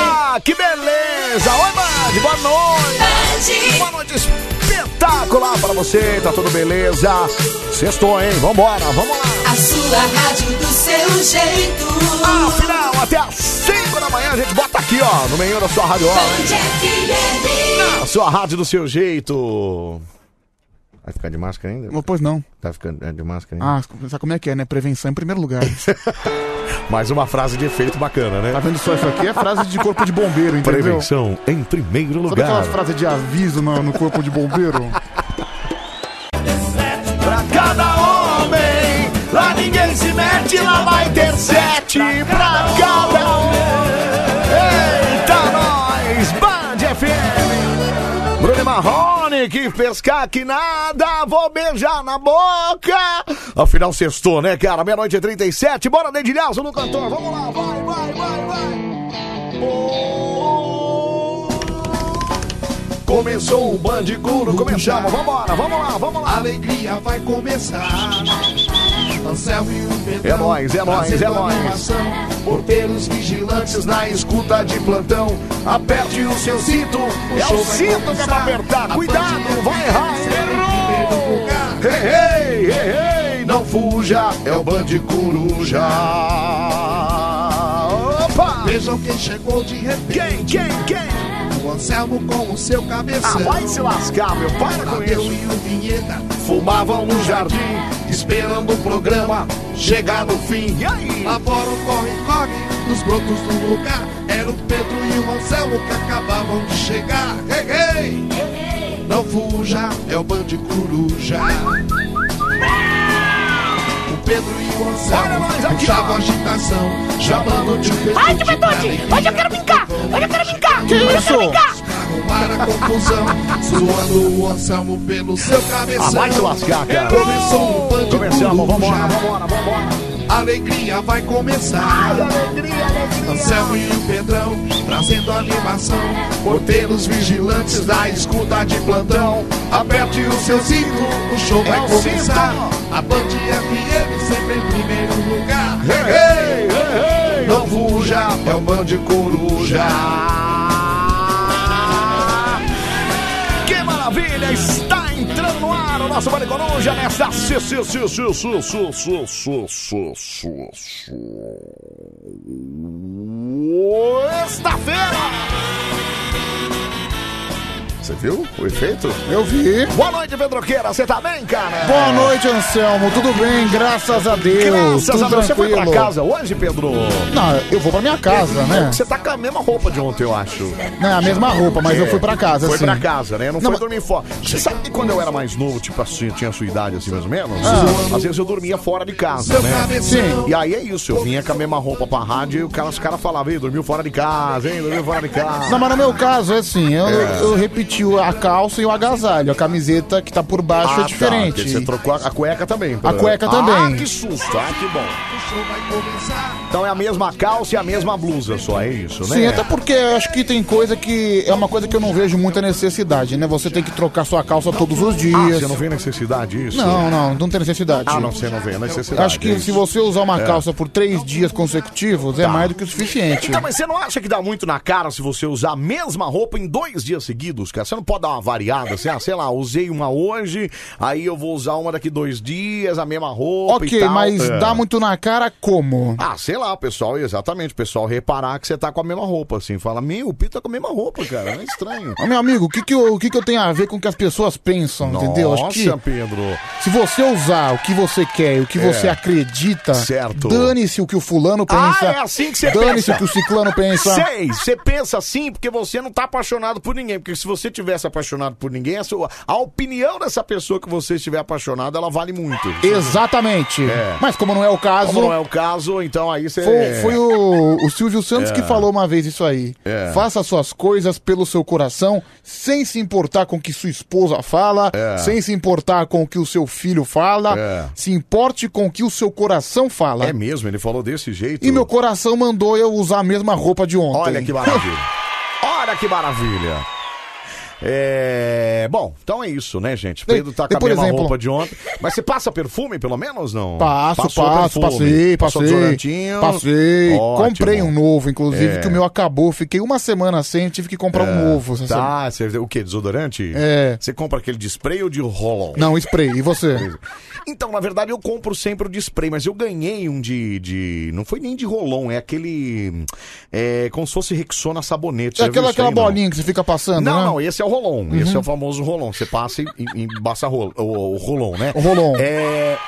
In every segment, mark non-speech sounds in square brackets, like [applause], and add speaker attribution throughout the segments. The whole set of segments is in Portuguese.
Speaker 1: Ah, que beleza! Oi, Band, boa noite! Boa noite espetacular pra você, tá tudo beleza? Sextou, hein? Vambora, vamos lá!
Speaker 2: A sua rádio do seu jeito.
Speaker 1: Afinal, até às 5 da manhã a gente bota aqui, ó, no meio da sua rádio.
Speaker 2: Band FM.
Speaker 1: A sua rádio do seu jeito. Vai ficar de máscara ainda?
Speaker 3: Não, pois não.
Speaker 1: Tá ficando é, de máscara ainda?
Speaker 3: Ah, sabe como é que é, né? Prevenção em primeiro lugar.
Speaker 1: Mais uma frase de efeito bacana, né?
Speaker 3: Ah. Tá vendo só isso aqui? É frase de corpo de
Speaker 1: [laughs]
Speaker 3: bombeiro, entendeu?
Speaker 1: Prevenção em primeiro
Speaker 3: Sabe
Speaker 1: [laughs] lugar.
Speaker 3: aquelas frases de aviso no, no corpo de bombeiro?
Speaker 1: Pra cada homem, lá ninguém se mete, lá vai ter sete. Pra cada homem. Eita, nós, Band FM. Bruno Marrone, que pescar que nada, vou beijar na boca. Afinal, sextou, né, cara? Meia-noite e 37, bora dedilhaço no cantor, vamos lá, vai, vai, vai, vai. Oh. Começou o Bandicoot, começamos, vambora, vamos lá, vamos lá.
Speaker 4: Alegria vai começar. Anselmo e o Pedrão
Speaker 1: É nóis, é nóis,
Speaker 4: trazendo
Speaker 1: é nóis.
Speaker 4: animação. Porteiros vigilantes na escuta de plantão. Aperte o seu cinto. O
Speaker 1: É
Speaker 4: show
Speaker 1: o
Speaker 4: vai
Speaker 1: cinto que é pra
Speaker 4: começar.
Speaker 1: apertar.
Speaker 4: A
Speaker 1: Cuidado,
Speaker 4: Band é
Speaker 1: vai errar.
Speaker 4: sempre em primeiro lugar.
Speaker 1: Ei, ei, ei, ei,
Speaker 4: Não fuja, é o Band Coruja.
Speaker 1: já. Opa!
Speaker 4: Vejam quem chegou de repente.
Speaker 1: Quem, quem, quem?
Speaker 4: O Anselmo com o seu
Speaker 1: Ah,
Speaker 4: cabeção.
Speaker 1: vai se lascar, meu. Para com
Speaker 4: Tadeu
Speaker 1: isso.
Speaker 4: e o Vinheta fumavam no jardim, esperando o programa chegar no fim.
Speaker 1: E aí?
Speaker 4: Agora o corre-corre nos brotos do lugar. Era o Pedro e o Anselmo que acabavam de chegar. Ei, ei! Não fuja, é o bando de coruja. O Pedro e o
Speaker 1: Olha nós
Speaker 4: Anselmo
Speaker 1: aqui,
Speaker 4: puxavam agitação, chamando de Ai, de Hoje eu quero brincar! Hoje eu quero brincar!
Speaker 3: Que isso?
Speaker 4: Para a confusão, zoando o Anselmo pelo seu cabeção.
Speaker 1: Ah, vai se lascar, cara.
Speaker 4: Começou um bando de
Speaker 1: Começamos,
Speaker 4: coruja.
Speaker 1: vambora, vambora, vambora.
Speaker 4: Alegria vai começar.
Speaker 1: Alegria, alegria.
Speaker 4: Anselmo e o Pedrão trazendo animação. Porteiros vigilantes da escuta de plantão. Aperte o seu cinto, o show vai
Speaker 1: É o
Speaker 4: começar.
Speaker 1: cinto.
Speaker 4: A Band FM sempre em primeiro lugar.
Speaker 1: Ei, ei, ei.
Speaker 4: Não fuja, é o Band Coruja.
Speaker 1: Que maravilha! Está entrando no ar o nosso Vale Coruja nesta se- se- se- se- se- se- se- se- se- se- se- Sexta-feira! Você viu o efeito?
Speaker 3: Eu vi.
Speaker 1: Boa noite, Pedroqueira! Você tá bem, cara?
Speaker 3: Boa noite, Anselmo. Tudo bem? Graças a Deus.
Speaker 1: Graças a
Speaker 3: Tudo
Speaker 1: Deus! Você foi pra
Speaker 3: tranquilo.
Speaker 1: casa hoje, Pedro?
Speaker 3: Não, eu vou pra minha casa, né?
Speaker 1: Você tá com a mesma roupa de ontem, eu acho.
Speaker 3: Não é a mesma roupa, mas eu
Speaker 1: É,
Speaker 3: fui pra casa,
Speaker 1: Foi
Speaker 3: assim.
Speaker 1: pra casa, né? Não,
Speaker 3: Não,
Speaker 1: foi
Speaker 3: mas-
Speaker 1: dormir fora. Você sabe que quando eu era mais novo, tipo assim, eu tinha a sua idade assim mais ou menos?
Speaker 3: Ah.
Speaker 1: Às vezes eu dormia fora de casa,
Speaker 4: Seu
Speaker 1: né?
Speaker 4: cabeção.
Speaker 1: E aí é isso, eu vinha com a mesma roupa pra rádio e o cara, os caras falavam, ei, dormiu fora de casa, hein? Dormiu fora de
Speaker 3: Não,
Speaker 1: casa.
Speaker 3: mas no meu caso, é assim, eu, eu repeti a calça e o agasalho. A camiseta que tá por baixo é
Speaker 1: tá,
Speaker 3: diferente.
Speaker 1: porque você trocou a, a cueca também. pô.
Speaker 3: cueca
Speaker 1: ah,
Speaker 3: também.
Speaker 1: que susto, ah, que bom.
Speaker 4: O show vai começar.
Speaker 1: Então é a mesma calça e a mesma blusa só, é isso, né?
Speaker 3: Sim, até porque eu acho que tem coisa que. É uma coisa que eu não vejo muita necessidade, né? Você tem que trocar sua calça todos os
Speaker 1: Ah,
Speaker 3: dias.
Speaker 1: você não vê necessidade isso?
Speaker 3: não, não, não tem necessidade.
Speaker 1: Ah, não, você não vê necessidade.
Speaker 3: Acho
Speaker 1: é
Speaker 3: que se
Speaker 1: isso.
Speaker 3: você usar uma calça por três dias consecutivos, é mais do que o suficiente.
Speaker 1: Então, mas você não acha que dá muito na cara se você usar a mesma roupa em dois dias seguidos, cara? Você não pode dar uma variada, assim, ah, sei lá, usei uma hoje, aí eu vou usar uma daqui dois dias, a mesma roupa e
Speaker 3: Ok,
Speaker 1: tal.
Speaker 3: mas
Speaker 1: É.
Speaker 3: dá muito na cara como?
Speaker 1: Ah, sei lá, pessoal, exatamente, pessoal reparar que você tá com a mesma roupa, assim, fala, meu, o Pito tá com a mesma roupa, cara, é estranho.
Speaker 3: Ô, Ah, meu amigo, o que que, eu, o que que eu tenho a ver com o que as pessoas pensam, entendeu? Acho
Speaker 1: Nossa,
Speaker 3: que
Speaker 1: Pedro.
Speaker 3: se você usar o que você quer e o que você acredita,
Speaker 1: Certo.
Speaker 3: dane-se o que o fulano
Speaker 1: Ah,
Speaker 3: pensa,
Speaker 1: é assim que você
Speaker 3: dane-se
Speaker 1: pensa.
Speaker 3: o que o ciclano pensa.
Speaker 1: Sei, você pensa assim porque você não tá apaixonado por ninguém. Porque se você tivesse apaixonado por ninguém, a, sua- a opinião dessa pessoa que você estiver apaixonado, ela vale muito.
Speaker 3: Exatamente.
Speaker 1: É.
Speaker 3: Mas como não é o caso,
Speaker 1: Como não é o caso, então aí você.
Speaker 3: foi, um, foi o, o Silvio Santos que falou uma vez isso aí.
Speaker 1: É.
Speaker 3: Faça suas coisas pelo seu coração, sem se importar com o que sua esposa fala,
Speaker 1: É.
Speaker 3: sem se importar com o que o seu filho fala,
Speaker 1: É.
Speaker 3: se importe com o que o seu coração fala.
Speaker 1: É mesmo, ele falou desse jeito.
Speaker 3: E meu coração mandou eu usar a mesma roupa de ontem.
Speaker 1: Olha que maravilha. Olha que maravilha. É, Bom, então é isso, né, gente? O Pedro tá com
Speaker 3: E,
Speaker 1: a
Speaker 3: por
Speaker 1: mesma
Speaker 3: exemplo-
Speaker 1: roupa de ontem. Mas você passa perfume, pelo menos,
Speaker 3: [laughs]
Speaker 1: não?
Speaker 3: Passo,
Speaker 1: Passou
Speaker 3: passo,
Speaker 1: perfume,
Speaker 3: passei,
Speaker 1: passou
Speaker 3: passei.
Speaker 1: desodorantinho.
Speaker 3: Passei.
Speaker 1: Ótimo.
Speaker 3: Comprei um novo, inclusive,
Speaker 1: É.
Speaker 3: que o meu acabou. Fiquei uma semana sem, tive que comprar um novo. essa semana.
Speaker 1: Tá, você- o que? Desodorante?
Speaker 3: É.
Speaker 1: Você compra aquele de spray ou de roll
Speaker 3: Não, spray. E você?
Speaker 1: [laughs] Então, na verdade, eu compro sempre o de spray, mas eu ganhei um de. de- não foi nem de rolon, é aquele. É como se fosse Rexona sabonete.
Speaker 3: É
Speaker 1: Já viu
Speaker 3: aquela,
Speaker 1: isso
Speaker 3: aquela
Speaker 1: aí, não?
Speaker 3: bolinha que você fica passando,
Speaker 1: Não,
Speaker 3: né?
Speaker 1: não, esse é o rolon. Esse
Speaker 3: Uhum.
Speaker 1: é o famoso rolon. Você passa e, e, e passa rolo, o, o rolon, né?
Speaker 3: O rolon.
Speaker 1: É.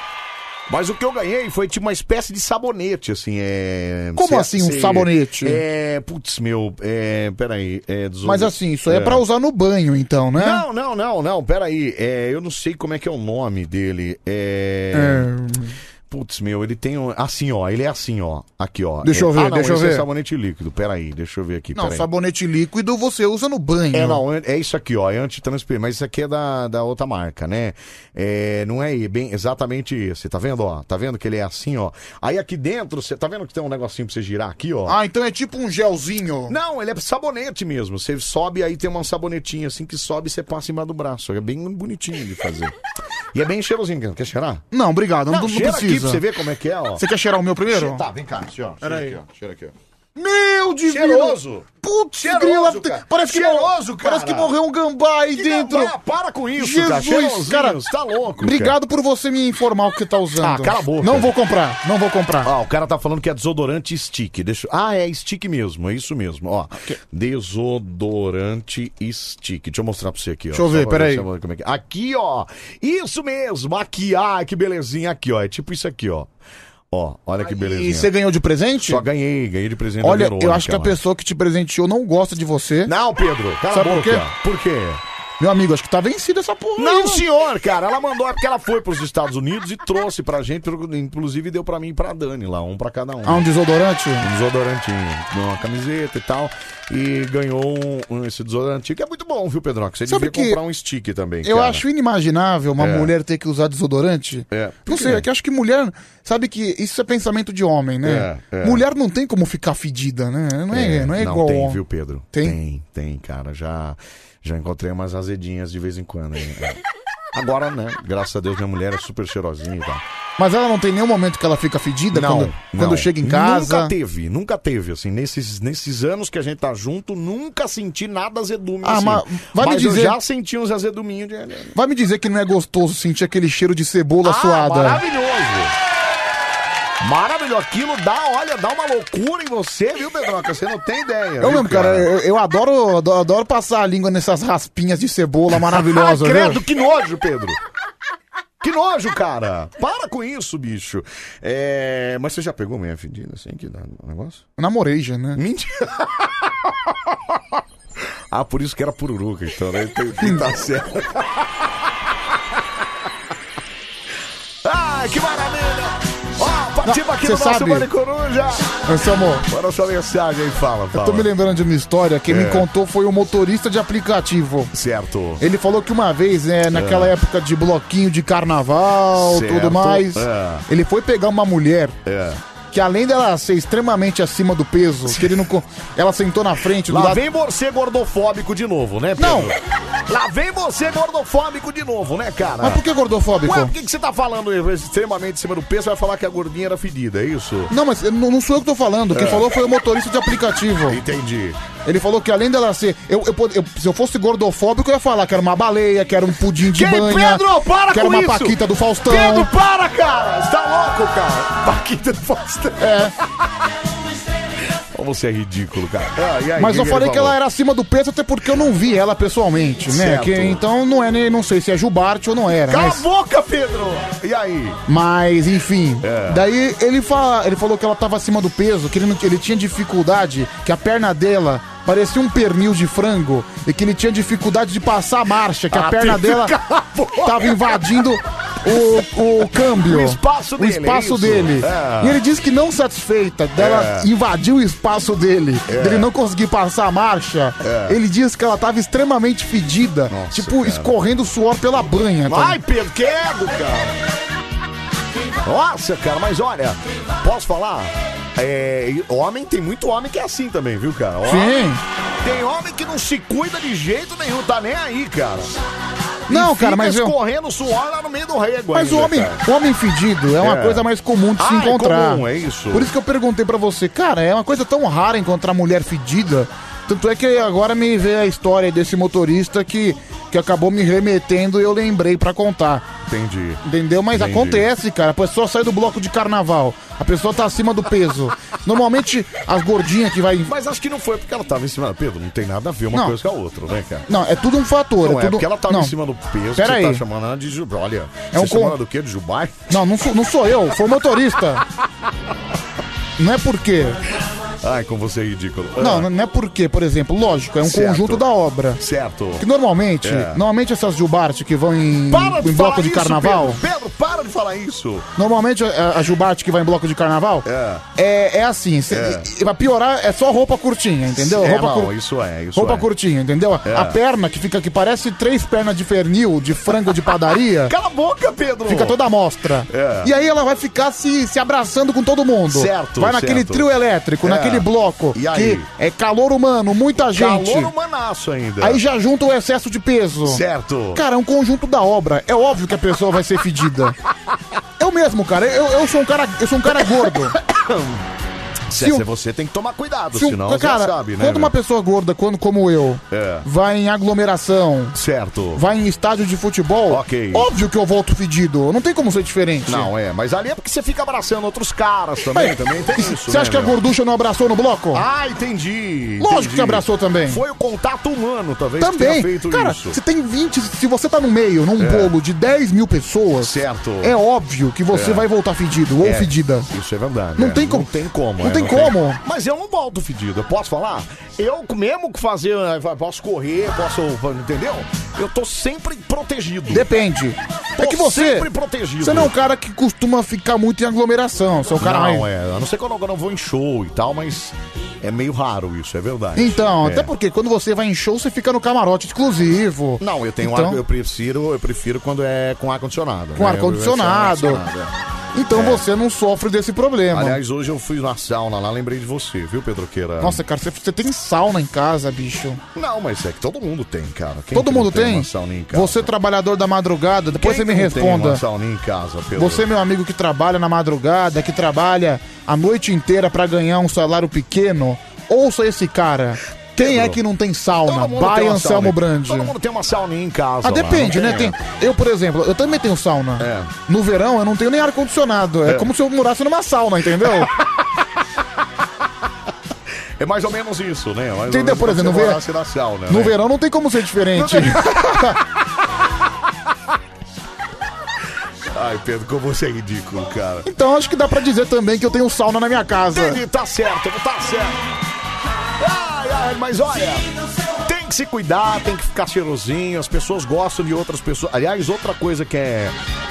Speaker 1: Mas o que eu ganhei foi tipo uma espécie de sabonete, assim, é...
Speaker 3: Como
Speaker 1: cê-
Speaker 3: assim, um
Speaker 1: cê-
Speaker 3: sabonete?
Speaker 1: É, putz, meu, é... Peraí, é... desodorante.
Speaker 3: Mas assim, isso aí é, pra usar no banho, então, né?
Speaker 1: Não, não, não, não, peraí. É, eu não sei como é que é o nome dele. É. Putz, meu, ele tem um. Assim, ó, ele é assim, ó. Aqui, ó.
Speaker 3: Deixa
Speaker 1: É-
Speaker 3: eu ver,
Speaker 1: ah, não,
Speaker 3: deixa eu
Speaker 1: esse É
Speaker 3: ver.
Speaker 1: sabonete líquido, peraí, deixa eu ver aqui.
Speaker 3: Não,
Speaker 1: peraí.
Speaker 3: sabonete líquido você usa no banho.
Speaker 1: É, não, é é isso aqui, ó, é antitranspirante, mas isso aqui é da, da outra marca, né? É, não é bem exatamente esse, tá vendo, ó? Tá vendo que ele é assim, ó? Aí aqui dentro, você tá vendo que tem um negocinho pra você girar aqui, ó?
Speaker 3: Ah, então é tipo um gelzinho.
Speaker 1: Não, ele é sabonete mesmo. Você sobe, aí tem uma sabonetinha assim que sobe e você passa em cima do braço. É bem bonitinho de fazer. e é bem cheirosinho. Quer cheirar?
Speaker 3: Não, obrigado, não, não
Speaker 1: cheira aqui pra
Speaker 3: precisa.
Speaker 1: você ver como é que é, ó.
Speaker 3: Você quer cheirar o meu primeiro?
Speaker 1: Cheira- Tá, vem cá, senhor. Cheira
Speaker 3: Peraí.
Speaker 1: aqui, ó. Cheira aqui, ó.
Speaker 3: Meu divino!
Speaker 1: Cheiroso!
Speaker 3: Putz,
Speaker 1: Cheiroso,
Speaker 3: grila!
Speaker 1: cara.
Speaker 3: Parece que,
Speaker 1: Cheiroso, cara.
Speaker 3: parece que morreu um gambá aí dentro!
Speaker 1: Não, para com isso, cara.
Speaker 3: Jesus,
Speaker 1: Cheirosinhos,
Speaker 3: cara!
Speaker 1: Tá louco, cara.
Speaker 3: Obrigado por você me informar o que você tá usando.
Speaker 1: Ah, cala a boca.
Speaker 3: Não vou comprar, não vou comprar.
Speaker 1: Ó, o cara tá falando que é desodorante stick. Deixa... Ah, é stick mesmo, é isso mesmo. Ó, desodorante stick. Deixa eu mostrar pra você aqui, ó.
Speaker 3: Deixa eu ver,
Speaker 1: Só pra
Speaker 3: peraí.
Speaker 1: só pra ver como é que é. Aqui, ó. Isso mesmo, aqui. Ah, que belezinha aqui, ó. É tipo isso aqui, ó. Ó, olha que belezinha.
Speaker 3: E você ganhou de presente?
Speaker 1: Só ganhei, ganhei de presente da
Speaker 3: Olha,
Speaker 1: Verônica
Speaker 3: eu acho que a
Speaker 1: lá.
Speaker 3: pessoa que te presenteou não gosta de você.
Speaker 1: Não, Pedro, cala
Speaker 3: Sabe
Speaker 1: a
Speaker 3: por
Speaker 1: boca.
Speaker 3: quê?
Speaker 1: Por quê?
Speaker 3: Meu amigo, acho que tá vencida essa porra. aí,
Speaker 1: Não,
Speaker 3: mano.
Speaker 1: senhor, cara. Ela mandou é porque ela foi pros Estados Unidos e trouxe pra gente. Inclusive deu pra mim e pra Dani lá, um pra cada um.
Speaker 3: Ah, um desodorante?
Speaker 1: um desodorantinho, ganhou uma camiseta e tal, e ganhou um, um- esse desodorantinho, que é muito bom, viu, Pedro? Você
Speaker 3: Sabe
Speaker 1: devia
Speaker 3: que
Speaker 1: comprar um stick também.
Speaker 3: Eu
Speaker 1: cara.
Speaker 3: acho inimaginável uma
Speaker 1: É.
Speaker 3: mulher ter que usar desodorante.
Speaker 1: É, por
Speaker 3: Não
Speaker 1: quê?
Speaker 3: sei, é que eu acho que mulher. Sabe que isso é pensamento de homem, né?
Speaker 1: É, é.
Speaker 3: Mulher não tem como ficar fedida, né? Não é, não é igual.
Speaker 1: tem, viu, Pedro?
Speaker 3: Tem?
Speaker 1: Tem, tem, cara. Já, já encontrei umas azedinhas de vez em quando. hein? É. Agora, né? Graças a Deus, minha mulher é super cheirosinha e tal.
Speaker 3: Mas ela não tem nenhum momento que ela fica fedida
Speaker 1: Não,
Speaker 3: quando,
Speaker 1: não.
Speaker 3: quando chega em casa.
Speaker 1: Nunca teve, nunca teve, assim. Nesses, nesses anos que a gente tá junto, nunca senti nada azedume.
Speaker 3: Ah,
Speaker 1: assim.
Speaker 3: mas vai me
Speaker 1: eu
Speaker 3: dizer-
Speaker 1: já senti uns azeduminhos de.
Speaker 3: Vai me dizer que não é gostoso sentir aquele cheiro de cebola
Speaker 1: Ah,
Speaker 3: suada.
Speaker 1: Maravilhoso. Maravilhoso. Aquilo dá, olha, dá uma loucura em você, viu, Pedroca? Você não tem ideia.
Speaker 3: Eu
Speaker 1: viu,
Speaker 3: mesmo, cara, eu, eu adoro, adoro, adoro passar a língua nessas raspinhas de
Speaker 1: [laughs]
Speaker 3: cebola
Speaker 1: Ah,
Speaker 3: maravilhosa,
Speaker 1: credo,
Speaker 3: viu?
Speaker 1: que nojo, Pedro. Que nojo, cara. Para com isso, bicho. É... Mas você já pegou meia fedida assim que dá um negócio?
Speaker 3: Namorei já, né?
Speaker 1: Mentira. Ah, por isso que era pururuca, então, né? Tem- tem- Tá [laughs] certo. Ah, que maravilha. Ó, partimos aqui
Speaker 3: Cê
Speaker 1: do nosso
Speaker 3: sabe-
Speaker 1: Mane Coruja.
Speaker 3: Anselmo,
Speaker 1: Manda sua mensagem aí, fala, fala.
Speaker 3: tô me lembrando de uma história. Quem
Speaker 1: É.
Speaker 3: me contou foi um motorista de aplicativo.
Speaker 1: Certo. É.
Speaker 3: Ele falou que uma vez, né, naquela época de bloquinho de carnaval,
Speaker 1: Certo.
Speaker 3: tudo mais,
Speaker 1: É.
Speaker 3: ele foi pegar uma mulher
Speaker 1: É.
Speaker 3: que além dela ser extremamente acima do peso, que ele não, co- ela sentou na frente do
Speaker 1: Lá
Speaker 3: lado.
Speaker 1: vem você gordofóbico de novo, né, Pedro?
Speaker 3: Não.
Speaker 1: Lá vem você gordofóbico de novo, né, cara?
Speaker 3: Mas por que gordofóbico?
Speaker 1: Ué, por que, que você tá falando extremamente em cima do peso? Vai falar que a gordinha era fedida, é isso?
Speaker 3: Não, mas eu não não sou eu que tô falando. Quem falou foi o motorista de aplicativo.
Speaker 1: É. Entendi.
Speaker 3: Ele falou que além dela ser. Eu, eu pod- eu- se eu fosse gordofóbico, eu ia falar que era uma baleia, que era um pudim de
Speaker 1: Que-
Speaker 3: banha.
Speaker 1: Pedro, para
Speaker 3: que era
Speaker 1: com
Speaker 3: uma
Speaker 1: isso!
Speaker 3: paquita do Faustão.
Speaker 1: Pedro, para, cara! Você tá louco, cara? Paquita do Faustão.
Speaker 3: É.
Speaker 1: Como você é ridículo, cara. Ah, e aí,
Speaker 3: Mas
Speaker 1: que
Speaker 3: eu
Speaker 1: que
Speaker 3: falei
Speaker 1: ele
Speaker 3: que
Speaker 1: falou?
Speaker 3: ela era acima do peso, até porque eu não vi ela pessoalmente, né?
Speaker 1: Certo.
Speaker 3: Que- então não é nem. Não sei se é Jubarte ou não era.
Speaker 1: Cala
Speaker 3: mas-
Speaker 1: a boca, Pedro! E aí?
Speaker 3: Mas, enfim.
Speaker 1: É.
Speaker 3: Daí ele, fala, ele falou que ela tava acima do peso, que ele, não- ele tinha dificuldade, que a perna dela parecia um pernil de frango e que ele tinha dificuldade de passar a marcha, que a
Speaker 1: Ah, [laughs]
Speaker 3: perna
Speaker 1: Pedro,
Speaker 3: dela
Speaker 1: cala a boca.
Speaker 3: tava invadindo o, o câmbio.
Speaker 1: [laughs] O espaço dele,
Speaker 3: O espaço
Speaker 1: é isso?
Speaker 3: dele.
Speaker 1: É.
Speaker 3: E ele disse que não satisfeita dela
Speaker 1: É.
Speaker 3: invadiu o espaço dele, dele não conseguir passar a marcha. Ele disse que ela tava extremamente fedida,
Speaker 1: É. Nossa,
Speaker 3: tipo,
Speaker 1: cara.
Speaker 3: escorrendo suor pela banha. tá
Speaker 1: Vai, Pedro, quero, cara. Nossa, cara, mas olha, posso falar? É, e homem, tem muito homem que é assim também, viu, cara? Ó,
Speaker 3: Sim.
Speaker 1: Tem homem que não se cuida de jeito nenhum, tá nem aí, cara.
Speaker 3: Não,
Speaker 1: E fica
Speaker 3: cara, mas eu-
Speaker 1: escorrendo suor lá no meio do rego
Speaker 3: Mas o
Speaker 1: ainda,
Speaker 3: homem,
Speaker 1: cara.
Speaker 3: o homem fedido é uma
Speaker 1: É.
Speaker 3: coisa mais comum de se
Speaker 1: Ah, é
Speaker 3: encontrar.
Speaker 1: comum, é isso.
Speaker 3: Por isso que eu perguntei pra você, cara, é uma coisa tão rara encontrar mulher fedida. Tanto é que agora me veio a história desse motorista que, que acabou me remetendo e eu lembrei pra contar.
Speaker 1: Entendi.
Speaker 3: Entendeu? Mas
Speaker 1: Entendi.
Speaker 3: acontece, cara. A pessoa sai do bloco de carnaval. A pessoa tá acima do
Speaker 1: [laughs]
Speaker 3: peso. Normalmente, as gordinhas que vai.
Speaker 1: Mas acho que não foi porque ela tava em cima do Pedro, não tem nada a ver uma
Speaker 3: Não.
Speaker 1: coisa com a outra, né, cara?
Speaker 3: Não, é tudo um fator.
Speaker 1: Não,
Speaker 3: é
Speaker 1: é,
Speaker 3: tudo...
Speaker 1: porque ela tava
Speaker 3: não.
Speaker 1: em cima do peso,
Speaker 3: Pera
Speaker 1: você tá
Speaker 3: aí.
Speaker 1: chamando ela de Jubai. Olha,
Speaker 3: É um
Speaker 1: você chama
Speaker 3: con-
Speaker 1: ela do quê? De Jubai?
Speaker 3: Não, não sou, não sou eu, foi o
Speaker 1: [laughs]
Speaker 3: motorista. Não é por quê.
Speaker 1: Ai, como você é ridículo. Ah,
Speaker 3: Não, não é por quê, por exemplo. Lógico, é um
Speaker 1: Certo.
Speaker 3: conjunto da obra.
Speaker 1: Certo.
Speaker 3: Que normalmente,
Speaker 1: É.
Speaker 3: normalmente essas Gilbarte que vão em, em bloco de
Speaker 1: isso,
Speaker 3: carnaval.
Speaker 1: Pedro. Pedro, para de falar isso.
Speaker 3: Normalmente a, a Gilbarte que vai em bloco de carnaval
Speaker 1: É.
Speaker 3: é, é assim. Cê,
Speaker 1: É.
Speaker 3: e- e Pra piorar, é só roupa curtinha, entendeu?
Speaker 1: É,
Speaker 3: roupa
Speaker 1: não,
Speaker 3: cur-
Speaker 1: isso é, isso
Speaker 3: Roupa
Speaker 1: é.
Speaker 3: curtinha, entendeu?
Speaker 1: É.
Speaker 3: A perna que fica que parece três pernas de pernil, de frango de padaria,
Speaker 1: [laughs] Cala a boca, Pedro.
Speaker 3: fica toda à mostra.
Speaker 1: É.
Speaker 3: E aí ela vai ficar se, se abraçando com todo mundo.
Speaker 1: Certo,
Speaker 3: Vai naquele
Speaker 1: certo.
Speaker 3: trio elétrico,
Speaker 1: É.
Speaker 3: naquele bloco.
Speaker 1: E aí?
Speaker 3: Que é calor humano, muita gente.
Speaker 1: Calor no manaço ainda. [coughs]
Speaker 3: Aí já junta o excesso de peso.
Speaker 1: Certo.
Speaker 3: Cara, é um conjunto da obra. É óbvio que a pessoa vai ser fedida. Eu mesmo, cara. Eu, eu sou um cara, eu sou um cara gordo.
Speaker 1: Se,
Speaker 3: se
Speaker 1: se
Speaker 3: o-
Speaker 1: você tem que tomar cuidado,
Speaker 3: Se um-
Speaker 1: senão você
Speaker 3: cara,
Speaker 1: sabe, né?
Speaker 3: quando uma
Speaker 1: velho?
Speaker 3: pessoa gorda, quando, como eu,
Speaker 1: É.
Speaker 3: vai em aglomeração,
Speaker 1: Certo.
Speaker 3: vai em estádio de futebol,
Speaker 1: Ok.
Speaker 3: óbvio que eu volto fedido. Não tem como ser diferente.
Speaker 1: Não, é, mas ali é porque você fica abraçando outros caras também,
Speaker 3: Mas-
Speaker 1: também tem isso.
Speaker 3: Você acha que
Speaker 1: né,
Speaker 3: a
Speaker 1: meu?
Speaker 3: gorducha não abraçou no bloco?
Speaker 1: Ah, entendi.
Speaker 3: Lógico
Speaker 1: entendi.
Speaker 3: que abraçou também.
Speaker 1: Foi o contato humano, talvez, que tenha
Speaker 3: Também.
Speaker 1: feito
Speaker 3: Cara,
Speaker 1: isso. É.
Speaker 3: você tem 20. Se você tá no meio, num bolo de 10 mil pessoas,
Speaker 1: Certo.
Speaker 3: é óbvio que você
Speaker 1: É.
Speaker 3: vai voltar fedido ou
Speaker 1: É,
Speaker 3: fedida.
Speaker 1: Isso é verdade.
Speaker 3: Não
Speaker 1: é.
Speaker 3: tem como-
Speaker 1: Não tem como.
Speaker 3: não tem como.
Speaker 1: Mas eu não volto fedido, eu posso falar? Eu mesmo que fazer, eh, posso correr, posso, entendeu? Eu tô sempre protegido.
Speaker 3: Depende. é
Speaker 1: Tô
Speaker 3: que você.
Speaker 1: sempre protegido.
Speaker 3: Você não é um cara que costuma ficar muito em aglomeração. Você é um cara
Speaker 1: não,
Speaker 3: mais.
Speaker 1: é. A não ser quando eu não vou em show e tal, mas é meio raro isso, é verdade.
Speaker 3: Então,
Speaker 1: É.
Speaker 3: até porque quando você vai em show, você fica no camarote exclusivo.
Speaker 1: Não, eu tenho
Speaker 3: Então-
Speaker 1: ar, eu prefiro, eu prefiro quando é com ar condicionado.
Speaker 3: Com ar condicionado. Então você não sofre desse problema.
Speaker 1: é. Aliás, é. hoje eu fui na sauna lá, lembrei de você, viu, Pedroqueira?
Speaker 3: Nossa, cara, você, você tem sauna em casa, bicho.
Speaker 1: Não, mas é que todo mundo tem, cara. Quem
Speaker 3: Todo
Speaker 1: que
Speaker 3: mundo
Speaker 1: não tem.
Speaker 3: tem?
Speaker 1: uma sauninha em casa?
Speaker 3: Você, trabalhador da madrugada, depois você me
Speaker 1: Quem que não Tem uma
Speaker 3: responda.
Speaker 1: sauninha em casa, Pedro.
Speaker 3: Você, meu amigo, que trabalha na madrugada, que trabalha a noite inteira pra ganhar um salário pequeno, ouça esse cara. Quem é que não tem sauna?
Speaker 1: Todo mundo tem
Speaker 3: Vai
Speaker 1: uma
Speaker 3: Anselmo
Speaker 1: sauninha.
Speaker 3: Brandi.
Speaker 1: Todo mundo tem uma sauninha em casa.
Speaker 3: Ah,
Speaker 1: lá,
Speaker 3: depende,
Speaker 1: não
Speaker 3: né? Tem... Eu, por exemplo, eu também tenho sauna.
Speaker 1: É.
Speaker 3: No verão eu não tenho nem ar-condicionado. É. como se eu morasse numa sauna,
Speaker 1: [laughs]
Speaker 3: entendeu?
Speaker 1: É mais ou menos isso, né? Mais ou
Speaker 3: Entendeu?
Speaker 1: menos
Speaker 3: Por exemplo,
Speaker 1: você
Speaker 3: no ver-
Speaker 1: morasse na sauna,
Speaker 3: No
Speaker 1: né?
Speaker 3: verão não tem como ser diferente.
Speaker 1: Ai, Pedro, como você é ridículo, cara.
Speaker 3: então acho que dá pra dizer também que eu tenho sauna na minha casa.
Speaker 1: Entendi, tá certo, tá certo. Ai, ai, mas olha, tem que se cuidar, tem que ficar cheirosinho, as pessoas gostam de outras pessoas. Aliás, outra coisa que é,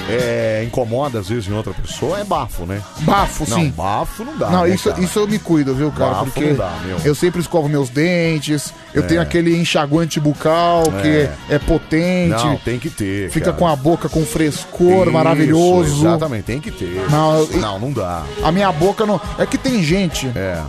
Speaker 1: é, incomoda às vezes em outra pessoa é bafo, né?
Speaker 3: Bafo,
Speaker 1: Não,
Speaker 3: sim.
Speaker 1: bafo não dá.
Speaker 3: Não,
Speaker 1: né,
Speaker 3: isso,
Speaker 1: cara?
Speaker 3: isso eu me cuido, viu, cara?
Speaker 1: Bafo
Speaker 3: Porque
Speaker 1: não dá, meu. É.
Speaker 3: eu sempre escovo meus dentes, eu tenho aquele enxaguante bucal que é potente,
Speaker 1: Não, tem que ter.
Speaker 3: fica
Speaker 1: cara.
Speaker 3: com a boca com frescor
Speaker 1: Isso,
Speaker 3: maravilhoso.
Speaker 1: Exatamente, tem que ter.
Speaker 3: Não, eu-
Speaker 1: não, não dá.
Speaker 3: A minha boca não. É que tem gente,
Speaker 1: É,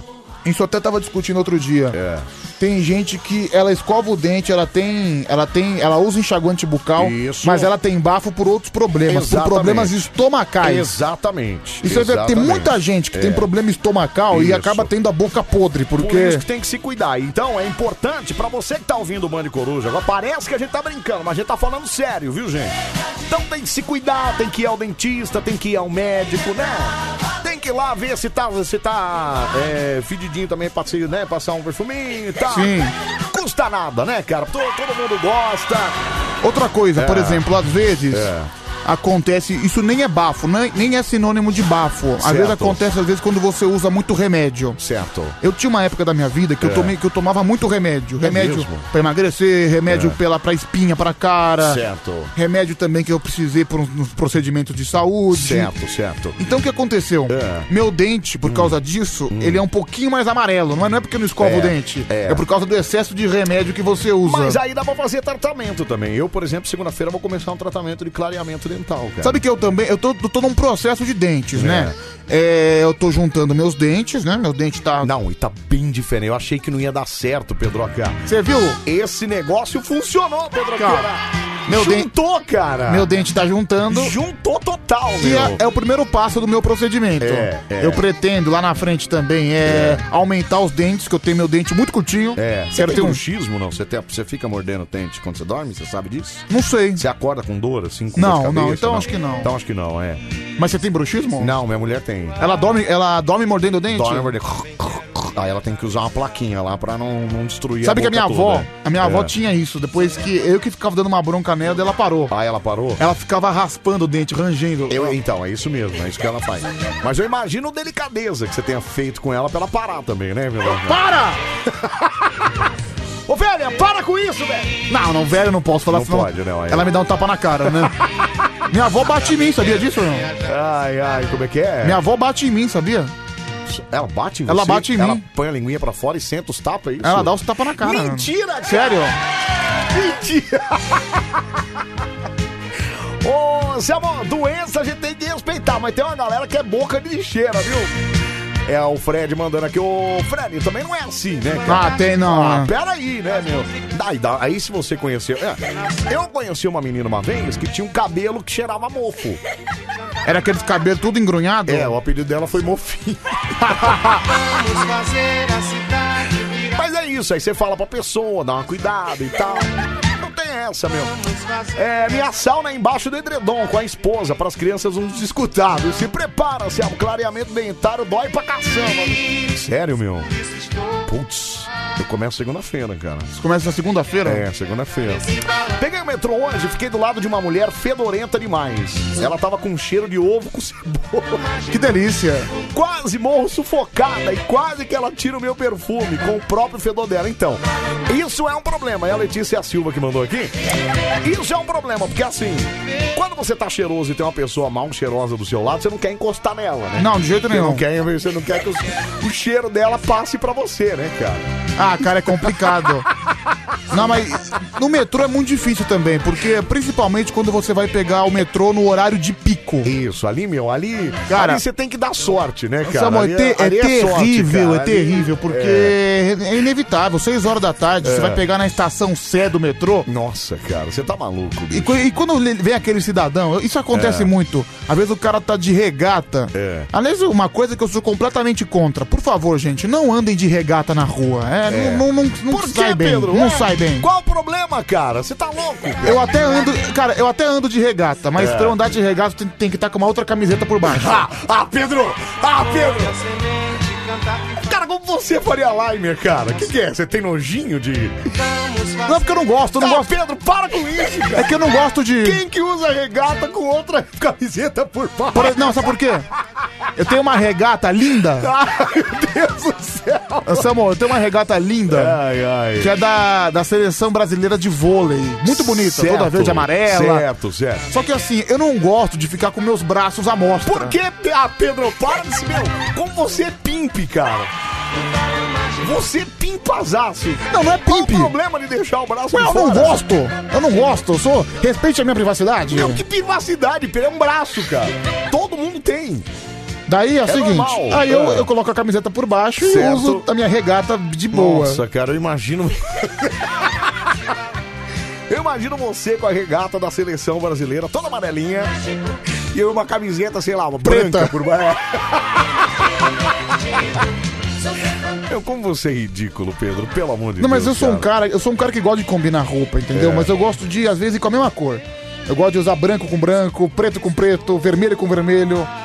Speaker 3: isso eu até tava discutindo outro dia.
Speaker 1: é.
Speaker 3: Tem gente que ela escova o dente, ela tem, ela tem, ela usa enxaguante bucal,
Speaker 1: Isso.
Speaker 3: mas ela tem bafo por outros problemas, por
Speaker 1: Exatamente.
Speaker 3: problemas estomacais.
Speaker 1: Exatamente.
Speaker 3: Isso é, tem
Speaker 1: exatamente.
Speaker 3: muita gente que tem
Speaker 1: É.
Speaker 3: problema estomacal e
Speaker 1: Isso.
Speaker 3: acaba tendo a boca podre,
Speaker 1: Por
Speaker 3: porque
Speaker 1: isso que tem que se cuidar. Então é importante pra você que tá ouvindo o Bande Coruja. Agora parece que a gente tá brincando, mas a gente tá falando sério, viu, gente? Então tem que se cuidar, tem que ir ao dentista, tem que ir ao médico, né? Tem que ir lá ver se tá, se tá é, fedidinho também pra se, né, passar um perfuminho e tal.
Speaker 3: Sim.
Speaker 1: Custa nada, né, cara? Todo, todo mundo gosta.
Speaker 3: outra coisa, por
Speaker 1: É.
Speaker 3: exemplo, às vezes
Speaker 1: É.
Speaker 3: acontece, isso nem é bafo, nem, nem é sinônimo de bafo. Às
Speaker 1: Certo.
Speaker 3: vezes acontece às vezes quando você usa muito remédio.
Speaker 1: Certo.
Speaker 3: Eu tinha uma época da minha vida que,
Speaker 1: É.
Speaker 3: eu, tomei, que eu tomava muito remédio. Remédio
Speaker 1: mesmo? É.
Speaker 3: pra emagrecer, remédio pela, pra espinha, pra cara.
Speaker 1: Certo.
Speaker 3: Remédio também que eu precisei por uns procedimentos de saúde.
Speaker 1: Certo, certo.
Speaker 3: Então o que aconteceu?
Speaker 1: É. Hum.
Speaker 3: Meu dente, por causa disso, ele é um pouquinho mais amarelo. Não é, não é porque eu não escovo
Speaker 1: É,
Speaker 3: o dente.
Speaker 1: é.
Speaker 3: É. por causa do excesso de remédio que você usa.
Speaker 1: Mas aí dá pra fazer tratamento também. Eu, por exemplo, segunda-feira vou começar um tratamento de clareamento dental, cara.
Speaker 3: Sabe que eu também. Eu tô, tô num processo de dentes, né? É, eu tô juntando meus dentes, né? Meu dente tá.
Speaker 1: Não, e tá bem diferente. Eu achei que não ia dar certo, Pedroca.
Speaker 3: Você viu?
Speaker 1: Esse negócio funcionou, Pedroca.
Speaker 3: Meu dente-
Speaker 1: Juntou, cara.
Speaker 3: Meu dente tá juntando.
Speaker 1: Juntou total,
Speaker 3: E
Speaker 1: meu.
Speaker 3: é, é o primeiro passo do meu procedimento.
Speaker 1: É, é.
Speaker 3: Eu pretendo lá na frente também é, aumentar os dentes, que eu tenho meu dente muito curtinho.
Speaker 1: É, você
Speaker 3: Quero
Speaker 1: tem
Speaker 3: ter um.
Speaker 1: bruxismo, não? Você, tem, você fica mordendo o dente quando você dorme, você sabe disso?
Speaker 3: Não sei.
Speaker 1: Você acorda com dor, assim, com
Speaker 3: Não,
Speaker 1: dor de
Speaker 3: não,
Speaker 1: cabeça,
Speaker 3: então acho que não.
Speaker 1: Então acho que não, é.
Speaker 3: Mas você tem bruxismo?
Speaker 1: Não, minha mulher tem.
Speaker 3: Ela dorme, ela dorme mordendo o dente?
Speaker 1: Dorme mordendo. Aí ela tem que usar uma plaquinha lá pra não, não destruir
Speaker 3: Sabe
Speaker 1: a
Speaker 3: que a minha
Speaker 1: boca
Speaker 3: avó,
Speaker 1: toda.
Speaker 3: a minha
Speaker 1: É.
Speaker 3: avó tinha isso. Depois que eu que ficava dando uma bronca nela, ela parou.
Speaker 1: Ah, ela parou?
Speaker 3: Ela ficava raspando o dente, rangendo.
Speaker 1: Eu, então, é isso mesmo, é isso que ela faz. Mas eu imagino a delicadeza que você tenha feito com ela pra ela parar também, né, meu amor?
Speaker 3: Para!
Speaker 1: [laughs] Ô, velha, para com isso, velho!
Speaker 3: Não, Ah, não, velho, eu não posso falar
Speaker 1: Não
Speaker 3: senão
Speaker 1: pode, não, é.
Speaker 3: Ela me dá um tapa na cara, né? minha avó bate em mim, sabia disso ou
Speaker 1: É.
Speaker 3: não?
Speaker 1: Ai, ai, como é que é?
Speaker 3: Minha avó bate em mim, sabia?
Speaker 1: Ela bate em
Speaker 3: Ela
Speaker 1: você?
Speaker 3: bate em
Speaker 1: Ela
Speaker 3: mim.
Speaker 1: põe a linguinha pra fora e senta os tapas, é isso?
Speaker 3: Ela dá os tapas na cara. mano.
Speaker 1: Mentira, cara!
Speaker 3: Sério?
Speaker 1: Mentira! [laughs] Ô, seu amor, doença a gente tem que respeitar, mas tem uma galera que é boca de [laughs] lixeira, viu? É o Fred mandando aqui. Ô, Fred, também não é assim, né, cara?
Speaker 3: Ah, tem não.
Speaker 1: Ah,
Speaker 3: né?
Speaker 1: peraí, né, meu? Daí, da- aí se você conheceu. é, eu conheci uma menina uma vez que tinha um cabelo que cheirava mofo.
Speaker 3: Era aqueles cabelos tudo engrunhado?
Speaker 1: É, o apelido dela foi Mofinho. Mas é isso, aí você fala pra pessoa, dá uma cuidada e tal. Não tem essa, meu. É, minha sauna é embaixo do edredom com a esposa, pras crianças um não escutados. Se prepara, se o clareamento dentário dói pra caçamba. Sério, meu? Putz, eu começo segunda-feira, cara.
Speaker 3: Isso começa na segunda-feira?
Speaker 1: É, segunda-feira. Peguei o metrô hoje, fiquei do lado de uma mulher fedorenta demais. Ela tava com cheiro de ovo com cebola.
Speaker 3: Que delícia.
Speaker 1: Quase morro sufocada e quase que ela tira o meu perfume com o próprio fedor dela. Então, isso é um problema. É a Letícia Silva que mandou aqui. Isso é um problema, porque assim, quando você tá cheiroso e tem uma pessoa mal cheirosa do seu lado, você não quer encostar nela, né?
Speaker 3: Não, de jeito
Speaker 1: Você não
Speaker 3: nenhum.
Speaker 1: quer, você não quer que o, o cheiro dela passe pra você, né, cara?
Speaker 3: Ah, cara, é complicado. Não, mas no metrô é muito difícil também, porque principalmente quando você vai pegar o metrô no horário de pico.
Speaker 1: Isso, ali, meu, ali,
Speaker 3: Cara-
Speaker 1: ali você tem que dar sorte, né, cara?
Speaker 3: Samuel,
Speaker 1: Ali
Speaker 3: é, te- é
Speaker 1: ali sorte,
Speaker 3: terrível,
Speaker 1: cara.
Speaker 3: é
Speaker 1: Ali-
Speaker 3: terrível, porque é, inevitável. Seis horas da tarde, você vai pegar na estação C do metrô.
Speaker 1: É. Nossa, cara, você tá maluco,
Speaker 3: E,
Speaker 1: bicho.
Speaker 3: co- e quando le- vem aquele cidadão, isso acontece muito. Às vezes o cara tá de regata.
Speaker 1: É.
Speaker 3: Aliás, uma coisa que eu sou completamente contra. Por favor, gente, não andem de regata na rua. É, Não, não, não, não
Speaker 1: Por
Speaker 3: sai
Speaker 1: que,
Speaker 3: bem.
Speaker 1: Pedro?
Speaker 3: Não
Speaker 1: É,
Speaker 3: sai bem.
Speaker 1: Qual o problema, cara? Você tá louco? cara?
Speaker 3: Eu até ando, cara, eu até ando de regata, mas
Speaker 1: É.
Speaker 3: pra eu andar de regata tem, tem que estar com uma outra camiseta por baixo.
Speaker 1: Ah, ah, Pedro! Ah, Pedro! Cara, como você faria Limer, cara? O que, que é? Você tem nojinho de.
Speaker 3: Não é porque eu não gosto, eu não
Speaker 1: Ah,
Speaker 3: gosto.
Speaker 1: Pedro, para com isso,
Speaker 3: É
Speaker 1: cara!
Speaker 3: que eu não gosto de.
Speaker 1: Quem que usa regata com outra [laughs] camiseta por baixo?
Speaker 3: Por- não, sabe por quê? Eu tenho uma regata linda.
Speaker 1: [laughs] Ai, meu Deus do céu!
Speaker 3: Samuel, eu tenho uma regata linda.
Speaker 1: Ai, ai.
Speaker 3: Que é da, da seleção brasileira de vôlei. Muito bonita, toda
Speaker 1: Certo,
Speaker 3: verde e amarela.
Speaker 1: Certo, certo.
Speaker 3: Só que assim, eu não gosto de ficar com meus braços à mostra.
Speaker 1: Por que, ah, Pedro, para desse meu? Como você é pimpe, cara? Você é pimpazaço.
Speaker 3: Não, não é
Speaker 1: Qual o
Speaker 3: pimp.
Speaker 1: problema de deixar o braço
Speaker 3: Ué,
Speaker 1: de
Speaker 3: eu não
Speaker 1: fora?
Speaker 3: gosto. Eu não gosto. Eu sou. Respeite a minha privacidade.
Speaker 1: Meu, que privacidade, Pedro. É um braço, cara. Todo mundo tem.
Speaker 3: Daí é o seguinte.
Speaker 1: normal.
Speaker 3: Aí eu,
Speaker 1: É.
Speaker 3: eu coloco a camiseta por baixo e
Speaker 1: Certo.
Speaker 3: uso a minha regata de boa.
Speaker 1: Nossa, cara, eu imagino. [laughs] eu imagino você com a regata da seleção brasileira, toda amarelinha. E eu uma camiseta, sei lá, uma branca
Speaker 3: Preta.
Speaker 1: por baixo. Meu, como você é ridículo, Pedro, pelo amor de
Speaker 3: Não,
Speaker 1: Deus.
Speaker 3: mas eu sou um cara, eu sou um cara que gosta de combinar roupa, entendeu?
Speaker 1: É.
Speaker 3: Mas eu gosto de, às vezes, ir com a mesma cor. Eu gosto de usar branco com branco, preto com preto, vermelho com vermelho.
Speaker 1: É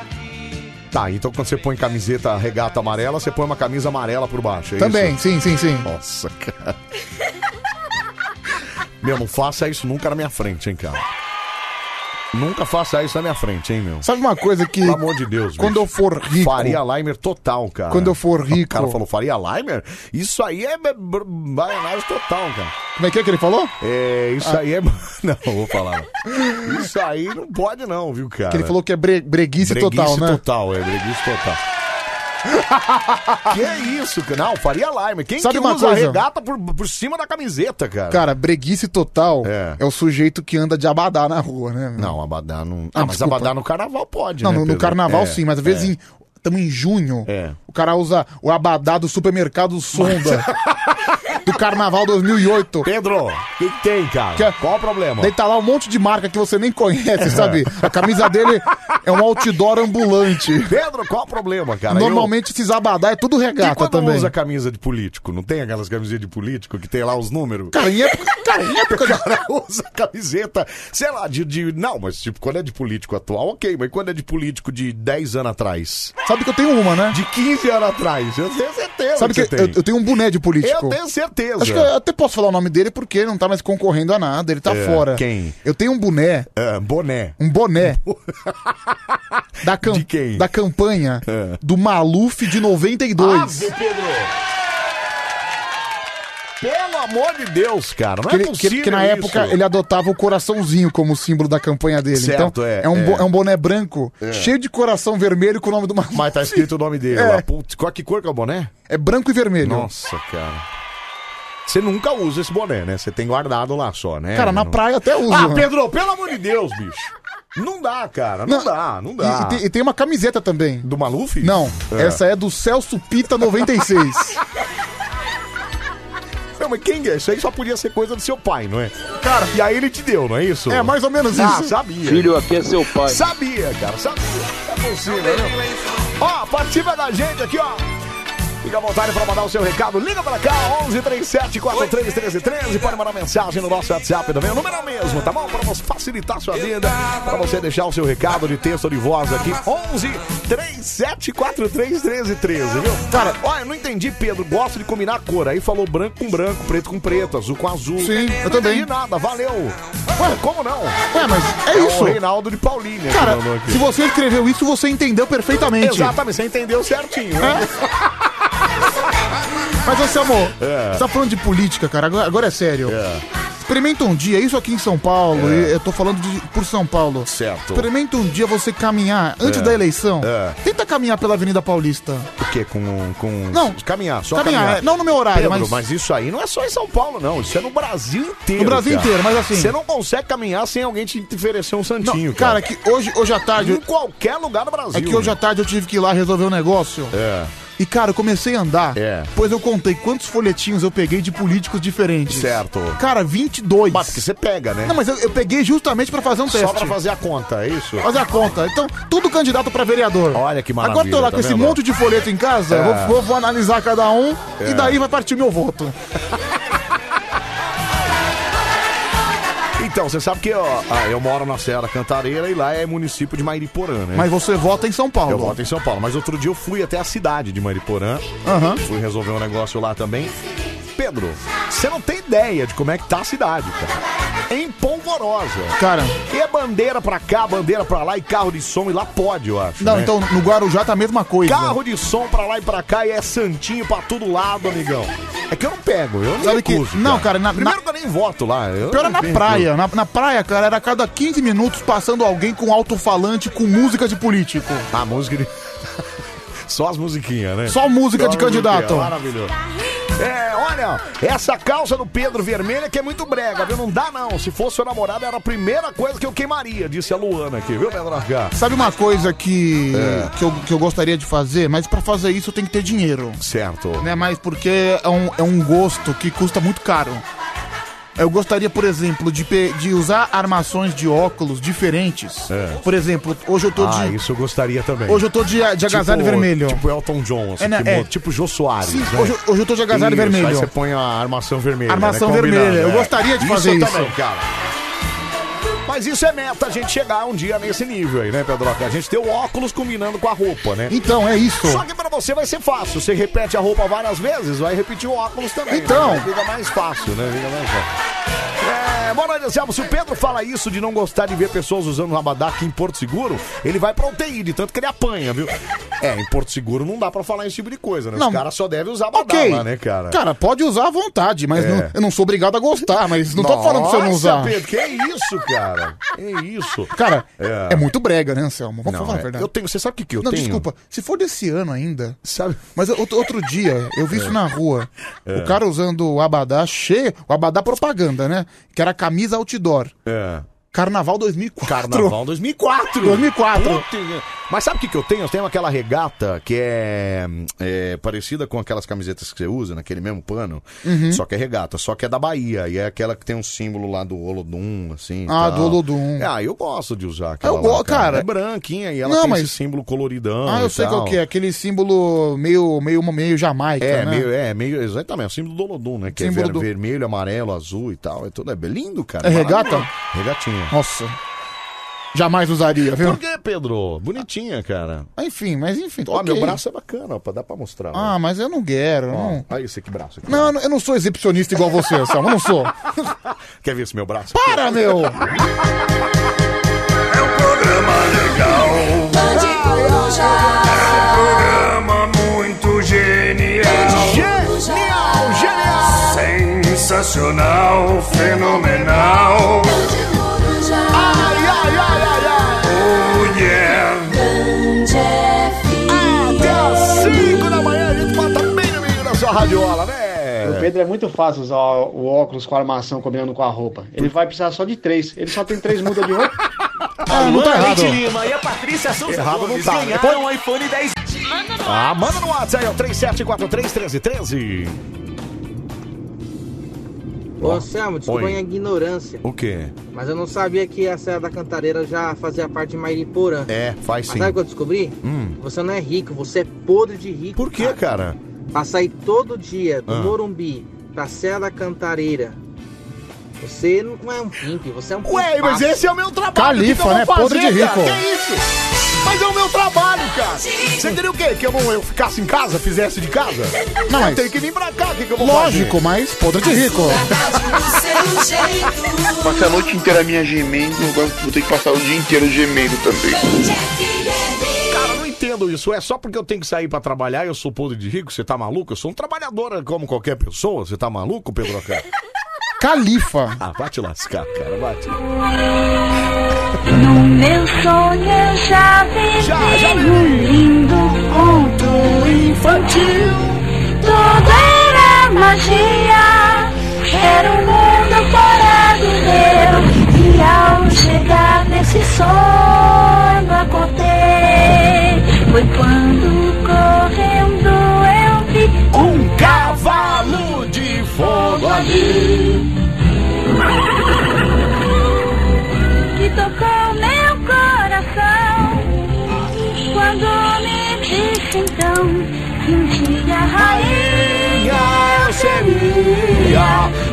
Speaker 1: Tá, então quando você põe camiseta, regata amarela, você põe uma camisa amarela por baixo. é
Speaker 3: Também,
Speaker 1: isso?
Speaker 3: sim, sim, sim.
Speaker 1: Nossa, cara. meu, não faça isso nunca na minha frente, hein, cara. Nunca faça isso na minha frente, hein, meu.
Speaker 3: Sabe uma coisa que.
Speaker 1: Pelo amor de Deus,
Speaker 3: Quando
Speaker 1: bicho.
Speaker 3: eu for rico.
Speaker 1: Faria Limer total, cara.
Speaker 3: Quando eu for rico.
Speaker 1: O cara falou, Faria Limer? Isso aí é b- b- maionese total, cara.
Speaker 3: Como é que é que ele falou? Ah.
Speaker 1: É, isso aí é. [laughs] Não, vou falar. não. Isso aí não pode, não, viu, cara?
Speaker 3: Que ele falou que é bre- breguice,
Speaker 1: breguice
Speaker 3: total, né?
Speaker 1: total, é, breguice
Speaker 3: [laughs]
Speaker 1: total. que é isso, cara? Não, Faria Limer. Quem
Speaker 3: Sabe
Speaker 1: que
Speaker 3: uma
Speaker 1: usa
Speaker 3: coisa?
Speaker 1: regata por, por cima da camiseta, cara?
Speaker 3: Cara, breguice total
Speaker 1: É.
Speaker 3: é. o sujeito que anda de abadá na rua, né? meu?
Speaker 1: Não, abadá não. Ah,
Speaker 3: Ah,
Speaker 1: mas
Speaker 3: desculpa.
Speaker 1: abadá no carnaval pode,
Speaker 3: Não,
Speaker 1: né,
Speaker 3: no, no
Speaker 1: Pedro?
Speaker 3: carnaval
Speaker 1: É,
Speaker 3: sim, mas às vezes
Speaker 1: é.
Speaker 3: em. Estamos em junho.
Speaker 1: É.
Speaker 3: O cara usa o abadá do supermercado
Speaker 1: [laughs]
Speaker 3: Sonda. do Carnaval 2008.
Speaker 1: Pedro, o que, que tem, cara? Qual o problema?
Speaker 3: Daí tá lá um monte de marca que você nem
Speaker 1: [laughs]
Speaker 3: conhece, sabe? A camisa dele é um outdoor ambulante.
Speaker 1: Pedro, qual o problema, cara?
Speaker 3: Normalmente esses abadá é tudo
Speaker 1: Eu... E
Speaker 3: regata
Speaker 1: quando
Speaker 3: também.
Speaker 1: usa camisa de político? Não tem aquelas camisetas de político que tem lá os números?
Speaker 3: Cara, em época,
Speaker 1: [laughs]
Speaker 3: cara, em época
Speaker 1: de... cara usa camiseta, sei lá, de, de- Não, mas tipo, quando é de político atual, ok. Mas quando é de político de 10 anos atrás?
Speaker 3: Sabe que eu tenho uma, né?
Speaker 1: De 15 anos atrás, eu tenho certeza
Speaker 3: Sabe que
Speaker 1: que você
Speaker 3: eu,
Speaker 1: tem.
Speaker 3: eu tenho um boné de político.
Speaker 1: Eu tenho certeza.
Speaker 3: Acho que eu até posso falar o nome dele porque ele não tá mais concorrendo a nada, ele tá
Speaker 1: É,
Speaker 3: fora.
Speaker 1: quem?
Speaker 3: Eu tenho um boné,
Speaker 1: Ah, boné.
Speaker 3: um boné.
Speaker 1: [laughs]
Speaker 3: da, cam-
Speaker 1: De quem?
Speaker 3: da campanha
Speaker 1: É.
Speaker 3: do Maluf de 92.
Speaker 1: Ave, Ah, Pedro! Pelo amor de Deus, cara, não
Speaker 3: que,
Speaker 1: é
Speaker 3: ele- que-
Speaker 1: possível
Speaker 3: que na
Speaker 1: isso.
Speaker 3: época ele adotava o coraçãozinho como símbolo da campanha dele.
Speaker 1: Certo,
Speaker 3: então,
Speaker 1: é,
Speaker 3: é, um,
Speaker 1: é.
Speaker 3: bo- é um boné branco, cheio de coração vermelho com o nome do Maluf.
Speaker 1: Mas tá escrito o nome dele
Speaker 3: É.
Speaker 1: lá. Putz, qual que cor que é o boné?
Speaker 3: É branco e vermelho.
Speaker 1: Nossa, cara. Você nunca usa esse boné, né? Você tem guardado lá só, né?
Speaker 3: Cara, na
Speaker 1: Não-
Speaker 3: praia até uso.
Speaker 1: Ah,
Speaker 3: né?
Speaker 1: Pedro, pelo amor de Deus, bicho. Não dá, cara. Não,
Speaker 3: Não,
Speaker 1: dá, não
Speaker 3: E-
Speaker 1: dá.
Speaker 3: E, tem, e tem uma camiseta também.
Speaker 1: Do Maluf?
Speaker 3: Não,
Speaker 1: É.
Speaker 3: essa é do Celso Pita 96.
Speaker 1: [laughs] Não, mas quem é? Isso aí só podia ser coisa do seu pai, não é? Cara, e aí ele te deu, não é isso?
Speaker 3: é mais ou menos isso.
Speaker 1: Ah, sabia.
Speaker 4: Filho, aqui é seu pai.
Speaker 1: Sabia, cara, sabia. É possível, né? Ó, participa da gente aqui, ó. Fica à vontade para mandar o seu recado. Liga para cá, 11 37 43 13 13. Pode mandar mensagem no nosso WhatsApp também. O número é o mesmo, tá bom? Para nos facilitar a sua vida. Para você deixar o seu recado de texto ou de voz aqui. 11 37 43 13 13, viu? Cara, ó, eu não entendi, Pedro. Gosto de combinar a cor. Aí falou branco com branco, preto com preto, azul com azul.
Speaker 3: Sim, eu
Speaker 1: não
Speaker 3: também.
Speaker 1: entendi nada, valeu. Ué, como não?
Speaker 3: Ué, mas é
Speaker 1: o
Speaker 3: isso.
Speaker 1: Reinaldo de Paulínia. que
Speaker 3: Cara,
Speaker 1: mandou aqui.
Speaker 3: se você escreveu isso, você entendeu perfeitamente.
Speaker 1: Exatamente, você entendeu certinho, né?
Speaker 3: Mas, ô, Samu, você tá falando de política, cara. Agora, agora é sério.
Speaker 1: É.
Speaker 3: Experimenta um dia, isso aqui em São Paulo, e eu tô falando de- por São Paulo.
Speaker 1: Certo.
Speaker 3: Experimenta um dia você caminhar antes da eleição.
Speaker 1: É.
Speaker 3: Tenta caminhar pela Avenida Paulista.
Speaker 1: O quê? Com, com...
Speaker 3: Não.
Speaker 1: Caminhar, só
Speaker 3: caminhar,
Speaker 1: caminhar.
Speaker 3: é, não no meu horário,
Speaker 1: Pedro,
Speaker 3: mas.
Speaker 1: mas... isso aí não é só em São Paulo, não. Isso é no Brasil inteiro.
Speaker 3: No Brasil
Speaker 1: cara.
Speaker 3: inteiro, mas assim-
Speaker 1: Você não consegue caminhar sem alguém te oferecer um
Speaker 3: Não,
Speaker 1: santinho,
Speaker 3: cara,
Speaker 1: cara.
Speaker 3: que hoje, hoje à tarde.
Speaker 1: Em qualquer lugar do Brasil.
Speaker 3: É que hoje à tarde eu tive que ir lá resolver um negócio.
Speaker 1: É.
Speaker 3: E, cara, eu comecei a andar.
Speaker 1: É.
Speaker 3: Pois eu contei quantos folhetinhos eu peguei de políticos diferentes.
Speaker 1: Certo.
Speaker 3: Cara, 22.
Speaker 1: Mas porque você pega, né?
Speaker 3: Não, mas eu, eu peguei justamente pra fazer um teste.
Speaker 1: só pra fazer a conta, é isso?
Speaker 3: Fazer a conta. Então, todo candidato pra vereador.
Speaker 1: Olha que maravilha,
Speaker 3: Agora tô lá
Speaker 1: tá
Speaker 3: com esse
Speaker 1: vendo?
Speaker 3: monte de folheto em casa,
Speaker 1: É.
Speaker 3: vou- vou, vou analisar cada um
Speaker 1: É.
Speaker 3: e daí vai partir meu voto.
Speaker 1: Então, você sabe que ó, ah, eu moro na Serra Cantareira e lá é município de Mairiporã, né?
Speaker 3: Mas você vota em São Paulo.
Speaker 1: Eu voto em São Paulo, mas outro dia eu fui até a cidade de Mariporã.
Speaker 3: Aham.
Speaker 1: Fui resolver um negócio lá também. Pedro, você não tem ideia de como é que tá a cidade, cara. É empolvorosa.
Speaker 3: Cara,
Speaker 1: E é bandeira pra cá, bandeira pra lá e carro de som e lá pode, eu acho.
Speaker 3: não,
Speaker 1: né?
Speaker 3: então no Guarujá tá a mesma coisa.
Speaker 1: Carro de som pra lá e pra cá e é santinho pra todo lado, amigão. É que eu não pego, eu não
Speaker 3: Sabe que-
Speaker 1: recuso,
Speaker 3: não, cara, na-
Speaker 1: Primeiro que eu nem voto lá. eu
Speaker 3: Ah, Pior é
Speaker 1: não
Speaker 3: na
Speaker 1: vejo.
Speaker 3: praia. Na, na praia, cara, era a cada 15 minutos passando alguém com alto-falante com música de político.
Speaker 1: A Ah, música de... [laughs] Só as musiquinhas, né?
Speaker 3: Só música de
Speaker 1: Só as musiquinhas,
Speaker 3: candidato.
Speaker 1: Maravilhoso. É, olha, essa calça do Pedro Vermelha que é muito brega, viu? Não dá não. Se fosse sua namorada, era a primeira coisa que eu queimaria, disse a Luana aqui, viu, Pedro H?
Speaker 3: Sabe uma coisa que,
Speaker 1: É.
Speaker 3: que, eu, que eu gostaria de fazer? Mas pra fazer isso eu tenho que ter dinheiro.
Speaker 1: Certo.
Speaker 3: né? Mas porque é um, é um gosto que custa muito caro. Eu gostaria, por exemplo, de, pe- de usar armações de óculos diferentes.
Speaker 1: É.
Speaker 3: Por exemplo, hoje eu tô
Speaker 1: Ah,
Speaker 3: de.
Speaker 1: isso eu gostaria também.
Speaker 3: Hoje eu tô de, de agasalho vermelho.
Speaker 1: Tipo Elton John, assim,
Speaker 3: É, né?
Speaker 1: que
Speaker 3: É.
Speaker 1: muda, tipo Jô Soares,
Speaker 3: Sim,
Speaker 1: né?
Speaker 3: hoje, eu- hoje eu tô de agasalho
Speaker 1: Isso, Aí
Speaker 3: vermelho.
Speaker 1: você põe a armação vermelha.
Speaker 3: Armação
Speaker 1: né? Combinado,
Speaker 3: vermelha. Eu
Speaker 1: é.
Speaker 3: gostaria de fazer
Speaker 1: eu
Speaker 3: isso.
Speaker 1: também, cara. Mas isso é meta, a gente chegar um dia nesse nível aí, né, Pedro? A gente tem o óculos combinando com a roupa, né?
Speaker 3: Então, é isso.
Speaker 1: Só que pra você vai ser fácil. Você repete a roupa várias vezes, vai repetir o óculos também.
Speaker 3: Então.
Speaker 1: né? Fica mais fácil, né? Fica mais fácil. É, boa noite, Anselmo. Se o Pedro fala isso de não gostar de ver pessoas usando rabadá aqui em Porto Seguro, ele vai pra UTI, de tanto que ele apanha, viu? É, em Porto Seguro não dá pra falar esse tipo de coisa, né?
Speaker 3: Não.
Speaker 1: Os caras só devem usar rabadá
Speaker 3: Ok.
Speaker 1: lá, né, cara?
Speaker 3: pode usar à vontade, mas
Speaker 1: É.
Speaker 3: não- eu não sou obrigado a gostar, mas não tô falando pra você não usar.
Speaker 1: Nossa, Pedro, que é isso, cara? Que isso?
Speaker 3: Cara,
Speaker 1: É.
Speaker 3: é. muito brega, né, Anselmo? Vamos
Speaker 1: Não,
Speaker 3: falar a
Speaker 1: é-
Speaker 3: verdade.
Speaker 1: Eu tenho, você sabe o que, que eu
Speaker 3: Não,
Speaker 1: tenho?
Speaker 3: desculpa. Se for desse ano ainda,
Speaker 1: Sabe? É.
Speaker 3: Mas outro, outro dia, eu vi isso na rua. O cara usando o abadá cheio, o abadá propaganda, né? Que era camisa outdoor.
Speaker 1: É.
Speaker 3: Carnaval 2004.
Speaker 1: Carnaval 2004.
Speaker 3: 2004.
Speaker 1: Puta, Mas sabe o que, que eu tenho? Eu tenho aquela regata que é, é, parecida com aquelas camisetas que você usa, naquele mesmo pano.
Speaker 3: Uhum.
Speaker 1: Só que é regata, só que é da Bahia. E é aquela que tem um símbolo lá do Olodum, assim. e
Speaker 3: Ah,
Speaker 1: tal.
Speaker 3: do Olodum.
Speaker 1: Ah, eu gosto de usar aquela.
Speaker 3: Eu go-
Speaker 1: lá, cara.
Speaker 3: cara.
Speaker 1: É branquinha e ela
Speaker 3: Não,
Speaker 1: tem
Speaker 3: mas-
Speaker 1: esse símbolo coloridão.
Speaker 3: [laughs] Ah,
Speaker 1: e
Speaker 3: eu sei
Speaker 1: tal.
Speaker 3: qual que é, aquele símbolo meio, meio, meio jamaica,
Speaker 1: É,
Speaker 3: né?
Speaker 1: meio, é, meio, exatamente, o símbolo do Olodum, né? Que é
Speaker 3: Símbolo
Speaker 1: ver-
Speaker 3: do-
Speaker 1: vermelho, amarelo, azul e tal. É tudo é lindo, cara.
Speaker 3: É regata?
Speaker 1: maravilhoso. Regatinha.
Speaker 3: Nossa. Jamais usaria, viu?
Speaker 1: Por que, Pedro? Bonitinha, cara.
Speaker 3: Ah, Enfim, mas enfim.
Speaker 1: Ó,
Speaker 3: ok.
Speaker 1: meu braço é bacana, ó, pra- dá pra mostrar. ó.
Speaker 3: Ah, mas eu não quero. Não.
Speaker 1: Olha esse que braço aqui.
Speaker 3: Não, eu não- eu não sou exibicionista igual você, Anselmo. Eu não sou. [laughs]
Speaker 1: Quer ver esse meu braço?
Speaker 3: Para, meu!
Speaker 5: Bande Coruja.
Speaker 6: Programa muito genial,
Speaker 5: Genial,
Speaker 1: genial.
Speaker 6: sensacional, fenomenal.
Speaker 5: Bande Coruja.
Speaker 1: Ai, ai, ai, ai, ai.
Speaker 6: Oh yeah!
Speaker 5: Bande FM.
Speaker 1: Até às 5 da manhã a gente bota bem no meio da sua radiola,
Speaker 7: O
Speaker 1: né?
Speaker 7: Pedro é muito fácil usar o óculos com a armação combinando com a roupa. Ele vai precisar só de três. Ele só tem três mudas de
Speaker 1: [laughs]
Speaker 7: roupa.
Speaker 3: Ah, não tá errado.
Speaker 8: Lima e a Patrícia Souza
Speaker 1: Errado não
Speaker 8: Gomes
Speaker 1: tá, né?
Speaker 8: ganharam um iPhone 10.
Speaker 1: Ah, manda no WhatsApp, é o 37431313.
Speaker 9: Ô, Anselmo, desculpa
Speaker 1: Oi.
Speaker 9: a minha ignorância,
Speaker 1: O quê?
Speaker 9: mas eu não sabia que a Serra da Cantareira já fazia parte de Mairiporã.
Speaker 1: É, faz
Speaker 9: Mas
Speaker 1: sim.
Speaker 9: sabe o que eu descobri?
Speaker 1: Hum.
Speaker 9: Você não é rico, você é podre de rico.
Speaker 1: Por que, cara?
Speaker 9: Pra sair todo dia do
Speaker 1: Ah.
Speaker 9: Morumbi pra Serra da Cantareira, você não é um pimp, você é um
Speaker 1: Ué, mas
Speaker 9: pimpaço.
Speaker 1: esse é o meu trabalho.
Speaker 3: Califa,
Speaker 1: o que que eu
Speaker 3: né?
Speaker 1: vou
Speaker 3: Podre de
Speaker 1: cara?
Speaker 3: rico.
Speaker 1: Que isso? Mas é o meu trabalho, cara. Você queria o quê? Que eu, não, eu ficasse em casa, fizesse de casa?
Speaker 3: Não, mas-
Speaker 1: Eu tenho que vir pra cá, o que, que eu vou fazer?
Speaker 3: Lógico, mas podre de rico.
Speaker 5: Rádio do seu jeito.
Speaker 10: Passei a noite inteira minha gemendo, agora vou ter que passar o dia inteiro gemendo também.
Speaker 5: Bande FM.
Speaker 1: Cara, eu não entendo isso. É só porque eu tenho que sair pra trabalhar e eu sou podre de rico? Você tá maluco? Eu sou um trabalhador como qualquer pessoa. Você tá maluco, Pedro Acá?
Speaker 3: Califa.
Speaker 1: Ah, vai te lascar, cara. Vai te...
Speaker 4: No meu sonho eu já vivi
Speaker 1: Já, já vivi.
Speaker 4: um lindo conto infantil. Tudo era magia, era um mundo fora do meu. E ao chegar nesse sonho acordei, foi quando correndo eu vi
Speaker 1: Um cavalo de fogo ali.
Speaker 4: [laughs] que tocou meu coração. Quando me disse então que um dia a rainha eu seria.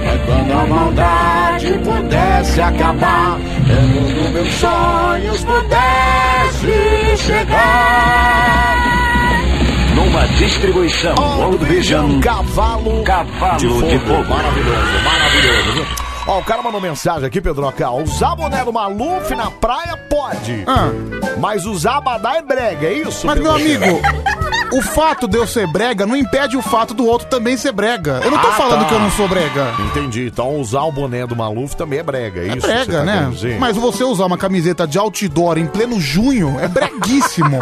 Speaker 1: É quando a maldade pudesse acabar. É quando meus sonhos pudesse chegar.
Speaker 8: Numa distribuição Old Vision
Speaker 1: Cavalo,
Speaker 8: Cavalo
Speaker 1: de fogo.
Speaker 8: de fogo.
Speaker 1: Maravilhoso, maravilhoso. viu? Ó, o cara mandou mensagem aqui, Pedro Acá. Usar boné do Maluf na praia pode,
Speaker 3: Ah,
Speaker 1: mas usar abadá é brega, é isso?
Speaker 3: mas,
Speaker 1: Pedro
Speaker 3: meu
Speaker 1: Acá?
Speaker 3: amigo, o fato de eu ser brega não impede o fato do outro também ser brega. Eu não tô
Speaker 1: Ah,
Speaker 3: falando
Speaker 1: tá.
Speaker 3: que eu não sou brega.
Speaker 1: Entendi. Então usar o boné do Maluf também é brega, é,
Speaker 3: É
Speaker 1: isso? que você
Speaker 3: brega,
Speaker 1: tá
Speaker 3: né?
Speaker 1: querendo dizer?
Speaker 3: Mas você usar uma camiseta de outdoor em pleno junho é
Speaker 1: [laughs]
Speaker 3: breguíssimo.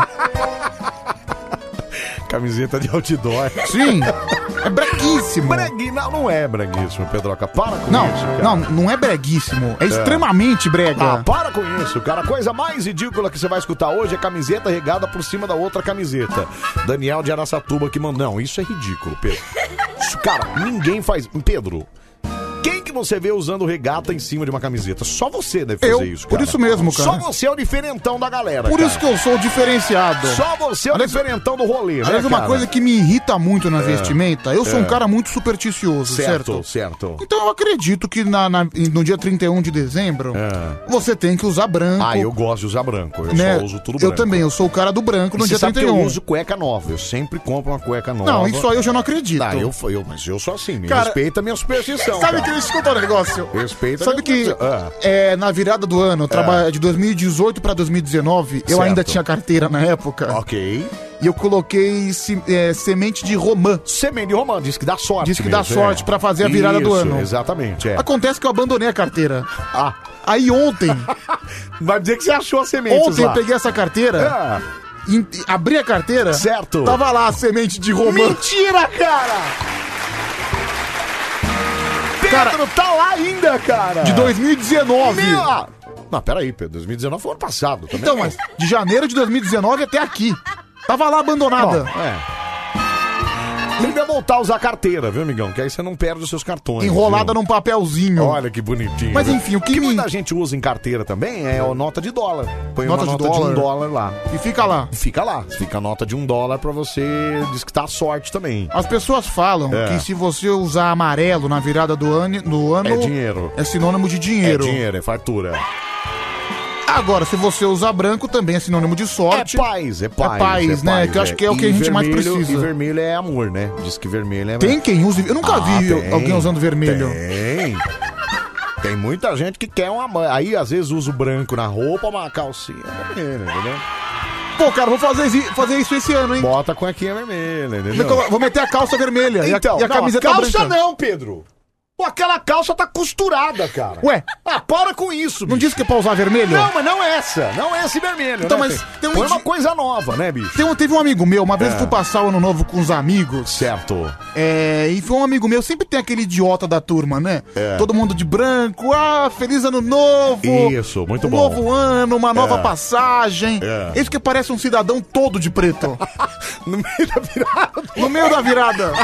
Speaker 1: Camiseta de outdoor.
Speaker 3: Sim, é breguíssimo.
Speaker 1: Bregui, não, não é breguíssimo, Pedroca. Para com
Speaker 3: Não,
Speaker 1: isso, cara.
Speaker 3: não, não é breguíssimo. É, extremamente
Speaker 1: Ah,
Speaker 3: brega.
Speaker 1: para com isso, cara. A coisa mais ridícula que você vai escutar hoje é camiseta regada por cima da outra camiseta. Daniel de Araçatuba que mandou. Não, isso é ridículo, Pedro. Isso, cara, ninguém faz. Pedro, quem que você vê usando regata em cima de uma camiseta? Só você deve fazer
Speaker 3: Eu,
Speaker 1: isso,
Speaker 3: por
Speaker 1: cara.
Speaker 3: isso mesmo, cara.
Speaker 1: Só você é o diferentão da galera.
Speaker 3: Por isso que eu sou diferenciado.
Speaker 1: Só você é o
Speaker 3: Aliás,
Speaker 1: diferentão do rolê, né?
Speaker 3: Aliás, uma
Speaker 1: cara? É.
Speaker 3: coisa que me irrita muito na vestimenta, eu sou um cara muito supersticioso, certo?
Speaker 1: Certo, certo.
Speaker 3: Então eu acredito que na, na- no dia 31 de dezembro,
Speaker 1: É.
Speaker 3: você tem que usar branco.
Speaker 1: Ah, eu gosto de usar branco. Eu
Speaker 3: né?
Speaker 1: só uso tudo
Speaker 3: Eu
Speaker 1: branco.
Speaker 3: também, eu sou o cara do branco no
Speaker 1: Você
Speaker 3: dia
Speaker 1: sabe
Speaker 3: 31.
Speaker 1: que eu uso cueca nova. Eu sempre compro uma cueca nova.
Speaker 3: Não, isso aí eu já não acredito.
Speaker 1: Ah, eu, eu, mas eu sou assim. Me
Speaker 3: Cara,
Speaker 1: respeita a minha superstição.
Speaker 3: Sabe que
Speaker 1: cara.
Speaker 3: eu escuto o negócio?
Speaker 1: Respeita
Speaker 3: Sabe
Speaker 1: a minha
Speaker 3: que
Speaker 1: superstição. Ah,
Speaker 3: é, na virada do ano, traba- de 2018 pra 2019, eu
Speaker 1: Certo.
Speaker 3: ainda tinha carteira na época.
Speaker 1: Ah, ok.
Speaker 3: E eu coloquei se- é, semente de romã.
Speaker 1: Semente de romã, diz que dá sorte.
Speaker 3: Diz que dá
Speaker 1: mesmo, é.
Speaker 3: sorte pra fazer a virada do
Speaker 1: Isso,
Speaker 3: ano.
Speaker 1: Exatamente. É.
Speaker 3: Acontece que eu abandonei a carteira.
Speaker 1: [laughs] Ah,
Speaker 3: Aí ontem,
Speaker 1: [laughs] vai dizer que você achou a semente.
Speaker 3: ontem eu
Speaker 1: lá.
Speaker 3: peguei essa carteira,
Speaker 1: Ah,
Speaker 3: e- e abri a carteira,
Speaker 1: certo.
Speaker 3: tava lá a semente de romã.
Speaker 1: Mentira, cara! Pedro tá lá ainda, cara.
Speaker 3: De 2019.
Speaker 1: Meu, ah, Não, peraí, Pedro. 2019 foi ano passado também.
Speaker 3: Então, mas de janeiro de 2019 até aqui. Tava lá abandonada.
Speaker 1: Bom, é. Tem que voltar a usar carteira, viu, amigão? Que aí você não perde os seus cartões.
Speaker 3: Enrolada
Speaker 1: viu?
Speaker 3: num papelzinho.
Speaker 1: Olha que bonitinho.
Speaker 3: Mas
Speaker 1: viu?
Speaker 3: enfim, o que me-
Speaker 1: muita gente usa em carteira também é a nota de dólar. Põe
Speaker 3: Nota de
Speaker 1: uma nota de, um
Speaker 3: dólar.
Speaker 1: dólar lá.
Speaker 3: E fica lá.
Speaker 1: Fica lá. Fica a nota de um dólar pra você desquitar a sorte também.
Speaker 3: As pessoas falam
Speaker 1: É.
Speaker 3: que se você usar amarelo na virada do ano, do ano
Speaker 1: É dinheiro.
Speaker 3: é sinônimo de dinheiro.
Speaker 1: É dinheiro, é fartura.
Speaker 3: Agora, se você usar branco, também é sinônimo de sorte.
Speaker 1: É paz, é paz.
Speaker 3: paz, né? Que eu acho que é o que a
Speaker 1: E
Speaker 3: gente mais
Speaker 1: vermelho-
Speaker 3: precisa.
Speaker 1: E vermelho é amor, né? Diz que vermelho é
Speaker 3: Tem quem use. Eu nunca
Speaker 1: Ah,
Speaker 3: vi
Speaker 1: tem,
Speaker 3: alguém usando vermelho.
Speaker 1: Tem. Tem muita gente que quer uma. ma- Aí às vezes usa o branco na roupa, uma calcinha é vermelha, entendeu?
Speaker 3: Pô, cara, vou fazer, isi- fazer isso esse ano, hein?
Speaker 1: Bota a cuequinha vermelha,
Speaker 3: Vou
Speaker 1: entendeu?
Speaker 3: colo- Vou meter a calça vermelha e
Speaker 1: Então,
Speaker 3: a, e a
Speaker 1: não,
Speaker 3: camiseta
Speaker 1: calça
Speaker 3: branca.
Speaker 1: não, Pedro. Pô, aquela calça tá costurada, cara.
Speaker 3: Ué,
Speaker 1: Ah, para com isso,
Speaker 3: não
Speaker 1: bicho.
Speaker 3: disse que é pra usar vermelho?
Speaker 1: Não, mas não é essa. Não essa e vermelho.
Speaker 3: Então,
Speaker 1: né,
Speaker 3: mas
Speaker 1: Pedro?
Speaker 3: tem um
Speaker 1: Põe
Speaker 3: idi-
Speaker 1: uma coisa nova, né, bicho?
Speaker 3: Tem um- teve um amigo meu, uma vez
Speaker 1: É.
Speaker 3: eu fui passar o ano novo com os amigos.
Speaker 1: Certo.
Speaker 3: É, e foi um amigo meu, sempre tem aquele idiota da turma, né?
Speaker 1: É.
Speaker 3: Todo mundo de branco, ah, feliz ano novo!
Speaker 1: Isso, muito
Speaker 3: um
Speaker 1: bom.
Speaker 3: novo ano, uma nova
Speaker 1: É.
Speaker 3: passagem.
Speaker 1: É.
Speaker 3: Esse que parece um cidadão todo de preto.
Speaker 1: [laughs] No meio da virada.
Speaker 3: no meio da virada.
Speaker 1: [laughs]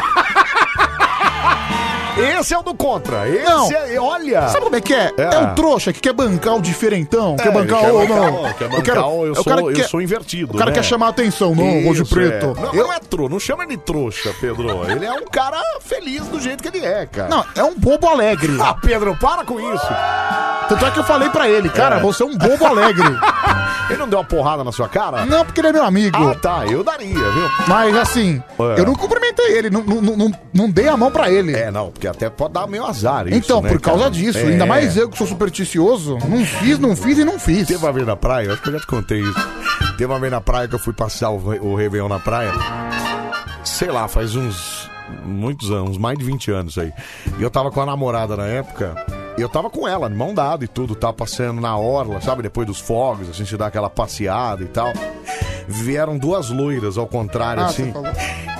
Speaker 1: Esse é o do contra. Esse
Speaker 3: Não.
Speaker 1: é. Olha.
Speaker 3: Sabe como é que é?
Speaker 1: É.
Speaker 3: É, um trouxa que quer bancar o diferentão, quer
Speaker 1: É,
Speaker 3: bancar
Speaker 1: ele
Speaker 3: o.
Speaker 1: quer bancar
Speaker 3: não.
Speaker 1: o- quer
Speaker 3: Eu
Speaker 1: bancar
Speaker 3: quero-
Speaker 1: o- eu
Speaker 3: é
Speaker 1: sou-
Speaker 3: cara que
Speaker 1: eu
Speaker 3: quer-
Speaker 1: sou invertido,
Speaker 3: O cara
Speaker 1: né?
Speaker 3: quer chamar a atenção, não, o de
Speaker 1: Isso,
Speaker 3: preto.
Speaker 1: é. Não,
Speaker 3: Eu-
Speaker 1: não é tro, não chama ele de trouxa, Pedro. Ele é um cara feliz do jeito que ele é, cara.
Speaker 3: Não, é um bobo alegre.
Speaker 1: Ah, Pedro, para com isso.
Speaker 3: Tanto é que eu falei pra ele, cara, você é um bobo
Speaker 1: [laughs]
Speaker 3: alegre.
Speaker 1: Ele não deu uma porrada na sua cara?
Speaker 3: não, porque ele é meu amigo.
Speaker 1: Ah, tá, eu daria, viu?
Speaker 3: Mas assim,
Speaker 1: É.
Speaker 3: eu não cumprimentei ele, não, não, não, não dei a mão pra ele.
Speaker 1: É, não, porque até pode dar meio azar isso,
Speaker 3: então,
Speaker 1: né,
Speaker 3: por causa
Speaker 1: cara?
Speaker 3: disso,
Speaker 1: É.
Speaker 3: ainda mais eu que sou supersticioso, não fiz, não fiz e não fiz.
Speaker 1: Teve uma vez na praia, eu acho que eu já te contei isso. Teve uma vez na praia que eu fui passar o, re- o Réveillon na praia. Sei lá, faz uns. Muitos anos, mais de 20 anos aí. E eu tava com a namorada na época. E eu tava com ela, de mão dada e tudo. Tava passeando na orla, sabe? Depois dos fogos, a gente dá aquela passeada e tal. Vieram duas loiras, ao contrário,
Speaker 3: Ah, você
Speaker 1: assim.
Speaker 3: falou.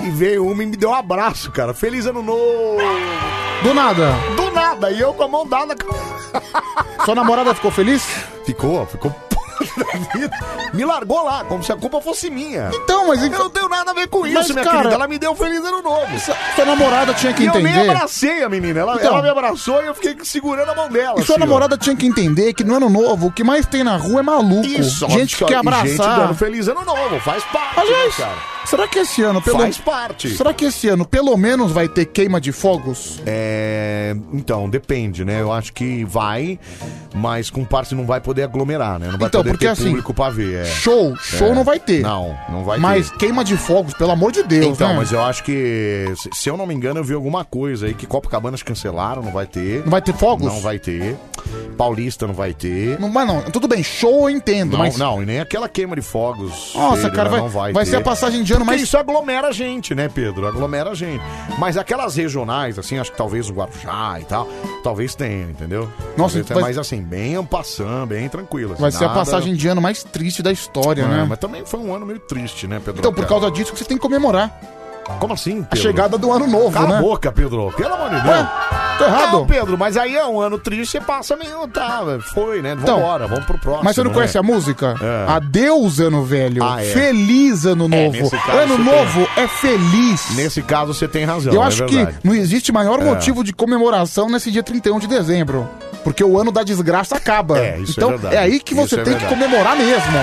Speaker 1: E veio uma e me deu um abraço, cara. Feliz ano novo!
Speaker 3: Do nada,
Speaker 1: Do nada! E eu com a mão dada.
Speaker 3: sua namorada ficou feliz?
Speaker 1: Ficou, ficou puta da vida. Me largou lá, como se a culpa fosse minha.
Speaker 3: Então, mas
Speaker 1: Eu não tenho nada a ver com isso,
Speaker 3: Mas,
Speaker 1: minha
Speaker 3: cara,
Speaker 1: querida. Ela me deu um feliz ano novo.
Speaker 3: sua namorada tinha que
Speaker 1: E eu nem
Speaker 3: entender.
Speaker 1: abracei a menina. Ela,
Speaker 3: Então.
Speaker 1: ela me abraçou e eu fiquei segurando a mão dela.
Speaker 3: E sua
Speaker 1: assim, ó.
Speaker 3: namorada tinha que entender que no ano novo o que mais tem na rua é maluco.
Speaker 1: Isso, ó,
Speaker 3: gente que
Speaker 1: só-
Speaker 3: quer
Speaker 1: e Gente dando
Speaker 3: abraçar. é
Speaker 1: feliz ano novo. Faz parte,
Speaker 3: Aliás,
Speaker 1: né, cara?
Speaker 3: será que esse ano, pelo
Speaker 1: Faz parte.
Speaker 3: Será que esse ano pelo menos vai ter queima de fogos?
Speaker 1: É, então, depende, né? Eu acho que vai, mas com parte não vai poder aglomerar, né? Não vai
Speaker 3: Então,
Speaker 1: poder
Speaker 3: porque
Speaker 1: ter
Speaker 3: assim,
Speaker 1: público pra ver. é.
Speaker 3: Show, show
Speaker 1: É.
Speaker 3: não vai ter.
Speaker 1: Não, não vai ter.
Speaker 3: Mas queima de fogos, pelo amor de Deus,
Speaker 1: Então,
Speaker 3: né?
Speaker 1: mas eu acho que, se- se eu não me engano, eu vi alguma coisa aí que Copacabanas cancelaram, não vai ter.
Speaker 3: Não vai ter fogos?
Speaker 1: Não vai ter. Paulista não vai ter.
Speaker 3: Não, mas não, tudo bem, show eu entendo,
Speaker 1: Não,
Speaker 3: mas.
Speaker 1: não, e nem aquela queima de fogos.
Speaker 3: Nossa,
Speaker 1: dele,
Speaker 3: cara,
Speaker 1: né,
Speaker 3: vai,
Speaker 1: não vai,
Speaker 3: vai
Speaker 1: ter.
Speaker 3: ser a passagem de ano
Speaker 1: Porque
Speaker 3: mais.
Speaker 1: isso aglomera a gente, né, Pedro? Aglomera a gente. Mas aquelas regionais, assim, acho que talvez o Guarujá e tal, talvez tenha, entendeu?
Speaker 3: Nossa,
Speaker 1: talvez tenha,
Speaker 3: vai-
Speaker 1: mas assim, bem ampassando, bem tranquilo. assim,
Speaker 3: Vai ser a
Speaker 1: nada-
Speaker 3: passagem de ano mais triste da história,
Speaker 1: É,
Speaker 3: né?
Speaker 1: Mas também foi um ano meio triste, né, Pedro?
Speaker 3: Então, por
Speaker 1: Cara,
Speaker 3: causa disso que você tem que comemorar
Speaker 1: Como assim,
Speaker 3: a
Speaker 1: Pedro?
Speaker 3: chegada do ano novo,
Speaker 1: Cala
Speaker 3: né?
Speaker 1: a boca, Pedro. Pelo amor de Deus.
Speaker 3: Ué, tô errado.
Speaker 1: Não, Pedro, mas aí é um ano triste, você passa meio, tá, foi, né?
Speaker 3: Então,
Speaker 1: Vambora, vamos pro próximo.
Speaker 3: Mas você não
Speaker 1: né?
Speaker 3: conhece a música?
Speaker 1: É.
Speaker 3: Adeus, ano velho.
Speaker 1: Ah, é.
Speaker 3: Feliz ano novo.
Speaker 1: nesse caso
Speaker 3: ano
Speaker 1: você
Speaker 3: novo é feliz.
Speaker 1: Nesse caso você tem razão,
Speaker 3: Eu
Speaker 1: é
Speaker 3: acho que
Speaker 1: verdade. É.
Speaker 3: não existe maior motivo de comemoração nesse dia 31 de dezembro. Porque o ano da desgraça acaba.
Speaker 1: É, isso é
Speaker 3: então
Speaker 1: verdade.
Speaker 3: aí que você
Speaker 1: Isso é
Speaker 3: tem que
Speaker 1: verdade.
Speaker 3: comemorar mesmo.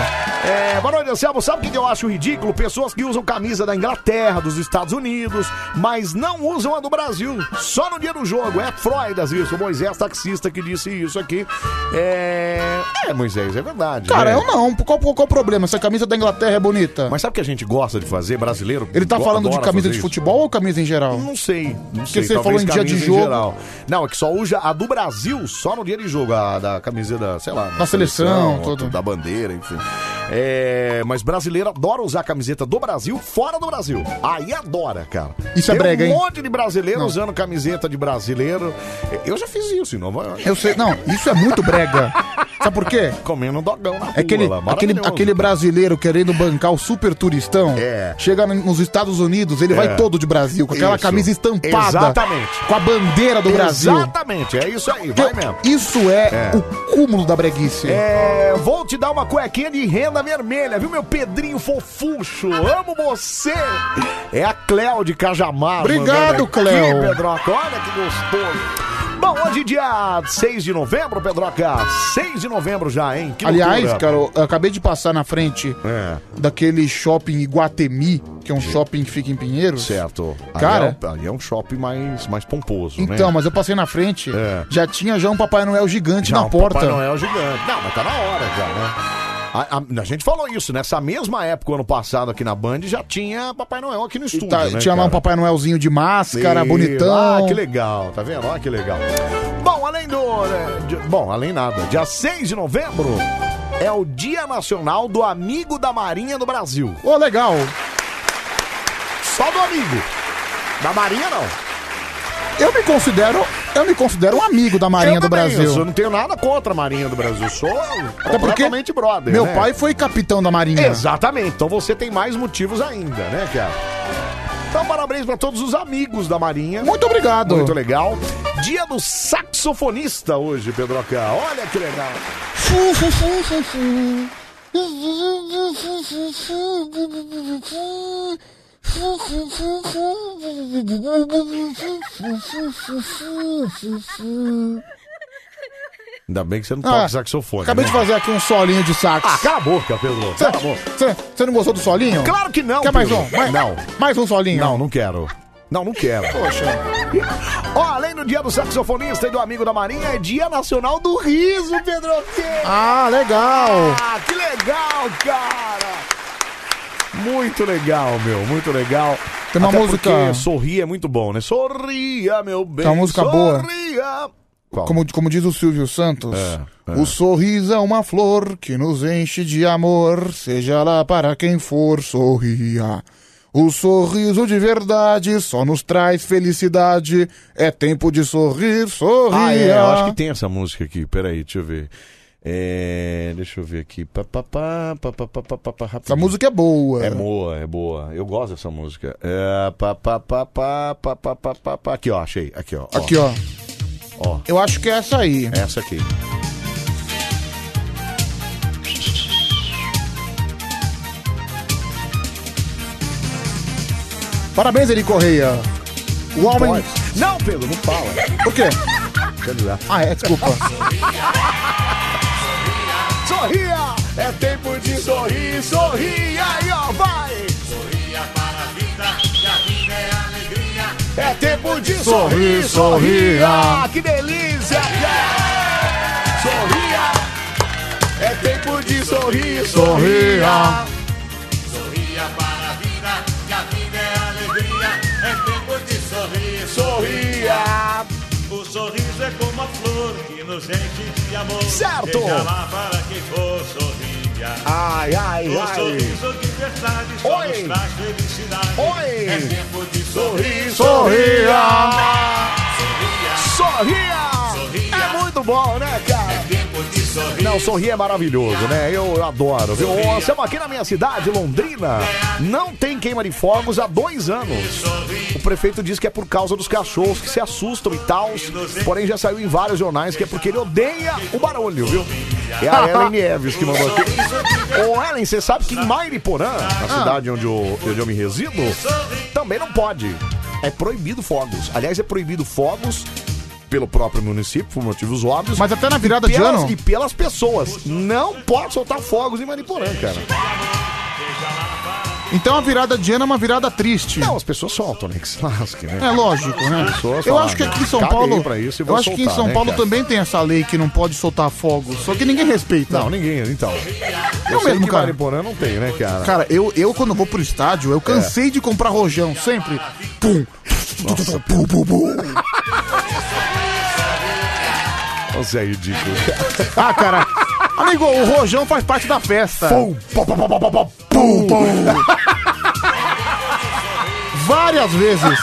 Speaker 1: É, boa noite, Anselmo. Sabe o que eu acho ridículo? Pessoas que usam camisa da Inglaterra, dos Estados Unidos, mas não usam a do Brasil. Só no dia do jogo. É Freudas isso. O Moisés taxista que disse isso aqui. É, é Moisés, é verdade.
Speaker 3: Cara,
Speaker 1: né?
Speaker 3: eu não. Qual, qual, qual o problema? Se a camisa da Inglaterra é bonita.
Speaker 1: Mas sabe o que a gente gosta de fazer, brasileiro?
Speaker 3: Ele tá
Speaker 1: Go-
Speaker 3: falando de
Speaker 1: adora
Speaker 3: camisa
Speaker 1: fazer
Speaker 3: de
Speaker 1: isso.
Speaker 3: futebol ou camisa em geral?
Speaker 1: Não sei. Não
Speaker 3: Porque
Speaker 1: sei.
Speaker 3: você
Speaker 1: talvez
Speaker 3: falou em dia de
Speaker 1: camisa
Speaker 3: jogo.
Speaker 1: geral. Não, é que só usa a do Brasil só no dia de jogo, a da camiseta, sei lá.
Speaker 3: Da seleção,
Speaker 1: ou
Speaker 3: tudo.
Speaker 1: Da bandeira, enfim. É, mas brasileiro adora usar a camiseta do Brasil fora do Brasil. Aí adora, cara.
Speaker 3: Isso é
Speaker 1: Tem
Speaker 3: brega,
Speaker 1: um
Speaker 3: hein?
Speaker 1: monte de brasileiro
Speaker 3: Não.
Speaker 1: usando camiseta de brasileiro. Eu já fiz isso em Nova York. [laughs]
Speaker 3: Eu sei. Não, isso é muito é brega. Sabe Sabe por quê?
Speaker 1: Comendo um dogão na rua.
Speaker 3: É aquele,
Speaker 1: lá,
Speaker 3: aquele,
Speaker 1: maravilhoso.
Speaker 3: aquele brasileiro querendo bancar o super turistão. É. Chega n- nos Estados Unidos, ele
Speaker 1: É.
Speaker 3: vai todo de Brasil, com aquela
Speaker 1: Isso.
Speaker 3: camisa estampada.
Speaker 1: Exatamente.
Speaker 3: Com a bandeira do Brasil.
Speaker 1: Exatamente, é isso aí, vai mesmo.
Speaker 3: Isso é,
Speaker 1: É.
Speaker 3: o cúmulo da breguice.
Speaker 1: É, vou te dar uma cuequinha de renda vermelha, viu, meu Pedrinho fofucho? Amo você! É a Cléo de Cajamar.
Speaker 3: Obrigado,
Speaker 1: mandando aqui,
Speaker 3: Cléo.
Speaker 1: Pedroca, olha que gostoso. Bom, hoje dia 6 de novembro, Pedroca. 6 de novembro já, hein? Que
Speaker 3: Aliás,
Speaker 1: loucura. É.
Speaker 3: cara, eu acabei de passar na frente daquele shopping Iguatemi, que é um shopping que fica em Pinheiros.
Speaker 1: Certo.
Speaker 3: Cara,
Speaker 1: Ali é, um, ali é um shopping mais, mais pomposo, né?
Speaker 3: então, mas eu passei na frente, já tinha já um Papai Noel gigante
Speaker 1: É. Já,
Speaker 3: na
Speaker 1: um
Speaker 3: porta.
Speaker 1: Papai Noel gigante. Não, mas tá na hora já, né? A, a- a gente falou isso, nessa mesma época, ano passado, aqui na Band, já tinha Papai Noel aqui
Speaker 3: E
Speaker 1: no estúdio.
Speaker 3: tá-
Speaker 1: né,
Speaker 3: tinha lá um
Speaker 1: cara?
Speaker 3: Papai Noelzinho de máscara,
Speaker 1: Sim.
Speaker 3: bonitão.
Speaker 1: Ah, que legal, tá vendo? Olha que legal. Bom, além do. né, de- bom, além nada, dia 6 de novembro é o Dia Nacional do Amigo da Marinha do Brasil.
Speaker 3: Ô, legal!
Speaker 1: Só do amigo. Da Marinha, não.
Speaker 3: Eu me considero, eu me considero um amigo da Marinha
Speaker 1: Eu
Speaker 3: do
Speaker 1: também,
Speaker 3: Brasil.
Speaker 1: Eu sou- um não tenho nada contra a Marinha do Brasil. Sou um
Speaker 3: Até porque
Speaker 1: completamente brother.
Speaker 3: meu
Speaker 1: né?
Speaker 3: pai foi capitão da Marinha.
Speaker 1: Exatamente. Então você tem mais motivos ainda, né, cara? Então, parabéns pra todos os amigos da Marinha.
Speaker 3: Muito obrigado.
Speaker 1: Muito legal. Dia do saxofonista hoje, Pedroca. Olha que legal. Ainda bem que você não toca
Speaker 3: Ah,
Speaker 1: saxofone.
Speaker 3: Acabei de
Speaker 1: né?
Speaker 3: fazer aqui um solinho de sax.
Speaker 1: Ah, cala a boca, Pedro. Cala a boca.
Speaker 3: Você não gostou do solinho?
Speaker 1: Claro que não.
Speaker 3: Quer mais
Speaker 1: Pedro.
Speaker 3: um? Mais,
Speaker 1: Não.
Speaker 3: mais um solinho?
Speaker 1: Não, não quero. Não, não quero.
Speaker 3: Poxa.
Speaker 1: Ó, além do dia do saxofonista e do amigo da Marinha, é dia nacional do riso, Pedro.
Speaker 3: Ah, legal.
Speaker 1: Ah, que legal, cara. Muito legal, meu, muito legal.
Speaker 3: Tem uma
Speaker 1: Até
Speaker 3: música-
Speaker 1: Porque sorrir é muito bom, né? Sorria, meu bem.
Speaker 3: Tem uma música boa.
Speaker 1: Sorria. Qual?
Speaker 3: Como, como diz o Silvio Santos,
Speaker 1: É, é.
Speaker 3: o sorriso é uma flor que nos enche de amor, seja lá para quem for, sorria. O sorriso de verdade só nos traz felicidade. É tempo de sorrir, sorria.
Speaker 1: Ah, é, eu acho que tem essa música aqui. Peraí, deixa eu ver. É, deixa eu ver aqui. Pá, pá, pá, pá, pá, pá, pá, pá, pá,
Speaker 3: Essa
Speaker 1: rapidinho.
Speaker 3: música é boa.
Speaker 1: É boa, é boa. Eu gosto dessa música. É, pá, pá, pá, pá, pá, pá, pá, pá, pá. Aqui, ó, achei. Aqui, ó.
Speaker 3: Aqui, ó.
Speaker 1: Ó.
Speaker 3: Eu acho que é essa aí.
Speaker 1: Essa aqui.
Speaker 3: Parabéns, Eli Correia. O homem.
Speaker 1: Não, Pedro, não fala.
Speaker 3: Por quê?
Speaker 1: Quer dizer,
Speaker 3: Ah, é, desculpa.
Speaker 1: Sorria, é tempo de sorrir, sorria e ó, vai! Sorria para a vida, que a vida é alegria. É tempo de sorrir,
Speaker 3: Sorri,
Speaker 1: sorria! Ah,
Speaker 3: sorria.
Speaker 1: Que delícia! yeah! Sorria, é tempo de sorrir, sorria!
Speaker 3: Sorria.
Speaker 1: é Sorria!
Speaker 11: O sorriso é como a flor que nos enche de amor.
Speaker 1: Certo.
Speaker 11: Seja lá para quem for, sorria.
Speaker 1: Ai, ai,
Speaker 11: o
Speaker 1: ai.
Speaker 11: sorriso de verdade só
Speaker 1: Oi.
Speaker 11: nos traz felicidade.
Speaker 1: Oi.
Speaker 11: É tempo de
Speaker 1: Sorri,
Speaker 11: sorrir,
Speaker 1: sorria! Sorria! É muito bom, né, cara?
Speaker 11: Tempo de sorrir.
Speaker 1: Não, sorrir é maravilhoso, né? Eu eu adoro, viu? Ó, Estamos aqui na minha cidade, Londrina. Não tem queima de fogos há dois anos. O prefeito diz que é por causa dos cachorros que se assustam e tal. Porém, já saiu em vários jornais que é porque ele odeia o barulho, viu? É a Ellen Neves que mandou aqui. Ô, Ellen, você sabe que em Mairiporã, na cidade onde eu, onde eu me resido, também não pode. É proibido fogos. Aliás, é proibido fogos pelo próprio município, por motivos óbvios.
Speaker 3: Mas até na virada
Speaker 1: E
Speaker 3: de
Speaker 1: pelas-
Speaker 3: ano?
Speaker 1: E pelas pessoas. Não pode soltar fogos em Mariporã, cara.
Speaker 3: Então a virada de ano é uma virada triste.
Speaker 1: Não, as pessoas soltam, né? [laughs] Que se lasque, né?
Speaker 3: É lógico, né?
Speaker 1: As pessoas
Speaker 3: Eu
Speaker 1: falam,
Speaker 3: acho que aqui em São
Speaker 1: "Caguei
Speaker 3: Paulo.
Speaker 1: pra isso e
Speaker 3: eu
Speaker 1: vou
Speaker 3: acho que em
Speaker 1: soltar",
Speaker 3: São
Speaker 1: né,
Speaker 3: Paulo
Speaker 1: cara?
Speaker 3: também tem essa lei que não pode soltar fogo. Só que ninguém respeita.
Speaker 1: Não, ninguém, então. Eu,
Speaker 3: Eu
Speaker 1: sei
Speaker 3: É mesmo,
Speaker 1: que
Speaker 3: cara.
Speaker 1: Mariporã não É. tem, né, cara?
Speaker 3: Cara, eu, eu quando vou pro estádio, eu cansei de comprar rojão sempre. Pum! [laughs] Pum, pum, pum.
Speaker 1: Você é
Speaker 3: [laughs]
Speaker 1: ridículo.
Speaker 3: Ah, cara. Amigo, o rojão faz parte da festa.
Speaker 1: Pum, pum, pum, pum, pum, pum, pum,
Speaker 3: Várias vezes.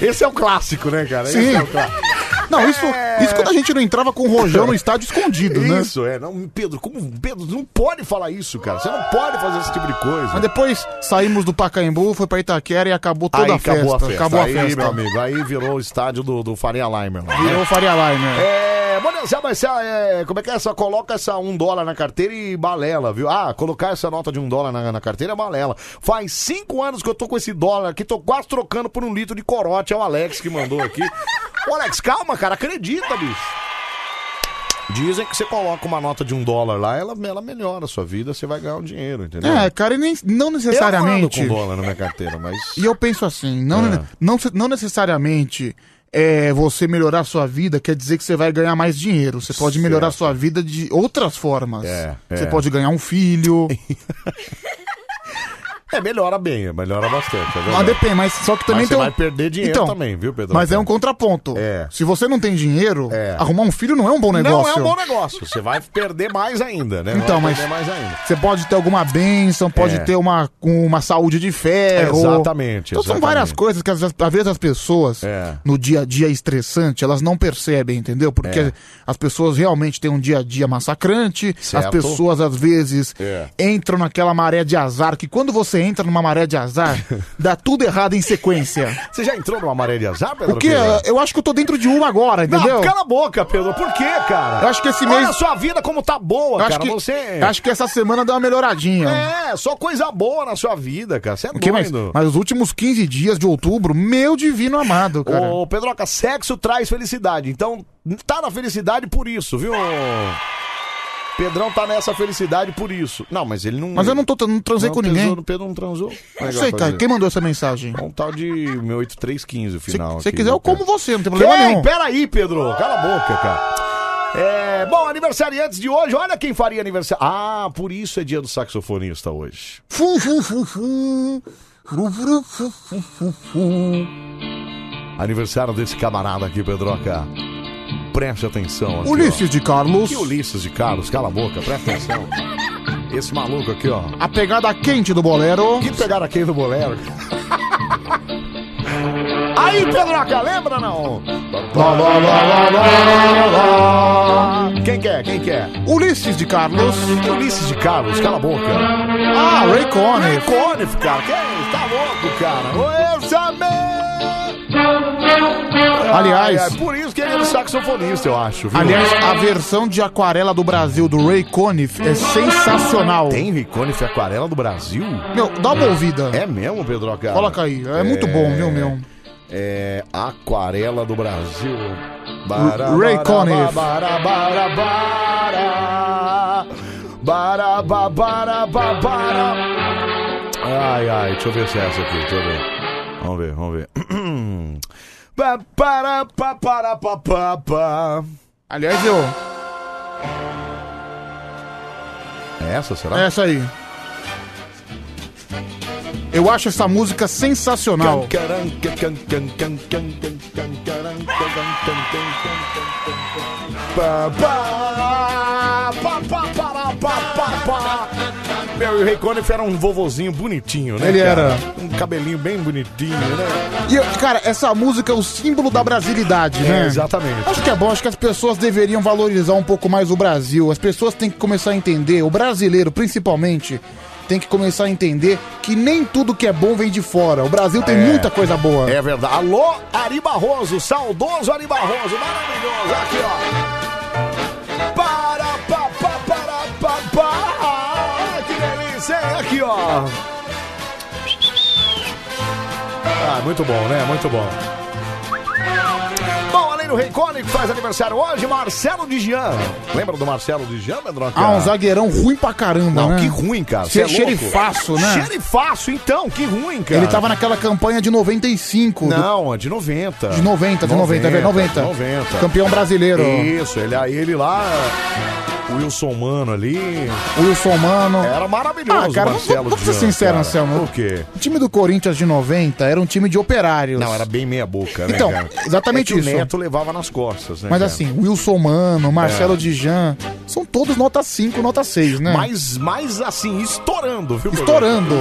Speaker 1: Esse é o clássico, né, cara?
Speaker 3: Sim.
Speaker 1: Esse é o clássico.
Speaker 3: Não, isso, isso quando a gente não entrava com o rojão no estádio escondido, né?
Speaker 1: Isso, é. Não, Pedro, como Pedro, não pode falar isso, cara. Você não pode fazer esse tipo de coisa.
Speaker 3: Mas depois saímos do Pacaembu, foi pra Itaquera e acabou toda
Speaker 1: Aí
Speaker 3: a festa.
Speaker 1: acabou a festa.
Speaker 3: Acabou
Speaker 1: aí,
Speaker 3: a festa.
Speaker 1: meu amigo, aí virou o estádio do, do Faria Limer. lá, né?
Speaker 3: Virou Faria Limer.
Speaker 1: É, Bonanza, mas essa, é, como é que é? Só coloca essa um dólar na carteira e balela, viu? Ah, colocar essa nota de um dólar na, na carteira é balela. Faz cinco anos que eu tô com esse dólar aqui, tô quase trocando por um litro de corote. É o Alex que mandou aqui. Ô, Alex, calma, cara, acredita, bicho. Dizem que você coloca uma nota de um dólar lá, ela, ela melhora a sua vida, você vai ganhar um dinheiro, entendeu?
Speaker 3: É, cara, e nem, não necessariamente.
Speaker 1: Eu não ando com dólar na minha carteira, mas...
Speaker 3: E eu penso assim, não,
Speaker 1: É.
Speaker 3: ne- não, se- não necessariamente é, você melhorar a sua vida quer dizer que você vai ganhar mais dinheiro. Você pode melhorar a sua vida de outras formas.
Speaker 1: É,
Speaker 3: Você
Speaker 1: é.
Speaker 3: pode ganhar um
Speaker 1: [laughs]
Speaker 3: filho.
Speaker 1: É, melhora bem, melhora bastante. É
Speaker 3: mas
Speaker 1: verdade.
Speaker 3: depende, mas só que também
Speaker 1: Mas
Speaker 3: tem
Speaker 1: você
Speaker 3: um-
Speaker 1: vai perder dinheiro
Speaker 3: Então,
Speaker 1: também, viu, Pedro? É.
Speaker 3: Mas é um contraponto. Se você não tem dinheiro, arrumar um filho não é um bom negócio.
Speaker 1: Não é um bom negócio. Você vai perder mais ainda, né?
Speaker 3: Então,
Speaker 1: vai
Speaker 3: mas
Speaker 1: perder mais ainda.
Speaker 3: você pode ter alguma bênção, pode
Speaker 1: É.
Speaker 3: ter uma, uma saúde de ferro.
Speaker 1: Exatamente,
Speaker 3: Então são
Speaker 1: exatamente. É.
Speaker 3: várias coisas que às vezes, às vezes as pessoas, no dia a dia estressante, elas não percebem, entendeu? Porque
Speaker 1: É.
Speaker 3: as pessoas realmente têm um dia a dia massacrante,
Speaker 1: Certo. É.
Speaker 3: as pessoas às vezes entram naquela maré de azar, que quando você entra numa maré de azar,
Speaker 1: [laughs]
Speaker 3: dá tudo errado em sequência.
Speaker 1: Você já entrou numa maré de azar, Pedro?
Speaker 3: O quê?
Speaker 1: Pereira?
Speaker 3: ah, Eu acho que eu tô dentro de uma agora, entendeu?
Speaker 1: Não, cala a boca, Pedro. Por quê, cara?
Speaker 3: Eu acho que esse
Speaker 1: Olha
Speaker 3: mês-
Speaker 1: a sua vida como tá boa,
Speaker 3: Eu acho
Speaker 1: cara.
Speaker 3: que-
Speaker 1: Você...
Speaker 3: eu acho que essa semana deu uma melhoradinha.
Speaker 1: É, só coisa boa na sua vida, cara. Você é
Speaker 3: O que mais?
Speaker 1: doido.
Speaker 3: Mas os últimos 15 dias de outubro, meu divino amado, cara.
Speaker 1: Ô, Pedroca, sexo traz felicidade. Então, tá na felicidade por isso, viu? Pedrão tá nessa felicidade por isso. Não, mas ele não.
Speaker 3: Mas eu não tô não transei
Speaker 1: Não
Speaker 3: com
Speaker 1: transou,
Speaker 3: ninguém.
Speaker 1: não Pedro não transou.
Speaker 3: Não sei, cara. Quem mandou essa mensagem?
Speaker 1: É um tal de meu 8315 o final.
Speaker 3: Se você
Speaker 1: aqui,
Speaker 3: quiser,
Speaker 1: né,
Speaker 3: eu
Speaker 1: cara?
Speaker 3: como você, não tem problema
Speaker 1: Quem?
Speaker 3: nenhum.
Speaker 1: Peraí, Pedro. Cala a boca, cara. É, bom, aniversariantes de hoje, olha quem faria aniversário. Ah, por isso é dia do saxofonista hoje.
Speaker 3: Fu, fu, fu, fu. Fu, fu, fu, fu, fu, fu.
Speaker 1: Aniversário desse camarada aqui, Pedroca. Preste atenção. Aqui,
Speaker 3: Ulisses
Speaker 1: ó.
Speaker 3: de Carlos.
Speaker 1: Que Ulisses de Carlos? Cala a boca, presta atenção. Esse maluco aqui, ó.
Speaker 3: A pegada quente do bolero.
Speaker 1: Que pegada quente do bolero? Aí, Pedroca, lembra não? Lá, lá, lá, lá, lá, lá. Quem quer? Quem é? quer?
Speaker 3: Ulisses de Carlos.
Speaker 1: Que Ulisses de Carlos? Cala a boca.
Speaker 3: Ah, Ray Conniff.
Speaker 1: Ray Conniff, cara. Que é isso? Tá louco, cara. é? Eu chamei.
Speaker 3: Aliás-
Speaker 1: Ai, ai, por isso que ele é um saxofonista, eu acho. viu?
Speaker 3: Aliás, a versão de aquarela do Brasil do Ray Conniff é sensacional.
Speaker 1: Tem Ray Conniff Aquarela do Brasil?
Speaker 3: Meu, dá uma ouvida.
Speaker 1: É mesmo, Pedro cara?
Speaker 3: Coloca aí. É muito bom, viu, meu?
Speaker 1: É Aquarela do Brasil.
Speaker 3: Ray
Speaker 1: bará,
Speaker 3: Conniff.
Speaker 1: bará, bará, bará. Bará, ba, bará, ba, bará. Ai, ai, deixa eu ver se é essa aqui, deixa eu ver. Vamos ver, vamos ver. [clears throat] Ba, bará, ba, bará, ba, ba, ba.
Speaker 3: Aliás, eu.
Speaker 1: É essa, será?
Speaker 3: É essa aí. Eu acho essa música sensacional.
Speaker 1: Ba, ba, ba, ba, bará, ba, ba, ba. Meu, e o Ray Conniff era um vovozinho bonitinho, né?
Speaker 3: Ele
Speaker 1: cara?
Speaker 3: era.
Speaker 1: Um cabelinho bem bonitinho, né?
Speaker 3: E, eu- cara, essa música é o símbolo da brasilidade, né?
Speaker 1: É, exatamente.
Speaker 3: Acho que é bom, acho que as pessoas deveriam valorizar um pouco mais o Brasil. As pessoas têm que começar a entender, o brasileiro principalmente, tem que começar a entender que nem tudo que é bom vem de fora. O Brasil tem
Speaker 1: É.
Speaker 3: muita coisa boa.
Speaker 1: É verdade. Alô, Ari Barroso, saudoso Ari Barroso, maravilhoso. Aqui, ó. Para, pa, pa, para, pa, pa. Que delícia, hein? Aqui, ó. Ah, muito bom, né? Muito bom. Bom, além do Rei Cone, que faz aniversário hoje, Marcelo de Jean. Lembra do Marcelo de Jean, Pedroca?
Speaker 3: Ah, um zagueirão ruim pra caramba,
Speaker 1: Não,
Speaker 3: né?
Speaker 1: que ruim, cara.
Speaker 3: Ser
Speaker 1: Cê é louco?
Speaker 3: xerifaço, né?
Speaker 1: Xerifaço, então, que ruim, cara.
Speaker 3: Ele tá tava naquela campanha de 95. do-
Speaker 1: Não, é de 90.
Speaker 3: De 90, de 90, é 90.
Speaker 1: 90.
Speaker 3: Campeão brasileiro.
Speaker 1: Isso, ele, aí ele lá, o Wilson Mano ali.
Speaker 3: Wilson Mano.
Speaker 1: Era É maravilhoso,
Speaker 3: Ah, cara,
Speaker 1: Marcelo
Speaker 3: vamos, vamos ser
Speaker 1: Jean,
Speaker 3: sincero,
Speaker 1: cara.
Speaker 3: Anselmo.
Speaker 1: O quê?
Speaker 3: O time do Corinthians de 90 era um time de operários.
Speaker 1: Não, era bem meia boca, né,
Speaker 3: Então,
Speaker 1: cara?
Speaker 3: exatamente
Speaker 1: É que
Speaker 3: isso.
Speaker 1: O Neto levava nas costas, né?
Speaker 3: Mas
Speaker 1: cara?
Speaker 3: assim, Wilson Mano, Marcelo
Speaker 1: É.
Speaker 3: Dijan, são todos nota 5, nota 6, né?
Speaker 1: Mas, mas assim, estourando, viu? Pedro?
Speaker 3: Estourando.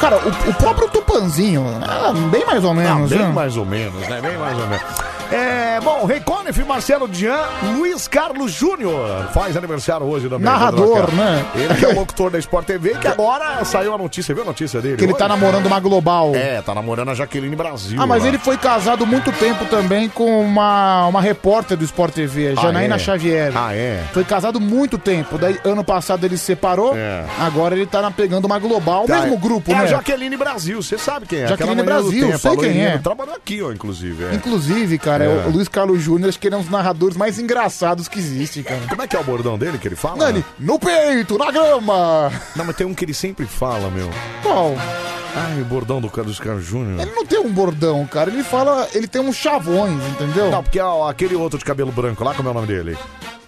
Speaker 3: Cara, o, o próprio Tupanzinho, ah, bem mais ou menos,
Speaker 1: Bem
Speaker 3: né?
Speaker 1: mais ou menos, né? Bem mais ou menos. É, bom, Rei Conif, Marcelo Dian, Luiz Carlos Júnior. Faz aniversário hoje também.
Speaker 3: Narrador,
Speaker 1: Pedroca.
Speaker 3: né?
Speaker 1: Ele que é o locutor da Sport TV, que agora saiu a notícia, viu a notícia dele?
Speaker 3: Que ele tá
Speaker 1: Hoje?
Speaker 3: namorando uma global.
Speaker 1: É, tá namorando a Jaqueline Brasil. né?
Speaker 3: Ah, mas
Speaker 1: lá.
Speaker 3: ele foi casado muito tempo também com uma, uma repórter do Sport TV, a
Speaker 1: Ah,
Speaker 3: Janaína
Speaker 1: é?
Speaker 3: né? Xavier.
Speaker 1: Ah, é?
Speaker 3: Foi casado muito tempo. Daí, ano passado ele se separou, agora ele tá na- pegando uma global, o
Speaker 1: É. Tá,
Speaker 3: mesmo grupo,
Speaker 1: é
Speaker 3: né?
Speaker 1: a Jaqueline Brasil, você sabe quem é.
Speaker 3: Jaqueline
Speaker 1: Aquela manhã do
Speaker 3: Brasil,
Speaker 1: tempo,
Speaker 3: sei
Speaker 1: a
Speaker 3: quem
Speaker 1: loirinha,
Speaker 3: é.
Speaker 1: Trabalhou aqui, ó, inclusive. é.
Speaker 3: Inclusive, cara,
Speaker 1: É.
Speaker 3: o Luiz Carlos Júnior, acho que ele é um dos narradores mais engraçados que existe, cara.
Speaker 1: Como é que é o bordão dele que ele fala?
Speaker 3: Não, ele, no peito, na grama!
Speaker 1: Não, mas tem um que ele sempre fala, meu.
Speaker 3: Qual?
Speaker 1: Ai, o bordão do Carlos Carlos Júnior.
Speaker 3: Ele não tem um bordão, cara. Ele fala, ele tem uns chavões, entendeu?
Speaker 1: Não, porque ó, aquele outro de cabelo branco lá, como é o nome dele?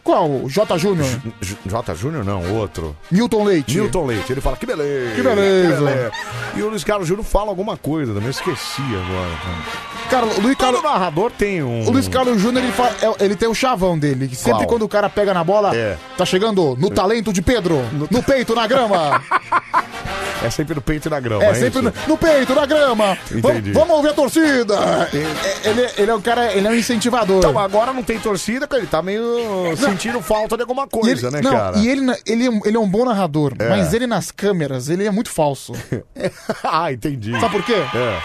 Speaker 3: Qual? O J. Júnior?
Speaker 1: J- J. Júnior não, outro.
Speaker 3: Milton Leite.
Speaker 1: Milton Leite. Ele fala, que beleza.
Speaker 3: Que beleza.
Speaker 1: E o Luiz Carlos Júnior fala alguma coisa também, eu esqueci agora.
Speaker 3: Cara, o Luiz
Speaker 1: Carlos... narrador tem um...
Speaker 3: O Luiz Carlos Júnior, ele, fa- é- ele tem o chavão dele. que sempre
Speaker 1: Qual? É.
Speaker 3: quando o cara pega na bola, tá chegando no talento de Pedro, no, peito, na
Speaker 1: [laughs]
Speaker 3: grama.
Speaker 1: É sempre no peito e na grama,
Speaker 3: é
Speaker 1: Então, é,
Speaker 3: sempre no,
Speaker 1: isso?
Speaker 3: no peito, na grama. Vamos,
Speaker 1: Entendi.
Speaker 3: vamos ouvir a torcida. É- Ele, é- ele é um cara, ele é um incentivador.
Speaker 1: Então, agora não tem torcida, cara, ele tá meio sentindo falta de alguma
Speaker 3: E
Speaker 1: coisa,
Speaker 3: ele-
Speaker 1: né,
Speaker 3: não,
Speaker 1: cara?
Speaker 3: E ele, na- ele, é um- ele é um bom narrador,
Speaker 1: É.
Speaker 3: mas ele nas câmeras, ele é muito falso.
Speaker 1: [laughs] ah, entendi.
Speaker 3: Sabe por quê?
Speaker 1: É.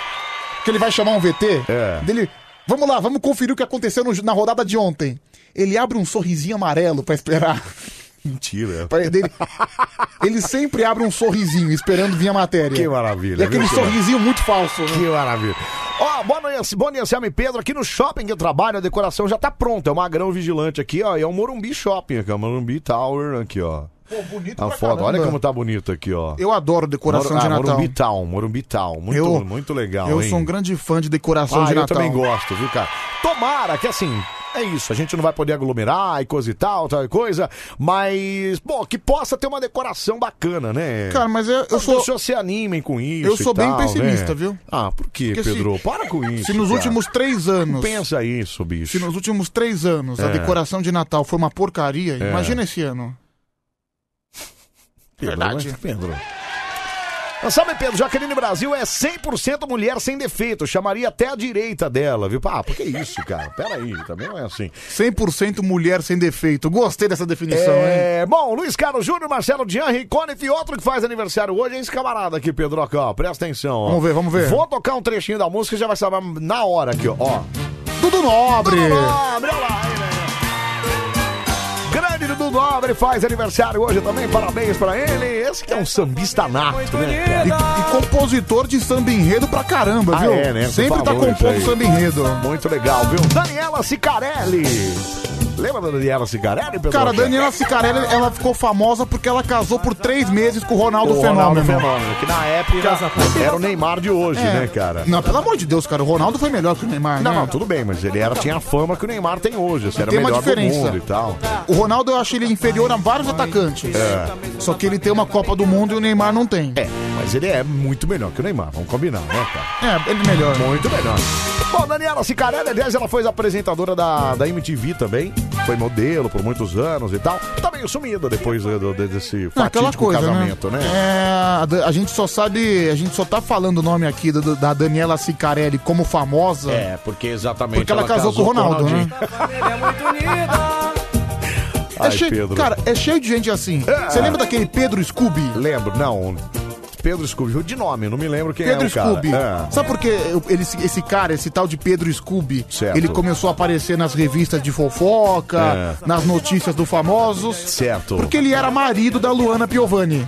Speaker 3: Porque ele vai chamar um VT, dele, vamos lá, vamos conferir o que aconteceu no- na rodada de ontem. Ele abre um sorrisinho amarelo pra esperar.
Speaker 1: Mentira.
Speaker 3: Pra-
Speaker 1: [laughs]
Speaker 3: dele- ele sempre abre um sorrisinho esperando vir a matéria.
Speaker 1: Que maravilha.
Speaker 3: E aquele
Speaker 1: viu, que
Speaker 3: sorrisinho muito falso. né?
Speaker 1: é. Que maravilha. Ó, boa noite, boa noite, Selma e Pedro. Aqui no shopping que eu trabalho, a decoração já tá pronta. É o Magrão Vigilante aqui, ó. E é o Morumbi Shopping aqui, ó. Morumbi Tower aqui, ó.
Speaker 3: Pô, bonito
Speaker 1: A
Speaker 3: pra
Speaker 1: foto, olha
Speaker 3: caramba.
Speaker 1: como tá bonito aqui, ó.
Speaker 3: Eu adoro decoração
Speaker 1: Moro-
Speaker 3: de
Speaker 1: ah,
Speaker 3: Natal.
Speaker 1: Morumbi Town, Morumbi Town. Muito,
Speaker 3: Eu-
Speaker 1: muito legal,
Speaker 3: Eu
Speaker 1: hein?
Speaker 3: sou um grande fã de decoração
Speaker 1: ah,
Speaker 3: de
Speaker 1: eu
Speaker 3: Natal.
Speaker 1: também gosto, viu, cara? Tomara que assim. É isso, a gente não vai poder aglomerar e coisa e tal, tal coisa, mas, bom, que possa ter uma decoração bacana, né?
Speaker 3: Cara, mas é eu, eu
Speaker 1: As
Speaker 3: sou.
Speaker 1: pessoas se animem com isso.
Speaker 3: Eu sou
Speaker 1: e
Speaker 3: bem
Speaker 1: tal,
Speaker 3: pessimista,
Speaker 1: né?
Speaker 3: viu?
Speaker 1: Ah, por quê,
Speaker 3: Porque se-
Speaker 1: Pedro? Para com isso.
Speaker 3: Se nos
Speaker 1: cara.
Speaker 3: últimos três
Speaker 1: Não
Speaker 3: anos.
Speaker 1: pensa isso, bicho.
Speaker 3: Se assim, nos últimos três anos a
Speaker 1: É.
Speaker 3: decoração de Natal foi uma porcaria,
Speaker 1: É.
Speaker 3: imagina esse ano.
Speaker 1: Pedro,
Speaker 3: Verdade.
Speaker 1: mas Pedro. Ah, Sabe, Pedro, Jaqueline Brasil é 100% mulher sem defeito. Chamaria até a direita dela, viu? Ah, por que isso, cara? Peraí, também não é assim.
Speaker 3: 100% mulher sem defeito. Gostei dessa definição, hein?
Speaker 1: É, bom, Luiz Carlos Júnior, Marcelo Jean, Ricone e outro que faz aniversário hoje é esse camarada aqui, Pedro. Ó, presta atenção. ó.
Speaker 3: Vamos ver, vamos ver.
Speaker 1: Vou tocar um trechinho da música e já vai saber na hora aqui, ó. ó.
Speaker 3: Tudo nobre.
Speaker 1: Nobre, olha lá, hein, né? Grande Dudu Nobre faz aniversário hoje também, parabéns pra ele. Esse que é um sambista nato, né?
Speaker 3: E, e compositor de samba enredo pra caramba,
Speaker 1: Ah,
Speaker 3: viu?
Speaker 1: é, né? Você
Speaker 3: Sempre tá
Speaker 1: falou isso aí.
Speaker 3: compondo samba enredo.
Speaker 1: Muito legal, viu? Daniela Cicarelli. Lembra da Daniela Cicarelli, Pedro?
Speaker 3: Cara, Daniela é Cicarelli, ela ficou famosa porque ela casou por três meses com o Ronaldo,
Speaker 1: O Ronaldo
Speaker 3: Fenômeno.
Speaker 1: Fenômeno, que na época era o Neymar de hoje,
Speaker 3: É.
Speaker 1: né, cara?
Speaker 3: Não, pelo amor de Deus, cara, o Ronaldo foi melhor que o Neymar,
Speaker 1: Não,
Speaker 3: né?
Speaker 1: não, tudo bem, mas ele era, tinha a fama que o Neymar tem hoje. Assim, era
Speaker 3: Tem
Speaker 1: o
Speaker 3: uma
Speaker 1: melhor do
Speaker 3: diferença.
Speaker 1: mundo e tal.
Speaker 3: O Ronaldo eu acho ele inferior a vários atacantes.
Speaker 1: É.
Speaker 3: Só que ele tem uma Copa do Mundo e o Neymar não tem.
Speaker 1: É, mas ele é muito melhor que o Neymar, vamos combinar, né, cara?
Speaker 3: É, ele melhor.
Speaker 1: Muito melhor. Bom, Daniela Cicarelli, aliás, ela foi apresentadora da, da MTV também. Foi modelo por muitos anos e tal. Tá meio sumida depois né, do- do- desse
Speaker 3: Não, Ah, aquela
Speaker 1: fatídico
Speaker 3: coisa,
Speaker 1: casamento, né?
Speaker 3: É, a Da- a gente só sabe, a gente só tá falando o nome aqui do- do- da Daniela Sicarelli como famosa.
Speaker 1: É, porque exatamente.
Speaker 3: Porque ela casou com o Ronaldo, né?
Speaker 1: Ronaldinho.
Speaker 3: É
Speaker 1: Ai,
Speaker 3: cheio-
Speaker 1: Pedro. É.
Speaker 3: Cara, é cheio de gente assim. Você lembra daquele Pedro Scooby?
Speaker 1: Lembro, não. Pedro Scooby, de nome, não me lembro quem
Speaker 3: Pedro
Speaker 1: é o cara.
Speaker 3: Scooby.
Speaker 1: É.
Speaker 3: Sabe por que eu- ele- esse cara, esse tal de Pedro Scooby,
Speaker 1: Certo.
Speaker 3: ele começou a aparecer nas revistas de fofoca,
Speaker 1: É.
Speaker 3: nas notícias do famosos?
Speaker 1: Certo.
Speaker 3: Porque ele era marido da Luana Piovani.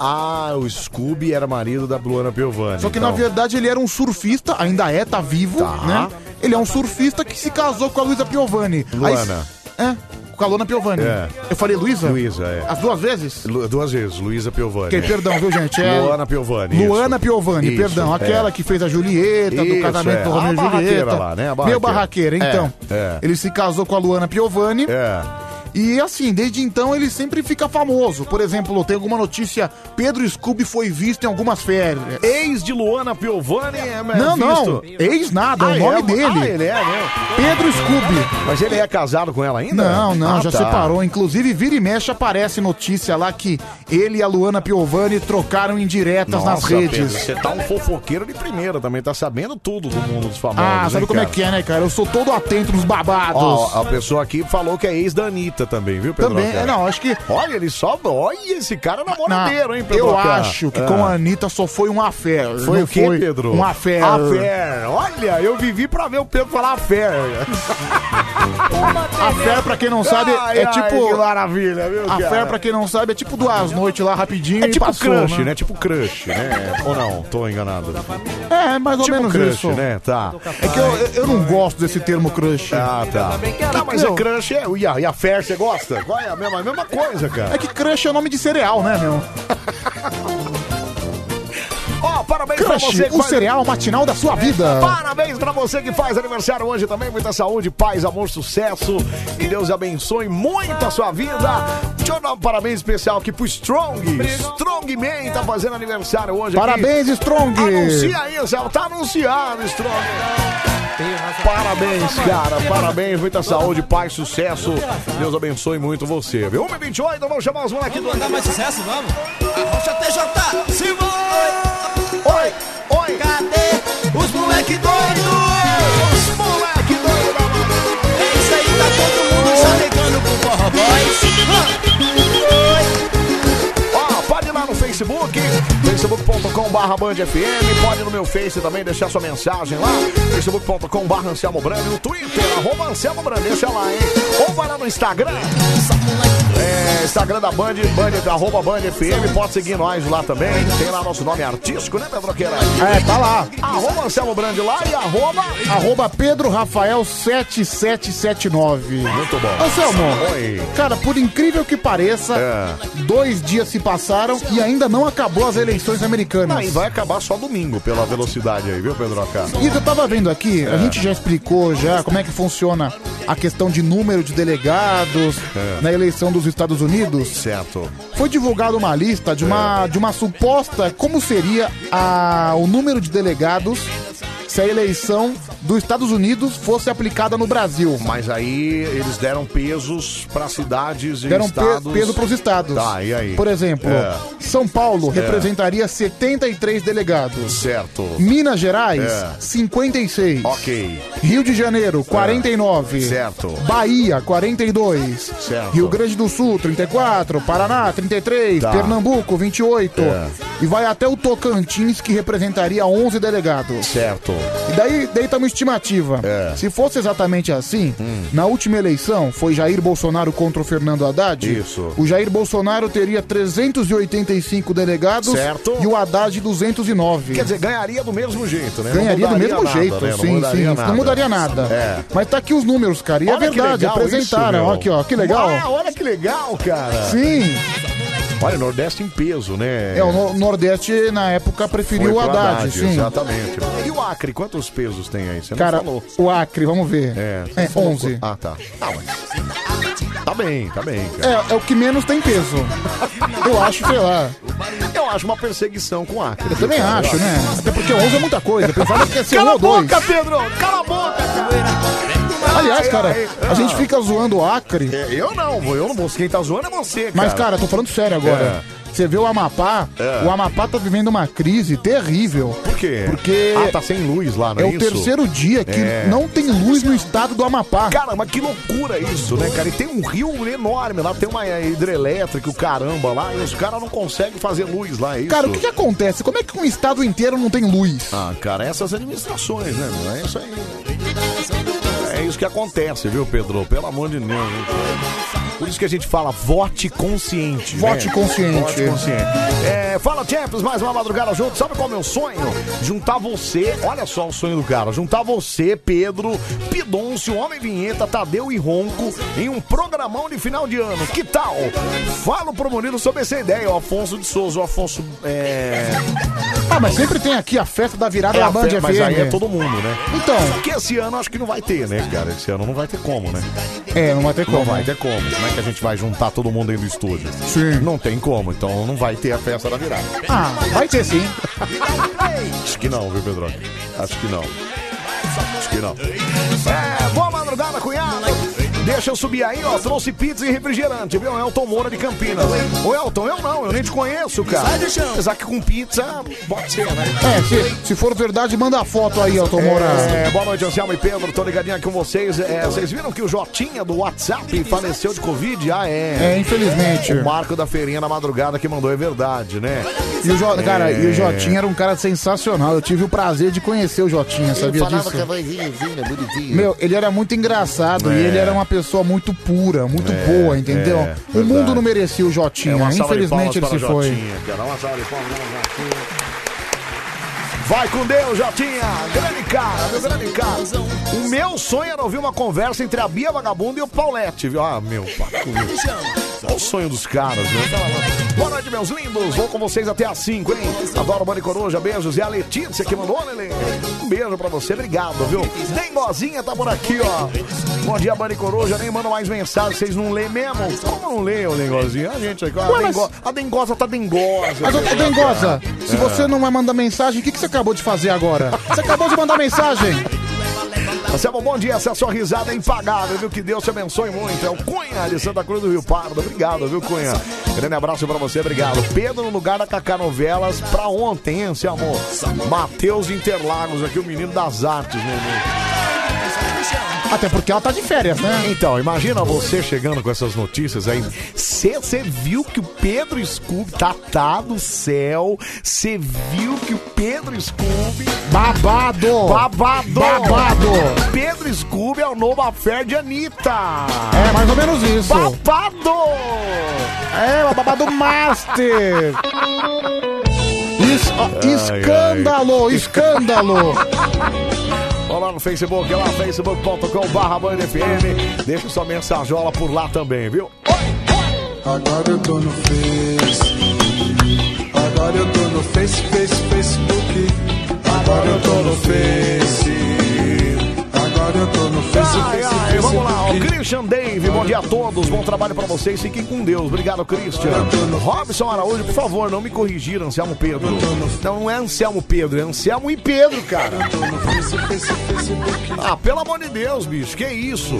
Speaker 1: Ah, o Scooby era marido da Luana Piovani.
Speaker 3: Só que
Speaker 1: então.
Speaker 3: na verdade ele era um surfista, ainda é, tá vivo, né? Ele é um surfista que se casou com a Luísa Piovani. Aí-
Speaker 1: Luana.
Speaker 3: é, com a Luana Piovani.
Speaker 1: É.
Speaker 3: Eu falei Luísa?
Speaker 1: Luísa, é.
Speaker 3: As duas vezes?
Speaker 1: Lu- duas vezes, Luísa Piovani.
Speaker 3: Que, perdão, viu, gente? É-
Speaker 1: Luana Piovani.
Speaker 3: Luana
Speaker 1: isso.
Speaker 3: Piovani,
Speaker 1: Isso,
Speaker 3: perdão.
Speaker 1: é.
Speaker 3: Aquela que fez a Julieta,
Speaker 1: Isso,
Speaker 3: do casamento
Speaker 1: é.
Speaker 3: do
Speaker 1: A
Speaker 3: Romeu e
Speaker 1: barraqueira
Speaker 3: Julieta. então.
Speaker 1: lá, né? A
Speaker 3: Meu barraqueira,
Speaker 1: barraqueira.
Speaker 3: então.
Speaker 1: É, é.
Speaker 3: Ele se casou com a Luana Piovani.
Speaker 1: É.
Speaker 3: E assim, desde então ele sempre fica famoso. Por exemplo, tem alguma notícia: Pedro Scooby foi visto em algumas férias.
Speaker 1: Ex de Luana Piovani é
Speaker 3: Não, não, ex nada, é o nome dele.
Speaker 1: Ah, ele é, né?
Speaker 3: Pedro Scooby.
Speaker 1: Mas ele é casado com ela ainda?
Speaker 3: Não, não,
Speaker 1: Ah,
Speaker 3: já
Speaker 1: tá.
Speaker 3: separou. Inclusive, vira e mexe aparece notícia lá que ele e a Luana Piovani trocaram indiretas
Speaker 1: Nossa,
Speaker 3: nas redes.
Speaker 1: Pedro, você tá um fofoqueiro de primeira também, tá sabendo tudo do mundo dos famosos.
Speaker 3: Ah, sabe
Speaker 1: hein,
Speaker 3: como é
Speaker 1: cara?
Speaker 3: que é, né, cara? Eu sou todo atento nos babados.
Speaker 1: Ó, a pessoa aqui falou que é ex da Anitta também, viu, Pedro?
Speaker 3: Também, é, não, acho que.
Speaker 1: Olha, ele só. Olha, esse cara é namoradeiro, hein, Pedro?
Speaker 3: Eu acho que
Speaker 1: É.
Speaker 3: com a Anitta só foi um affair.
Speaker 1: Foi
Speaker 3: não
Speaker 1: o quê, Pedro?
Speaker 3: Um affair.
Speaker 1: Affair. Olha, eu vivi pra ver o Pedro falar affair.
Speaker 3: Affair, pra quem não sabe,
Speaker 1: Ai,
Speaker 3: é
Speaker 1: ai,
Speaker 3: tipo.
Speaker 1: que maravilha, viu,
Speaker 3: Affair,
Speaker 1: cara?
Speaker 3: pra quem não sabe, é tipo duas noites lá rapidinho.
Speaker 1: É tipo
Speaker 3: e passou,
Speaker 1: crush, né? Tipo crush, né? Ou não, tô enganado.
Speaker 3: É, mais ou
Speaker 1: tipo
Speaker 3: menos
Speaker 1: crush,
Speaker 3: isso.
Speaker 1: né? Tá.
Speaker 3: É que eu, eu não gosto desse termo crush.
Speaker 1: Ah, tá. Tá, mas
Speaker 3: Meu,
Speaker 1: é crush, é. E a, e a fair, você gosta? Qual é a mesma, a mesma coisa, cara?
Speaker 3: É que crush é nome de cereal, né, meu?
Speaker 1: Ó, parabéns pra
Speaker 3: Crush,
Speaker 1: você. que
Speaker 3: o
Speaker 1: faz- É,
Speaker 3: cereal matinal da sua vida.
Speaker 1: Parabéns pra você que faz aniversário hoje também. Muita saúde, paz, amor, sucesso. Que Deus abençoe muito a sua vida. Deixa eu dar um parabéns especial aqui pro Strong. Strongman tá fazendo aniversário hoje aqui.
Speaker 3: Parabéns, Strong!
Speaker 1: Anuncia aí, Zé. Tá anunciado, Strong. Parabéns, cara. Parabéns. Muita saúde, paz, sucesso. Deus abençoe muito você. Viu? 1h28, vamos chamar os moleques do... Vamos mandar mais sucesso, vamos? Arrocha TJ, Simão! Oi, oi. Cadê os moleque doido? Os moleque doido da manhã. É isso aí, tá todo mundo chalegando com Forró Boys. Ó, pode ir lá no Facebook, facebook.com.br bandfm, pode ir no meu Face também deixar sua mensagem lá, facebook.com.br Anselmo Brando, no Twitter, arroba Anselmo Brando, deixa lá, hein? Ou vai lá no Instagram, é, Instagram da Band, Band, arroba Band FM, pode seguir nós lá também. Tem lá nosso nome artístico, né, Pedroqueira?
Speaker 3: É, tá lá.
Speaker 1: Arroba Anselmo Brandi lá e arroba.
Speaker 3: Arroba Pedro Rafael 7779. Muito
Speaker 1: bom.
Speaker 3: Anselmo,
Speaker 1: Oi. É.
Speaker 3: cara, por incrível que pareça, dois dias se passaram e ainda não acabou as eleições americanas.
Speaker 1: Aí vai acabar só domingo pela velocidade aí, viu, Pedroca?
Speaker 3: E eu tava vendo aqui, a
Speaker 1: É.
Speaker 3: gente já explicou já como é que funciona a questão de número de delegados
Speaker 1: É.
Speaker 3: na eleição dos Estados Unidos.
Speaker 1: Certo. É.
Speaker 3: Foi divulgada uma lista de uma, de uma suposta como seria a, o número de delegados se a eleição dos Estados Unidos fosse aplicada no Brasil.
Speaker 1: Mas aí eles deram pesos pra cidades e
Speaker 3: Deram pe-
Speaker 1: estados.
Speaker 3: peso pros estados.
Speaker 1: Tá, e aí?
Speaker 3: Por exemplo,
Speaker 1: É.
Speaker 3: São Paulo
Speaker 1: É.
Speaker 3: representaria 73 delegados.
Speaker 1: Certo.
Speaker 3: Minas Gerais,
Speaker 1: É.
Speaker 3: 56.
Speaker 1: Ok.
Speaker 3: Rio de Janeiro, 49.
Speaker 1: Ah, Certo.
Speaker 3: Bahia, 42.
Speaker 1: Certo.
Speaker 3: Rio Grande do Sul, 34. Paraná, 33.
Speaker 1: Tá.
Speaker 3: Pernambuco, 28.
Speaker 1: É.
Speaker 3: E vai até o Tocantins, que representaria 11 delegados.
Speaker 1: Certo. É.
Speaker 3: E daí, daí tá uma estimativa. Se fosse exatamente assim,
Speaker 1: Hum.
Speaker 3: na última eleição, foi Jair Bolsonaro contra o Fernando Haddad.
Speaker 1: Isso.
Speaker 3: O Jair Bolsonaro teria 385 delegados.
Speaker 1: Certo.
Speaker 3: E o Haddad, 209.
Speaker 1: Quer dizer, ganharia do mesmo jeito, né? Não
Speaker 3: Ganharia do
Speaker 1: mudaria
Speaker 3: mesmo
Speaker 1: nada,
Speaker 3: jeito,
Speaker 1: né? Não
Speaker 3: sim,
Speaker 1: mudaria
Speaker 3: sim.
Speaker 1: nada.
Speaker 3: Não mudaria nada.
Speaker 1: É.
Speaker 3: Mas tá aqui os números, cara. E é
Speaker 1: Olha que
Speaker 3: verdade,
Speaker 1: legal
Speaker 3: apresentaram.
Speaker 1: isso,
Speaker 3: ó,
Speaker 1: meu.
Speaker 3: aqui, ó, que legal.
Speaker 1: Ah, olha que legal, cara.
Speaker 3: Sim.
Speaker 1: Olha, Nordeste em peso, né?
Speaker 3: É, o no- Nordeste, na época, preferiu o
Speaker 1: Foi pro
Speaker 3: Haddad, sim.
Speaker 1: Exatamente. E o Acre, quantos pesos tem aí? Você
Speaker 3: Cara,
Speaker 1: não falou.
Speaker 3: o Acre, vamos ver.
Speaker 1: É,
Speaker 3: É, 11.
Speaker 1: Ah, tá. Ah, mas- Tá bem, tá bem, cara.
Speaker 3: É, é o que menos tem peso. Eu acho, sei lá.
Speaker 1: Eu acho uma perseguição com o Acre.
Speaker 3: Eu também
Speaker 1: cara,
Speaker 3: acho, né? Até porque 11 é muita coisa. Eu pensava que ia ser um
Speaker 1: Cala a
Speaker 3: ou dois.
Speaker 1: boca, Pedro! Cala a boca, cara!
Speaker 3: Aliás,
Speaker 1: Ai,
Speaker 3: cara,
Speaker 1: ai,
Speaker 3: a
Speaker 1: ah.
Speaker 3: gente fica zoando o Acre.
Speaker 1: É, Eu não, vou- eu não vou. Quem tá zoando é você, cara.
Speaker 3: Mas, cara, tô falando sério agora. Você vê o Amapá,
Speaker 1: É.
Speaker 3: o Amapá tá vivendo uma crise terrível.
Speaker 1: Por quê?
Speaker 3: Porque-
Speaker 1: Ah, tá sem luz lá, não é,
Speaker 3: É o
Speaker 1: isso?
Speaker 3: terceiro dia que
Speaker 1: É.
Speaker 3: não tem luz no estado do Amapá.
Speaker 1: Cara, mas que loucura isso, né, cara? E tem um rio enorme lá, tem uma hidrelétrica, o caramba lá, e os caras não conseguem fazer luz lá, é isso?
Speaker 3: Cara, o que, que acontece? Como é que um estado inteiro não tem luz?
Speaker 1: Ah, cara, essas administrações, né, meu? É isso aí. É isso que acontece, viu, Pedro? Pelo amor de Deus. viu, cara? Por isso que a gente fala vote consciente.
Speaker 3: Vote
Speaker 1: né?
Speaker 3: consciente.
Speaker 1: Vote consciente. É, fala, Champions, mais uma madrugada junto. Sabe qual é o meu sonho? Juntar você, olha só o sonho do cara. Juntar você, Pedro, Pidoncio, Homem Vinheta, Tadeu e Ronco em um programão de final de ano. Que tal? Falo pro Murilo sobre essa ideia, o Afonso de Souza, o Afonso. É...
Speaker 3: Ah, mas sempre tem aqui a festa da virada
Speaker 1: É
Speaker 3: da
Speaker 1: a
Speaker 3: Band
Speaker 1: fé,
Speaker 3: FM.
Speaker 1: mas aí é todo mundo, né?
Speaker 3: Então.
Speaker 1: Só que esse ano acho que não vai ter, né, cara? Esse ano não vai ter como, né?
Speaker 3: É, não vai ter
Speaker 1: Não
Speaker 3: como.
Speaker 1: vai ter como. Como é que a gente vai juntar todo mundo aí no estúdio?
Speaker 3: Sim.
Speaker 1: Não tem como, então não vai ter a festa da virada.
Speaker 3: Ah, vai ter sim.
Speaker 1: Acho que não, viu, Pedro? Acho que não. Acho que não. É, boa madrugada, cunhada. Deixa eu subir aí, ó. Trouxe pizza e refrigerante, viu? Elton Moura de Campinas. Ô, Elton, eu não, eu nem te conheço, cara.
Speaker 3: Sai do chão.
Speaker 1: Apesar que com pizza, pode ser, né?
Speaker 3: É, se, se for verdade, manda a foto aí, Elton Moura.
Speaker 1: É, boa noite, Anselmo e Pedro. Tô ligadinho aqui com vocês. É, vocês viram que o Jotinha do WhatsApp faleceu de Covid? Ah, é.
Speaker 3: É, infelizmente.
Speaker 1: O Marco da Feirinha na madrugada que mandou é verdade, né?
Speaker 3: E o Jo- Cara, e o
Speaker 1: É.
Speaker 3: Jotinha era um cara sensacional. Eu tive o prazer de conhecer o
Speaker 1: É.
Speaker 3: Jotinha, sabia disso?
Speaker 1: vozinha bonitinha.
Speaker 3: Meu, ele era muito engraçado e
Speaker 1: É.
Speaker 3: ele era uma pessoa muito pura, muito
Speaker 1: É,
Speaker 3: boa, entendeu?
Speaker 1: é,
Speaker 3: o mundo
Speaker 1: verdade.
Speaker 3: não merecia o Jotinha.
Speaker 1: É uma salva de palmas
Speaker 3: Infelizmente ele
Speaker 1: para
Speaker 3: se
Speaker 1: o
Speaker 3: foi.
Speaker 1: Jotinha, cara. Uma salva de palmas para o Jotinha. Vai com Deus, Jotinha. Grande cara, meu grande cara. O meu sonho era ouvir uma conversa entre a Bia Vagabunda e o Paulette, viu? Ah, meu, para com isso. Olha o sonho dos caras, né? Boa noite, meus lindos. Vou com vocês até às 5, hein? Adoro Mani Coruja, beijos. E a Letícia que mandou, Lele. Um beijo pra você, obrigado, viu? Dengozinha tá por aqui, ó. Bom dia, Mani Coruja. Nem manda mais mensagem, vocês não lê mesmo? Como não lê, ô Dengozinho? A gente aqui, ó.
Speaker 3: Ué,
Speaker 1: A,
Speaker 3: mas-
Speaker 1: dengo... a dengosa tá dengosa. É.
Speaker 3: Mas, ô, ô, Dengosa, se você não vai mandar mensagem, o que, que você acabou de fazer agora? Você acabou de mandar mensagem.
Speaker 1: Marcelo, bom dia. Essa sua risada é impagável, viu? Que Deus te abençoe muito. É o Cunha de Santa Cruz do Rio Pardo. Obrigado, viu, Cunha? Grande abraço pra você, obrigado. Pedro no lugar da Cacá Novelas pra ontem, hein, seu amor? Matheus Interlagos aqui, o menino das artes, meu amigo.
Speaker 3: Até porque ela tá de férias, né?
Speaker 1: Então, imagina você chegando com essas notícias aí. Você viu que o Pedro Scooby tá, tá do céu. Você viu que o Pedro Scooby.
Speaker 3: Babado!
Speaker 1: Babado!
Speaker 3: Babado!
Speaker 1: Pedro Scooby é o novo afé de Anitta!
Speaker 3: É mais ou menos isso.
Speaker 1: Babado!
Speaker 3: É, o babado master! Es- ó, escândalo, escândalo!
Speaker 1: Olha lá no Facebook, é lá facebook.com.br BandFM. Deixa sua mensajola por lá também, viu?
Speaker 4: Agora eu tô no Face. Agora eu tô no Face, Face, Facebook. Agora eu tô no Face. Agora eu tô no Face,
Speaker 1: Ai,
Speaker 4: Face,
Speaker 1: ai,
Speaker 4: Face.
Speaker 1: vamos lá, o Christian Dave, bom dia a todos, bom trabalho pra vocês, fiquem com Deus, obrigado Christian. Robson Araújo, por favor, não me corrigir, Anselmo Pedro. Não, não é Anselmo Pedro, é Anselmo e Pedro, cara. Ah, pelo amor de Deus, bicho, que isso?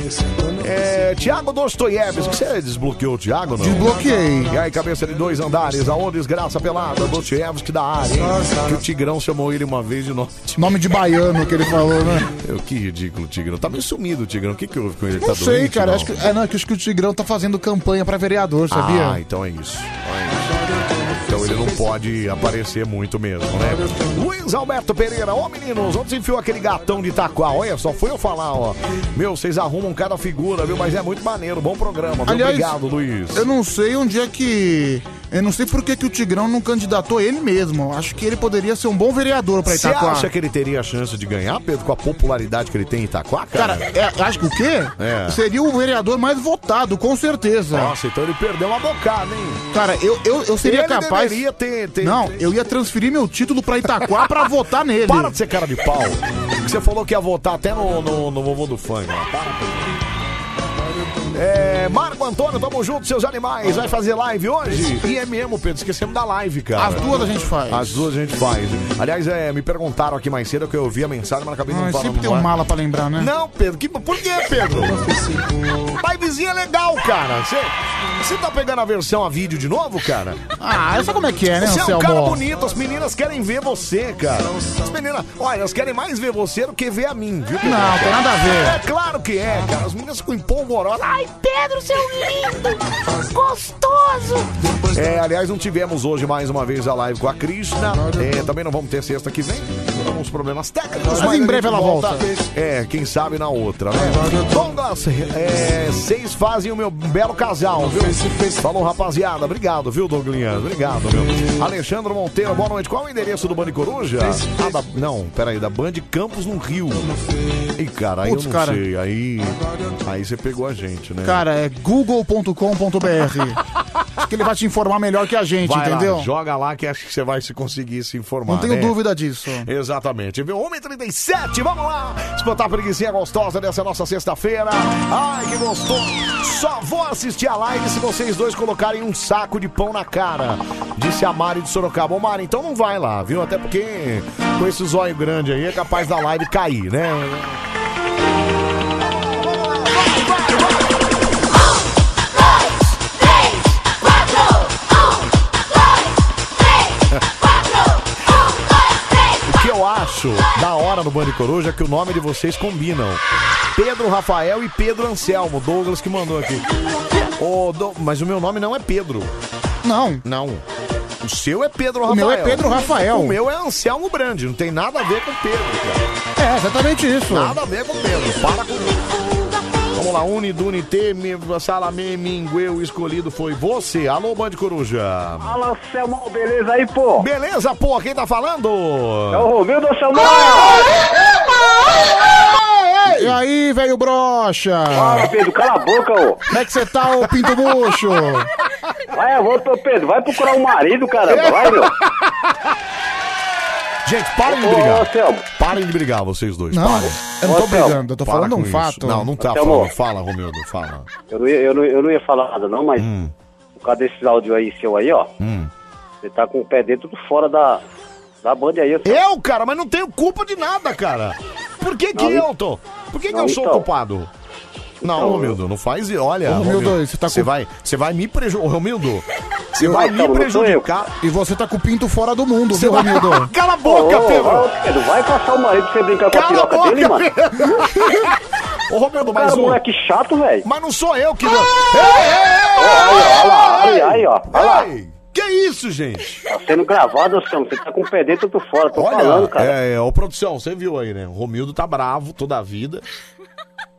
Speaker 1: É, Tiago Dostoiévski, você desbloqueou o Tiago, não?
Speaker 3: Desbloqueei.
Speaker 1: E aí, cabeça de dois andares, aonde desgraça pelada, Dostoiévski da área, hein? Que o Tigrão chamou ele uma vez de nome.
Speaker 3: Nome de baiano que ele falou, né?
Speaker 1: Eu, que ridículo, Tigrão. Tá meio sumido, Tigrão. O que que houve com ele?
Speaker 3: Não
Speaker 1: tá
Speaker 3: sei,
Speaker 1: doente,
Speaker 3: cara.
Speaker 1: não?
Speaker 3: Acho que, é, não, é que acho que o Tigrão tá fazendo campanha pra vereador,
Speaker 1: Ah,
Speaker 3: sabia?
Speaker 1: então é isso. É isso. Então ele não pode aparecer muito mesmo, né? Luiz Alberto Pereira, ô meninos, onde se enfiou aquele gatão de Itaquá? Olha, só foi eu falar, ó. Meu, vocês arrumam cada figura, viu? Mas é muito maneiro, bom programa. Viu?
Speaker 3: Aliás,
Speaker 1: um Obrigado, Luiz.
Speaker 3: Eu não sei onde é que. Eu não sei por que, que o Tigrão não candidatou ele mesmo. Acho que ele poderia ser um bom vereador pra
Speaker 1: Você
Speaker 3: Itaquá.
Speaker 1: acha que ele teria a chance de ganhar, Pedro, com a popularidade que ele tem em Itaquá, cara?
Speaker 3: Cara, é, acho que o quê?
Speaker 1: É.
Speaker 3: Seria o vereador mais votado, com certeza.
Speaker 1: Nossa, então ele perdeu uma bocada, hein?
Speaker 3: Cara, eu, eu, eu seria
Speaker 1: Ele
Speaker 3: capaz.
Speaker 1: deveria ter- ter-
Speaker 3: Não, eu ia transferir meu título pra Itaquá pra votar nele.
Speaker 1: Para de ser cara de pau. Que Você falou que ia votar até no, no, no vovô do funk. né? ó. Para. É, Marco Antônio, tamo junto, seus animais. Vai fazer live hoje? E é mesmo, Pedro, esquecemos da live, cara.
Speaker 3: As duas a gente faz.
Speaker 1: As duas a gente faz. Aliás, é, me perguntaram aqui mais cedo que eu ouvi a mensagem, mas acabei não
Speaker 3: Mas
Speaker 1: falando.
Speaker 3: sempre tem
Speaker 1: no
Speaker 3: um
Speaker 1: ar.
Speaker 3: mala pra lembrar, né?
Speaker 1: Não, Pedro, que, por que, É, Pedro? Livezinha é legal, cara. Você tá pegando a versão a vídeo de novo, cara?
Speaker 3: Ah, sabe como é que é, né,
Speaker 1: Você é um
Speaker 3: Anselmo?
Speaker 1: cara bonito, as meninas querem ver você, cara. As meninas, olha, elas querem mais ver você do que ver a mim, viu? Pedro?
Speaker 3: Não, tem nada a ver.
Speaker 1: É claro que é, cara. As meninas ficam empolvorosas. Ai, Pedro, seu lindo! Gostoso! É, aliás, não tivemos hoje mais uma vez a live com a Krishna. É, também não vamos ter sexta que vem. Alguns problemas técnicos,
Speaker 3: Mas em
Speaker 1: a
Speaker 3: breve
Speaker 1: gente
Speaker 3: ela volta.
Speaker 1: É, quem sabe na outra, né? Douglas, é, vocês fazem o meu belo casal, viu? Falou, rapaziada. Obrigado, viu, Douglinhas? Obrigado, meu. Alexandre Monteiro, boa noite. Qual é o endereço do Bande Coruja? Ah, da, não, peraí, da Band Campos no Rio. Ih, cara, aí
Speaker 3: Putz,
Speaker 1: eu não
Speaker 3: cara.
Speaker 1: sei. Aí, aí você pegou a gente, né?
Speaker 3: Cara, é google.com.br. que ele vai te informar melhor que a gente,
Speaker 1: Vai lá,
Speaker 3: entendeu?
Speaker 1: joga lá que acho que você vai se conseguir se informar.
Speaker 3: Não tenho
Speaker 1: né?
Speaker 3: dúvida disso.
Speaker 1: Exatamente, viu? 1h37, vamos lá! Espantar a preguiçinha gostosa dessa nossa sexta-feira. Ai, que gostoso! Só vou assistir a live se vocês dois colocarem um saco de pão na cara. Disse a Mari de Sorocaba. Ô Mari, então não vai lá, viu? Até porque com esse zóio grande aí é capaz da live cair, né? O que eu acho da hora no Bande Coruja é que o nome de vocês combinam. Pedro Rafael e Pedro Anselmo, Douglas que mandou aqui. Ô, Dou- Mas o meu nome não é Pedro.
Speaker 3: Não.
Speaker 1: Não. O seu é Pedro Rafael.
Speaker 3: O meu é Pedro Rafael.
Speaker 1: O meu é Anselmo Brandi, não tem nada a ver com Pedro, cara.
Speaker 3: É, exatamente isso.
Speaker 1: Nada a ver com Pedro, para com Vamos lá, Uni, Duni, Teme, Salamê, Mingueu, o escolhido foi você. Alô, Bande Coruja.
Speaker 11: Fala, Selmão, beleza aí, pô?
Speaker 1: Beleza, pô, quem tá falando?
Speaker 11: É o Romildo Selmão!
Speaker 3: E aí, velho broxa?
Speaker 11: Fala, Pedro, cala a boca, ô!
Speaker 3: Como é que você tá, ô pinto bucho?
Speaker 11: [laughs] Vai, eu vou, ô, Pedro, vai procurar um
Speaker 1: [laughs]
Speaker 11: marido, caramba,
Speaker 1: É.
Speaker 11: vai, meu!
Speaker 1: Gente, parem de
Speaker 11: Ô,
Speaker 1: brigar.
Speaker 11: ô, Selmo.
Speaker 1: Parem de brigar, vocês dois.
Speaker 11: Não,
Speaker 1: parem.
Speaker 11: eu não tô
Speaker 1: Ô, Selmo,
Speaker 11: brigando, eu tô
Speaker 1: para
Speaker 11: falando
Speaker 1: com
Speaker 11: um
Speaker 1: isso.
Speaker 11: fato.
Speaker 1: Não, não tá
Speaker 11: Selmo.
Speaker 1: falando. Fala, Romildo, fala.
Speaker 11: Eu não, ia, eu, não, eu não ia falar nada, não, mas por causa desses áudios aí seu aí, ó,
Speaker 1: Hum.
Speaker 11: você tá com o pé dentro tudo fora da, da banda é aí, ô, Selmo.
Speaker 1: Eu, cara, mas não tenho culpa de nada, cara. Por que que
Speaker 11: Não, então-
Speaker 1: eu tô? Por que que
Speaker 11: não,
Speaker 1: eu sou
Speaker 11: então.
Speaker 1: culpado? Não,
Speaker 11: Então,
Speaker 1: Romildo, não faz isso. Olha,
Speaker 3: Ô, Romildo, você tá com-
Speaker 1: vai, você vai me prejudicar, Romildo. Você vai me prejudicar.
Speaker 3: E você tá com o pinto fora do mundo, viu,
Speaker 1: vai-
Speaker 3: Romildo?
Speaker 1: [laughs] Cala a boca,
Speaker 11: Ô, ô,
Speaker 1: Pedro.
Speaker 11: ô, Pedro, vai caçar o marido pra você brincar com a
Speaker 1: Cala a
Speaker 11: piroca dele, mano!
Speaker 1: boca, Pedro. [laughs] Ô, Romildo, mais
Speaker 11: Cara,
Speaker 1: um.
Speaker 11: moleque chato, velho!
Speaker 1: Mas não sou eu que...
Speaker 11: Olha lá, olha aí, ó! Olha lá!
Speaker 1: Que É isso, gente?
Speaker 11: Tá sendo gravado, ô, Selmo, você tá com o pé dentro tudo fora, tô falando, cara!
Speaker 1: É, é, ô produção, você viu aí, né? O Romildo tá bravo toda a vida.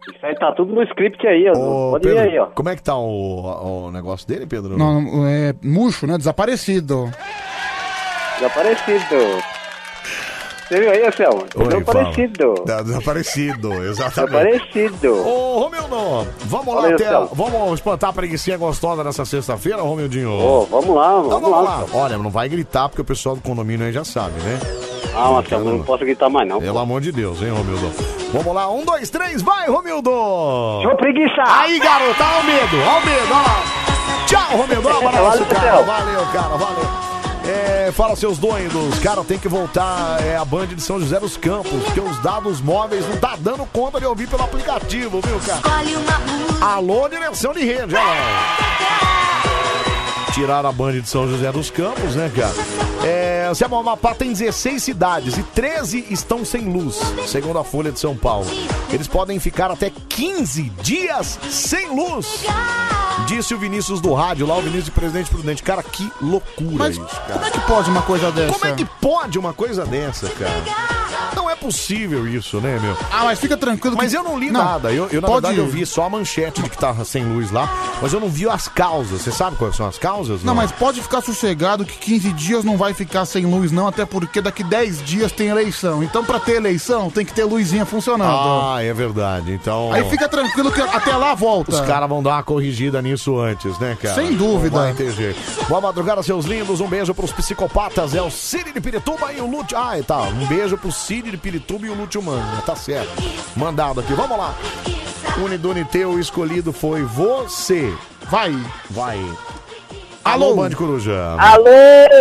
Speaker 11: Isso aí tá tudo no script aí, ó. Pode
Speaker 1: Pedro,
Speaker 11: ir aí, ó.
Speaker 1: Como é que tá o, o negócio dele, Pedro?
Speaker 3: Não, não, é murcho, né? Desaparecido.
Speaker 11: Desaparecido. Você viu aí, assim, Anselmo?
Speaker 1: Oi,
Speaker 11: Desaparecido.
Speaker 1: fala. Tá Desaparecido, exatamente.
Speaker 11: Desaparecido.
Speaker 1: Ô, Romildo, vamos lá,
Speaker 11: Olha aí,
Speaker 1: até,
Speaker 11: Anselmo.
Speaker 1: vamos espantar a preguiçinha gostosa nessa sexta-feira, Romildinho?
Speaker 11: Ô, vamos lá,
Speaker 1: Então,
Speaker 11: vamos lá, Anselmo.
Speaker 1: Olha, não vai gritar porque o pessoal do condomínio aí já sabe, né?
Speaker 11: Ah, Anselmo, eu não posso gritar mais, não.
Speaker 1: Pelo amor de Deus, hein, Romildo? Vamos lá, um, dois, três, vai, Romildo!
Speaker 11: Seu preguiça!
Speaker 1: Aí, garoto, olha o medo, olha o medo, olha lá. Tchau, Romildo, um abraço,
Speaker 11: Valeu,
Speaker 1: cara,
Speaker 11: Anselmo.
Speaker 1: valeu, cara, valeu. É, fala seus doidos, cara, tem que voltar é, a Band de São José dos Campos, porque os dados móveis não tá dando conta de ouvir pelo aplicativo, viu, cara? Alô, direção de rede, olha lá. Tiraram a Band de São José dos Campos, né, cara? É, o Sérgio Amapá tem 16 cidades e 13 estão sem luz, segundo a Folha de São Paulo. Eles podem ficar até 15 dias sem luz. Disse o Vinícius do rádio lá, o Vinícius de Presidente Prudente. Cara, que loucura isso, cara. Como é que pode uma coisa dessa? Como é que pode uma coisa dessa, cara? Não é possível isso, né, meu?
Speaker 3: Ah, mas fica tranquilo.
Speaker 1: Mas eu não li nada. Eu, eu, na verdade, eu vi só a manchete de que tava sem luz lá, mas eu não vi as causas. Você sabe quais são as causas?
Speaker 3: Não, mas pode ficar sossegado que 15 dias não vai ficar sem luz, não, até porque daqui 10 dias tem eleição. Então, pra ter eleição, tem que ter luzinha funcionando.
Speaker 1: Ah, é verdade. Então.
Speaker 3: Aí fica tranquilo que até lá volta.
Speaker 1: Os caras vão dar uma corrigida nisso antes, né, cara?
Speaker 3: Sem dúvida.
Speaker 1: Não vai ter jeito. Boa madrugada, seus lindos. Um beijo pros psicopatas. É o Cid de Pirituba e o Lúcio. Ah, tá. Um beijo pro Cid de Pirituba e o Lúcio Mano. Tá certo. Mandado aqui. Vamos lá. Unidone teu escolhido foi você.
Speaker 3: Vai.
Speaker 1: Vai. Alô, Alô Bande Coruja.
Speaker 11: Alô,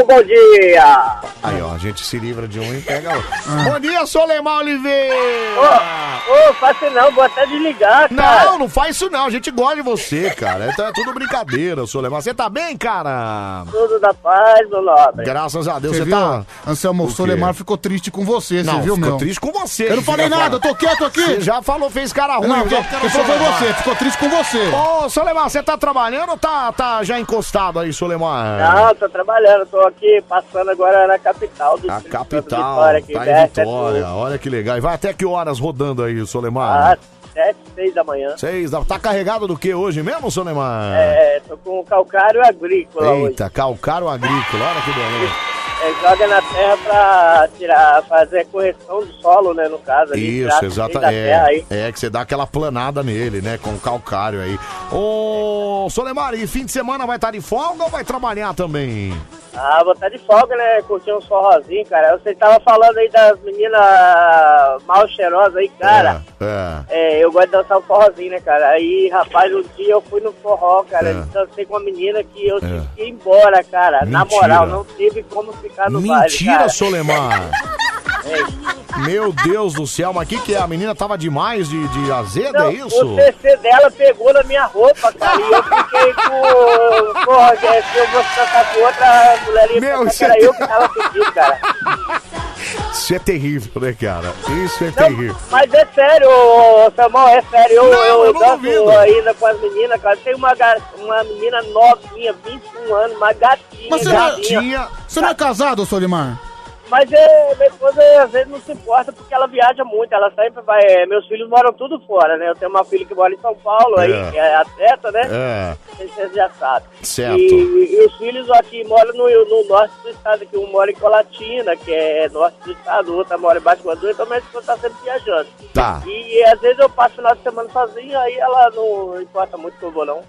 Speaker 11: bom dia!
Speaker 1: Aí, ó, a gente se livra de [laughs] um e pega outro. Bom dia, Soleimar Oliveira!
Speaker 11: Ô, ô, faça não, vou até desligar, cara.
Speaker 1: Não, não faz isso não, a gente gosta de você, cara. Então é tudo brincadeira, Soleimar. Você tá bem, cara?
Speaker 11: Tudo da paz, meu nobre.
Speaker 1: Graças a Deus,
Speaker 3: Você
Speaker 1: você,
Speaker 3: viu?
Speaker 1: tá.
Speaker 3: Anselmo
Speaker 1: O quê?
Speaker 3: Solemar ficou triste com você,
Speaker 1: Não,
Speaker 3: você viu,
Speaker 1: ficou
Speaker 3: meu?
Speaker 1: triste com você.
Speaker 3: Eu não falei
Speaker 1: Fica
Speaker 3: nada, eu
Speaker 1: falando.
Speaker 3: tô quieto aqui.
Speaker 1: Você já falou, fez cara ruim.
Speaker 3: Não, quem-
Speaker 1: já fica no
Speaker 3: quem falou foi
Speaker 1: Soleimar.
Speaker 3: você, ficou triste com você.
Speaker 1: Ô, Soleimar, você tá trabalhando ou tá, tá já encostado aí, Soleimar?
Speaker 11: Não, tô trabalhando, tô aqui passando agora na capital do
Speaker 1: A
Speaker 11: Espírito Santo,
Speaker 1: capital,
Speaker 11: Vitória, aqui,
Speaker 1: tá em
Speaker 11: né?
Speaker 1: Vitória. Olha que legal. E vai até que horas rodando aí, Soleimar?
Speaker 11: Às sete, seis da manhã.
Speaker 1: Seis da... Tá carregado do que hoje mesmo, Soleimar?
Speaker 12: um
Speaker 11: É, tô com o calcário agrícola É, hoje.
Speaker 1: Eita, calcário agrícola, olha que beleza.
Speaker 12: É, joga na terra pra tirar, fazer correção do solo, né? No
Speaker 11: tá
Speaker 12: caso, ali, tirar
Speaker 1: Isso,
Speaker 12: do
Speaker 1: exata.
Speaker 12: meio da terra
Speaker 1: É,
Speaker 12: aí.
Speaker 1: é, que você dá aquela planada nele, né? Com o calcário aí. Ô, Solemari, fim de semana vai estar de folga ou vai trabalhar também?
Speaker 12: Ah, vou estar de folga, né? Curtir um forrozinho, cara. Você tava falando aí das meninas mal cheirosas aí, cara.
Speaker 1: É.
Speaker 12: É, eu gosto de dançar um forrozinho, né, cara? Aí, rapaz, um dia eu fui no forró, cara.
Speaker 1: É.
Speaker 12: Eu dancei com uma menina que eu
Speaker 1: É.
Speaker 12: tive que ir embora, cara. Na
Speaker 1: Mentira.
Speaker 12: moral, não tive como ficar Tá no baile,
Speaker 1: Mentira,
Speaker 12: cara.
Speaker 1: Solemar!
Speaker 12: [laughs] É.
Speaker 1: Meu Deus do céu, mas o que, que é? A menina tava demais de, de azeda,
Speaker 12: Não,
Speaker 1: é isso?
Speaker 12: O CC dela pegou na minha roupa, cara. E
Speaker 1: [laughs]
Speaker 12: eu fiquei com. Porra, Jess, eu vou cantar com outra mulher ali.
Speaker 1: Meu, é
Speaker 12: Meu,
Speaker 1: você-
Speaker 12: era eu que tava pedindo, cara.
Speaker 1: Isso é terrível, né, cara? Isso é terrível.
Speaker 12: Mas é sério, ô, ô, Samuel, é sério. Eu,
Speaker 1: Não,
Speaker 12: eu,
Speaker 1: eu
Speaker 12: eu
Speaker 1: não
Speaker 12: danço
Speaker 1: duvido.
Speaker 12: ainda com as meninas, cara. Tem uma, gar... uma menina novinha, 21 anos, uma gatinha.
Speaker 3: Mas você não, é-
Speaker 12: gatinha.
Speaker 3: você não é
Speaker 1: Tá-
Speaker 3: casado, Solimar?
Speaker 12: Mas é, minha esposa às vezes não se importa porque ela viaja muito, ela sempre vai. é, meus filhos moram tudo fora, né? Eu tenho uma filha que mora em São Paulo,
Speaker 1: É.
Speaker 12: aí, que é atleta, né?
Speaker 1: É.
Speaker 12: Não sei se Vocês já sabem.
Speaker 1: Certo.
Speaker 12: E, e- e os filhos aqui moram no, no norte do estado, que um mora em Colatina, que é norte do estado, outra mora em Baixo Guandu, então minha esposa tá sempre viajando.
Speaker 1: Tá.
Speaker 12: E às vezes eu passo o final de semana sozinho, aí ela não importa muito que eu vou, não.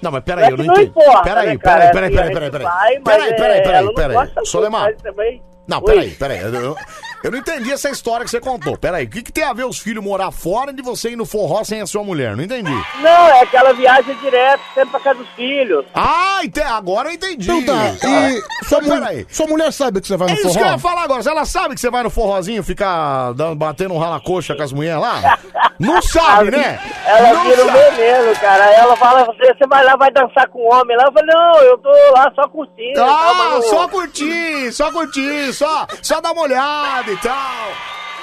Speaker 1: Não, mas peraí,
Speaker 12: Mas
Speaker 1: eu não
Speaker 12: não
Speaker 1: entendi.
Speaker 12: importa,
Speaker 1: Peraí,
Speaker 12: né, cara?
Speaker 1: peraí, peraí,
Speaker 12: Assim,
Speaker 1: peraí,
Speaker 12: a
Speaker 1: peraí,
Speaker 12: gente
Speaker 1: peraí.
Speaker 12: vai, mas
Speaker 1: Peraí, peraí,
Speaker 12: é, ela
Speaker 1: peraí,
Speaker 12: não
Speaker 1: peraí.
Speaker 12: gosta muito,
Speaker 1: Solemar.
Speaker 12: mas também-
Speaker 1: Não,
Speaker 12: Oi.
Speaker 1: peraí, peraí. Eu, eu- eu não entendi essa história que você contou. Peraí, o que, que tem a ver os filhos morar fora de você ir no forró sem a sua mulher? Não entendi.
Speaker 12: Não, é que ela viaja direto, sempre pra casa dos filhos.
Speaker 1: Ah, ente... agora eu entendi.
Speaker 3: Então tá,
Speaker 1: Cara,
Speaker 3: e um sua, mu- sua mulher sabe que você vai
Speaker 1: É
Speaker 3: no
Speaker 1: isso que eu
Speaker 3: forró?
Speaker 1: ia falar agora. Se Ela sabe que você vai no forrozinho ficar dando, batendo um rala-coxa com as mulheres lá?
Speaker 12: [laughs]
Speaker 1: Não sabe, né?
Speaker 12: Ela
Speaker 1: não
Speaker 12: vira um
Speaker 1: sabe.
Speaker 12: veneno, cara. Ela fala, você você vai lá, vai dançar com o homem lá. Eu falo, não, eu tô lá só curtindo.
Speaker 1: Ah,
Speaker 12: tá, mano?"
Speaker 1: só curtir, só curtir, só, só dar uma olhada e tal.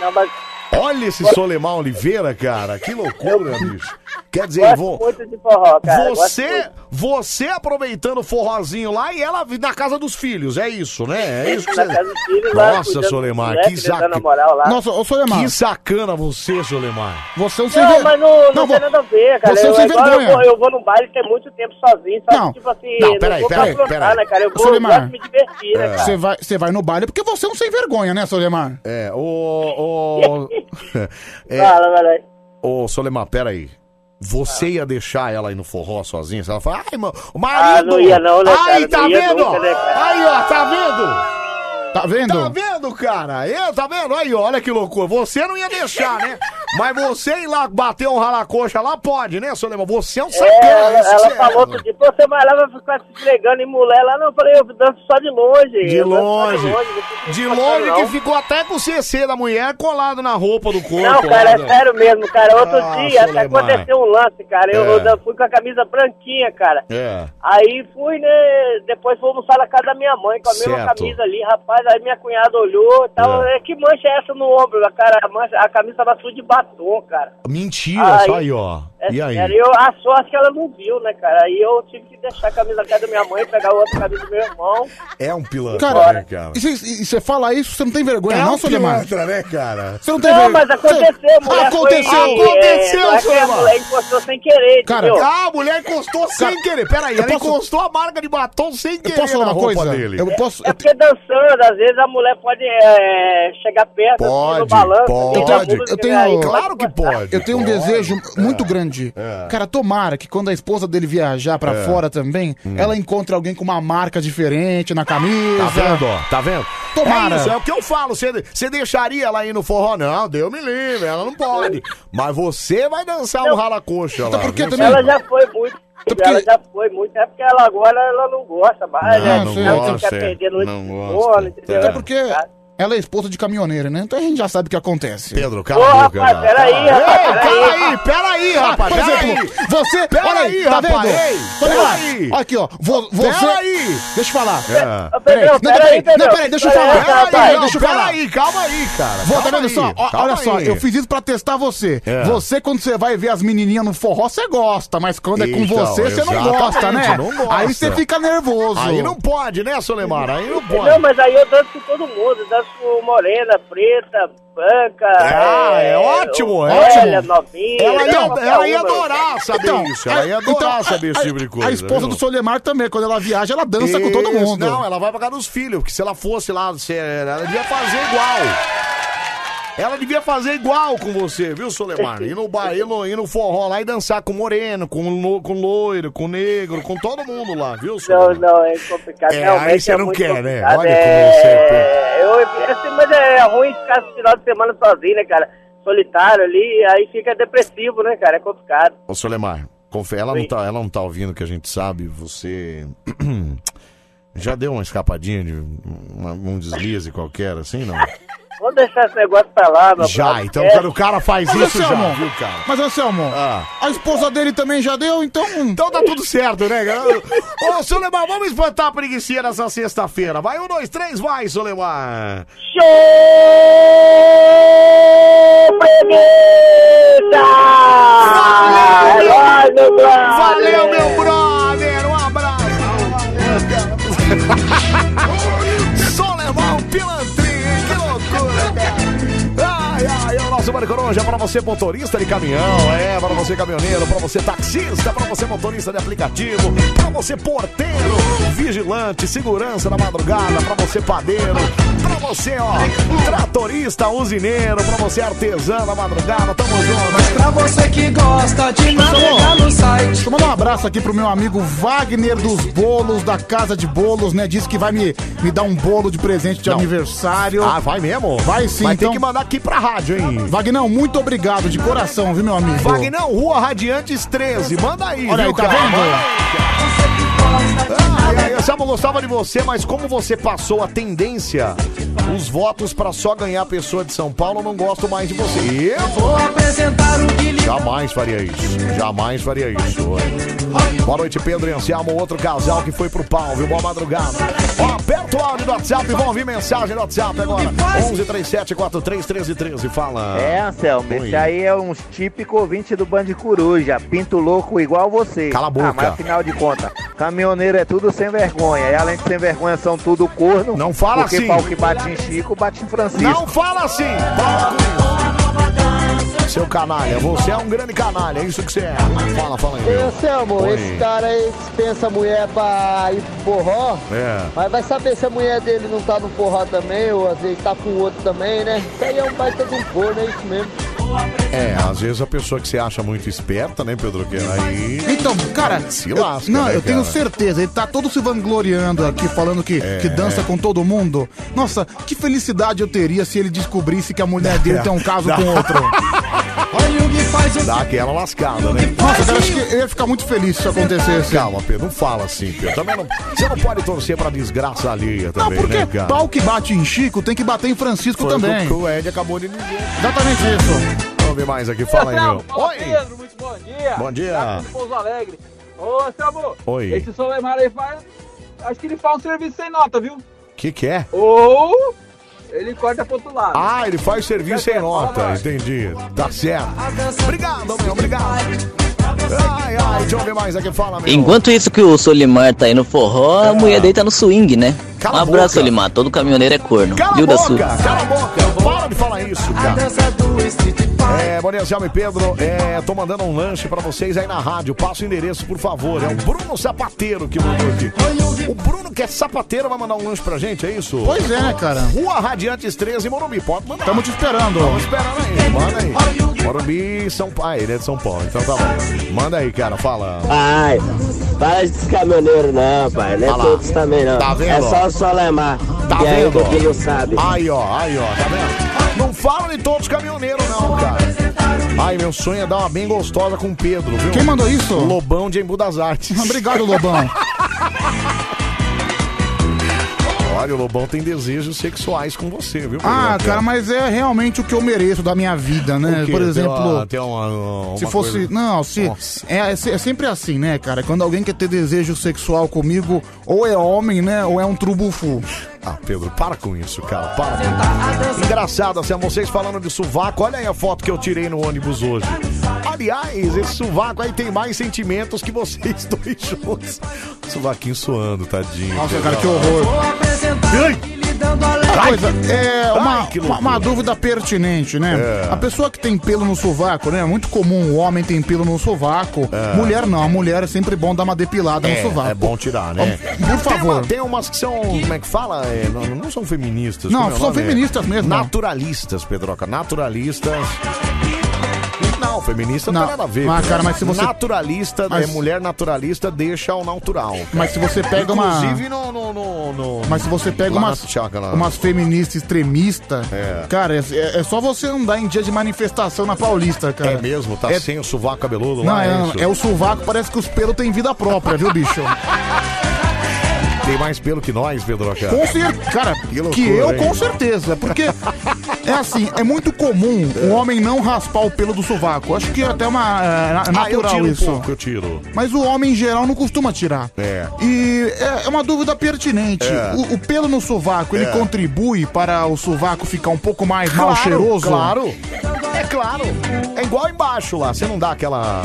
Speaker 12: Não, mas...
Speaker 1: Olha esse Solemar Oliveira, cara, que loucura, bicho. Quer dizer,
Speaker 12: Gosto
Speaker 1: vou,
Speaker 12: muito de forró, cara. gosto
Speaker 1: você,
Speaker 12: muito.
Speaker 1: você aproveitando o forrozinho lá e ela vi- na casa dos filhos, é isso, né? É isso que
Speaker 12: [laughs] Na
Speaker 1: você...
Speaker 12: casa dos filhos lá,
Speaker 1: Nossa,
Speaker 12: cuidando
Speaker 1: Solemar,
Speaker 12: dos
Speaker 1: que
Speaker 12: moleques, dando
Speaker 1: sacana.
Speaker 12: a moral lá. Nossa,
Speaker 3: ô, Solemar.
Speaker 1: Que sacana você, Solemar.
Speaker 3: Você é um sem
Speaker 12: Não,
Speaker 3: ver-
Speaker 12: mas não, não,
Speaker 3: Não,
Speaker 12: tem
Speaker 3: vo-
Speaker 12: nada a ver, cara.
Speaker 3: você é um
Speaker 12: eu,
Speaker 3: sem
Speaker 12: agora eu
Speaker 3: vergonha.
Speaker 12: vou, eu vou num baile que tem muito tempo sozinho, só
Speaker 3: Não.
Speaker 12: que, tipo assim,
Speaker 3: Não,
Speaker 12: não,
Speaker 3: peraí,
Speaker 12: vou pra
Speaker 3: peraí,
Speaker 12: aprontar,
Speaker 3: peraí.
Speaker 12: né, cara? Eu vou, eu
Speaker 3: Solimar.
Speaker 12: gosto de me divertir, né, cara?
Speaker 3: Você vai, você vai no baile porque você é um sem vergonha, né, Solimar?
Speaker 1: É, o. o é,
Speaker 12: Fala, Ah. galera.
Speaker 1: Ô, Solemar, peraí. Você ia deixar ela ir no forró sozinha? Se Ela fala, ai, mano, o
Speaker 12: Ah,
Speaker 1: marido...
Speaker 12: não ia não, né, cara?
Speaker 1: Aí,
Speaker 12: Não
Speaker 1: tá
Speaker 12: ia
Speaker 1: vendo?
Speaker 12: nunca, né, cara?
Speaker 1: Aí, ó, tá vendo?
Speaker 3: Tá vendo?
Speaker 1: Tá vendo, cara? Eu, tá vendo? Aí, olha que loucura. Você não ia deixar, né? Mas você ir lá bater um ralacoxa lá, pode, né, Solemar? Você é um sacana.
Speaker 12: É, ela,
Speaker 1: isso que
Speaker 12: ela
Speaker 1: você é,
Speaker 12: falou
Speaker 1: mano.
Speaker 12: que tipo, você vai lá, vai ficar se entregando em mulher lá. Não, eu falei, eu danço só de longe.
Speaker 1: De
Speaker 12: eu danço só
Speaker 1: longe. De
Speaker 12: não
Speaker 1: longe
Speaker 12: não.
Speaker 1: que ficou até com o CC da mulher colado na roupa do corpo.
Speaker 12: Não, cara,
Speaker 1: lá,
Speaker 12: é
Speaker 1: né?
Speaker 12: sério mesmo, cara. Outro
Speaker 1: Ah,
Speaker 12: dia até
Speaker 1: Solimar.
Speaker 12: aconteceu um lance, cara. Eu,
Speaker 1: É.
Speaker 12: eu fui com a camisa branquinha, cara.
Speaker 1: É.
Speaker 12: Aí fui, né? Depois fui almoçar na casa da minha mãe com a mesma
Speaker 1: Certo.
Speaker 12: camisa ali, rapaz. Aí minha cunhada olhou e tal.
Speaker 1: É.
Speaker 12: "É, Que mancha é essa no ombro? A, cara, a, mancha, a camisa tava suja de batom, cara.
Speaker 1: Mentira,
Speaker 12: Aí-
Speaker 1: só aí, ó.
Speaker 12: É
Speaker 1: e aí?
Speaker 12: sério, eu, a sorte que ela não viu, né, cara? Aí eu tive que deixar a camisa da casa da minha mãe, pegar outra camisa do meu irmão.
Speaker 1: É um pilantra, né,
Speaker 3: Cara,
Speaker 1: cara?
Speaker 3: e você- e você fala isso, você não tem vergonha,
Speaker 1: É
Speaker 3: não,
Speaker 1: um
Speaker 3: Solimar?
Speaker 1: pilantra, né, cara?
Speaker 3: Você não tem
Speaker 12: Não,
Speaker 3: vergonha.
Speaker 12: mas aconteceu,
Speaker 3: Você-
Speaker 12: mulher.
Speaker 3: Aconteceu,
Speaker 12: foi,
Speaker 3: aconteceu,
Speaker 12: é, não é que a
Speaker 3: Solimar.
Speaker 12: mulher encostou sem querer,
Speaker 3: Cara,
Speaker 12: entendeu?
Speaker 1: Ah, a mulher encostou sem querer. Peraí,
Speaker 3: eu
Speaker 1: ela
Speaker 3: posso-
Speaker 1: encostou a marca de batom sem querer.
Speaker 3: Eu posso falar
Speaker 1: na
Speaker 3: uma
Speaker 1: roupa
Speaker 3: coisa?
Speaker 1: Dele.
Speaker 3: Eu posso.
Speaker 12: É porque dançando, às vezes a mulher pode é, chegar perto assim, no
Speaker 1: Pode,
Speaker 12: balanço.
Speaker 1: pode.
Speaker 12: assim, da música,
Speaker 3: Eu
Speaker 12: né? Aí
Speaker 3: tenho,
Speaker 12: começa-
Speaker 1: que pode.
Speaker 3: Eu tenho um
Speaker 1: Pode. é.
Speaker 3: desejo muito grande. Cara, tomara que quando a esposa dele viajar pra
Speaker 1: É.
Speaker 3: fora também, ela encontre alguém com uma marca diferente na camisa.
Speaker 1: Tá vendo, ó? Tá vendo?
Speaker 3: Tomara.
Speaker 1: É isso, é o que eu falo. Você você deixaria ela ir no forró? Não, Deus me livre, ela não pode. Mas você vai dançar um rala-coxa lá. viu?
Speaker 12: Ela já foi muito. Ela já foi muito. É porque ela agora ela não gosta mais,
Speaker 1: Não,
Speaker 12: né?
Speaker 1: não
Speaker 12: Ela
Speaker 1: gosta,
Speaker 12: quer
Speaker 1: é.
Speaker 12: perder no
Speaker 1: Não
Speaker 12: último
Speaker 1: gosta. É
Speaker 12: ano, entendeu?
Speaker 3: Até porque ela é esposa de caminhoneira, né? Então a gente já sabe o que acontece.
Speaker 1: Pedro,
Speaker 12: Ô, rapaz, peraí, rapaz,
Speaker 1: Ei,
Speaker 12: peraí.
Speaker 1: peraí, peraí,
Speaker 3: Ah,
Speaker 1: rapaz.
Speaker 3: por
Speaker 1: peraí.
Speaker 3: exemplo, você.
Speaker 1: Pera
Speaker 3: olha
Speaker 1: aí,
Speaker 3: aí, tá
Speaker 1: rapaz,
Speaker 3: vendo?
Speaker 1: ei,
Speaker 3: Olha
Speaker 1: pera
Speaker 3: lá.
Speaker 1: aí.
Speaker 3: Aqui, ó. vo-
Speaker 1: Pera
Speaker 3: você.
Speaker 1: aí.
Speaker 3: Deixa eu falar.
Speaker 1: É. Ô,
Speaker 3: Peraí,
Speaker 1: Pedrão,
Speaker 3: não,
Speaker 1: pera
Speaker 3: peraí,
Speaker 1: aí, Pedrão.
Speaker 3: não, peraí, deixa eu
Speaker 1: Pera
Speaker 3: falar.
Speaker 1: aí, rapaz,
Speaker 3: Peraí,
Speaker 1: não,
Speaker 3: deixa eu
Speaker 1: pera
Speaker 3: falar.
Speaker 1: aí, calma aí, cara,
Speaker 3: Vou, tá
Speaker 1: calma
Speaker 3: vendo
Speaker 1: aí,
Speaker 3: só? Ó,
Speaker 1: calma
Speaker 3: olha só,
Speaker 1: aí.
Speaker 3: eu fiz isso pra testar você.
Speaker 1: É.
Speaker 3: Você, quando você vai ver as menininhas no forró, você gosta, mas quando é com
Speaker 1: Então,
Speaker 3: você, você não
Speaker 1: exatamente,
Speaker 3: gosta, né?
Speaker 1: não gosta.
Speaker 3: Aí você fica nervoso.
Speaker 1: Aí não pode, né, Solemar? Aí não pode.
Speaker 12: Não, mas aí eu danço com todo mundo, danço tipo morena, preta, branca.
Speaker 1: Ah, é ótimo, é
Speaker 12: velha,
Speaker 1: ótimo.
Speaker 12: novinha.
Speaker 1: Ela ia-
Speaker 12: qualquer
Speaker 1: ela ia
Speaker 3: [laughs]
Speaker 12: uma.
Speaker 1: adorar saber isso, ela ia adorar saber esse tipo de coisa,
Speaker 3: A esposa
Speaker 1: viu?
Speaker 3: do Solimar também, quando ela viaja, ela dança com todo
Speaker 1: Isso,
Speaker 3: mundo.
Speaker 1: Não, ela vai pagar dos filhos, porque se ela fosse lá, se- ela devia fazer igual. Ela devia fazer igual com você, viu, Solemar? Ir no baile, ir no forró lá e dançar com moreno, com, lo- com loiro, com negro, com todo mundo lá, viu, Solemar?
Speaker 12: Não, não, é complicado.
Speaker 1: É,
Speaker 12: realmente
Speaker 1: aí você
Speaker 12: é
Speaker 1: não
Speaker 12: muito
Speaker 1: quer, né?
Speaker 12: complicado.
Speaker 1: Olha como você é.
Speaker 12: é, eu, assim, mas é ruim ficar esse final de semana sozinho, né, cara? Solitário ali, aí fica depressivo, né, cara? É complicado.
Speaker 1: Ô, Solemar, confe- ela, não tá, ela não tá ouvindo o que a gente sabe, você. [clears throat] Já deu uma escapadinha de uma- um deslize qualquer, assim, não?
Speaker 12: Vamos deixar esse negócio pra lá, meu
Speaker 1: Já,
Speaker 12: brother.
Speaker 1: então
Speaker 12: É.
Speaker 1: quando o cara faz
Speaker 3: Mas,
Speaker 1: isso, já, Ah.
Speaker 3: Anselmo,
Speaker 1: viu, cara?
Speaker 3: Mas, Anselmo, a esposa dele também já deu, então...
Speaker 1: Então tá tudo certo, né, Ô, Solemar, vamos espantar a preguiça nessa sexta-feira. Vai, um, dois, três, vai, Solemar.
Speaker 13: Valeu,
Speaker 1: Valeu, meu brother! Um abraço! Solemar
Speaker 3: um
Speaker 1: Pilantrinho, hein? que loucura, cara! Ai, ai, é o nosso Marco Coruja pra você, motorista de caminhão, é, pra você caminhoneiro, pra você taxista, pra você motorista de aplicativo, pra você porteiro, vigilante, segurança na madrugada, pra você padeiro, pra você, ó, tratorista, usineiro, pra você artesã na madrugada, tamo junto! Mas
Speaker 3: pra você que gosta de
Speaker 13: navegar no
Speaker 3: site. Tomando um abraço aqui pro meu amigo Wagner dos Bolos, da Casa de Bolos, né? Disse que vai me, me dar um bolo de presente de aniversário.
Speaker 1: Ah, vai mesmo?
Speaker 3: Vai sim,
Speaker 1: Mas
Speaker 3: então.
Speaker 1: tem que mandar aqui pra rádio, hein?
Speaker 3: Wagnão, muito obrigado, de coração, viu, meu amigo?
Speaker 1: Wagnão, Rua Radiantes 13, manda aí.
Speaker 3: Olha aí,
Speaker 1: viu,
Speaker 3: tá
Speaker 1: cara?
Speaker 3: vendo?
Speaker 1: Ai, ai, Anselmo, eu gostava de você, mas como você passou a tendência, os votos pra só ganhar pessoa de São Paulo, eu não gosto mais de você. Eu vou apresentar o Guilherme. Jamais faria isso. Jamais faria isso. Boa noite, Pedro e Anselmo, outro casal que foi pro pau, viu? Boa madrugada. Ó, aperta o áudio do WhatsApp e vão ouvir mensagem do WhatsApp agora. 1137-431313, fala.
Speaker 6: É, Anselmo,
Speaker 1: Oi.
Speaker 6: esse aí é uns típico ouvinte do Band Coruja, pinto louco igual você. Cala a
Speaker 1: boca.
Speaker 6: mas afinal de contas, caminhoneiro é tudo sem vergonha, e além de sem vergonha são tudo corno. Não
Speaker 1: fala
Speaker 6: porque
Speaker 1: assim.
Speaker 6: Porque pau que bate em Chico, bate em Francisco.
Speaker 1: Não fala assim! Seu canalha, você é um grande canalha, é isso que você é. Fala, fala aí. meu. Oi.
Speaker 14: cara aí dispensa a mulher pra ir pro forró,
Speaker 1: É.
Speaker 14: mas vai saber se a mulher dele não tá no forró também, ou às vezes tá com o outro também, né? Isso aí é um baita de um forno, é isso mesmo.
Speaker 1: É, às vezes a pessoa que você acha muito esperta, né, Pedro? Que aí.
Speaker 3: Então, cara,
Speaker 1: Se
Speaker 3: eu-
Speaker 1: lasca.
Speaker 3: não,
Speaker 1: né,
Speaker 3: eu tenho
Speaker 1: cara? É.
Speaker 3: certeza, ele tá todo se vangloriando aqui, falando que, que dança com todo mundo. Nossa, que felicidade eu teria se ele descobrisse que a mulher dele tem um caso
Speaker 1: [laughs]
Speaker 3: com outro.
Speaker 1: Dá aquela lascada, né?
Speaker 3: Nossa, cara, acho que eu ia ficar muito feliz se isso acontecesse.
Speaker 1: Calma, Pedro, não fala assim, Pedro. Também não, você não pode torcer pra desgraça alheia
Speaker 3: Não,
Speaker 1: também,
Speaker 3: porque
Speaker 1: né, cara?
Speaker 3: pau que bate em Chico tem que bater em Francisco
Speaker 1: Foi o
Speaker 3: também.
Speaker 1: que o Ed acabou de dizer.
Speaker 3: Exatamente isso.
Speaker 1: Vamos ver mais aqui, fala aí, meu.
Speaker 15: Ô, Pedro, muito bom dia.
Speaker 1: Bom dia.
Speaker 15: Aqui de Pouso Alegre. Ô, Anselmo.
Speaker 1: Oi.
Speaker 15: Esse
Speaker 9: é
Speaker 15: Solemar aí faz... Acho que ele faz um serviço sem nota, viu?
Speaker 1: Que que é?
Speaker 15: Ou ele corta pro outro lado.
Speaker 1: Ah, ele faz serviço sem nota, entendi. Tá certo. Obrigado, meu, obrigado. Ai, ai, deixa eu ver mais aqui, fala, meu.
Speaker 11: Enquanto isso que o Solimar tá aí no forró, a mulher dele tá no swing, né?
Speaker 1: Cala
Speaker 11: um
Speaker 1: a
Speaker 11: abraço,
Speaker 1: boca.
Speaker 11: Solimar. Todo caminhoneiro é corno.
Speaker 1: Cala
Speaker 11: viu,
Speaker 1: a
Speaker 11: da
Speaker 1: boca,
Speaker 11: sua?
Speaker 1: cala a boca, para de falar isso, cara. É, bom dia, Anselmo e Pedro. É, tô mandando um lanche pra vocês aí na rádio. Passa o endereço, por favor. É o Bruno Sapateiro que mandou aqui. O Bruno que é sapateiro vai mandar um lanche pra gente, é isso?
Speaker 3: Pois é, né, cara?
Speaker 1: Rua Radiantes 13, Morumbi. Pode mandar. Tamo
Speaker 3: te esperando.
Speaker 1: Tamo esperando aí. Manda aí. Morumbi, São Paulo. Ah, ele é de São Paulo, então tá bom. Manda aí, cara, fala.
Speaker 16: Ai, para de ser caminhoneiro não, pai. Não é
Speaker 1: Ah lá.
Speaker 16: todos também não.
Speaker 1: Tá vendo?
Speaker 16: É só o Solemar.
Speaker 1: Tá
Speaker 16: que
Speaker 1: vendo?
Speaker 16: Ainda que não sabe.
Speaker 1: Aí, ó, aí, ó, tá vendo? Não fala de todos os caminhoneiros, não, cara. Ai, meu sonho é dar uma bem gostosa com o Pedro, viu?
Speaker 3: Quem mandou isso?
Speaker 1: Lobão de Embu das Artes.
Speaker 3: [laughs] Obrigado, Lobão.
Speaker 1: Olha, o Lobão tem desejos sexuais com você, viu?
Speaker 3: Ah, cara, mas é realmente o que eu mereço da minha vida, né?
Speaker 1: O quê?
Speaker 3: Por
Speaker 1: Tem
Speaker 3: exemplo,
Speaker 1: uma- tem uma- uma
Speaker 3: se fosse.
Speaker 1: coisa-
Speaker 3: Não, se. É, é se- é sempre assim, né, cara? Quando alguém quer ter desejo sexual comigo, ou é homem, né? Ou é um trubufu.
Speaker 1: Ah, Pedro, para com isso, cara. Para. com isso. Engraçado, assim, vocês falando de sovaco, olha aí a foto que eu tirei no ônibus hoje. Aliás, esse sovaco aí tem mais sentimentos que vocês [laughs] dois juntos. Sovaquinho suando, tadinho.
Speaker 3: Nossa,
Speaker 1: Pedro.
Speaker 3: cara, que horror.
Speaker 1: Ai!
Speaker 3: Coisa, é uma, uma, uma dúvida pertinente, né?
Speaker 1: É.
Speaker 3: A pessoa que tem pelo no sovaco, né? É muito comum o homem tem pelo no sovaco. Mulher não, a mulher é sempre bom dar uma depilada
Speaker 1: É,
Speaker 3: no sovaco.
Speaker 1: é bom tirar, né?
Speaker 3: Por favor.
Speaker 1: Tem, uma- tem umas que são, como é que fala? É, não, não são feministas.
Speaker 3: Não,
Speaker 1: como é o
Speaker 3: são
Speaker 1: nome?
Speaker 3: feministas mesmo.
Speaker 1: Naturalistas, Pedroca, naturalistas. Não, feminista não,
Speaker 3: Não,
Speaker 1: tem nada a ver.
Speaker 3: mas, Ah, cara, mas se você-
Speaker 1: Naturalista,
Speaker 3: Mas-
Speaker 1: é, mulher naturalista deixa o natural.
Speaker 3: Mas se você pega uma-
Speaker 1: Inclusive no... no, no, no-
Speaker 3: Mas se você pega
Speaker 1: lá
Speaker 3: umas,
Speaker 1: na tchaca lá.
Speaker 3: umas feministas extremistas, cara, é, é só você andar em dia de manifestação na Paulista, cara.
Speaker 1: É mesmo, tá sem o sovaco cabeludo
Speaker 3: Não,
Speaker 1: lá.
Speaker 3: é,
Speaker 1: isso?
Speaker 3: é o sovaco, parece que os pelos têm vida própria, viu,
Speaker 1: [laughs]
Speaker 3: bicho?
Speaker 1: Tem mais pelo que nós, Pedroca.
Speaker 3: Com cer- Cara, que,
Speaker 1: loucura,
Speaker 3: eu
Speaker 1: hein?
Speaker 3: com certeza. Porque é assim, é muito comum o homem não raspar o pelo do sovaco. Acho que é até uma é, na-
Speaker 1: Ah, eu
Speaker 3: natural
Speaker 1: tiro
Speaker 3: isso.
Speaker 1: um pouco, eu tiro.
Speaker 3: Mas o homem em geral não costuma tirar.
Speaker 1: É.
Speaker 3: E é é uma dúvida pertinente.
Speaker 1: É.
Speaker 3: O, o pelo no sovaco, ele
Speaker 1: É.
Speaker 3: contribui para o sovaco ficar um pouco mais mal
Speaker 1: Claro,
Speaker 3: cheiroso?
Speaker 1: Claro. É claro. É igual embaixo lá. Você não dá aquela.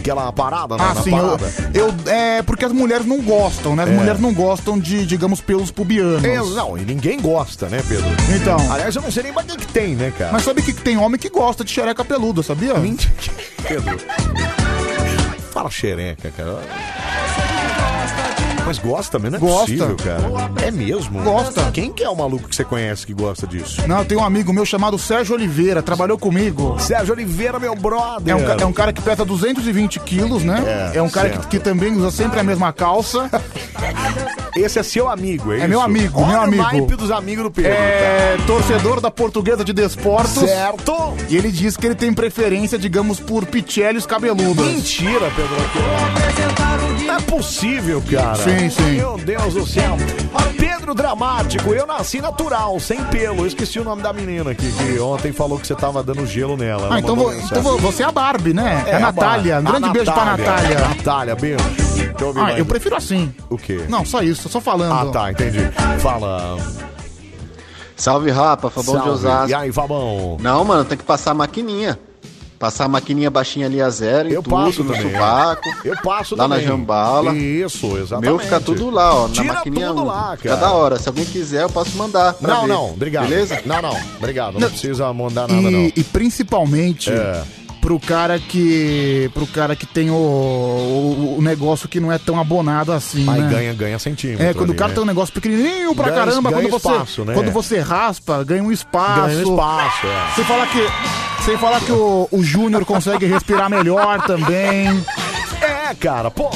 Speaker 1: aquela parada na,
Speaker 3: Ah,
Speaker 1: na
Speaker 3: sim, eu,
Speaker 1: parada.
Speaker 3: eu- é porque as mulheres não gostam, né? As
Speaker 1: É.
Speaker 3: mulheres não gostam de, digamos, pelos pubianos.
Speaker 1: É, não, e ninguém gosta, né, Pedro?
Speaker 3: Então.
Speaker 1: Aliás, eu não sei nem pra que que tem, né, cara?
Speaker 3: Mas sabe que tem homem que gosta de xereca peluda, sabia? Mentira.
Speaker 1: Pedro. Fala xereca, cara. Mas gosta mesmo, não é
Speaker 3: Gosta.
Speaker 1: possível, cara. É mesmo?
Speaker 3: Gosta.
Speaker 1: Quem que é o maluco que você conhece que gosta disso?
Speaker 3: Não, tem um amigo meu chamado Sérgio Oliveira, trabalhou comigo.
Speaker 1: Sérgio Oliveira, meu brother.
Speaker 3: É um, ca- é um cara que pesa 220 quilos, né?
Speaker 1: É,
Speaker 3: É, um cara
Speaker 1: certo.
Speaker 3: que, que também usa sempre a mesma
Speaker 1: [laughs]
Speaker 3: calça.
Speaker 1: Esse é seu amigo, é,
Speaker 3: É,
Speaker 1: isso?
Speaker 3: meu amigo,
Speaker 1: Olha
Speaker 3: meu amigo.
Speaker 1: O naipe dos amigos do Pedro.
Speaker 3: É,
Speaker 1: cara.
Speaker 3: torcedor da portuguesa de desportos.
Speaker 1: Certo.
Speaker 3: E ele diz que ele tem preferência, digamos, por picheles cabeludos.
Speaker 1: Mentira, Pedro. Não é possível, cara.
Speaker 3: Sim, sim.
Speaker 1: Meu Deus do céu. Pedro Dramático, eu nasci natural, sem pelo. Eu esqueci o nome da menina aqui, que ontem falou que você tava dando gelo nela. Ela
Speaker 3: Ah, então,
Speaker 1: mandou
Speaker 3: vo-
Speaker 1: mensagem.
Speaker 3: então vo- você é a Barbie, né? É, a Natália. Um
Speaker 1: a
Speaker 3: grande beijo pra
Speaker 1: Natália.
Speaker 3: Natália.
Speaker 1: Natália, beijo. Deixa eu ouvir
Speaker 3: Ah,
Speaker 1: mais
Speaker 3: eu
Speaker 1: um.
Speaker 3: prefiro assim.
Speaker 1: O quê?
Speaker 3: Não, só isso, só falando.
Speaker 1: Ah, tá, entendi. Fala.
Speaker 17: Salve, rapa, Fabão
Speaker 1: Salve.
Speaker 17: de Osasco.
Speaker 1: E aí, Fabão?
Speaker 17: Não, mano, tem que passar a maquininha. Passar a maquininha baixinha ali a zero
Speaker 1: Eu
Speaker 17: em tudo,
Speaker 1: passo
Speaker 17: no
Speaker 1: também. é.
Speaker 17: sovaco.
Speaker 1: Eu passo
Speaker 17: Lá
Speaker 1: também.
Speaker 17: na jambala.
Speaker 1: Isso, exatamente.
Speaker 17: Meu, fica tudo lá, ó. Na
Speaker 1: Tira
Speaker 17: maquininha
Speaker 1: tudo
Speaker 17: um.
Speaker 1: lá,
Speaker 17: Fica
Speaker 1: cara.
Speaker 17: da hora. Se alguém quiser, eu posso mandar. pra
Speaker 1: Não,
Speaker 17: ver.
Speaker 1: não, obrigado.
Speaker 17: Beleza?
Speaker 1: Não, não, obrigado. Não,
Speaker 17: Não.
Speaker 1: precisa mandar nada, não.
Speaker 3: E, e principalmente pro cara que. pro cara que tem o, o, o negócio que não é tão abonado assim.
Speaker 1: Aí
Speaker 3: né?
Speaker 1: ganha, ganha centímetro.
Speaker 3: É, quando
Speaker 1: ali,
Speaker 3: o cara
Speaker 1: né?
Speaker 3: tem um negócio pequenininho pra
Speaker 1: Ganha-
Speaker 3: caramba,
Speaker 1: ganha
Speaker 3: quando, você,
Speaker 1: espaço, né?
Speaker 3: quando você raspa, ganha um espaço.
Speaker 1: Ganha um espaço, é.
Speaker 3: Sem falar que, sem falar que o, o Júnior consegue respirar melhor também.
Speaker 1: É, cara, pô.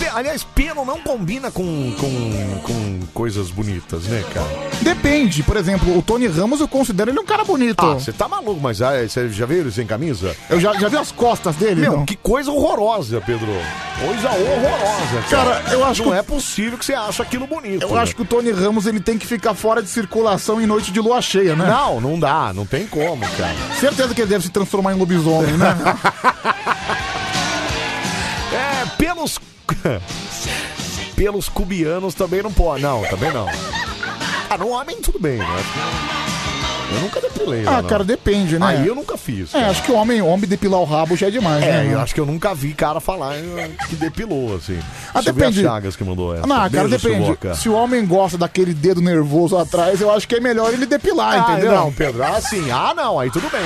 Speaker 1: Pe- Aliás, pelo não combina com, com, com coisas bonitas, né, cara?
Speaker 3: Depende, por exemplo, o Tony Ramos eu considero ele um cara bonito.
Speaker 1: Ah, você tá maluco, mas ah, você já viu ele sem camisa?
Speaker 3: Eu já, já vi as costas dele, então.
Speaker 1: Meu,
Speaker 3: não?
Speaker 1: que coisa horrorosa, Pedro. Coisa horrorosa, cara.
Speaker 3: Cara, eu acho
Speaker 1: Não
Speaker 3: que-
Speaker 1: é possível que você ache aquilo bonito.
Speaker 3: Eu
Speaker 1: né?
Speaker 3: acho que o Tony Ramos ele tem que ficar fora de circulação em noite de lua cheia, né?
Speaker 1: Não, não dá, não tem como, cara.
Speaker 3: Certeza que ele deve se transformar em lobisomem,
Speaker 1: [laughs]
Speaker 3: né?
Speaker 1: É, pelos. [laughs] pelos cubianos também não pode. Não, também não. Ah, no homem tudo bem, né? Eu nunca depilei.
Speaker 3: ah,
Speaker 1: não.
Speaker 3: cara, depende, né?
Speaker 1: Aí eu nunca fiz.
Speaker 3: É, acho que o homem, o homem depilar o rabo já é demais,
Speaker 1: É,
Speaker 3: né?
Speaker 1: eu acho que eu nunca vi cara falar eh, que depilou, assim.
Speaker 3: Ah,
Speaker 1: Deixa eu ver
Speaker 3: depende.
Speaker 1: a Chagas que mandou essa.
Speaker 3: Ah, Não, cara,
Speaker 1: Beijo,
Speaker 3: depende.
Speaker 1: Siboca.
Speaker 3: Se o homem gosta daquele dedo nervoso atrás, eu acho que é melhor ele depilar,
Speaker 1: Ah,
Speaker 3: entendeu?
Speaker 1: não, Pedro. Ah, sim. Ah, não. Aí tudo bem.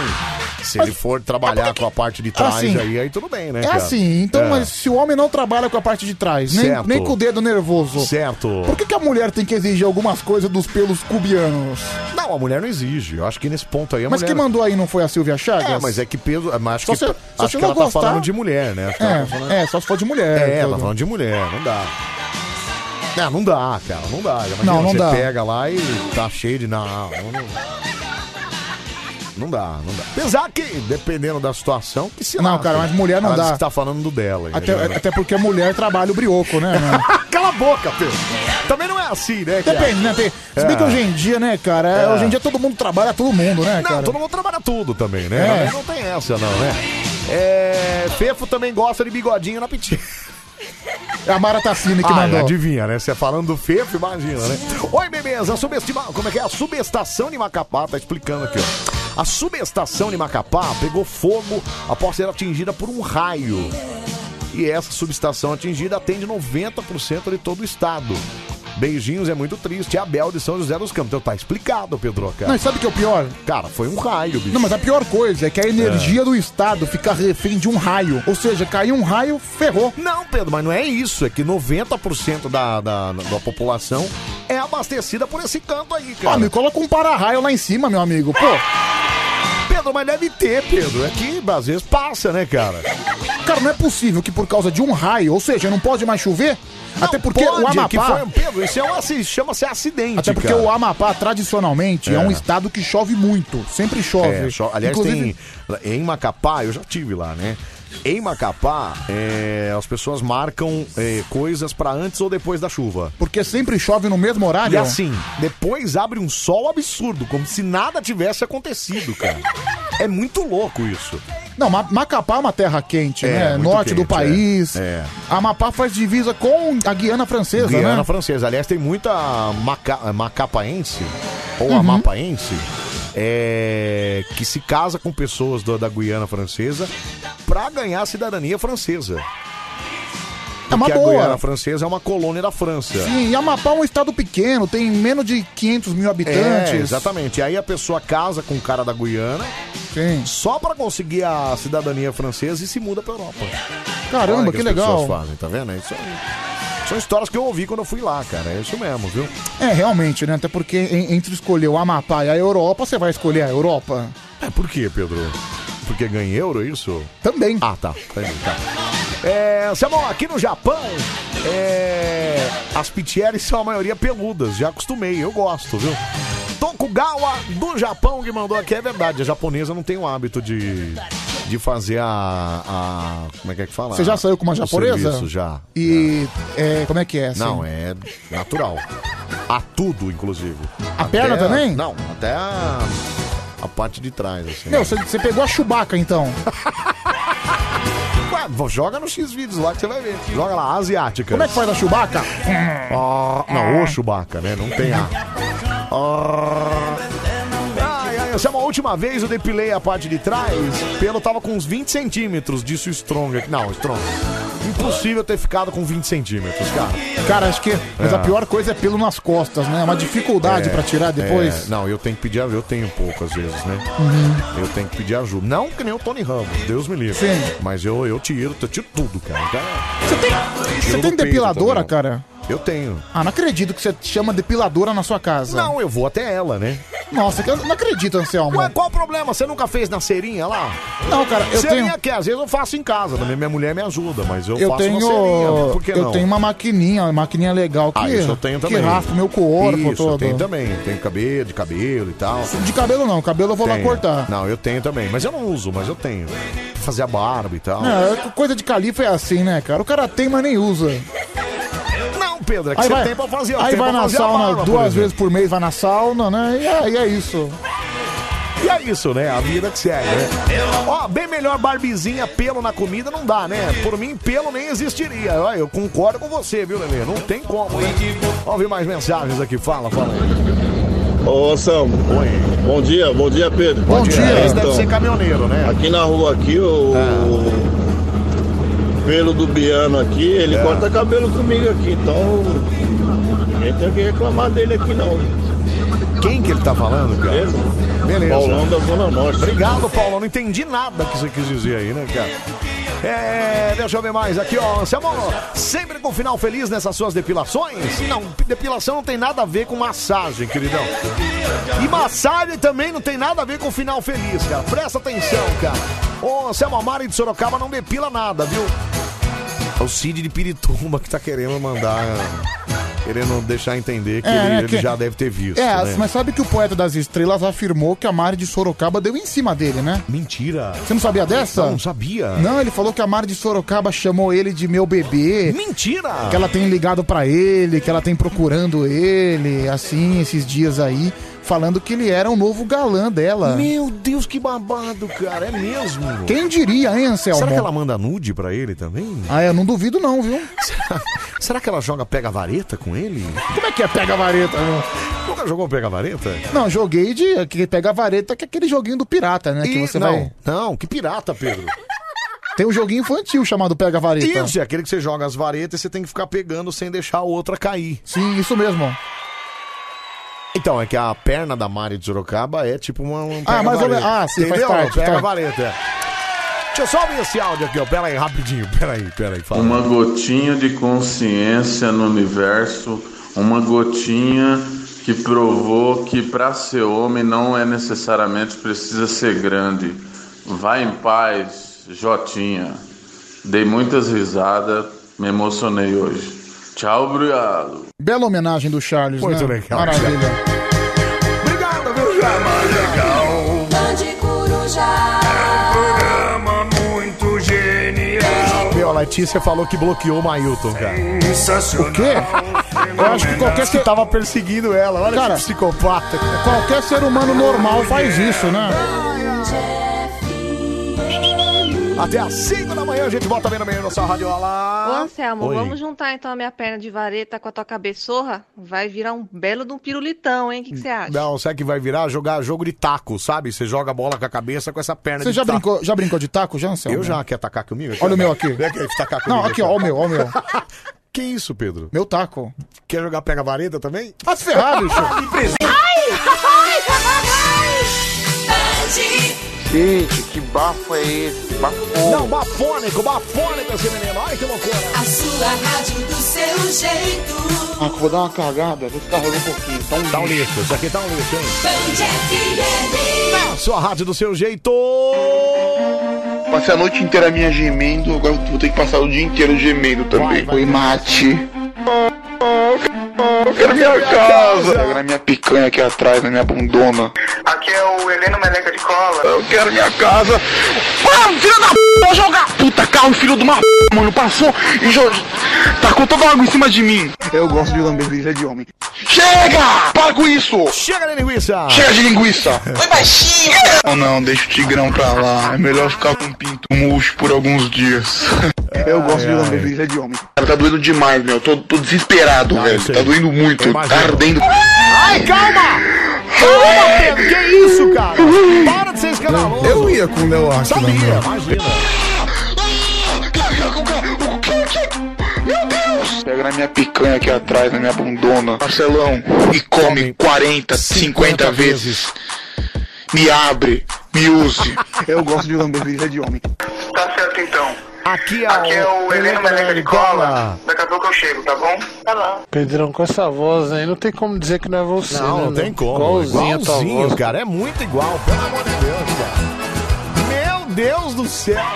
Speaker 1: Se ele for
Speaker 3: é
Speaker 1: trabalhar com a parte de trás
Speaker 3: Assim,
Speaker 1: aí, aí tudo bem, né?
Speaker 3: É
Speaker 1: cara?
Speaker 3: assim, então
Speaker 1: É.
Speaker 3: mas se o homem não trabalha com a parte de trás, nem,
Speaker 1: Certo.
Speaker 3: nem com o dedo nervoso,
Speaker 1: Certo.
Speaker 3: por que, que a mulher tem que exigir algumas coisas dos pelos cubianos?
Speaker 1: Não, a mulher não exige. Eu acho que nesse ponto aí a
Speaker 3: mas
Speaker 1: É mulher...
Speaker 3: quem mandou aí não foi a Silvia Chagas?
Speaker 1: É, mas é que peso... Mas acho
Speaker 3: Só
Speaker 1: que,
Speaker 3: se- só
Speaker 1: acho
Speaker 3: se
Speaker 1: que ela
Speaker 3: não
Speaker 1: tá
Speaker 3: gostar-
Speaker 1: falando de mulher, né? Acho que ela tá falando-
Speaker 3: É, é, só se for de mulher.
Speaker 1: É,
Speaker 3: tudo.
Speaker 1: tá falando de mulher, não dá. É, não dá, cara, não dá. Imagina,
Speaker 3: Não, não
Speaker 1: você
Speaker 3: dá.
Speaker 1: pega lá e tá cheio de. Não, não, não. Não dá, não dá. Apesar que, dependendo da situação, que se
Speaker 3: Não,
Speaker 1: lasque.
Speaker 3: cara, mas mulher não
Speaker 1: Ela
Speaker 3: dá.
Speaker 1: disse que tá falando do dela. aí,
Speaker 3: Até,
Speaker 1: né?
Speaker 3: até porque a mulher trabalha o brioco, né?
Speaker 1: [laughs] Cala a boca, Pedro. Também não é assim, né? cara?
Speaker 3: Depende, né? Tem, se bem que hoje em dia, né, cara?
Speaker 1: É.
Speaker 3: Hoje em dia todo mundo trabalha todo mundo, né,
Speaker 1: Não,
Speaker 3: cara?
Speaker 1: todo mundo trabalha tudo também, né?
Speaker 3: É.
Speaker 1: Também não tem essa, não, né? É. Fefo também gosta de bigodinho na pitinha.
Speaker 3: É a Mara Tassini que
Speaker 1: Ah,
Speaker 3: mandou.
Speaker 1: Adivinha, né? Você falando do Fefo, imagina, né? Oi, beleza. Subestima... Como é que é? A subestação de Macapá, tá explicando aqui, ó. A subestação de Macapá pegou fogo após ser atingida por um raio. E essa subestação atingida atende 90% de todo o estado. Beijinhos é muito triste. É Abel de São José dos Campos. Então tá explicado, Pedro, cara.
Speaker 3: Não, e sabe o que é o pior?
Speaker 1: Cara, foi um raio, bicho.
Speaker 3: Não, mas a pior coisa é que a energia do Estado fica refém de um raio. Ou seja, caiu um raio, ferrou.
Speaker 1: Não, Pedro, mas não é isso. É que 90% da, da, da população é abastecida por esse canto aí, cara.
Speaker 3: Ah, me coloca um para-raio lá em cima, meu amigo. Pô.
Speaker 1: Pedro, mas deve ter, Pedro. É que às vezes passa, né, cara?
Speaker 3: Cara, não é possível que por causa de um raio, ou seja, não pode mais chover. até porque
Speaker 1: Pode,
Speaker 3: o Amapá.
Speaker 1: que foi um- Pedro, isso é um, assi- chama-se acidente,
Speaker 3: Até porque
Speaker 1: cara.
Speaker 3: o Amapá, tradicionalmente, é.
Speaker 1: É.
Speaker 3: um estado que chove muito. Sempre chove.
Speaker 1: É, cho- Aliás,
Speaker 3: Inclusive,
Speaker 1: tem. Em Macapá, eu já tive lá, né? Em Macapá, é, as pessoas marcam é, coisas pra antes ou depois da chuva.
Speaker 3: Porque sempre chove no mesmo horário.
Speaker 1: E assim, depois abre um sol absurdo, como se nada tivesse acontecido, cara. É muito louco isso.
Speaker 3: Não, Ma- Macapá é uma terra quente,
Speaker 1: É,
Speaker 3: né?
Speaker 1: muito
Speaker 3: Norte do
Speaker 1: quente,
Speaker 3: país.
Speaker 1: é, é.
Speaker 3: Amapá faz divisa com a Guiana Francesa,
Speaker 1: Guiana
Speaker 3: né?
Speaker 1: Francesa. Aliás, tem muita maca- macapaense, ou
Speaker 3: Uhum.
Speaker 1: amapaense, é, que se casa com pessoas do- da Guiana Francesa pra ganhar a cidadania francesa.
Speaker 3: É uma
Speaker 1: Porque
Speaker 3: boa.
Speaker 1: a Guiana Francesa é uma colônia da França.
Speaker 3: Sim, e Amapá é um estado pequeno, tem menos de 500 mil habitantes.
Speaker 1: É, exatamente. E aí a pessoa casa com o cara da Guiana só pra conseguir a cidadania francesa e se muda pra Europa.
Speaker 3: Caramba,
Speaker 1: Olha
Speaker 3: que
Speaker 1: as pessoas
Speaker 3: legal.
Speaker 1: fazem, tá vendo? É isso aí. São histórias que eu ouvi quando eu fui lá, cara. É isso mesmo, viu?
Speaker 3: É, realmente, né? Até porque en- entre escolher o Amapá e a Europa, você vai escolher a Europa.
Speaker 1: É, por quê, Pedro? Porque ganha euro, é isso?
Speaker 3: Também.
Speaker 1: Ah, tá. Entendi, tá. É, Samuel, aqui no Japão, é, as pitieres são a maioria peludas, já acostumei, eu gosto, viu? Tokugawa do Japão que mandou aqui, é verdade, a japonesa não tem o hábito de, de fazer a, a- Como é que é que fala?
Speaker 3: Você já saiu com uma
Speaker 1: O
Speaker 3: japonesa?
Speaker 1: serviço, já.
Speaker 3: E é, como é que é? assim?
Speaker 1: Não, é natural. A tudo, inclusive.
Speaker 3: A perna também?
Speaker 1: Não, até a, a parte de trás, assim.
Speaker 3: Meu, você- você pegou a Chewbacca, então.
Speaker 1: Ué, vo- joga no X-Vídeos lá que você vai ver. Joga lá, asiática.
Speaker 3: Como é que faz a Chewbacca?
Speaker 1: Ah, não, o Chewbacca, né? Não tem A. Ah. Ai, ai, essa é uma última vez eu depilei a parte de trás. Pelo tava com uns 20 centímetros, disse o Strong aqui. Não, Strong. Impossível ter ficado com 20 centímetros, cara.
Speaker 3: Cara, acho que. Mas
Speaker 1: É.
Speaker 3: a pior coisa é pelo nas costas, né? É uma dificuldade pra tirar depois.
Speaker 1: é, não, eu tenho que pedir ajuda. Eu tenho pouco às vezes, né?
Speaker 3: Uhum.
Speaker 1: Eu tenho que pedir ajuda. Não que nem o Tony Ramos, Deus me livre. Mas eu, eu tiro, eu tiro tudo, cara. Então, Você tem,
Speaker 3: Você tem depiladora, cara?
Speaker 1: Eu tenho.
Speaker 3: Ah, não acredito que você chama depiladora na sua casa.
Speaker 1: Não, eu vou até ela, né?
Speaker 3: Nossa, que eu não acredito, Anselmo.
Speaker 1: Ué, qual o problema? Você nunca fez na cerinha lá?
Speaker 3: Ah, Não, cara, eu
Speaker 1: Serinha
Speaker 3: tenho-
Speaker 1: é que às vezes eu faço em casa também. Minha mulher me ajuda, mas eu,
Speaker 3: Eu,
Speaker 1: faço
Speaker 3: tenho.
Speaker 1: na serinha. Por que
Speaker 3: eu
Speaker 1: não?
Speaker 3: tenho uma maquininha, uma maquininha legal que,
Speaker 1: Ah, isso eu tenho
Speaker 3: que
Speaker 1: também.
Speaker 3: raspa o meu corpo
Speaker 1: isso,
Speaker 3: todo.
Speaker 1: eu tenho também. Tenho cabelo, de cabelo e tal.
Speaker 3: De cabelo não, cabelo eu vou lá
Speaker 1: Tenho.
Speaker 3: cortar.
Speaker 1: Não, eu tenho também, mas eu não uso, mas eu tenho. Pra Fazer a barba e tal.
Speaker 3: É, coisa de califa é assim, né, cara? O cara tem, mas nem usa.
Speaker 1: Não, Pedro, é que você tem pra fazer. eu
Speaker 3: Aí
Speaker 1: tenho
Speaker 3: vai
Speaker 1: pra
Speaker 3: na
Speaker 1: fazer a
Speaker 3: sauna
Speaker 1: barba, por
Speaker 3: duas
Speaker 1: exemplo.
Speaker 3: vezes por mês, vai na sauna, né? E aí é isso.
Speaker 1: E é isso, né? A vida que segue, né? Ó, bem melhor barbizinha, pelo na comida não dá, né? Por mim, pelo nem existiria. Ó, eu concordo com você, viu, Lelê? Não tem como, né? Vamos ver mais mensagens aqui. Fala, fala.
Speaker 18: Ô Sam, bom dia, bom dia Pedro. Bom
Speaker 1: dia. Esse deve ser caminhoneiro, né?
Speaker 18: Então,
Speaker 1: Ah.
Speaker 18: Aqui na rua aqui, o pelo do Biano aqui, ele
Speaker 1: É.
Speaker 18: corta cabelo comigo aqui, então ninguém tem o que reclamar dele aqui não.
Speaker 1: Quem que ele tá falando, cara?
Speaker 18: Beleza?
Speaker 1: Beleza.
Speaker 18: Paulão da Zona Norte.
Speaker 1: Obrigado, Paulo. Não entendi nada que você quis dizer aí, né, cara? É, deixa eu ver mais aqui, ó. Anselmo, sempre com final feliz nessas suas depilações? Não, depilação não tem nada a ver com massagem, queridão. E massagem também não tem nada a ver com final feliz, cara. Presta atenção, cara. Ô, Anselmo, a Mari de Sorocaba não depila nada, viu? É o Cid de Pirituba que tá querendo mandar... Querendo deixar entender que
Speaker 3: É,
Speaker 1: ele,
Speaker 3: né,
Speaker 1: ele
Speaker 3: que-
Speaker 1: já deve ter visto,
Speaker 3: é,
Speaker 1: né?
Speaker 3: mas sabe que o poeta das estrelas afirmou que a Mari de Sorocaba deu em cima dele, né?
Speaker 1: Mentira.
Speaker 3: Você não sabia dessa?
Speaker 1: Não, não sabia.
Speaker 3: Não, ele falou que a Mari de Sorocaba chamou ele de meu bebê.
Speaker 1: Mentira!
Speaker 3: Que ela tem ligado pra ele, que ela tem procurando ele, assim, esses dias aí, falando que ele era o novo galã dela.
Speaker 1: Meu Deus, que babado, cara. É mesmo.
Speaker 3: Quem diria, hein, Anselmo?
Speaker 1: Será que ela manda nude pra ele também?
Speaker 3: Ah, eu não duvido não, viu?
Speaker 1: Será, será que ela joga pega-vareta com ele?
Speaker 3: Como é que é pega-vareta?
Speaker 1: Nunca jogou pega-vareta?
Speaker 3: Não, joguei de que pega a vareta, que é aquele joguinho do pirata, né? Que
Speaker 1: Ih,
Speaker 3: você
Speaker 1: não,
Speaker 3: vai.
Speaker 1: não, que pirata, Pedro.
Speaker 19: Tem um joguinho infantil chamado Pega a Vareta.
Speaker 1: Isso, é aquele que você joga as varetas e você tem que ficar pegando sem deixar a outra cair.
Speaker 19: Sim, isso mesmo.
Speaker 1: Então, é que a perna da Mari de Sorocaba é tipo uma. um
Speaker 19: Ah, mais ou menos.
Speaker 1: pega-vareta.
Speaker 19: Ah, sim, faz
Speaker 1: Entendeu?
Speaker 19: parte,
Speaker 1: Pega
Speaker 19: tá.
Speaker 1: a vareta. é. Deixa eu só ouvir esse áudio aqui, ó. Pera aí, rapidinho. Pera aí, pera aí. Fala.
Speaker 20: Uma gotinha de consciência no universo, uma gotinha que provou que para ser homem não é necessariamente precisa ser grande. Vá em paz, Jotinha. Dei muitas risadas, me emocionei hoje. Tchau, obrigado.
Speaker 19: Bela homenagem do Charles,
Speaker 20: Muito
Speaker 19: né?
Speaker 20: legal,
Speaker 19: Maravilha.
Speaker 4: Bande Coruja.
Speaker 13: Muito genial.
Speaker 1: Meu, a Letícia falou que bloqueou o Mailton, cara.
Speaker 13: O
Speaker 19: quê? Eu acho que qualquer
Speaker 1: que tava perseguindo ela. Olha
Speaker 19: Cara,
Speaker 1: que psicopata.
Speaker 19: Qualquer ser humano normal faz isso, né?
Speaker 1: Até às 5 da manhã a gente volta bem no meio da nossa rádio. Olá.
Speaker 21: Ô, Anselmo,
Speaker 1: Oi.
Speaker 21: vamos juntar então a minha perna de vareta com a tua cabeçorra? Vai virar um belo de um pirulitão, hein? O que que você acha?
Speaker 1: Não, sabe o que vai virar? Jogar jogo de taco, sabe? Você joga a bola com a cabeça com essa perna
Speaker 19: Você
Speaker 1: de
Speaker 19: já
Speaker 1: taco.
Speaker 19: brincou, já brincou de taco, já, Anselmo?
Speaker 1: Eu já, quer atacar comigo?
Speaker 19: Olha o meu aqui.
Speaker 1: Quer É que tá tacar comigo?
Speaker 19: Não, aqui, ó, ó o meu, ó o meu.
Speaker 1: [laughs] Que isso, Pedro?
Speaker 19: Meu taco.
Speaker 1: Quer jogar pega-vareta também?
Speaker 19: Ah, se ferrar, bicho.
Speaker 3: Gente, que bafo é esse? Bafo.
Speaker 1: Não, bafônico, bafônico esse menino. Ai, que loucura.
Speaker 4: A sua rádio do seu jeito.
Speaker 3: Ah, que eu vou dar uma cargada, ver se carregou um pouquinho. Tá um
Speaker 1: Dá um lixo, isso aqui tá um lixo, hein?
Speaker 4: Bande FM.
Speaker 1: Na Sua rádio do seu jeito.
Speaker 3: Passei a noite inteira minha gemendo, agora vou ter que passar o dia inteiro gemendo também. Oi, mate. Eu quero minha casa. Eu quero minha picanha aqui atrás, na minha bundona.
Speaker 13: Aqui é o Heleno Meleca de Cola.
Speaker 3: Eu quero minha casa. Mano, filho da p, vou jogar puta, carro, filho de uma p, mano. Passou e jogou. Tacou toda a água em cima de mim. Eu gosto de lamber brisa de homem. Chega! Para com isso!
Speaker 1: Chega de linguiça!
Speaker 3: Chega de linguiça! Foi baixinho! Não, não, deixa o tigrão pra lá. É melhor ficar com o pinto murcho por alguns dias. Eu gosto de lamber brisa de homem. Cara, tá doendo demais, meu. Tô, tô desesperado, velho. Tá doendo muito. Tá ardendo.
Speaker 1: Ai, calma! Calma, Pedro, que isso, cara? Para de ser escandaloso. Eu ia com o Léo Sabia, imagina.
Speaker 3: Meu Deus! Pega na minha picanha aqui atrás, na minha bundona. Marcelão, e come 40, 50 vezes. Me abre, me use. [laughs] Eu gosto de lamber brisa de homem.
Speaker 13: Tá certo então.
Speaker 1: Aqui é,
Speaker 13: o Heleno Meleca de Cola. Daqui a pouco eu chego, tá bom? Tá bom.
Speaker 22: Pedrão, com essa voz aí, não tem como dizer que não é você.
Speaker 1: Não,
Speaker 22: né,
Speaker 1: não tem
Speaker 22: meu?
Speaker 1: como.
Speaker 22: Igualzinho, a tua
Speaker 1: Igualzinho,
Speaker 22: voz.
Speaker 1: cara. É muito igual. Pelo amor de Deus, cara. Meu Deus do céu. cara.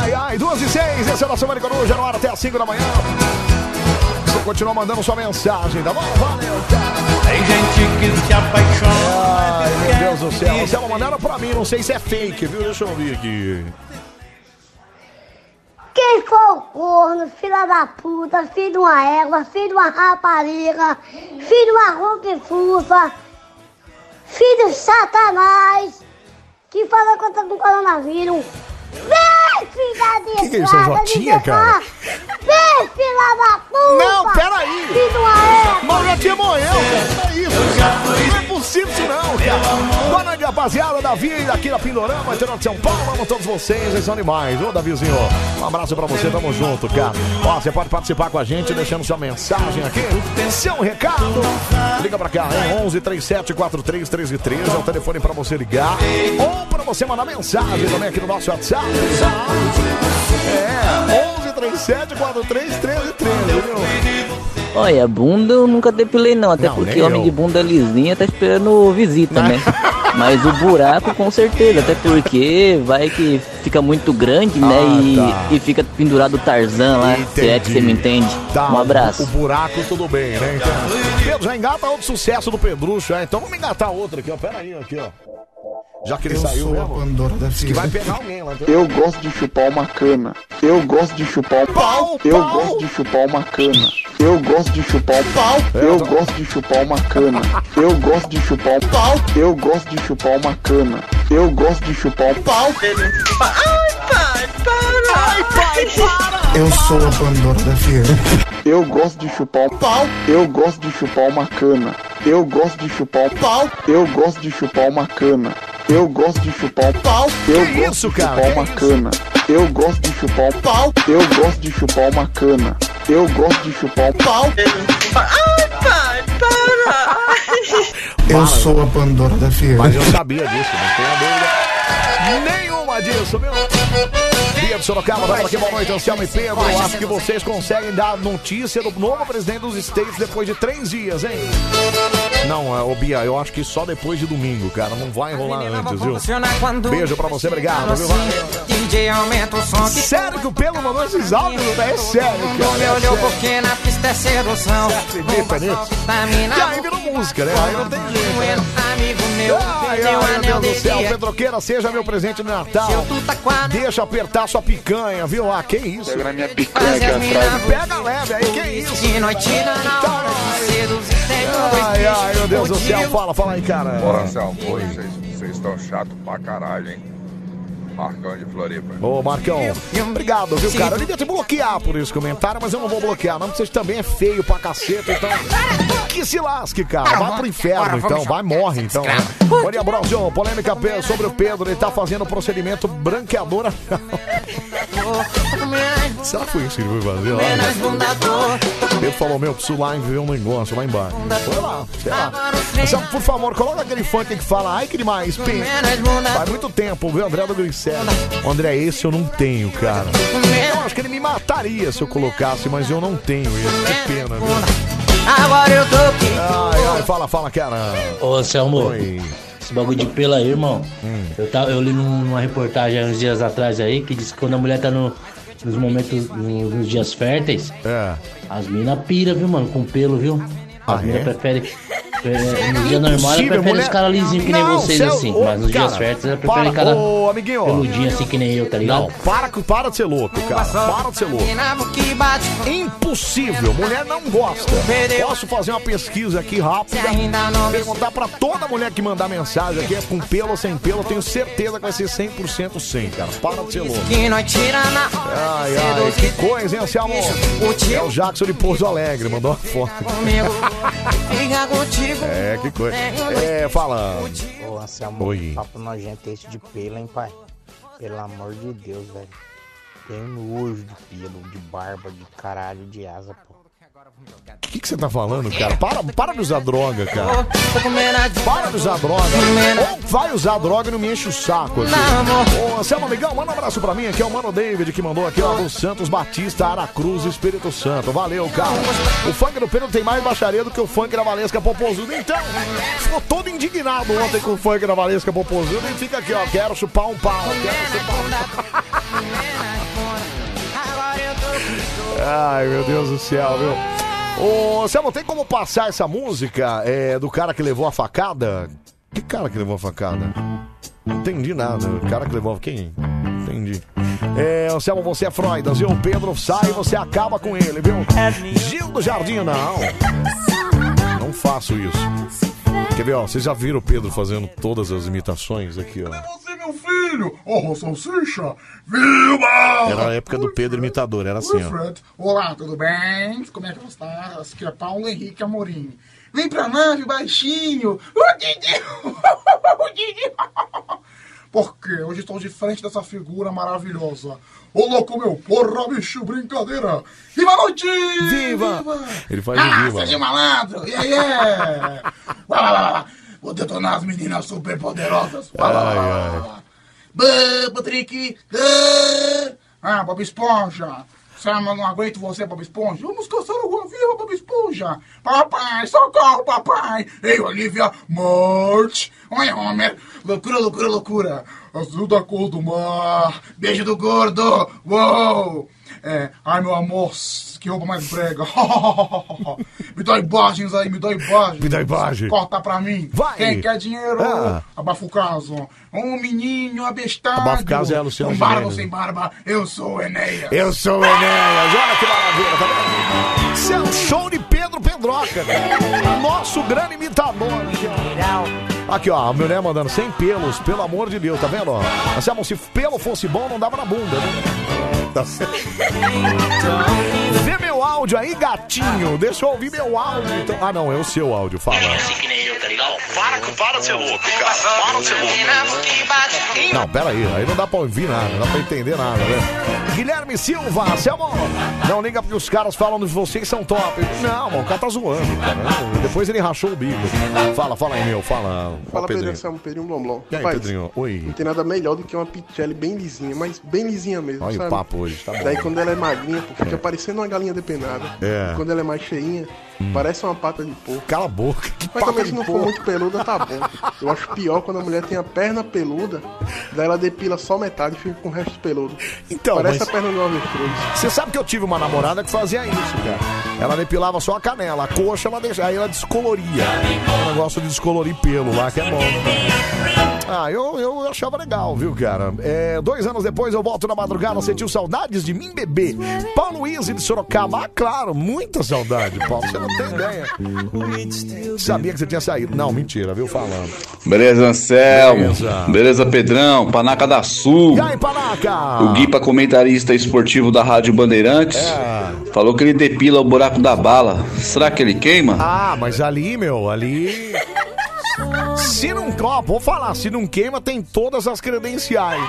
Speaker 1: Ai, ai. Duas e seis. Esse é o nosso Mari Coruja no ar até as cinco da manhã. Você continua mandando sua mensagem, tá bom? Valeu, cara. Tem gente que se apaixona. Ai, meu Deus do céu. Você mandaram pra mim. Não sei se é fake, viu? Deixa eu ouvir aqui.
Speaker 12: Quem for corno, filha da puta, filho de uma égua, filho de uma rapariga, filho de uma rompe-fufa, filho de satanás, que fala contra com o coronavírus. Vem, filha de
Speaker 1: Que que é isso, é Jotinha, cara?
Speaker 12: Vem, filha da puta! é,
Speaker 1: Não, peraí!
Speaker 12: Filho de uma égua!
Speaker 1: Mas já tinha morreu, cara. É isso, cara. Não é possível isso não, cara. Boa noite, rapaziada. Davi aqui na Pindorama, interior de São Paulo. Amo todos vocês, vocês são animais. Ô, Davizinho, um abraço pra você, tamo junto, cara. Ó, você pode participar com a gente, deixando sua mensagem aqui. Seu recado. Liga pra cá, hein? 11 37 43 13 13 é o telefone pra você ligar. Ou pra você mandar mensagem também aqui no nosso WhatsApp. É, 11 37 43 13 13, viu?
Speaker 23: Olha, bunda eu nunca depilei não, até porque nem homem eu. de bunda lisinha tá esperando visita,
Speaker 12: [laughs]
Speaker 23: né? Mas o buraco com certeza, até porque vai que fica muito grande, né?
Speaker 1: Ah,
Speaker 23: e,
Speaker 1: tá.
Speaker 23: e fica pendurado o Tarzan lá, se é que você me entende.
Speaker 1: Tá,
Speaker 23: um abraço.
Speaker 1: O buraco, tudo bem, né? Então, Pedro, já engata outro sucesso do Pedrucho, é? Então vamos engatar outro aqui, ó. Pera aí, aqui, ó. Já que ele
Speaker 3: Eu
Speaker 1: saiu,
Speaker 3: sou
Speaker 1: né,
Speaker 3: a
Speaker 1: mano?
Speaker 3: Pandora da
Speaker 1: Diz que
Speaker 3: vida.
Speaker 1: vai pegar alguém lá. então.
Speaker 3: Eu gosto de chupar uma cana. Eu gosto de chupar um
Speaker 1: pau.
Speaker 3: Eu gosto de chupar uma cana. Eu gosto de chupar um
Speaker 1: pau.
Speaker 3: Eu gosto de chupar uma cana. Eu gosto de chupar um pau. Eu gosto de chupar uma cana. Eu gosto de chupar um pau.
Speaker 4: Ai, pai, para!
Speaker 3: Eu sou a Pandora da Fiera. Eu gosto de chupar um pau. Eu gosto de chupar uma cana. Eu gosto de chupar um pau. Eu gosto de chupar uma cana. Eu gosto de chupar um pau. Eu gosto de chupar uma cana. Eu gosto de chupar um pau. Eu gosto de chupar uma cana. Eu gosto de chupar um pau.
Speaker 4: Ai, pai, para!
Speaker 1: Eu
Speaker 3: sou a Pandora da Fiel.
Speaker 1: Mas eu sabia disso, né? não tenho dúvida nenhuma disso, meu. Bia de Sorocaba, vai aqui, boa noite, Anselmo e Pedro. Acho que vocês conseguem dar notícia do novo presidente dos States depois de três dias, hein? Não, é, ô Bia, eu acho que só depois de domingo, cara. Não vai rolar antes, viu? Beijo pra você, obrigado, viu? é
Speaker 4: DJ aumenta o som que
Speaker 1: Sério que o Pelo mandou esses áudios? É sério,
Speaker 4: todo mundo
Speaker 1: cara.
Speaker 4: me
Speaker 1: É
Speaker 4: olhou
Speaker 1: sério.
Speaker 4: porque na pista é sedução.
Speaker 1: Acredita nisso?
Speaker 4: tá
Speaker 1: E aí virou música, né? Aí não tem jeito. né?
Speaker 4: Amigo meu,
Speaker 9: Ah,
Speaker 1: Ai,
Speaker 4: perdeu o
Speaker 1: ai, meu
Speaker 4: anel
Speaker 1: Deus
Speaker 4: de
Speaker 1: do céu,
Speaker 4: dia.
Speaker 1: Pedroqueira, seja meu presente de Natal.
Speaker 4: tá
Speaker 1: Deixa apertar sua picanha, viu? Ah, que isso? Pega minha picanha
Speaker 4: aqui atrás.
Speaker 1: Pega leve aí, que isso? Tá
Speaker 4: De noite na hora de seduzir.
Speaker 1: Ai, ai, meu Deus do céu, fala, fala aí, cara.
Speaker 24: Bora, Anselmo, hoje vocês- vocês estão chato pra caralho, hein? Marcão de Floripa.
Speaker 1: Ô, Marcão, obrigado, viu, cara? Eu devia te bloquear por esse comentário, mas eu não vou bloquear, não, porque vocês também é feio pra caceta, então. Que se lasque, cara. Vai pro inferno, então. Vai, morre, então. Maria Brasil, polêmica pe- sobre o Pedro. Ele tá fazendo procedimento branqueador [laughs] anal. Será que foi isso que ele foi fazer lá? Pedro falou: Meu, preciso lá e ver um negócio lá embaixo. Foi lá, sei lá. Mas, ó, por favor, coloca aquele funk que fala: Ai, que demais, pim. Faz muito tempo, viu, André do Grisel? André, esse eu não tenho, cara. Eu acho que ele me mataria se eu colocasse, mas eu não tenho isso. Que pena, viu?
Speaker 4: Agora eu tô aqui.
Speaker 1: Ai, ai, fala, fala, cara.
Speaker 12: Ô, Anselmo, esse bagulho de pela aí, irmão. Eu, tava, eu li num- numa reportagem há uns dias atrás aí que diz que quando a mulher tá no- nos momentos, no- nos dias férteis, as minas pira, viu, mano, com pelo, viu? As
Speaker 1: Ah,
Speaker 12: minas
Speaker 1: é? [laughs]
Speaker 12: preferem. é, no dia normal, ela prefere os caras lisinhos que nem
Speaker 1: Não,
Speaker 12: vocês,
Speaker 1: céu,
Speaker 12: assim.
Speaker 1: ô,
Speaker 12: mas nos dias
Speaker 1: É cara,
Speaker 12: férteis, ela prefere
Speaker 1: para,
Speaker 12: cada
Speaker 1: ô, amiguinho.
Speaker 12: peludinho assim que nem eu, tá ligado?
Speaker 1: Não, para, com- para de ser louco, cara. Para de ser louco. Impossível. Mulher não gosta. Posso fazer uma pesquisa aqui rápida? Perguntar pra toda mulher que mandar mensagem aqui, é com pelo ou sem pelo, eu tenho certeza que vai ser 100% sem, cara. Para de ser louco.
Speaker 4: Que nós tira na
Speaker 1: Ai, ai, que coisa, hein, Anselmo? É o Jackson de Porto Alegre, mandou uma foto.
Speaker 4: comigo. Fica contigo.
Speaker 1: É, que coisa. É, fala.
Speaker 25: Ô, Anselmo,
Speaker 1: Oi.
Speaker 25: papo nojento esse de pelo, hein, pai? Pelo amor de Deus, velho. Tem nojo de pelo, de barba, de caralho, de asa, pô.
Speaker 1: O que, que você tá falando, cara? Para, para de usar droga, cara.
Speaker 4: Tô comendo a
Speaker 1: Para de usar droga. Ou vai usar droga e não me enche o saco aqui. Ô, Anselmo, amigão, manda um abraço pra mim aqui. É o Mano David que mandou aqui, ó, do Santos Batista, Aracruz, Espírito Santo. Valeu, cara. O funk do Pedro tem mais baixaria do que o funk da Valesca Popozuda. Então, ficou todo indignado ontem com o funk da Valesca Popozuda e fica aqui, ó, quero chupar um pau. Quero chupar um pau. Ai, meu Deus do céu, viu? Ô, Anselmo, tem como passar essa música é, do cara que levou a facada? Que cara que levou a facada? Não entendi nada. O cara que levou a... Quem? Entendi. É, Anselmo, você é Freudas, viu? O Pedro sai e você acaba com ele, viu? Gil do Jardim, não. Não faço isso. Quer ver, ó? Vocês já viram o Pedro fazendo todas as imitações aqui, ó.
Speaker 3: Meu filho, ô, salsicha, viva!
Speaker 1: Era a época do Pedro imitador, era assim, ó.
Speaker 3: Olá, tudo bem? Como é que você está? Aqui é Paulo Henrique Amorim. Vem pra nave, baixinho! O Didi! [laughs] O Didi! Porque hoje estou de frente dessa figura maravilhosa. Ô louco meu, porra, bicho, brincadeira! Viva a noite! Viva!
Speaker 1: Ele faz o
Speaker 3: Ah,
Speaker 1: viva.
Speaker 3: seja malandro! Yeah, yeah! Lá, lá, lá, lá. Vou detonar as meninas super poderosas.
Speaker 1: Ai, ai.
Speaker 3: Bã, Patrick! Bã. Ah, Bob Esponja! Sama, não aguento você, Bob Esponja. Vamos caçar alguma viva, Bob Esponja! Papai, socorro, papai! Ei, Olivia, morte! Oi, Homer! Loucura, loucura, loucura! Azul da cor do mar! Beijo do gordo! Uou! É, ai, meu amor, que roupa mais brega! [laughs] me dá imagens aí, me dá imagens!
Speaker 1: Me dá imagem.
Speaker 3: Corta pra mim!
Speaker 1: Vai.
Speaker 3: Quem quer dinheiro?
Speaker 1: Ah.
Speaker 3: Abafa o caso! Um menino abestado!
Speaker 1: Abafa o caso é a Luciana
Speaker 3: Com barba ou
Speaker 1: Gimenez.
Speaker 3: sem barba, eu sou o Enéas!
Speaker 1: Eu sou o Enéas, olha que maravilha, tá vendo? Isso é um show de Pedro Pedroca, cara. Nosso grande imitador. Aqui, ó, a mulher mandando sem pelos, pelo amor de Deus, tá vendo? ó? Anselmo, se pelo fosse bom, não dava na bunda, né? Tá certo. Vê meu áudio. áudio aí, gatinho. Deixa eu ouvir meu áudio. então. Ah, não, é o seu áudio, fala.
Speaker 13: que nem eu, tá ligado? Para, para de ser louco, cara. Para de ser louco.
Speaker 1: Não, pera aí, aí não dá pra ouvir nada, não dá pra entender nada, né? Guilherme Silva, Selmo, não liga porque os caras falam de vocês são top. Não, mano, o cara tá zoando, cara. né? Depois ele rachou o bico. Fala, fala aí, meu, fala.
Speaker 4: Fala, Pedrinho,
Speaker 1: Pedrinho.
Speaker 4: Anselmo, Pedrinho Blomblom.
Speaker 1: E aí,
Speaker 4: Rapaz,
Speaker 1: Pedrinho? Oi.
Speaker 4: Não tem nada melhor do que uma pichelle bem lisinha, mas bem lisinha mesmo,
Speaker 1: Olha o
Speaker 4: sabe?
Speaker 1: papo hoje, tá bom.
Speaker 4: Daí quando ela é magrinha, pô, fica
Speaker 1: É.
Speaker 4: parecendo uma galinha depenada.
Speaker 1: É. Hum.
Speaker 4: E quando ela é mais cheinha, parece uma pata de porco.
Speaker 1: Cala a boca.
Speaker 4: Mas também
Speaker 1: de
Speaker 4: se não for
Speaker 1: porco.
Speaker 4: muito peluda, tá bom. Eu acho pior quando a mulher tem a perna peluda, daí ela depila só metade e fica com o resto peludo.
Speaker 1: Então,
Speaker 4: Parece
Speaker 1: mas-
Speaker 4: a perna do avestruz.
Speaker 1: Você sabe que eu tive uma namorada que fazia isso, cara. Ela depilava só a canela, a coxa ela deixava, aí ela descoloria. Um negócio de descolorir pelo lá, que é bom. Ah, eu, eu achava legal, viu, cara? É, dois anos depois eu volto na madrugada, sentiu saudades de mim, bebê. Paulo Luiz de Sorocaba, ah, claro, muita saudade, Paulo, você não tem ideia. Sabia que você tinha saído. Não, mentira, viu, falando.
Speaker 26: Beleza, Anselmo?
Speaker 1: Beleza.
Speaker 26: Beleza, Pedrão? Panaca da Sul.
Speaker 1: E aí, Panaca?
Speaker 26: O Guipa, comentarista esportivo da Rádio Bandeirantes,
Speaker 1: É.
Speaker 26: falou que ele depila o buraco da bala. Será que ele queima?
Speaker 1: Ah, mas ali, meu, ali. Se não. Ó, vou falar, se não queima, tem todas as credenciais.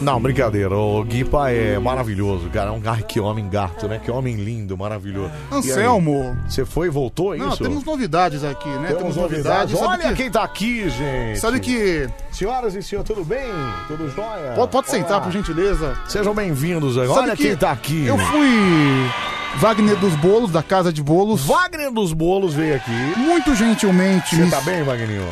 Speaker 1: Não, brincadeira. O Guipa é maravilhoso, cara. É um ai, que homem gato, né? Que homem lindo, maravilhoso. E aí,
Speaker 3: Ah, Anselmo.
Speaker 1: Você foi e voltou, é
Speaker 3: Não,
Speaker 1: isso?
Speaker 3: temos novidades aqui, né?
Speaker 1: Temos novidades.
Speaker 3: Sabe
Speaker 1: Olha
Speaker 3: que-
Speaker 1: quem tá aqui, gente.
Speaker 3: Sabe que.
Speaker 1: Senhoras e senhores, tudo bem? Tudo jóia?
Speaker 3: Pode, pode sentar,
Speaker 1: Olá.
Speaker 3: por gentileza.
Speaker 1: Sejam bem-vindos.
Speaker 3: Sabe
Speaker 1: Olha
Speaker 3: que
Speaker 1: quem tá aqui.
Speaker 3: Eu fui Wagner dos Bolos, da Casa de Bolos.
Speaker 1: Wagner dos Bolos veio aqui.
Speaker 3: Muito gentilmente.
Speaker 1: Você
Speaker 3: me-
Speaker 1: tá bem, Magninho?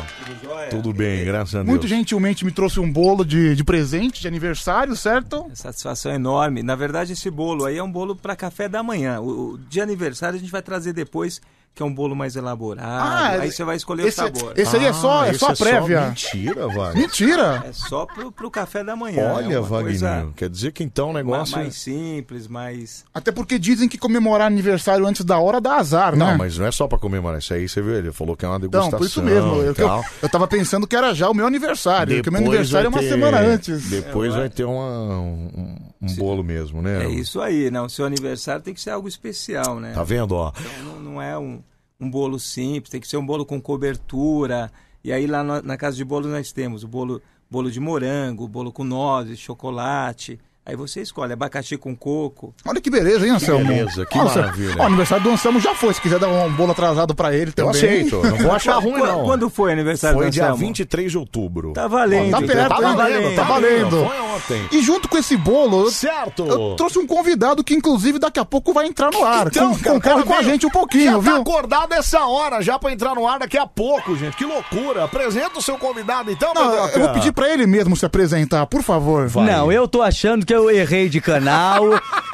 Speaker 1: Tudo bem, graças a Deus.
Speaker 3: Muito gentilmente me trouxe um bolo de, de presente, de aniversário, certo?
Speaker 21: É Satisfação enorme. Na verdade, esse bolo aí é um bolo para café da manhã. O, o de aniversário a gente vai trazer depois, que é um bolo mais elaborado.
Speaker 3: Ah,
Speaker 21: aí você vai escolher
Speaker 3: esse-
Speaker 21: o sabor.
Speaker 3: esse aí é só- é Ah, só a esse é só- prévia.
Speaker 1: Mentira, Wagner.
Speaker 3: Mentira!
Speaker 21: É só pro, pro café da manhã. é
Speaker 1: Olha,
Speaker 21: uma
Speaker 1: Wagner,
Speaker 21: coisa
Speaker 1: quer dizer que então o
Speaker 21: ma-
Speaker 1: negócio.
Speaker 21: mais simples, mais.
Speaker 3: Até porque dizem que comemorar aniversário antes da hora dá azar, né?
Speaker 1: Não, mas não é só pra comemorar. Isso aí você viu, ele falou que é uma
Speaker 3: Então,
Speaker 1: degustação.
Speaker 3: por isso mesmo. Eu,
Speaker 1: e tal.
Speaker 3: eu, eu tava pensando que era já o meu aniversário, porque o meu aniversário é uma
Speaker 1: vai ter-
Speaker 3: semana antes.
Speaker 1: Depois vai ter uma- um, um bolo mesmo, né?
Speaker 21: É isso aí, né? O seu aniversário tem que ser algo especial, né?
Speaker 1: Tá vendo, ó?
Speaker 21: Então, não, não é um, um bolo simples, tem que ser um bolo com cobertura. E aí lá na, na casa de bolos nós temos o bolo, bolo de morango, bolo com nozes, chocolate. Aí você escolhe abacaxi com coco.
Speaker 3: Olha que beleza, hein,
Speaker 21: Que
Speaker 3: Anselmo?
Speaker 21: beleza, que
Speaker 3: Ó, Anselmo,
Speaker 21: maravilha.
Speaker 3: ó, o aniversário do Anselmo já foi. Se quiser dar um bolo atrasado pra ele também.
Speaker 21: Quando- quando- Quando foi aniversário
Speaker 1: Foi
Speaker 21: do
Speaker 1: dia
Speaker 21: Anselmo?
Speaker 1: 23 de outubro.
Speaker 21: Tá valendo,
Speaker 3: Tá
Speaker 21: então,
Speaker 3: perto,
Speaker 21: tá
Speaker 3: tá valendo,
Speaker 21: valendo,
Speaker 3: tá valendo.
Speaker 1: Foi ontem.
Speaker 3: E junto com esse bolo, eu-
Speaker 1: Certo.
Speaker 3: eu trouxe um convidado que, inclusive, daqui a pouco vai entrar no ar.
Speaker 1: Então,
Speaker 3: Con-
Speaker 1: cara,
Speaker 3: concorre
Speaker 1: cara,
Speaker 3: com a
Speaker 1: veio-
Speaker 3: gente um pouquinho,
Speaker 1: já
Speaker 3: viu?
Speaker 1: Tá acordado essa hora, já pra entrar no ar daqui a pouco, gente. Que loucura. Apresenta o seu convidado, então,
Speaker 3: Não,
Speaker 1: Mandioca.
Speaker 3: eu vou pedir pra ele mesmo se apresentar, por favor.
Speaker 23: Não, eu tô achando que eu errei de canal.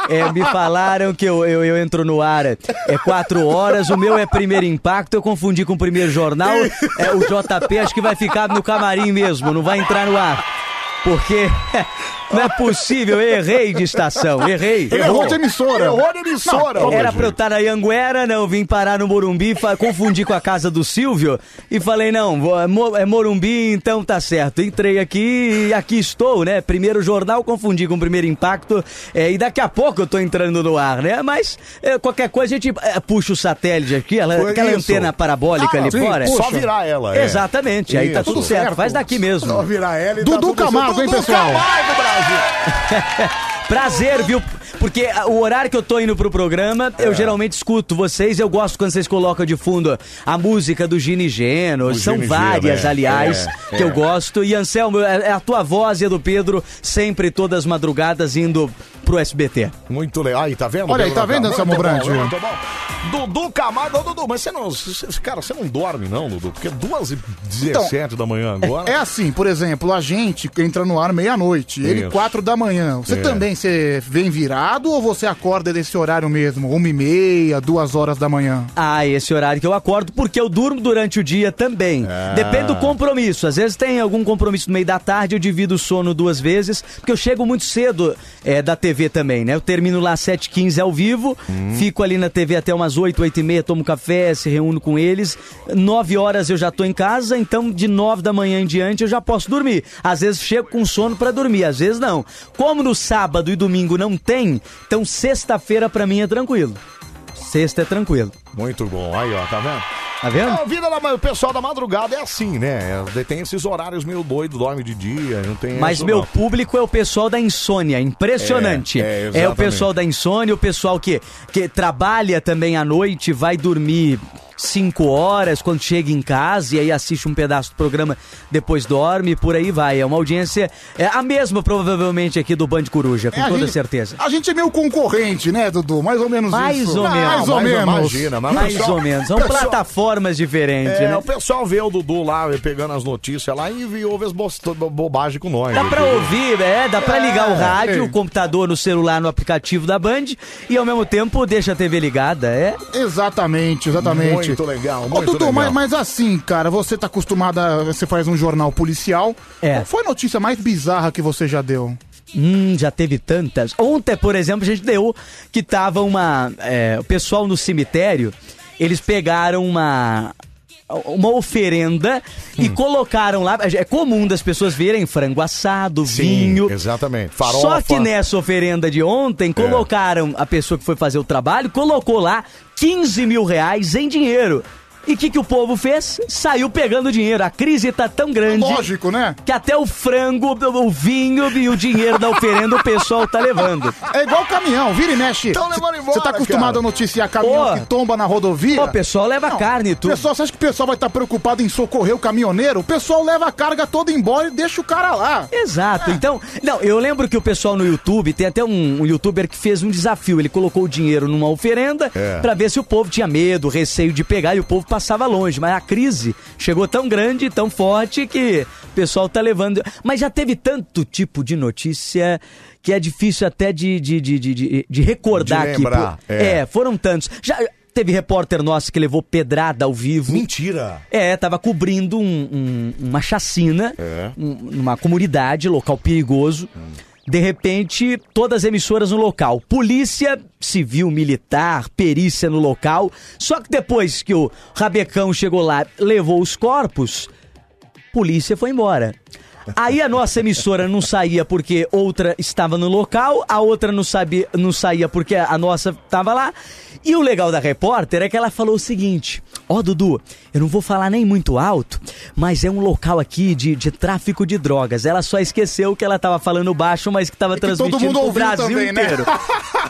Speaker 23: É, me falaram que eu, eu, eu entro no ar é quatro horas, o meu é primeiro impacto, eu confundi com o primeiro jornal. É, o JP acho que vai ficar no camarim mesmo, não vai entrar no ar. Porque [laughs] não é possível, eu errei de estação, errei.
Speaker 3: Ele errou de emissora. Errou de emissora
Speaker 23: Não, era
Speaker 3: hoje.
Speaker 23: pra eu estar tá na Anguera, não, vim parar no Morumbi, fa- [laughs] confundi com a casa do Silvio e falei, não, vou- é Mo- é Morumbi, então tá certo. Entrei aqui e aqui estou, né? Primeiro jornal, confundi com o primeiro impacto é, e daqui a pouco eu tô entrando no ar, né? Mas é, qualquer coisa a gente é, puxa o satélite aqui, ela-
Speaker 1: Foi
Speaker 23: aquela
Speaker 1: isso.
Speaker 23: antena parabólica
Speaker 1: Ah,
Speaker 23: ali
Speaker 1: sim,
Speaker 23: fora.
Speaker 1: só virar ela, é.
Speaker 23: Exatamente, aí tá
Speaker 1: Isso.
Speaker 23: tudo certo, faz daqui mesmo. Só
Speaker 1: virar ela
Speaker 23: e
Speaker 1: tá Dudu tudo certo. Camargo, hein, Dudu pessoal? Camargo,
Speaker 23: [laughs] Prazer, viu? Porque ah, o horário que eu tô indo pro programa,
Speaker 1: É.
Speaker 23: eu geralmente escuto vocês. Eu gosto quando vocês colocam de fundo a música do Gini Geno. São
Speaker 12: Gini
Speaker 23: várias,
Speaker 12: Geno, é,
Speaker 23: aliás,
Speaker 12: é,
Speaker 23: que
Speaker 12: é.
Speaker 23: eu gosto. E Anselmo, é é a tua voz e a do Pedro, sempre todas as madrugadas indo pro SBT.
Speaker 1: Muito legal. Aí, tá vendo?
Speaker 23: Olha aí,
Speaker 1: Pedro
Speaker 23: tá vendo,
Speaker 1: Natal?
Speaker 23: Anselmo
Speaker 1: Muito bom, né?
Speaker 23: Brandi?
Speaker 1: muito bom. Dudu Camargo, Ô, Dudu, mas você não. você- Cara, você não dorme, não, Dudu? Porque é
Speaker 23: Então-
Speaker 1: 2h17 da manhã agora.
Speaker 3: Então, É assim, por exemplo, a gente entra no ar meia-noite, ele
Speaker 1: Isso.
Speaker 3: quatro da manhã. Você
Speaker 1: É.
Speaker 3: também você vem virado ou você acorda desse horário mesmo? Uma e meia, duas horas da manhã?
Speaker 23: Ah, esse horário que eu acordo, porque eu durmo durante o dia também. Depende do compromisso. Às vezes tem algum compromisso no meio da tarde, eu divido o sono duas vezes, porque eu chego muito cedo é, da TV também, né? Eu termino lá às 7h15 ao vivo, fico ali na TV até umas às 8, 8 e meia, tomo café, se reúno com eles. 9 horas eu já tô em casa, então de 9 da manhã em diante eu já posso dormir. Às vezes chego com sono pra dormir, às vezes não. Como no sábado e domingo não tem, então sexta-feira pra mim é tranquilo. Sexta é tranquilo.
Speaker 1: Muito bom. Aí, ó, tá vendo?
Speaker 23: Tá vendo?
Speaker 1: É, a vida da, ma- o pessoal da madrugada é assim, né? É, Tem esses horários meio doido, dorme de dia, não tem.
Speaker 23: Mas
Speaker 1: É, isso,
Speaker 23: meu
Speaker 1: não.
Speaker 23: público é o pessoal da insônia, impressionante.
Speaker 1: É, é,
Speaker 23: É, o
Speaker 1: exatamente.
Speaker 23: pessoal da insônia, o pessoal que, que trabalha também à noite, vai dormir 5 horas quando chega em casa e aí assiste um pedaço do programa, depois dorme, por aí vai. É uma audiência, é a mesma provavelmente aqui do Band Coruja, com
Speaker 3: É, a
Speaker 23: toda
Speaker 3: gente-
Speaker 23: certeza.
Speaker 3: A gente é meio concorrente, né, Dudu? Mais ou menos
Speaker 23: Mais
Speaker 3: isso.
Speaker 23: ou
Speaker 3: Ah,
Speaker 23: menos.
Speaker 3: Mais
Speaker 23: Mais
Speaker 3: ou
Speaker 23: ou-
Speaker 3: menos.
Speaker 1: Imagina, mas o
Speaker 23: Mais
Speaker 1: pessoal-
Speaker 23: ou menos, são
Speaker 1: pessoal-
Speaker 23: plataformas diferentes,
Speaker 1: É,
Speaker 23: né?
Speaker 1: o pessoal vê o Dudu lá eh, pegando as notícias lá e vi- ouve as bos- to- bo- bobagem com nós. né,
Speaker 23: Dá pra
Speaker 1: entendeu?
Speaker 23: ouvir, é, dá pra
Speaker 1: É,
Speaker 23: ligar o rádio,
Speaker 1: é.
Speaker 23: o computador no celular, no aplicativo da Band e ao mesmo tempo deixa a TV ligada, é?
Speaker 3: Exatamente, exatamente.
Speaker 1: Muito legal,
Speaker 3: Ô,
Speaker 1: muito
Speaker 3: Dudu,
Speaker 1: legal.
Speaker 3: Mas, mas assim, cara, você tá acostumado a... Você faz um jornal policial.
Speaker 23: É.
Speaker 3: Qual foi a notícia mais bizarra que você já deu?
Speaker 23: Hum, já teve tantas. Ontem, por exemplo, a gente deu que tava uma. é, o pessoal no cemitério, eles pegaram uma. Uma oferenda e
Speaker 1: Hum.
Speaker 23: colocaram lá. É comum das pessoas verem frango assado, vinho.
Speaker 1: Exatamente. Farofa.
Speaker 23: Só que nessa oferenda de
Speaker 3: É.
Speaker 23: ontem, colocaram a pessoa que foi fazer o trabalho, colocou lá 15 mil reais em dinheiro. E o que, que o povo fez? Saiu pegando dinheiro. A crise tá tão grande.
Speaker 3: Lógico, né?
Speaker 23: Que até o frango, o vinho e o dinheiro da oferenda o pessoal tá levando.
Speaker 3: É igual caminhão, vira e mexe.
Speaker 1: Então levando embora,
Speaker 3: Você tá acostumado
Speaker 1: cara.
Speaker 3: a noticiar caminhão
Speaker 23: Pô.
Speaker 3: que tomba na rodovia?
Speaker 23: Pô, o pessoal leva carne e tudo.
Speaker 3: Pessoal, você acha que o pessoal vai estar preocupado em socorrer o caminhoneiro? O pessoal leva a carga toda embora e deixa o cara lá.
Speaker 23: Exato. Então, não, eu lembro que o pessoal no YouTube, tem até um, um youtuber que fez um desafio. Ele colocou o dinheiro numa oferenda
Speaker 1: É.
Speaker 23: pra ver se o povo tinha medo, receio de pegar e o povo passava longe. Mas a crise chegou tão grande, tão forte que o pessoal tá levando. Mas já teve tanto tipo de notícia que é difícil até de, de, de, de, de- de recordar
Speaker 1: De
Speaker 23: aqui.
Speaker 1: lembrar,
Speaker 23: Pô,
Speaker 1: é.
Speaker 23: é, foram tantos. Já teve repórter nosso que levou pedrada ao vivo.
Speaker 1: Mentira.
Speaker 23: É, tava cobrindo um- um- uma chacina
Speaker 1: É.
Speaker 23: um- numa comunidade, local perigoso. De repente, todas as emissoras no local. Polícia civil, militar, perícia no local. Só que depois que o Rabecão chegou lá, levou os corpos, polícia foi embora. Aí a nossa emissora não saía porque outra estava no local, a outra não, sabia, não saía porque a nossa estava lá. E o legal da repórter é que ela falou o seguinte: Ó, Dudu, eu não vou falar nem muito alto, mas é um local aqui de, de tráfico de drogas. Ela só esqueceu que ela estava falando baixo, mas que estava
Speaker 3: É todo
Speaker 23: transmitindo
Speaker 3: mundo
Speaker 23: pro
Speaker 3: ouviu
Speaker 23: Brasil
Speaker 3: também, né? [laughs]
Speaker 1: [laughs]
Speaker 23: inteiro.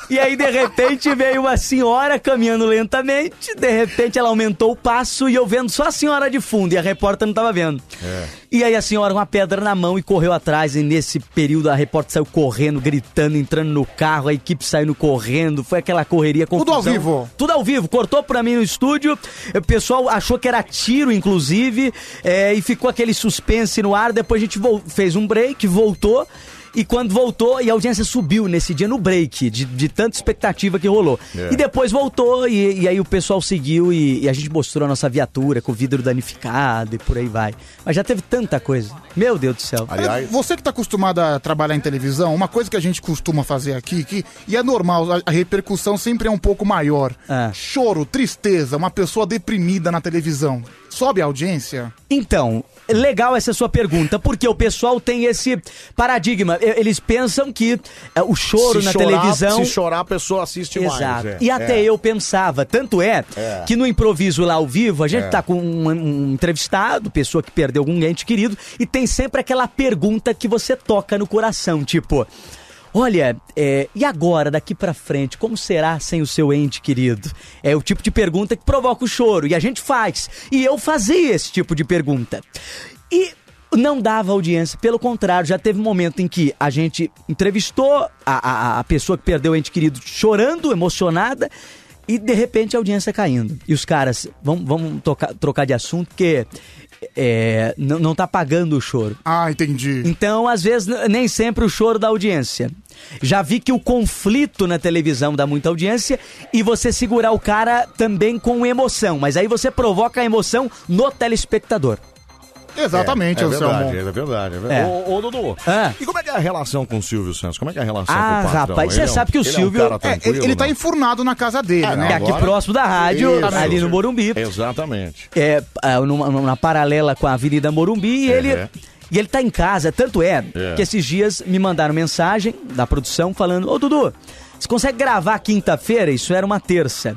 Speaker 23: E aí, de repente, veio uma senhora caminhando lentamente. De repente, ela aumentou o passo e eu vendo só a senhora de fundo. E a repórter não tava vendo.
Speaker 3: É.
Speaker 23: E aí, a senhora com uma pedra na mão e correu atrás. E nesse período, a repórter saiu correndo, gritando, entrando no carro. A equipe saindo correndo. Foi aquela correria confusão.
Speaker 3: Tudo ao vivo.
Speaker 23: Tudo ao vivo. Cortou pra mim no estúdio. O pessoal achou que era tiro, inclusive. é, e ficou aquele suspense no ar. Depois a gente vol- fez um break, voltou. E quando voltou, e a audiência subiu nesse dia no break, de, de tanta expectativa que rolou.
Speaker 12: É.
Speaker 23: E depois voltou, e, e aí o pessoal seguiu, e, e a gente mostrou a nossa viatura com o vidro danificado e por aí vai. Mas já teve tanta coisa. Meu Deus do céu.
Speaker 3: Aliás, Você que tá acostumado a trabalhar em televisão, uma coisa que a gente costuma fazer aqui, que, e é normal, a, a repercussão sempre é um pouco maior. Choro, tristeza, uma pessoa deprimida na televisão. Sobe a audiência?
Speaker 23: Então, legal essa sua pergunta, porque o pessoal tem esse paradigma. E- Eles pensam que é, o choro
Speaker 1: Se
Speaker 23: na
Speaker 1: chorar-
Speaker 23: televisão.
Speaker 1: Se chorar, a pessoa assiste mais.
Speaker 23: Exato.
Speaker 1: é.
Speaker 23: E até
Speaker 1: É.
Speaker 23: eu pensava. Tanto é,
Speaker 1: É.
Speaker 23: que no improviso lá ao vivo, a gente
Speaker 1: É.
Speaker 23: tá com um, um entrevistado, pessoa que perdeu algum ente querido, e tem sempre aquela pergunta que você toca no coração, tipo. Olha, é, e agora, daqui pra frente, como será sem o seu ente querido? É o tipo de pergunta que provoca o choro, e a gente faz. E eu fazia esse tipo de pergunta. E não dava audiência, pelo contrário, já teve um momento em que a gente entrevistou a, a, a pessoa que perdeu o ente querido chorando, emocionada, e de repente a audiência caindo. E os caras, vamos, vamos tocar- trocar de assunto, porque é, n- não tá pagando o choro.
Speaker 3: Ah, entendi.
Speaker 23: Então, às vezes, n- nem sempre o choro da audiência. Já vi que o conflito na televisão dá muita audiência e você segurar o cara também com emoção. Mas aí você provoca a emoção no telespectador.
Speaker 3: Exatamente,
Speaker 1: é, é
Speaker 3: Anselmo.
Speaker 1: verdade, é verdade, é verdade.
Speaker 3: É.
Speaker 1: Ô, ô, Dudu,
Speaker 3: Ah.
Speaker 1: e como é que é a relação com o Silvio Santos? Como é que é a relação com
Speaker 3: Ah,
Speaker 1: o patrão?
Speaker 3: rapaz, você
Speaker 1: Ele é um-
Speaker 3: sabe que o
Speaker 1: ele
Speaker 3: Silvio.
Speaker 1: É um cara tranquilo,
Speaker 3: ele tá
Speaker 1: não?
Speaker 3: enfurnado na casa dele,
Speaker 1: É,
Speaker 3: né?
Speaker 23: que é aqui próximo da rádio,
Speaker 1: Isso.
Speaker 23: ali no Morumbi.
Speaker 1: Exatamente.
Speaker 23: É, ah, numa, numa paralela com a Avenida Morumbi e
Speaker 1: É.
Speaker 23: ele. E ele tá em casa, tanto é,
Speaker 12: É.
Speaker 23: que esses dias me mandaram mensagem da produção falando: Ô Dudu, você consegue gravar quinta-feira? Isso era uma terça.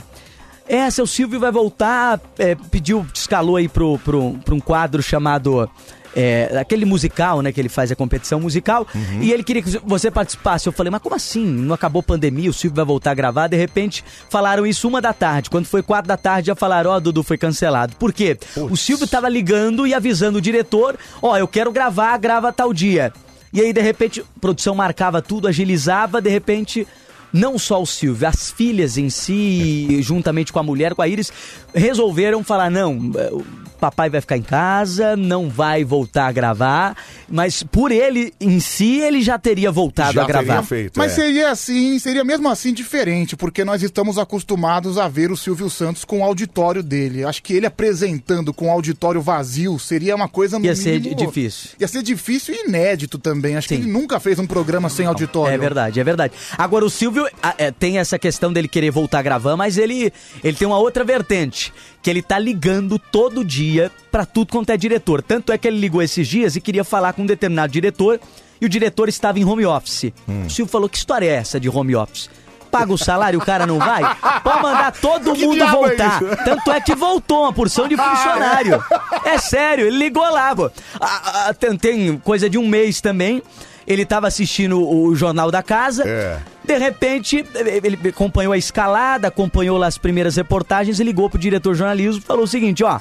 Speaker 23: É, seu Silvio vai voltar, é, pediu, escalou aí pro, pro, pra um quadro chamado. é, aquele musical, né? Que ele faz a competição musical. Uhum. E ele queria que você participasse. Eu falei, mas como assim? Não acabou a pandemia, o Silvio vai voltar a gravar. De repente, falaram isso uma da tarde. Quando foi quatro da tarde, já falaram, ó, Dudu, foi cancelado. Por quê? O Silvio tava ligando e avisando o diretor, ó, eu quero gravar, grava tal dia. E aí, de repente, a produção marcava tudo, agilizava, de repente, não só o Silvio, as filhas em si, juntamente com a mulher, com a Iris, resolveram falar: não, eh, o papai vai ficar em casa, não vai voltar a gravar, mas por ele em si, ele já teria voltado a
Speaker 3: Tá
Speaker 23: gravar.
Speaker 3: Mas seria assim, seria mesmo assim diferente, porque nós estamos acostumados a ver o Silvio Santos com o auditório dele. Acho que ele apresentando com o auditório vazio seria uma coisa no
Speaker 23: Ia ser
Speaker 3: mínimo-
Speaker 23: difícil.
Speaker 3: Ia ser difícil e inédito também. Acho que ele nunca fez um programa sem auditório.
Speaker 23: É verdade, é verdade. Agora, o Silvio a- é, tem essa questão dele querer voltar a gravar, mas ele, ele tem uma outra vertente, que ele tá ligando todo dia pra tudo quanto é diretor. Tanto é que ele ligou esses dias e queria falar com um determinado diretor, e o diretor estava em home office.
Speaker 13: Hum.
Speaker 23: O Silvio falou, que história é essa de home office? Paga o salário, o cara não vai? Pode mandar todo
Speaker 13: Que
Speaker 23: mundo
Speaker 13: diabo é
Speaker 23: voltar.
Speaker 13: isso?
Speaker 23: Tanto é que voltou uma porção
Speaker 1: Ah,
Speaker 23: de funcionário. É sério, ele ligou lá, pô. A- a- tem, tem coisa de um mês também. Ele tava assistindo o o Jornal da Casa.
Speaker 1: É.
Speaker 23: De repente, ele ele acompanhou a escalada, acompanhou lá as primeiras reportagens e ligou pro diretor de jornalismo e falou o seguinte, ó.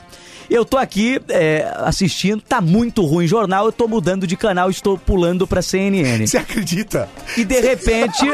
Speaker 23: Eu tô aqui é, assistindo, tá muito ruim o jornal, eu tô mudando de canal, estou pulando pra CNN. Você
Speaker 1: acredita?
Speaker 23: E de repente,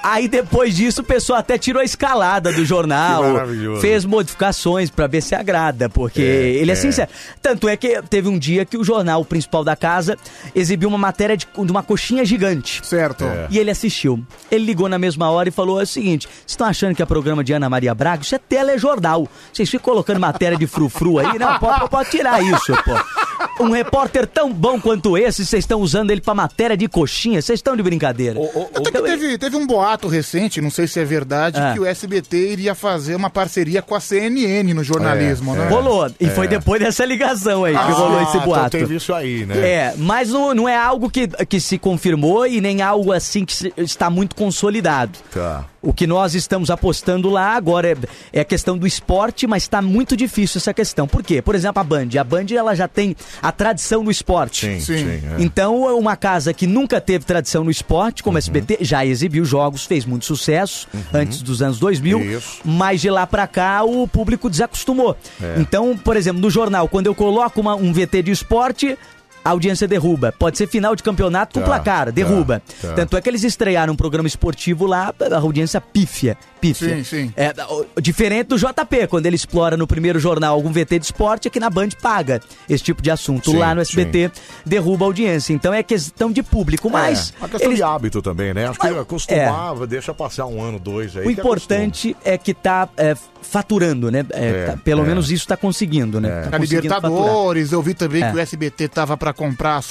Speaker 23: aí depois disso, o pessoal até tirou a escalada do jornal,
Speaker 1: Que maravilhoso.
Speaker 23: fez modificações pra ver se agrada, porque ele é,
Speaker 1: é.
Speaker 23: sincero. Tanto é que teve um dia que o jornal principal da casa exibiu uma matéria de, de uma coxinha gigante.
Speaker 3: Certo.
Speaker 1: É.
Speaker 23: E ele assistiu. Ele ligou na mesma hora e falou o seguinte: vocês estão achando que é programa de Ana Maria Braga? Isso é telejornal. Vocês ficam colocando matéria de frufru aí? Não, pode, pode tirar isso, pô. Um repórter tão bom quanto esse, vocês estão usando ele pra matéria de coxinha? Vocês estão de brincadeira.
Speaker 3: Até que teve, teve um boato recente, não sei se é verdade,
Speaker 23: Então, Ah.
Speaker 3: que o SBT iria fazer uma parceria com a CNN no jornalismo, né?
Speaker 23: Rolou. E foi
Speaker 3: É.
Speaker 23: depois dessa ligação aí que
Speaker 3: Ah,
Speaker 23: rolou esse
Speaker 3: então
Speaker 23: boato.
Speaker 1: teve isso aí, né?
Speaker 23: É, mas não, não é algo que, que se confirmou e nem algo assim que se- está muito consolidado.
Speaker 1: Tá.
Speaker 23: O que nós estamos apostando lá agora é, é a questão do esporte, mas está muito difícil essa questão. Por quê? Por exemplo, a Band. A Band ela já tem a tradição do esporte.
Speaker 1: Sim, sim, é.
Speaker 23: Então, é uma casa que nunca teve tradição no esporte,
Speaker 1: Uhum.
Speaker 23: como a SBT, já exibiu jogos, fez muito sucesso antes dos anos 2000, mas de lá pra cá o público desacostumou.
Speaker 13: É.
Speaker 23: Então, por exemplo, no jornal, quando eu coloco uma- um VT de esporte, a audiência derruba. Pode ser final de campeonato com
Speaker 13: Tá,
Speaker 23: placar,
Speaker 13: tá,
Speaker 23: derruba.
Speaker 13: tá.
Speaker 23: Tanto é que eles estrearam um programa esportivo lá, a audiência pífia. pífia.
Speaker 3: Sim, sim.
Speaker 23: É, o- diferente do JP, quando ele explora no primeiro jornal algum VT de esporte, é que na Band paga esse tipo de assunto.
Speaker 1: Sim,
Speaker 23: lá no SBT derruba a audiência. Então é questão de público, mas.
Speaker 1: É, a questão
Speaker 23: eles-
Speaker 1: de hábito também, né? Acho que acostumava, deixa passar um ano, dois aí.
Speaker 23: o
Speaker 1: que acostuma.
Speaker 23: importante é que tá é, faturando, né? É,
Speaker 1: É,
Speaker 23: tá- pelo
Speaker 1: é.
Speaker 23: menos isso tá conseguindo, né? Tá
Speaker 3: A
Speaker 23: conseguindo
Speaker 3: Libertadores, eu vi também
Speaker 23: É.
Speaker 3: que o SBT tava pra comprar a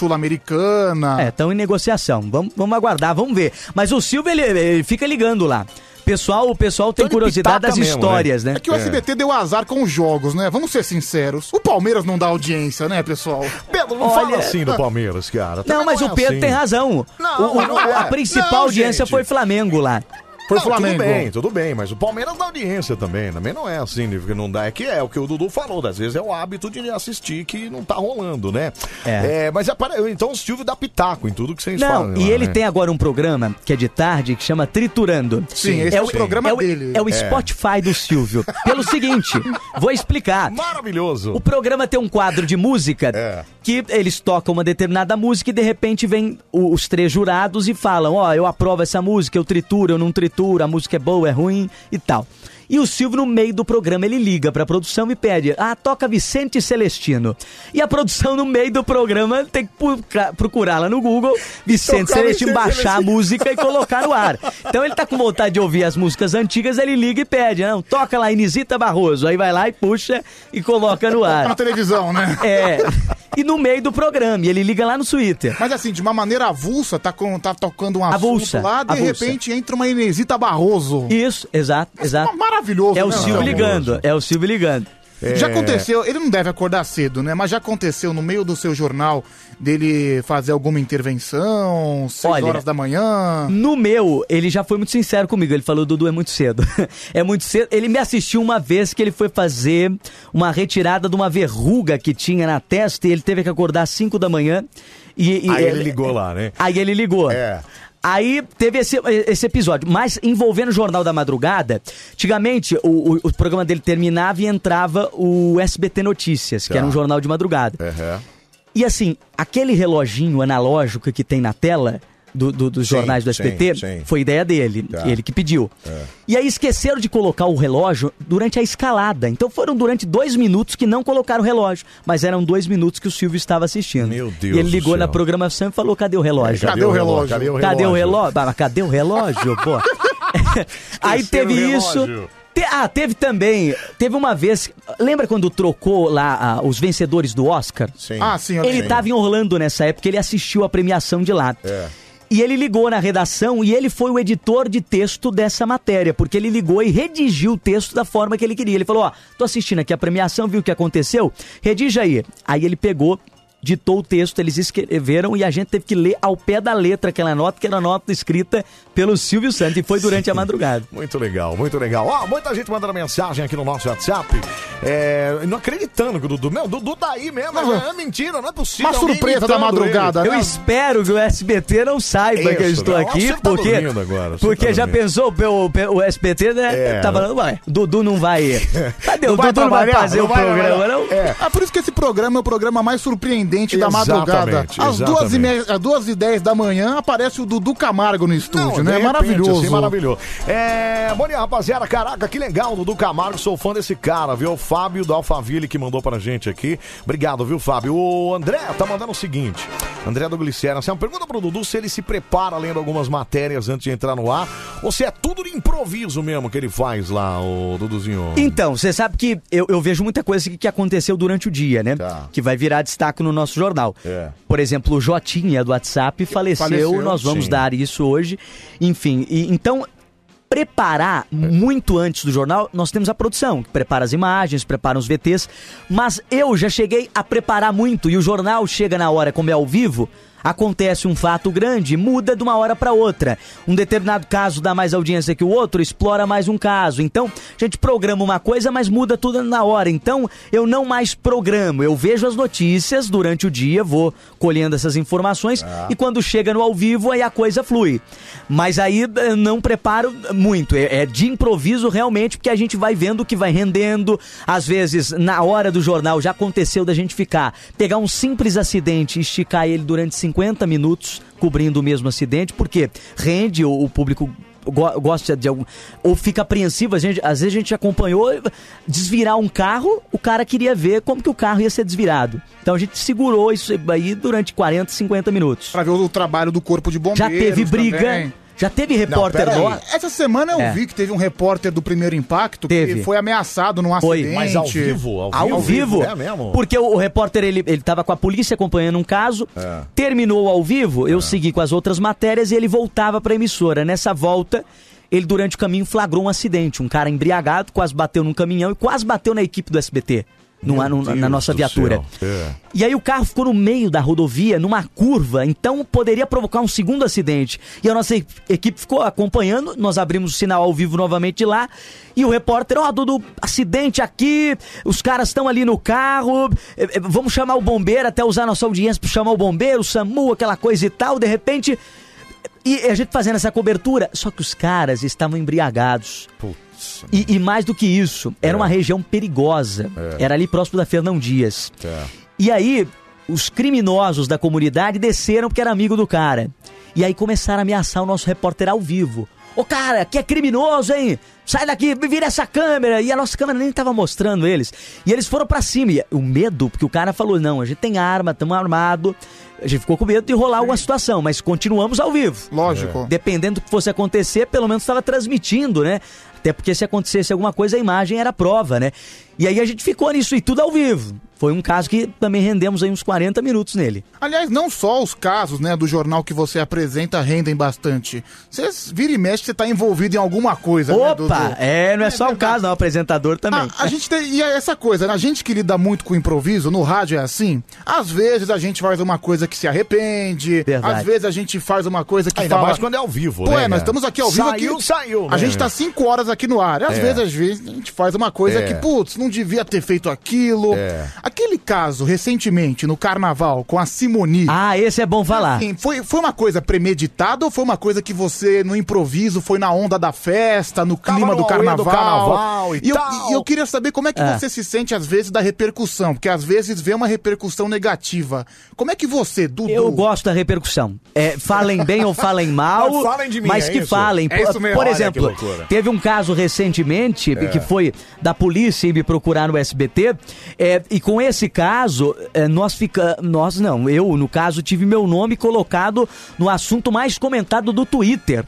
Speaker 3: Sul-Americana.
Speaker 23: É, estão em negociação. Vamos, vamos aguardar, vamos ver. Mas o Silvio, ele, ele fica ligando lá. Pessoal, o pessoal tem curiosidade das histórias, né?
Speaker 3: É que o SBT deu azar com os jogos, né? Vamos ser sinceros. O Palmeiras não dá audiência, né, pessoal?
Speaker 1: Pedro,
Speaker 23: não fala assim do
Speaker 1: Palmeiras, cara.
Speaker 23: Não, é assim. mas o Pedro tem razão.
Speaker 1: Não,
Speaker 23: O- o-
Speaker 1: não é.
Speaker 23: A principal
Speaker 1: Não,
Speaker 23: audiência
Speaker 1: gente.
Speaker 23: foi Flamengo lá.
Speaker 1: Foi Tudo bem, tudo bem, mas o Palmeiras dá audiência também. Também não é assim, né, porque não dá. É que é o que o Dudu falou, às vezes é o hábito de assistir que não tá rolando, né? É. mas é para- então o Silvio dá pitaco em tudo que vocês falam. né?
Speaker 23: Não, e ele tem agora um programa que é de tarde que chama Triturando.
Speaker 1: Sim, esse é o programa
Speaker 23: é
Speaker 1: dele.
Speaker 23: É o
Speaker 1: É.
Speaker 23: Spotify do Silvio.
Speaker 1: [laughs]
Speaker 23: Pelo seguinte, vou explicar.
Speaker 1: Maravilhoso.
Speaker 23: O programa tem um quadro de música
Speaker 13: É.
Speaker 23: que eles tocam uma determinada música e de repente vem o- os três jurados e falam: Ó, eu aprovo essa música, eu trituro, eu não trituro, a música é boa, é ruim e tal. E o Silvio, no meio do programa, ele liga pra produção e pede: Ah, toca Vicente Celestino. E a produção, no meio do programa, tem que puca- procurar lá no Google Vicente
Speaker 13: Tocar
Speaker 23: Celestino,
Speaker 13: Vicente
Speaker 23: baixar a
Speaker 13: Celestino.
Speaker 23: música e colocar no ar. Então ele tá com vontade de ouvir as músicas antigas, ele liga e pede: Não, toca lá Inisita Barroso. Aí vai lá e puxa e coloca no ar.
Speaker 3: Na televisão, né?
Speaker 23: É. e no meio do programa. E ele liga lá no Twitter.
Speaker 3: Mas assim, de uma maneira avulsa, tá, com, tá tocando um assunto
Speaker 23: Avulsa,
Speaker 3: lá, de
Speaker 23: avulsa.
Speaker 3: repente entra uma Inesita Barroso.
Speaker 23: Isso, exato, exato.
Speaker 3: Maravilhoso,
Speaker 23: É o
Speaker 3: né?
Speaker 23: Silvio ligando, é o Silvio ligando.
Speaker 3: Já aconteceu, ele não deve acordar cedo, né? Mas já aconteceu no meio do seu jornal dele fazer alguma intervenção, seis
Speaker 23: Olha,
Speaker 3: horas da manhã.
Speaker 23: No meu, ele já foi muito sincero comigo. Ele falou, Dudu, é muito cedo. [laughs] É muito cedo. Ele me assistiu uma vez que ele foi fazer uma retirada de uma verruga que tinha na testa e ele teve que acordar às 5 da manhã. E, e-
Speaker 12: Aí ele ligou lá, né?
Speaker 23: Aí ele ligou. É. Aí teve esse, esse episódio, mas envolvendo o Jornal da Madrugada, antigamente o, o- o programa dele terminava e entrava o SBT Notícias, que
Speaker 6: Tá.
Speaker 23: era um jornal de madrugada. E assim, aquele reloginho analógico que tem na tela do- do- dos
Speaker 6: Sim,
Speaker 23: jornais do
Speaker 6: sim,
Speaker 23: SBT
Speaker 6: sim.
Speaker 23: foi ideia dele,
Speaker 12: Tá.
Speaker 23: ele que pediu. E aí esqueceram de colocar o relógio durante a escalada. Então foram durante dois minutos que não colocaram o relógio. Mas eram dois minutos que o Silvio estava assistindo. Meu Deus. E ele
Speaker 12: do
Speaker 23: ligou na
Speaker 12: céu.
Speaker 23: programação e falou: cadê o relógio?
Speaker 12: Cadê o relógio? Cadê o relógio?
Speaker 23: Cadê o relógio? Ah, mas Cadê o relógio, pô?
Speaker 12: [laughs]
Speaker 23: [laughs] aí teve
Speaker 12: o
Speaker 23: isso.
Speaker 12: relógio.
Speaker 23: Te- ah, teve também. Teve uma vez. Lembra quando trocou lá ah, os vencedores do Oscar? Sim.
Speaker 3: Ah, sim, eu
Speaker 23: Ele
Speaker 3: lembro.
Speaker 23: tava em Orlando nessa época, ele assistiu a premiação de lá.
Speaker 1: É.
Speaker 23: E ele ligou na redação e ele foi o editor de texto dessa matéria, porque ele ligou e redigiu o texto da forma que ele queria. Ele falou: Ó, tô assistindo aqui a premiação, viu o que aconteceu? Redija aí. Aí ele pegou. Ditou o texto, eles escreveram e a gente teve que ler ao pé da letra aquela nota, que era a nota escrita pelo Silvio Santos, e foi durante a madrugada.
Speaker 1: Muito legal, muito legal. Ó, muita gente mandando mensagem aqui no nosso WhatsApp. É, não acreditando que o Dudu. Meu, o Dudu tá aí mesmo. É mentira, não é possível. alguém imitando ele.
Speaker 23: Eu espero que o SBT não saiba
Speaker 1: né? Isso,
Speaker 23: que eu estou
Speaker 1: não, você
Speaker 23: aqui,
Speaker 1: tá
Speaker 23: porque,
Speaker 1: dormindo agora, você
Speaker 23: porque
Speaker 1: tá
Speaker 23: já
Speaker 1: dormindo.
Speaker 23: pensou o, pe- o SBT, né?
Speaker 1: É.
Speaker 23: tá falando, ué, Dudu não vai. Cadê?
Speaker 3: Não
Speaker 23: o Dudu não vai
Speaker 3: trabalhar,
Speaker 23: fazer
Speaker 3: não
Speaker 23: o
Speaker 3: vai,
Speaker 23: programa,
Speaker 3: vai.
Speaker 23: não?
Speaker 3: Ah, por isso que esse programa é o programa mais surpreendente
Speaker 1: Exatamente,
Speaker 3: da madrugada. Às duas, e meia, às duas e dez da manhã aparece o Dudu Camargo no estúdio,
Speaker 1: Não,
Speaker 3: né? É
Speaker 1: de repente,
Speaker 3: maravilhoso.
Speaker 1: assim, maravilhoso. É, Bom dia, rapaziada, caraca, que legal, Dudu Camargo, sou fã desse cara, viu? O Fábio da Alphaville que mandou pra gente aqui. Obrigado, viu, Fábio? O André tá mandando o seguinte, André do Glicera, assim, ó, pergunta pro Dudu se ele se prepara lendo algumas matérias antes de entrar no ar, ou se é tudo de improviso mesmo que ele faz lá, o Duduzinho.
Speaker 23: Então, você sabe que eu, eu vejo muita coisa que, que aconteceu durante o dia, né? Que vai virar destaque no nosso jornal. Por exemplo, o Jotinha do WhatsApp faleceu,
Speaker 6: Faleceu,
Speaker 23: nós vamos
Speaker 6: sim.
Speaker 23: dar isso hoje. Enfim, e- então preparar muito antes do jornal, nós temos a produção, que prepara as imagens, prepara os VTs, mas eu já cheguei a preparar muito e o jornal chega na hora, como é ao vivo, acontece um fato grande, muda de uma hora para outra. Um determinado caso dá mais audiência que o outro, explora mais um caso. Então, a gente programa uma coisa, mas muda tudo na hora. Então, eu não mais programo, eu vejo as notícias durante o dia, vou colhendo essas informações e quando chega no ao vivo aí a coisa flui. Mas aí eh, não preparo muito, é, é de improviso realmente, porque a gente vai vendo o que vai rendendo. Às vezes, na hora do jornal, já aconteceu da gente ficar, pegar um simples acidente e esticar ele durante 50 minutos, cobrindo o mesmo acidente, porque rende o, o público. go- Gosta de algum. Ou fica apreensivo, a gente- às vezes a gente acompanhou desvirar um carro, o cara queria ver como que o carro ia ser desvirado. Então a gente segurou isso aí durante 40, 50 minutos.
Speaker 3: Pra ver o trabalho do corpo de bombeiros.
Speaker 23: Já teve briga,
Speaker 3: também.
Speaker 23: já teve repórter
Speaker 3: Não, peraí.
Speaker 23: nosso.
Speaker 3: Essa semana eu
Speaker 23: É.
Speaker 3: vi que teve um repórter do Primeiro Impacto
Speaker 23: Teve.
Speaker 3: que foi ameaçado num
Speaker 23: Foi.
Speaker 3: acidente. É
Speaker 23: Ao vivo. É Porque o, o repórter, ele, ele tava com a polícia acompanhando um caso,
Speaker 3: É.
Speaker 23: terminou ao vivo, eu segui com as outras matérias e ele voltava pra emissora. Nessa volta, ele durante o caminho flagrou um acidente. Um cara embriagado quase bateu num caminhão e quase bateu na equipe do SBT. no- no- na
Speaker 1: é
Speaker 23: nossa viatura.
Speaker 13: é.
Speaker 23: E aí o carro ficou no meio da rodovia, numa curva, então poderia provocar um segundo acidente. E a nossa e- equipe ficou acompanhando, nós abrimos o sinal ao vivo novamente de lá, e o repórter, ó, Dudu, acidente aqui, os caras estão ali no carro, eh, eh, vamos chamar o bombeiro, até usar nossa audiência para chamar o bombeiro, o SAMU, aquela coisa e tal, de repente... E a gente fazendo essa cobertura, só que os caras estavam embriagados. E, e mais do que isso, era uma região perigosa. Era ali próximo da Fernão Dias. E aí, os criminosos da comunidade desceram porque era amigo do cara. E aí começaram a ameaçar o nosso repórter ao vivo. Ô cara, que é criminoso, hein? Sai daqui, vira essa câmera. E a nossa câmera nem tava mostrando eles. E eles foram pra cima. E o medo, porque o cara falou: não, a gente tem arma, estamos armado. A gente ficou com medo de rolar alguma situação, mas continuamos ao vivo. É.
Speaker 3: Lógico.
Speaker 23: Dependendo do que fosse acontecer, pelo menos estava transmitindo, né? Até porque se acontecesse alguma coisa, a imagem era prova, né? E aí a gente ficou nisso e tudo ao vivo. Foi um caso que também rendemos aí uns 40 minutos nele.
Speaker 3: Aliás, não só os casos, né, do jornal que você apresenta rendem bastante. Você vira e mexe, você tá envolvido em alguma coisa, né, Dudu?
Speaker 23: Opa, é, não é só o caso, não, o apresentador também. [laughs]
Speaker 3: A gente tem, e é essa coisa, né? a gente que lida muito com improviso, no rádio é assim. Às vezes a gente faz uma coisa que se arrepende,
Speaker 1: Verdade.
Speaker 3: às vezes a gente faz uma coisa que
Speaker 1: Ainda
Speaker 3: fala...
Speaker 1: mais quando é ao vivo,
Speaker 3: Pô,
Speaker 1: né,
Speaker 3: é, nós
Speaker 1: cara?
Speaker 3: estamos aqui ao vivo.
Speaker 1: Saiu,
Speaker 3: aqui...
Speaker 1: saiu, né?
Speaker 3: A gente tá cinco horas aqui no ar. Às
Speaker 1: É.
Speaker 3: vezes, às vezes, a gente faz uma coisa
Speaker 1: É.
Speaker 3: que, putz, não devia ter feito aquilo. Aquele caso, recentemente, no carnaval, com a Simoni.
Speaker 23: Ah, esse é bom falar.
Speaker 3: foi, foi uma coisa premeditada ou foi uma coisa que você, no improviso, foi na onda da festa, no clima
Speaker 1: no
Speaker 3: do
Speaker 1: auê do
Speaker 3: carnaval?
Speaker 1: carnaval e
Speaker 3: eu,
Speaker 1: tal.
Speaker 3: e eu queria saber como é que
Speaker 1: É.
Speaker 3: você se sente, às vezes, da repercussão. Porque, às vezes, vê uma repercussão negativa. Como é que você, Dudu...
Speaker 23: Eu gosto da repercussão. É, falem bem ou
Speaker 3: [laughs]
Speaker 23: falem mal,
Speaker 3: Mas falem de mim,
Speaker 23: mas
Speaker 3: é
Speaker 23: que
Speaker 3: isso?
Speaker 23: falem.
Speaker 3: É
Speaker 23: Por-
Speaker 3: isso mesmo.
Speaker 23: Por
Speaker 3: Olha que
Speaker 23: exemplo,
Speaker 3: loucura.
Speaker 23: teve um caso recentemente
Speaker 3: É.
Speaker 23: que foi da polícia ir me procurar no SBT. é, e com esse caso, é, nós fica, nós não, eu no caso tive meu nome colocado no assunto mais comentado do Twitter.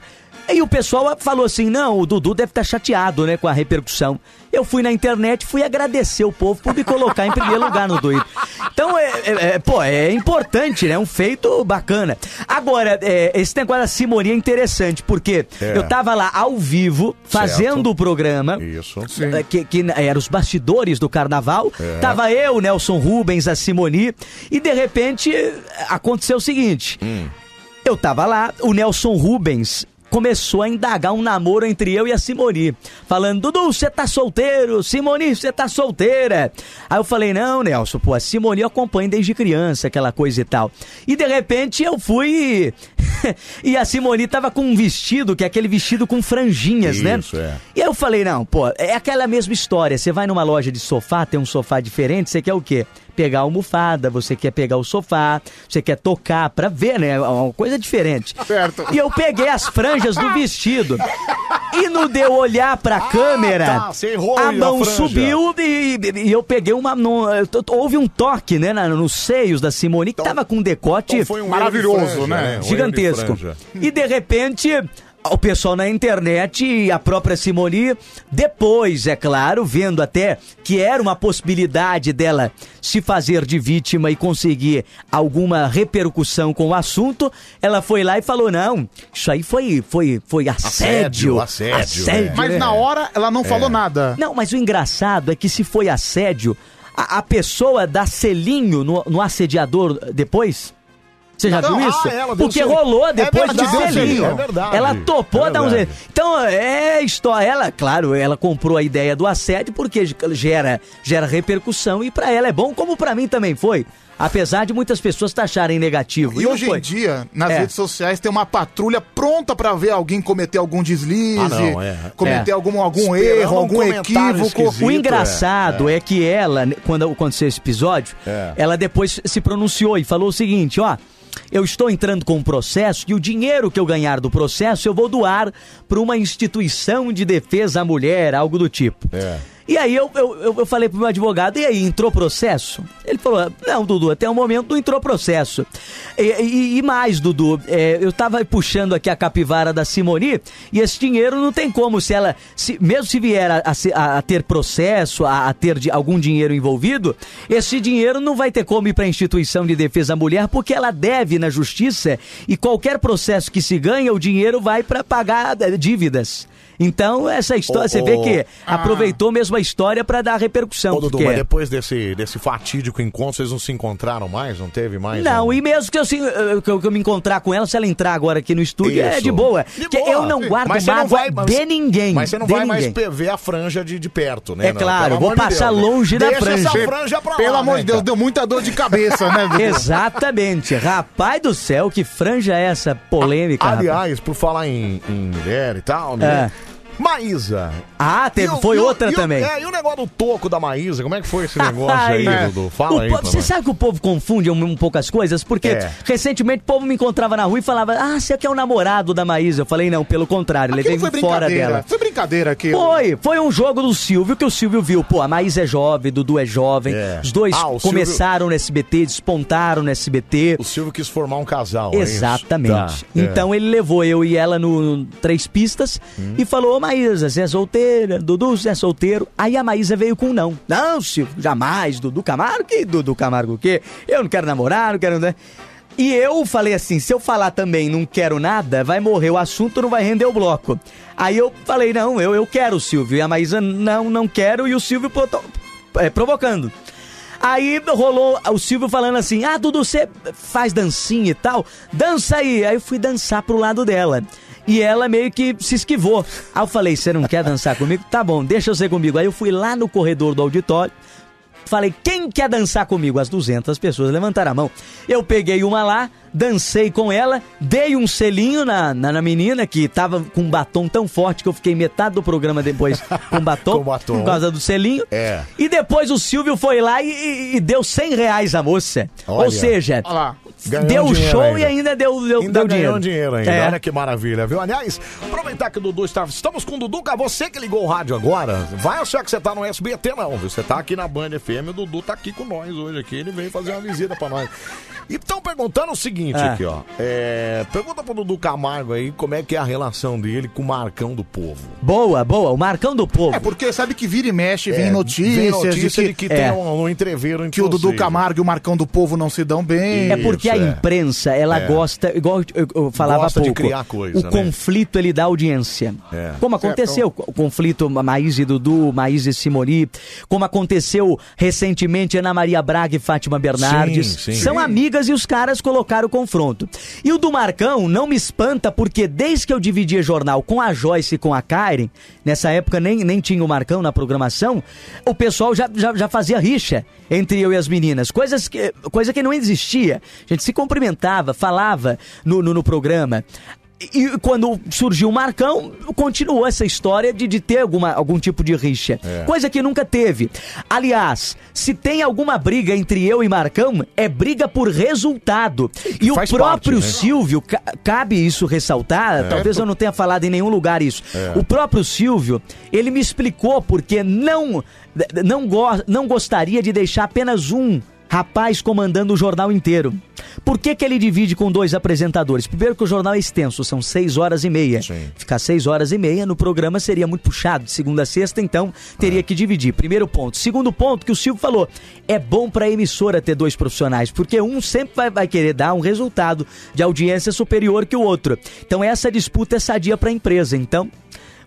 Speaker 23: E o pessoal falou assim: não, o Dudu deve estar chateado, né, com a repercussão. Eu fui na internet, fui agradecer o povo por me colocar em primeiro lugar no Twitter. Então, é, é- é, pô, é importante, né? É um feito bacana. Agora, é, esse negócio da Simonia é interessante, porque
Speaker 1: É.
Speaker 23: eu tava lá ao vivo, fazendo
Speaker 1: Certo.
Speaker 23: o programa.
Speaker 1: Isso.
Speaker 23: eh, Que, que eram os bastidores do carnaval.
Speaker 1: É.
Speaker 23: Tava eu, Nelson Rubens, a Simoni. E de repente eh, aconteceu o seguinte:
Speaker 1: Hum.
Speaker 23: eu tava lá, o Nelson Rubens começou a indagar um namoro entre eu e a Simoni. Falando, Dudu, você tá solteiro? Simoni, você tá solteira? Aí eu falei, não, Nelson, pô, a Simoni eu acompanho desde criança, aquela coisa e tal. E de repente eu fui [laughs] e a Simoni tava com um vestido, que é aquele vestido com franjinhas, né?
Speaker 1: Isso, é.
Speaker 23: E aí eu falei, não, pô, é aquela mesma história. Você vai numa loja de sofá, tem um sofá diferente, você quer o quê? Pegar a almofada, você quer pegar o sofá, você quer tocar pra ver, né? É Uma coisa
Speaker 1: [laughs]
Speaker 23: diferente. Certo. E eu peguei as franjas do vestido. E não deu olhar pra câmera.
Speaker 1: tá, você errou
Speaker 23: a
Speaker 1: aí a
Speaker 23: mão
Speaker 1: franja.
Speaker 23: subiu e, e- e eu peguei uma. não, houve um toque, né, na- nos seios da Simone, que tava com um decote
Speaker 1: então foi um erro de Maravilhoso, franja, né? né? Um erro de
Speaker 23: Gigantesco.
Speaker 1: franja.
Speaker 23: E de repente, o pessoal na internet e a própria Simoni, depois, é claro, vendo até que era uma possibilidade dela se fazer de vítima e conseguir alguma repercussão com o assunto, ela foi lá e falou: não, isso aí foi, foi, foi assédio.
Speaker 1: Assédio, assédio, é.
Speaker 3: Mas
Speaker 23: né?
Speaker 3: na hora, ela não falou nada.
Speaker 23: Não, mas o engraçado é que se foi assédio, a, a pessoa dá selinho no, no assediador depois. Você já
Speaker 1: Não,
Speaker 23: viu
Speaker 1: ah,
Speaker 23: isso?
Speaker 1: ela deu
Speaker 23: Porque
Speaker 1: selinho.
Speaker 23: rolou
Speaker 1: É
Speaker 23: depois
Speaker 1: verdade,
Speaker 23: de selinho.
Speaker 1: é verdade.
Speaker 23: Ela topou
Speaker 1: É
Speaker 23: dar um
Speaker 1: verdade.
Speaker 23: selinho. Então, é história. Ela, claro, ela comprou a ideia do assédio porque gera, gera repercussão e pra ela é bom, como pra mim também foi. Apesar de muitas pessoas taxarem negativo.
Speaker 3: E
Speaker 23: não
Speaker 3: hoje
Speaker 23: foi.
Speaker 3: em dia, nas
Speaker 23: É.
Speaker 3: redes sociais, tem uma patrulha pronta pra ver alguém cometer algum deslize,
Speaker 23: Ah, não, é.
Speaker 3: cometer
Speaker 23: É.
Speaker 3: algum, algum
Speaker 23: Esperando
Speaker 3: erro,
Speaker 23: um
Speaker 3: algum
Speaker 23: comentário
Speaker 3: equívoco.
Speaker 23: esquisito, é. O engraçado é, que ela, né, quando aconteceu esse episódio,
Speaker 3: É.
Speaker 23: ela depois se pronunciou e falou o seguinte, ó. Eu estou entrando com um processo e o dinheiro que eu ganhar do processo eu vou doar para uma instituição de defesa à mulher, algo do tipo.
Speaker 3: É.
Speaker 23: E aí eu, eu, eu- eu falei pro meu advogado, e aí, entrou processo? Ele falou, não, Dudu, até o momento não entrou processo. E, e- e mais, Dudu, é, eu tava puxando aqui a capivara da Simoni, e esse dinheiro não tem como, se ela, se- mesmo se vier a, a se- a- a ter processo, a, a ter de- algum dinheiro envolvido, esse dinheiro não vai ter como ir para a instituição de defesa à mulher, porque ela deve na justiça, e qualquer processo que se ganha, o dinheiro vai para pagar eh, dívidas. Então, essa história,
Speaker 1: Ô,
Speaker 23: você vê
Speaker 1: ô,
Speaker 23: que
Speaker 1: ah.
Speaker 23: aproveitou mesmo a história pra dar repercussão.
Speaker 1: Ô, Dudu,
Speaker 23: porque- é.
Speaker 1: mas depois desse, desse fatídico encontro, vocês não se encontraram mais? Não teve mais?
Speaker 23: Não,
Speaker 1: um-
Speaker 23: e mesmo que eu, se- eu- que eu- que eu me encontrar com ela, se ela entrar agora aqui no estúdio, é
Speaker 1: Isso.
Speaker 23: de boa.
Speaker 1: De
Speaker 23: Porque
Speaker 1: boa,
Speaker 23: eu não
Speaker 1: sim.
Speaker 23: guardo
Speaker 1: Mas você não
Speaker 23: mágoa
Speaker 1: vai- mas-
Speaker 23: de ninguém.
Speaker 1: Mas você não
Speaker 23: de
Speaker 1: vai mais
Speaker 23: ninguém.
Speaker 1: pe- ver a franja de, de perto, né?
Speaker 23: É
Speaker 1: Não,
Speaker 23: claro,
Speaker 1: pelo
Speaker 23: eu vou
Speaker 1: amor de
Speaker 23: passar
Speaker 1: Deus, né?
Speaker 23: longe da
Speaker 1: Deixa
Speaker 23: franja.
Speaker 1: essa franja pra lá,
Speaker 3: Pelo
Speaker 1: né,
Speaker 3: amor de Deus,
Speaker 1: cara?
Speaker 3: deu muita dor de cabeça,
Speaker 23: [laughs]
Speaker 3: né, Dudu?
Speaker 23: Exatamente. Rapaz do céu, que franja é essa polêmica? rapaz?
Speaker 1: Aliás, por falar em, em mulher e tal, né? Maísa.
Speaker 23: É. Ah, teve-
Speaker 1: E o-
Speaker 23: foi
Speaker 1: e o-
Speaker 23: outra
Speaker 1: e o-
Speaker 23: também.
Speaker 1: É, e o negócio do toco da Maísa, como é que foi esse negócio
Speaker 23: [laughs]
Speaker 1: aí,
Speaker 23: Ai,
Speaker 1: Dudu? Fala
Speaker 23: o
Speaker 1: aí,
Speaker 23: povo-
Speaker 1: pra
Speaker 23: Você
Speaker 1: nós.
Speaker 23: sabe que o povo confunde um, um pouco as coisas? Porque
Speaker 1: É.
Speaker 23: recentemente o povo me encontrava na rua e falava: Ah, você aqui é o namorado da Maísa. Eu falei: Não, pelo contrário,
Speaker 3: Aquilo
Speaker 23: levei
Speaker 3: foi
Speaker 23: fora
Speaker 3: brincadeira.
Speaker 1: [laughs]
Speaker 23: dela.
Speaker 3: Foi brincadeira aqui.
Speaker 23: Foi, foi um jogo do Silvio que o Silvio viu. Pô, a Maísa é jovem, Dudu é jovem. Os dois
Speaker 1: Ah, o Silvio-
Speaker 23: começaram no SBT, despontaram no SBT.
Speaker 1: O Silvio quis formar um casal. é isso?
Speaker 23: Exatamente.
Speaker 1: Tá, é. Hum.
Speaker 23: Então ele levou eu e ela no, no Três Pistas e falou: Ô Maísa, você é solteira, Dudu, você é solteiro. Aí a Maísa veio com um não. Não, Silvio, jamais, Dudu Camargo, que Dudu Camargo o quê? Eu não quero namorar, não quero... né? E eu falei assim, se eu falar também não quero nada, vai morrer o assunto, não vai render o bloco. Aí eu falei, não, eu, eu quero, Silvio. E a Maísa, não, não quero. E o Silvio botou- é, provocando. Aí rolou o Silvio falando assim: Ah, Dudu, você faz dancinha e tal? Dança aí. Aí eu fui dançar pro lado dela. E ela meio que se esquivou. Aí eu falei: Você não quer dançar comigo? Tá bom, deixa você comigo. Aí eu fui lá no corredor do auditório. Falei, quem quer dançar comigo? As 200 pessoas levantaram a mão. Eu peguei uma lá, dancei com ela, dei um selinho na, na, na menina que tava com um batom tão forte que eu fiquei metade do programa depois com um
Speaker 3: [laughs]
Speaker 23: batom, por causa do selinho.
Speaker 3: É.
Speaker 23: E depois o Silvio foi lá e, e- e deu 100 reais à moça.
Speaker 1: Olha.
Speaker 23: Ou seja,
Speaker 1: Olha lá. Ganhou
Speaker 23: deu
Speaker 3: um
Speaker 23: o
Speaker 1: dinheiro
Speaker 23: show e
Speaker 1: ainda.
Speaker 23: ainda deu, deu,
Speaker 1: Ainda
Speaker 23: deu dinheiro.
Speaker 1: ganhou dinheiro ainda.
Speaker 23: É.
Speaker 1: Olha que maravilha, viu? Aliás, aproveitar que o Dudu está. Estamos com o Duduca. Você que ligou o rádio agora, vai achar que você tá no SBT, não, viu? Você tá aqui na Band FM, o Dudu tá aqui com nós hoje aqui. Ele veio fazer uma visita pra nós. E estão perguntando o seguinte
Speaker 27: É.
Speaker 1: aqui, ó. É, pergunta pro Dudu Camargo aí como é que é a relação dele com o Marcão do Povo.
Speaker 23: Boa, boa, o Marcão do Povo.
Speaker 3: É porque sabe que vira e mexe, vem
Speaker 1: É,
Speaker 3: notícias.
Speaker 1: vem notícia
Speaker 3: de
Speaker 1: de
Speaker 3: que,
Speaker 1: que
Speaker 23: é
Speaker 1: tem um- um entreveiro entre
Speaker 3: Que o Dudu
Speaker 1: vocês.
Speaker 3: Camargo e o Marcão do Povo não se dão bem.
Speaker 23: É porque a imprensa, ela
Speaker 3: É.
Speaker 23: gosta, igual eu, eu falava
Speaker 3: Gosta
Speaker 23: há
Speaker 3: de
Speaker 23: pouco,
Speaker 3: criar coisa,
Speaker 23: o
Speaker 3: né? É.
Speaker 23: conflito ele dá audiência. Como aconteceu o conflito Maís e Dudu, Maís e Simoni, como aconteceu recentemente Ana Maria Braga e Fátima Bernardes.
Speaker 27: Sim, sim.
Speaker 23: São
Speaker 27: Sim.
Speaker 23: amigas e os caras colocaram o confronto. E o do Marcão não me espanta porque desde que eu dividia jornal com a Joyce e com a Karen, nessa época nem, nem tinha o Marcão na programação, o pessoal já, já, já fazia rixa entre eu e as meninas. Coisas que, coisa que não existia. A gente se cumprimentava, falava no, no, no programa. E quando surgiu o Marcão, continuou essa história de, de ter alguma, algum tipo de rixa.
Speaker 27: É.
Speaker 23: Coisa que nunca teve. Aliás, se tem alguma briga entre eu e Marcão, é briga por resultado. E o
Speaker 27: faz
Speaker 23: próprio
Speaker 27: parte, né?
Speaker 23: Silvio, ca- cabe isso ressaltar, talvez eu não tenha falado em nenhum lugar isso.
Speaker 27: É.
Speaker 23: O próprio Silvio, ele me explicou porque não, não, go- não gostaria de deixar apenas um rapaz comandando o jornal inteiro. Por que, que ele divide com dois apresentadores? Primeiro que o jornal é extenso, são seis horas e meia. Ficar seis horas e meia no programa seria muito puxado, de segunda a sexta, então teria que dividir. Primeiro ponto. Segundo ponto que o Silvio falou, é bom para a emissora ter dois profissionais, porque um sempre vai, vai querer dar um resultado de audiência superior que o outro. Então essa disputa é sadia para a empresa. Então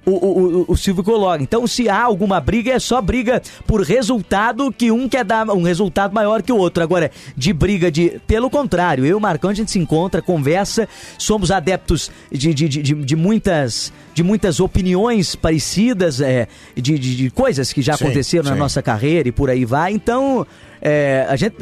Speaker 23: o, o, o- o Silvio coloca. Então, se há alguma briga, é só briga por resultado que um quer dar um resultado maior que o outro. Agora, de briga de. Pelo contrário, eu e o Marcão, a gente se encontra, conversa, somos adeptos de, de, de, de- de muitas. De muitas opiniões parecidas, é, de, de- de coisas que já
Speaker 27: Sim,
Speaker 23: aconteceram na
Speaker 27: sim.
Speaker 23: nossa carreira e por aí vai. Então, é, a gente.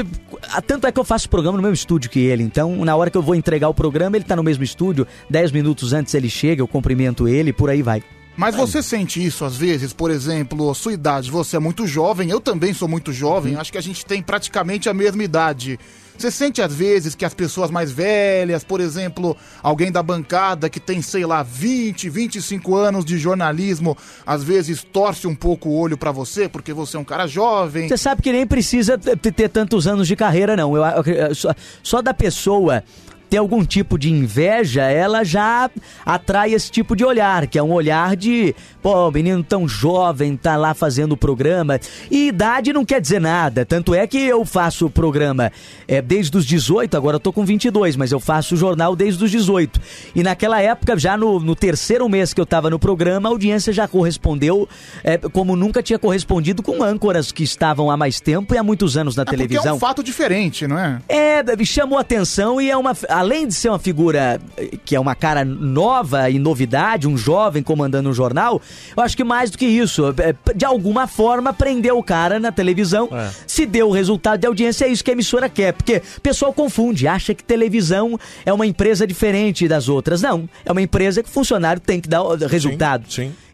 Speaker 23: Tanto é que eu faço o programa no mesmo estúdio que ele. Então, na hora que eu vou entregar o programa, ele tá no mesmo estúdio. Dez minutos antes ele chega, eu cumprimento ele e por aí vai.
Speaker 3: Mas você sente isso às vezes, por exemplo, a sua idade, você é muito jovem, eu também sou muito
Speaker 23: Uhum.
Speaker 3: jovem, acho que a gente tem praticamente a mesma idade. Você sente às vezes que as pessoas mais velhas, por exemplo, alguém da bancada que tem, sei lá, 20, 25 anos de jornalismo, às vezes torce um pouco o olho pra você porque você é um cara jovem.
Speaker 23: Você sabe que nem precisa t- t- ter tantos anos de carreira, não. Eu, eu- eu- só, só da pessoa ter algum tipo de inveja, ela já atrai esse tipo de olhar, que é um olhar de, pô, o menino tão jovem, tá lá fazendo o programa. E idade não quer dizer nada. Tanto é que eu faço o programa é, desde os 18, agora eu tô com 22, mas eu faço o jornal desde os 18. E naquela época, já no, no terceiro mês que eu tava no programa, a audiência já correspondeu é, como nunca tinha correspondido com âncoras que estavam há mais tempo e há muitos anos na
Speaker 3: Porque é
Speaker 23: televisão.
Speaker 3: um fato diferente, não é?
Speaker 23: É, me chamou atenção e é uma. Além de ser uma figura eh, que é uma cara nova e novidade, um jovem comandando um jornal, eu acho que mais do que isso, eh, de alguma forma prendeu o cara na televisão, se deu o resultado de audiência, é isso que a emissora quer. Porque o pessoal confunde, acha que televisão é uma empresa diferente das outras. Não, é uma empresa que o funcionário tem que dar o resultado.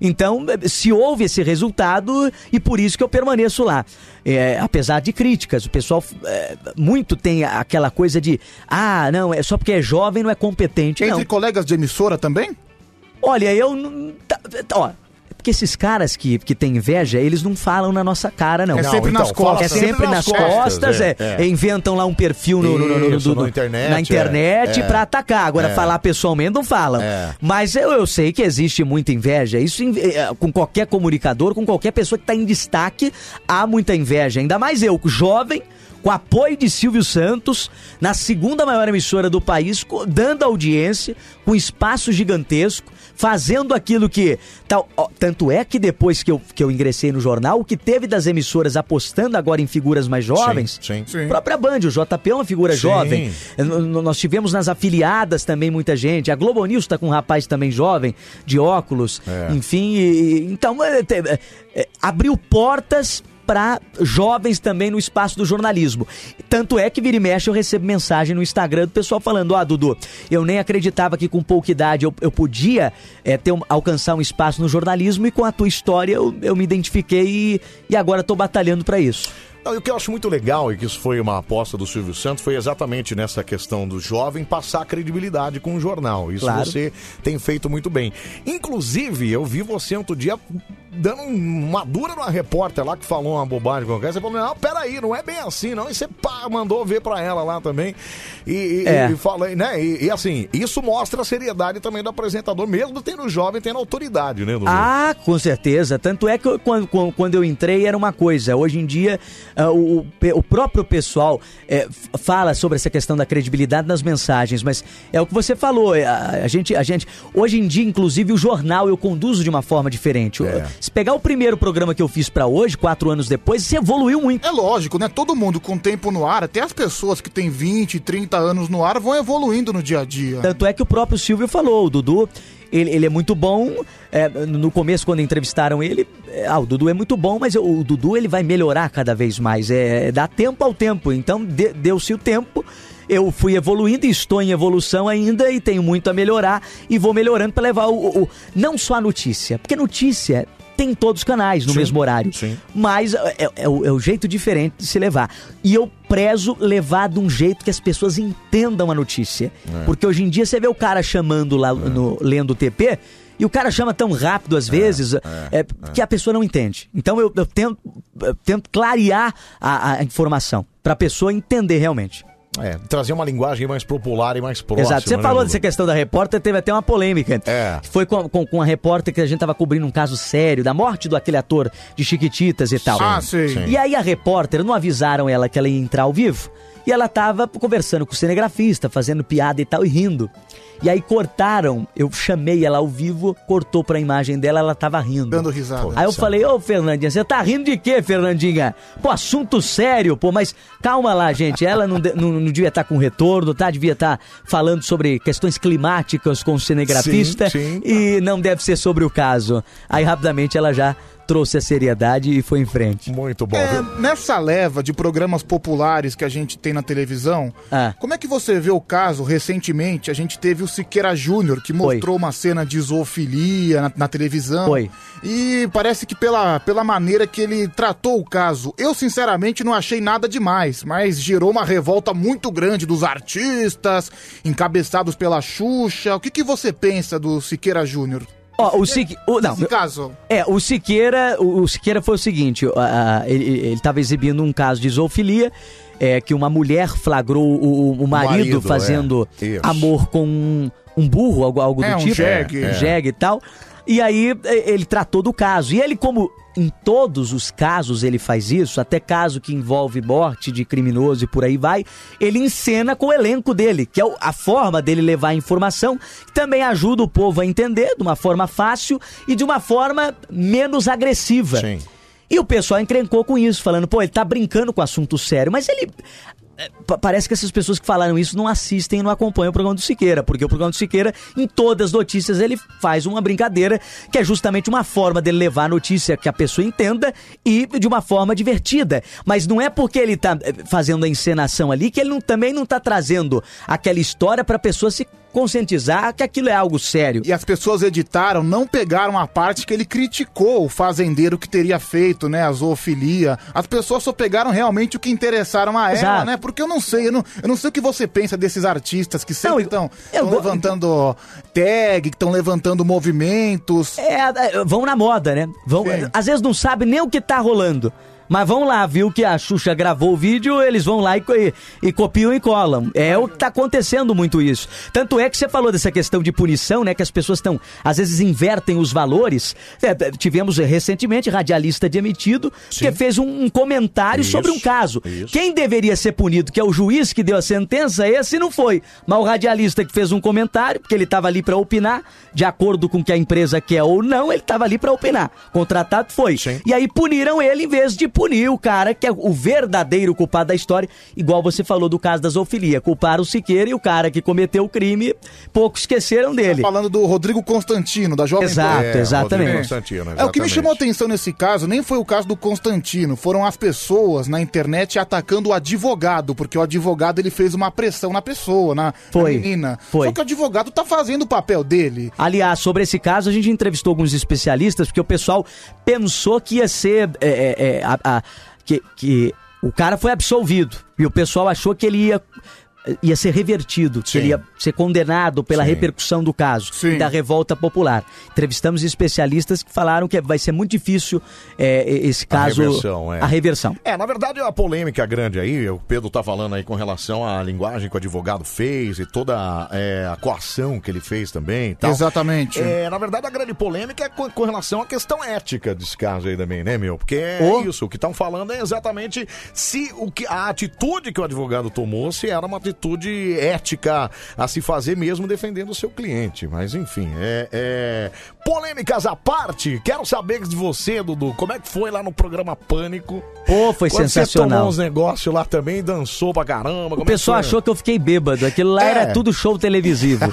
Speaker 23: Então, eh, se houve esse resultado, e por isso que eu permaneço lá. É, apesar de críticas, o pessoal é, muito tem aquela coisa de ah, não, é só porque é jovem não é competente,
Speaker 3: Entre
Speaker 23: não.
Speaker 3: colegas de emissora também?
Speaker 23: Olha, eu não- tá- tá- ó, porque que esses caras que, que têm inveja, eles não falam na nossa cara, não.
Speaker 1: É sempre nas costas.
Speaker 23: É sempre nas costas, é.
Speaker 1: é.
Speaker 23: Inventam lá um perfil no, no- no- no-
Speaker 1: Isso,
Speaker 23: do-
Speaker 1: na
Speaker 23: do-
Speaker 1: internet,
Speaker 23: na internet
Speaker 1: é.
Speaker 23: pra atacar. Agora,
Speaker 1: É.
Speaker 23: falar pessoalmente não falam. Mas eu, eu sei que existe muita inveja. Isso em- eh, com qualquer comunicador, com qualquer pessoa que tá em destaque, há muita inveja. Ainda mais eu, jovem. Com apoio de Silvio Santos, na segunda maior emissora do país, co- dando audiência, com espaço gigantesco, fazendo aquilo que. Tal, ó, tanto é que depois que eu, que eu ingressei no jornal, o que teve das emissoras apostando agora em figuras mais jovens,
Speaker 1: sim.
Speaker 23: a própria Band, o JP é uma figura
Speaker 1: Sim.
Speaker 23: jovem. N- n- Nós tivemos nas afiliadas também muita gente. A Globo News está com um rapaz também jovem, de óculos, enfim. e- e- então, é, te- é, é, abriu portas para jovens também no espaço do jornalismo. Tanto é que vira e mexe eu recebo mensagem no Instagram do pessoal falando, ah, Dudu, eu nem acreditava que com pouca idade eu, eu podia é, ter um- alcançar um espaço no jornalismo e com a tua história eu, eu me identifiquei e, e agora estou batalhando para isso.
Speaker 1: Não, e o que eu acho muito legal, e que isso foi uma aposta do Silvio Santos, foi exatamente nessa questão do jovem passar credibilidade com o jornal. Isso
Speaker 27: Claro.
Speaker 1: você tem feito muito bem. Inclusive, eu vi você outro dia dando uma dura numa repórter lá que falou uma bobagem qualquer. Você falou, não, peraí, não é bem assim, não. E você pá, mandou ver pra ela lá também. E, e,
Speaker 23: É.
Speaker 1: e falei, né? E, e assim, isso mostra a seriedade também do apresentador, mesmo tendo jovem, tendo autoridade, né, Dudu?
Speaker 23: Ah, com certeza. Tanto é que eu- quando, quando- quando eu entrei era uma coisa. Hoje em dia, ah, o, o pe- o próprio pessoal eh, f- fala sobre essa questão da credibilidade nas mensagens, mas é o que você falou. eh, A, a gente, a gente, hoje em dia, inclusive, o jornal eu conduzo de uma forma diferente. Eu- Se pegar o primeiro programa que eu fiz pra hoje, quatro anos depois, isso evoluiu muito.
Speaker 3: É lógico, né? Todo mundo com tempo no ar, até as pessoas que têm 20, 30 anos no ar vão evoluindo no dia a dia.
Speaker 23: Tanto é que o próprio Silvio falou, o Dudu, ele, ele é muito bom. é, no começo, quando entrevistaram ele, é, ah, o Dudu é muito bom, mas o, o Dudu ele vai melhorar cada vez mais. É, dá tempo ao tempo. Então, de- deu-se o tempo. Eu fui evoluindo e estou em evolução ainda e tenho muito a melhorar e vou melhorando para levar o, o- o- não só a notícia, porque notícia tem em todos os canais no mesmo horário, mas é, é o, é o jeito diferente de se levar. E eu prezo levar de um jeito que as pessoas entendam a notícia, porque hoje em dia você vê o cara chamando lá no lendo o TP e o cara chama tão rápido às vezes É. é, que a pessoa não entende. Então eu, eu tento, eu tento clarear a, a informação para a pessoa entender realmente.
Speaker 1: É, trazer uma linguagem mais popular e mais próxima.
Speaker 23: Exato. Você
Speaker 1: né,
Speaker 23: falou
Speaker 1: Dudu?
Speaker 23: dessa questão da repórter, teve até uma polêmica. É. Foi com, com, com a repórter que a gente tava cobrindo um caso sério, da morte do aquele ator de Chiquititas e tal.
Speaker 3: Ah, sim. Sim.
Speaker 23: E aí a repórter, não avisaram ela que ela ia entrar ao vivo. E ela tava conversando com o cinegrafista, fazendo piada e tal, e rindo. E aí cortaram, eu chamei ela ao vivo, cortou pra imagem dela, ela tava rindo. Dando
Speaker 3: risada.
Speaker 23: Aí eu falei, ô Fernandinha, você tá rindo de quê, Fernandinha? Pô, assunto sério, pô, mas calma lá, gente. Ela não, de- não, não devia estar com retorno, tá? Devia estar falando sobre questões climáticas com o cinegrafista.
Speaker 1: Sim,
Speaker 23: E não deve ser sobre o caso. Aí rapidamente ela já trouxe a seriedade e foi em frente.
Speaker 1: Muito bom.
Speaker 3: É, Nessa leva de programas populares que a gente tem na televisão, como é que você vê o caso? Recentemente, a gente teve o Siqueira Júnior, que mostrou uma cena de zoofilia na, na televisão.
Speaker 23: Foi.
Speaker 3: E parece que pela, pela maneira que ele tratou o caso, eu sinceramente não achei nada demais, mas gerou uma revolta muito grande dos artistas, encabeçados pela Xuxa. O que, que você pensa do Siqueira Júnior?
Speaker 23: Ó, o Sique... o- não,
Speaker 3: Nesse caso.
Speaker 23: É, o Siqueira, o, o Siqueira foi o seguinte, a- a- ele, ele tava exibindo um caso de zoofilia, é, que uma mulher flagrou o, o- o marido,
Speaker 1: marido,
Speaker 23: fazendo
Speaker 1: é. Isso.
Speaker 23: amor com um, um burro, algo, algo
Speaker 1: É,
Speaker 23: do
Speaker 1: um
Speaker 23: tipo.
Speaker 1: jegue.
Speaker 23: Um
Speaker 1: É.
Speaker 23: jegue e tal. E aí é, ele tratou do caso. E ele, como em todos os casos ele faz isso, até caso que envolve morte de criminoso e por aí vai, ele encena com o elenco dele, que é o- a forma dele levar a informação, que também ajuda o povo a entender de uma forma fácil e de uma forma menos agressiva. E o pessoal encrencou com isso, falando, pô, ele tá brincando com assunto sério, mas ele. é, pa- Parece que essas pessoas que falaram isso não assistem e não acompanham o programa do Siqueira, porque o programa do Siqueira, em todas as notícias, ele faz uma brincadeira que é justamente uma forma dele levar a notícia que a pessoa entenda e de uma forma divertida. Mas não é porque ele tá eh, fazendo a encenação ali que ele não- também não tá trazendo aquela história pra pessoa se conscientizar que aquilo é algo sério.
Speaker 3: E as pessoas editaram, não pegaram a parte que ele criticou o fazendeiro que teria feito, né? A zoofilia. As pessoas só pegaram realmente o que interessaram a ela,
Speaker 23: Exato.
Speaker 3: né? Porque eu não sei, eu não, eu não sei o que você pensa desses artistas que sempre estão levantando tag, que estão levantando movimentos.
Speaker 23: É, é, vão na moda, né? Vão, às vezes não sabe nem o que tá rolando. Mas vão lá, viu que a Xuxa gravou o vídeo, eles vão lá e, co- e- e copiam e colam. É o que tá acontecendo muito isso. Tanto é que você falou dessa questão de punição, né? Que as pessoas estão, às vezes, invertem os valores. É, t- tivemos eh, recentemente radialista de emitido que fez um, um comentário sobre um caso. Quem deveria ser punido, que é o juiz que deu a sentença, esse não foi. Mas o radialista que fez um comentário, porque ele estava ali para opinar, de acordo com o que a empresa quer ou não, ele estava ali para opinar. Contratado foi. E aí puniram ele em vez de punir o cara que é o verdadeiro culpado da história, igual você falou do caso da zoofilia. Culparam o Siqueira e o cara que cometeu o crime, pouco esqueceram dele.
Speaker 3: Tá falando do Rodrigo Constantino, da Jovem Pan.
Speaker 23: Exato, É, exatamente. Rodrigo
Speaker 3: É,
Speaker 1: Constantino,
Speaker 3: o que me
Speaker 1: né? exatamente.
Speaker 3: chamou a atenção nesse caso nem foi o caso do Constantino, foram as pessoas na internet atacando o advogado, porque o advogado ele fez uma pressão na pessoa, na, na menina. Só que o advogado tá fazendo o papel dele.
Speaker 23: Aliás, sobre esse caso, a gente entrevistou alguns especialistas, porque o pessoal pensou que ia ser. é, é, é, a- a- que, que o cara foi absolvido. E o pessoal achou que ele ia. Ia ser revertido, que ele ia ser condenado pela repercussão do caso e da revolta popular. Entrevistamos especialistas que falaram que vai ser muito difícil é, esse caso.
Speaker 1: reversão, é.
Speaker 23: a reversão.
Speaker 1: É, na verdade, a polêmica grande aí, o Pedro tá falando aí com relação à linguagem que o advogado fez e toda é, a coação que ele fez também e tal.
Speaker 3: Exatamente.
Speaker 1: É, na verdade, a grande polêmica é com, com relação à questão ética desse caso aí também, né, meu? Porque é isso, o que estão falando é exatamente se o que, a atitude que o advogado tomou, se era uma atitude ética a se fazer mesmo defendendo o seu cliente. Mas, enfim, é... é... Polêmicas à parte, quero saber de você, Dudu, como é que foi lá no programa Pânico?
Speaker 23: Pô, foi
Speaker 1: Quando Você
Speaker 23: sensacional.
Speaker 1: tomou uns negócios lá também, dançou pra caramba.
Speaker 23: O pessoal achou que eu fiquei bêbado. Aquilo lá
Speaker 1: É.
Speaker 23: era tudo show televisivo.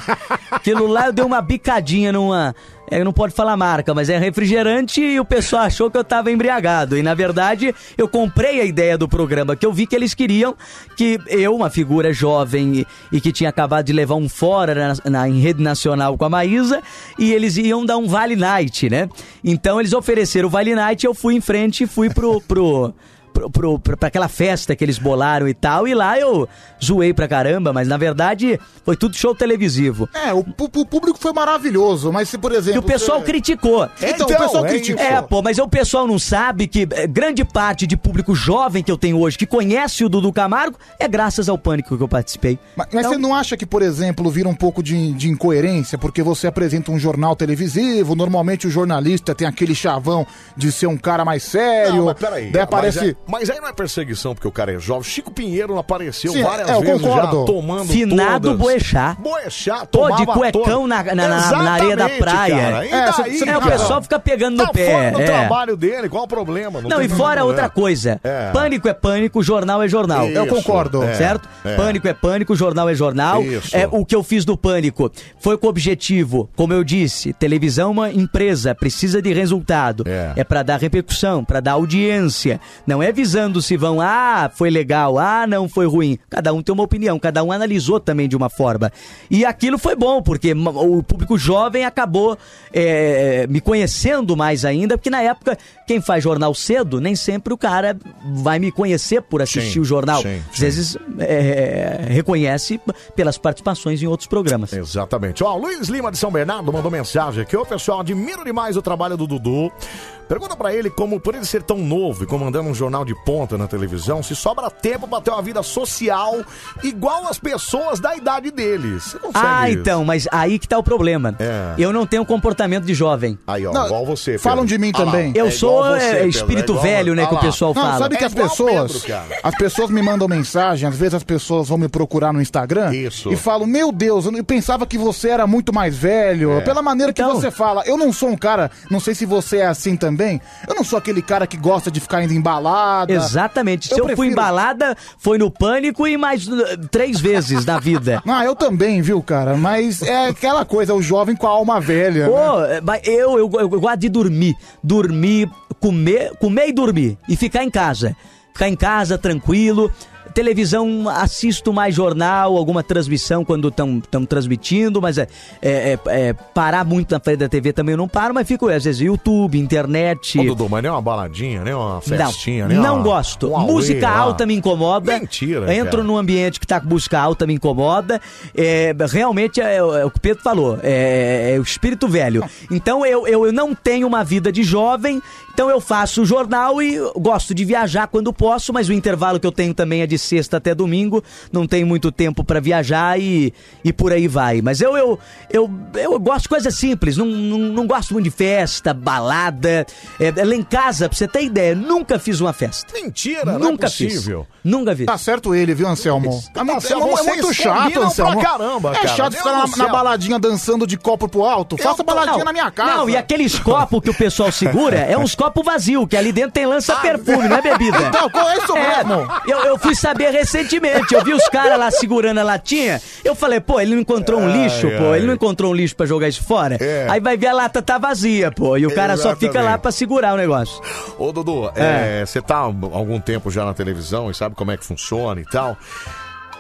Speaker 23: Aquilo lá eu dei uma bicadinha numa. é, não pode falar marca, mas é refrigerante e o pessoal achou que eu tava embriagado. E na verdade, eu comprei a ideia do programa, que eu vi que eles queriam que eu, uma figura jovem e, e que tinha acabado de levar um fora na, na- em rede nacional com a Maísa, e eles iam dar um Vale Night, né? Então eles ofereceram o Vale Night, eu fui em frente e fui pro. pro pro- pro- pra pra aquela festa que eles bolaram e tal, e lá eu zoei pra caramba, mas na verdade foi tudo show televisivo.
Speaker 3: É, o, pu- pu- público foi maravilhoso, mas se, por exemplo.
Speaker 23: E o pessoal
Speaker 3: você-
Speaker 23: criticou.
Speaker 3: É, então, o pessoal criticou.
Speaker 23: É, pô, mas o pessoal não sabe que eh, grande parte de público jovem que eu tenho hoje, que conhece o Dudu Camargo, é graças ao pânico que eu participei.
Speaker 3: Mas você não acha que, por exemplo, vira um pouco de, de incoerência, porque você apresenta um jornal televisivo, normalmente o jornalista tem aquele chavão de ser um cara mais sério.
Speaker 1: Não, mas peraí.
Speaker 3: daí
Speaker 1: mas
Speaker 3: aparece.
Speaker 1: é- Mas, aí não é perseguição porque o cara é jovem. Chico Pinheiro não apareceu
Speaker 3: Sim,
Speaker 1: várias
Speaker 3: é, eu
Speaker 1: vezes já
Speaker 3: concordo.
Speaker 1: tomando
Speaker 23: Finado
Speaker 1: todas.
Speaker 23: Boechat.
Speaker 1: Boechat
Speaker 23: Pô, de
Speaker 1: tomava
Speaker 23: cuecão
Speaker 1: todas.
Speaker 23: na, na- na- na areia da
Speaker 1: Exatamente,
Speaker 23: praia.
Speaker 1: cara. E
Speaker 23: É,
Speaker 1: daí,
Speaker 23: cê- cê- é, o
Speaker 1: cara?
Speaker 23: pessoal fica pegando no
Speaker 1: Tá
Speaker 23: pé.
Speaker 1: fora do
Speaker 23: é.
Speaker 1: trabalho dele, qual o problema?
Speaker 23: Não,
Speaker 1: tem
Speaker 23: e fora
Speaker 1: problema.
Speaker 3: né?
Speaker 1: né?
Speaker 23: outra coisa. Pânico é pânico, jornal é jornal.
Speaker 1: Isso, Eu concordo. é,
Speaker 23: certo?
Speaker 1: é.
Speaker 23: Pânico é pânico, jornal é jornal.
Speaker 1: Isso.
Speaker 23: É, o que eu fiz do pânico foi com o objetivo, como eu disse, televisão é uma empresa, precisa de resultado. É, pra dar repercussão, pra dar audiência. Não é visando se vão, ah, foi legal, ah, não foi ruim. Cada um tem uma opinião, cada um analisou também de uma forma. E aquilo foi bom, porque ma- o público jovem acabou é, me conhecendo mais ainda, porque na época, quem faz jornal cedo, nem sempre o cara vai me conhecer por assistir
Speaker 1: Sim,
Speaker 23: o jornal.
Speaker 1: sim,
Speaker 23: Às vezes é, reconhece pelas participações em outros programas.
Speaker 1: Exatamente. Ó, o Luiz Lima de São Bernardo mandou mensagem aqui. Ô, pessoal, admiro demais o trabalho do Dudu. Pergunta pra ele como, por ele ser tão novo e comandando um jornal de ponta na televisão, se sobra tempo pra ter uma vida social igual as pessoas da idade dele. Você consegue
Speaker 23: Ah,
Speaker 1: isso? É.
Speaker 23: então, mas aí que tá o problema. Eu não tenho comportamento de jovem.
Speaker 1: Aí, ó,
Speaker 23: Não,
Speaker 1: igual você. Pedro.
Speaker 23: falam de mim
Speaker 1: Ah lá,
Speaker 23: também.
Speaker 1: é
Speaker 23: Eu
Speaker 1: igual
Speaker 23: sou, é,
Speaker 1: Pedro,
Speaker 23: espírito
Speaker 1: igual-
Speaker 23: velho, né,
Speaker 1: Ah
Speaker 23: que o
Speaker 1: lá.
Speaker 23: pessoal
Speaker 3: Não,
Speaker 23: fala.
Speaker 3: sabe que
Speaker 23: É
Speaker 3: as
Speaker 23: igual
Speaker 3: pessoas.
Speaker 23: Pedro, cara.
Speaker 3: as pessoas me mandam mensagem, às vezes as pessoas vão me procurar no Instagram e falam: Meu Deus, eu não- eu pensava que você era muito mais velho.
Speaker 1: É.
Speaker 3: Pela maneira que
Speaker 23: Então-
Speaker 3: você fala, eu não sou um cara, não sei se você é assim também. Eu não sou aquele cara que gosta de ficar indo embalada.
Speaker 23: Exatamente. Se eu, fui embalada, foi no pânico e mais uh, três vezes na vida.
Speaker 3: Ah, eu também, viu, cara? Mas é aquela coisa, o jovem com a alma velha. né?
Speaker 23: Pô, é, mas eu, eu, eu gosto de dormir. Dormir, comer, comer e dormir. E ficar em casa. Ficar em casa, tranquilo. televisão, assisto mais jornal, alguma transmissão quando estão transmitindo, mas é, é- é- é, parar muito na frente da TV também eu não paro, mas fico, às vezes, YouTube, internet.
Speaker 1: Ô, Dudu, mas nem uma baladinha, nem né? uma festinha, nem
Speaker 23: não, não
Speaker 1: uma-
Speaker 23: gosto.
Speaker 1: um auê
Speaker 23: música
Speaker 1: lá.
Speaker 23: alta me incomoda.
Speaker 1: Mentira,
Speaker 23: Entro
Speaker 1: cara.
Speaker 23: num ambiente que tá com música alta me incomoda. É, realmente é, o- é o que o Pedro falou. É, é o espírito velho. Então eu, eu, eu não tenho uma vida de jovem. Então eu faço jornal e gosto de viajar quando posso, mas o intervalo que eu tenho também é de sexta até domingo. Não tenho muito tempo pra viajar e, e por aí vai. Mas eu eu, eu, eu gosto de coisas simples. Não, não, não gosto muito de festa, balada. É, é, lá em casa, pra você ter ideia, nunca fiz uma festa.
Speaker 1: Mentira,
Speaker 23: Nunca
Speaker 1: não é
Speaker 23: fiz.
Speaker 1: possível.
Speaker 23: Nunca vi.
Speaker 3: Tá certo ele, viu, Anselmo? É, muito-
Speaker 1: Anselmo,
Speaker 3: é mu- é
Speaker 1: Então, vocês
Speaker 3: muito chato,
Speaker 1: combinam
Speaker 3: Anselmo.
Speaker 1: pra caramba,
Speaker 3: é
Speaker 1: cara.
Speaker 3: chato
Speaker 1: Meu
Speaker 3: ficar
Speaker 1: Deus
Speaker 3: na,
Speaker 1: do
Speaker 3: na
Speaker 1: céu.
Speaker 3: baladinha dançando de copo pro alto. Faça baladinha na minha casa.
Speaker 23: É um Não, e aqueles copos que o pessoal segura é uns copos vazios, que ali dentro tem lança-perfume, não é bebida?
Speaker 3: Ah, Então, qual é isso
Speaker 23: É,
Speaker 3: mesmo?
Speaker 23: Eu, eu fui saber recentemente, eu vi os caras lá segurando a latinha, eu falei, pô, ele não encontrou um lixo, pô, ele não encontrou um lixo pra jogar isso fora.
Speaker 3: É.
Speaker 23: Aí vai ver a lata tá vazia, pô, e o cara só fica lá
Speaker 1: Exatamente.
Speaker 23: pra segurar o negócio.
Speaker 1: Ô, Dudu,
Speaker 23: É.
Speaker 1: é, você tá há algum tempo já na televisão e sabe como é que funciona e tal.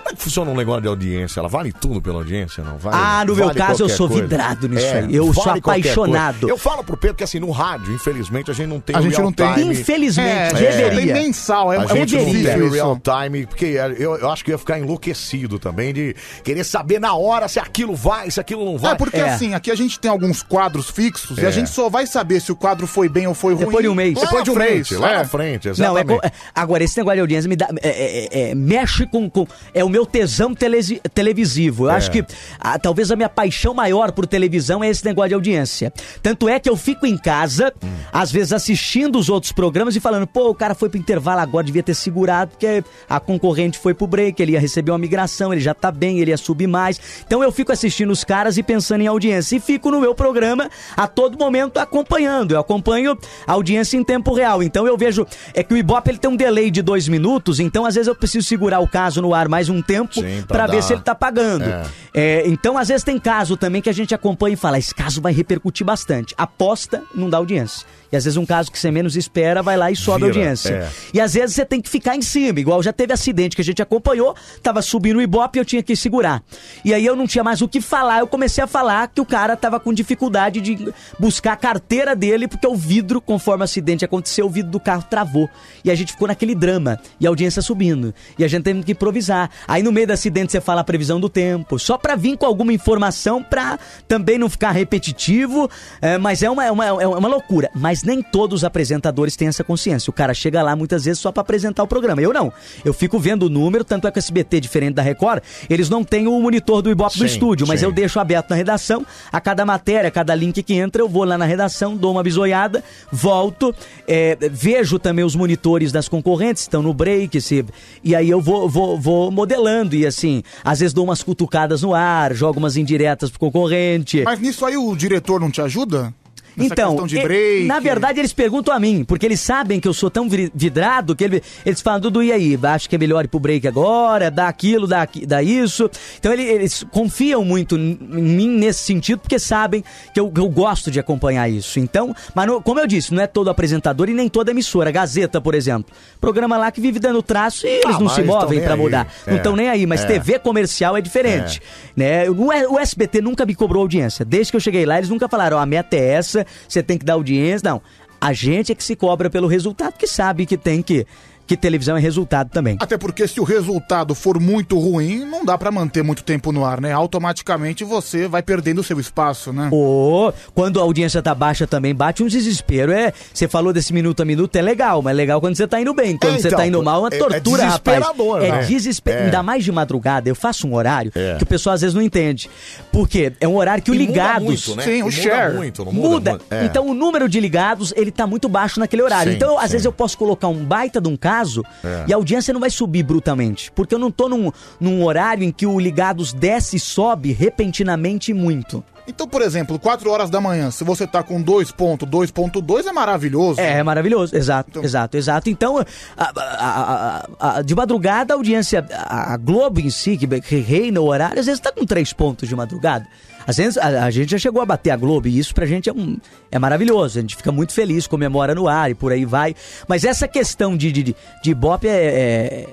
Speaker 1: Como é que funciona um negócio de audiência? Ela vale tudo pela audiência, não? Vale,
Speaker 23: Ah, no
Speaker 1: vale
Speaker 23: meu caso, eu
Speaker 1: qualquer
Speaker 23: sou
Speaker 1: coisa.
Speaker 23: vidrado nisso
Speaker 1: É,
Speaker 23: aí. Eu sou
Speaker 1: vale qualquer
Speaker 23: apaixonado.
Speaker 1: coisa. Eu falo pro Pedro que assim, no rádio, infelizmente, a gente não tem
Speaker 3: A
Speaker 1: o
Speaker 3: gente
Speaker 1: real
Speaker 3: não tem. É,
Speaker 1: time.
Speaker 3: Infelizmente, deveria. Tem mensal, é-
Speaker 1: a
Speaker 3: é
Speaker 1: gente
Speaker 3: muito
Speaker 1: não tem
Speaker 3: difícil
Speaker 1: o real
Speaker 3: isso.
Speaker 1: time, porque é, eu, eu acho que eu ia ficar enlouquecido também de querer saber na hora se aquilo vai, se aquilo não vai.
Speaker 3: É porque assim, aqui a gente tem alguns quadros fixos e
Speaker 1: É.
Speaker 3: a gente só vai saber se o quadro foi bem ou foi ruim.
Speaker 23: Depois de um mês.
Speaker 3: Lá
Speaker 23: Depois de
Speaker 3: na
Speaker 23: um mês,
Speaker 3: frente,
Speaker 1: lá
Speaker 3: é.
Speaker 1: na frente,
Speaker 23: Não, é
Speaker 1: exatamente.
Speaker 23: co- é- agora, esse negócio de audiência me dá. é- é- é- é- mexe com, com- É o meu tesão telesi- televisivo. Eu
Speaker 6: É.
Speaker 23: acho que ah, talvez a minha paixão maior por televisão é esse negócio de audiência. Tanto é que eu fico em casa, às vezes assistindo os outros programas e falando, pô, o cara foi pro intervalo agora, devia ter segurado, porque a concorrente foi pro break, ele ia receber uma migração, ele já tá bem, ele ia subir mais. Então eu fico assistindo os caras e pensando em audiência. E fico no meu programa a todo momento acompanhando. Eu acompanho a audiência em tempo real. Então eu vejo. É que o Ibope ele tem um delay de dois minutos, então às vezes eu preciso segurar o caso no ar mais um tempo
Speaker 6: pra
Speaker 23: pra
Speaker 6: dar-
Speaker 23: ver se ele tá pagando.
Speaker 6: É.
Speaker 23: É, então, às vezes tem caso também que a gente acompanha e fala: esse caso vai repercutir bastante. Aposta, não dá audiência. E às vezes um caso que você menos espera vai lá e sobe a
Speaker 6: Vira,
Speaker 23: audiência.
Speaker 6: é.
Speaker 23: E às vezes você tem que ficar em cima, igual já teve acidente que a gente acompanhou, tava subindo o Ibope e eu tinha que segurar. E aí eu não tinha mais o que falar, eu comecei a falar que o cara tava com dificuldade de buscar a carteira dele, porque o vidro, conforme o acidente aconteceu, o vidro do carro travou. E a gente ficou naquele drama, e a audiência subindo. E a gente teve que improvisar. Aí no meio do acidente você fala a previsão do tempo, só pra vir com alguma informação pra também não ficar repetitivo, é, mas é uma, é, uma, é uma loucura. Mas nem todos os apresentadores têm essa consciência. O cara chega lá muitas vezes só pra apresentar o programa. Eu não. Eu fico vendo o número, tanto é que o SBT, diferente da Record, eles não têm o monitor do Ibope do
Speaker 6: Sim,
Speaker 23: estúdio, mas
Speaker 6: sim.
Speaker 23: eu deixo aberto na redação. A cada matéria, a cada link que entra, eu vou lá na redação, dou uma bisoiada, volto, é, vejo também os monitores das concorrentes, estão no break, se, e aí eu vou, vou, vou modelando. E assim, às vezes dou umas cutucadas no ar, jogo umas indiretas pro concorrente.
Speaker 3: Mas nisso aí o diretor não te ajuda? Nessa
Speaker 23: Então,
Speaker 3: questão de
Speaker 23: e-
Speaker 3: break.
Speaker 23: na verdade eles perguntam a mim, porque eles sabem que eu sou tão vri- vidrado que ele- eles falam, Dudu, e aí? Acho que é melhor ir pro break agora, dá aquilo, dá, aqui- dá isso. Então ele- eles confiam muito n- em mim nesse sentido, porque sabem que eu, que eu gosto de acompanhar isso. Então, mas não- como eu disse, não é todo apresentador e nem toda emissora. Gazeta, por exemplo, programa lá que vive dando traço e eles
Speaker 6: Ah,
Speaker 23: não
Speaker 6: mas
Speaker 23: se
Speaker 6: eles tão
Speaker 23: movem
Speaker 6: nem
Speaker 23: pra
Speaker 6: aí.
Speaker 23: mudar. Não
Speaker 6: É,
Speaker 23: estão nem aí, mas
Speaker 6: é.
Speaker 23: TV comercial é diferente. Né? O, o SBT nunca me cobrou audiência. Desde que eu cheguei lá, eles nunca falaram, ó, a meta é essa, você tem que dar audiência. Não. A gente é que se cobra pelo resultado, que sabe que tem que. Que televisão é resultado também.
Speaker 3: Até porque se o resultado for muito ruim, não dá pra manter muito tempo no ar, né? Automaticamente você vai perdendo o seu espaço, né?
Speaker 23: Pô, quando a audiência tá baixa também, bate um desespero. É, você falou desse minuto a minuto, é legal, mas é legal quando você tá indo bem. Quando
Speaker 6: É,
Speaker 23: você
Speaker 6: então,
Speaker 23: tá indo mal, é uma
Speaker 6: é- é
Speaker 23: tortura, rapaz.
Speaker 6: desesperador,
Speaker 23: é
Speaker 6: né?
Speaker 23: desesper...
Speaker 6: É.
Speaker 23: Ainda mais de madrugada, eu faço um horário que o pessoal às vezes não entende. Porque é um horário que o
Speaker 6: E muda
Speaker 23: ligados.
Speaker 6: muito, né? Sim, o E muda share. muito, não muda? Muda. É.
Speaker 23: Então o número de ligados, ele tá muito baixo naquele horário.
Speaker 6: Sim,
Speaker 23: então, eu, às
Speaker 6: sim.
Speaker 23: vezes, eu posso colocar um baita de um caso
Speaker 6: É.
Speaker 23: e a audiência não vai subir brutamente. Porque eu não tô num, num horário em que o ligados desce e sobe repentinamente muito.
Speaker 3: Então, por exemplo, 4 horas da manhã, se você tá com 2.2.2 é maravilhoso.
Speaker 23: É, é maravilhoso, exato, exato, exato. Então, a- a- a- a- a- de madrugada, a audiência, a, a Globo em si, que, que reina o horário, às vezes tá com três pontos de madrugada. Às vezes, a, a gente já chegou a bater a Globo e isso pra gente é, um, é maravilhoso. A gente fica muito feliz, comemora no ar e por aí vai. Mas essa questão de, de, de, de Ibope é,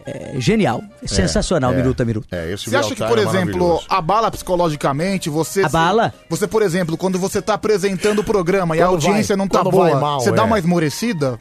Speaker 23: é- é genial. É sensacional,
Speaker 3: é,
Speaker 23: Minuta Minuta.
Speaker 1: É, esse
Speaker 3: Você acha que, por exemplo, abala psicologicamente você. Abala? Você, por exemplo, quando você tá apresentando o programa e a
Speaker 23: Quando vai-
Speaker 3: audiência não tá
Speaker 23: quando vai
Speaker 3: boa,
Speaker 23: mal,
Speaker 3: você
Speaker 23: é.
Speaker 3: dá uma esmorecida?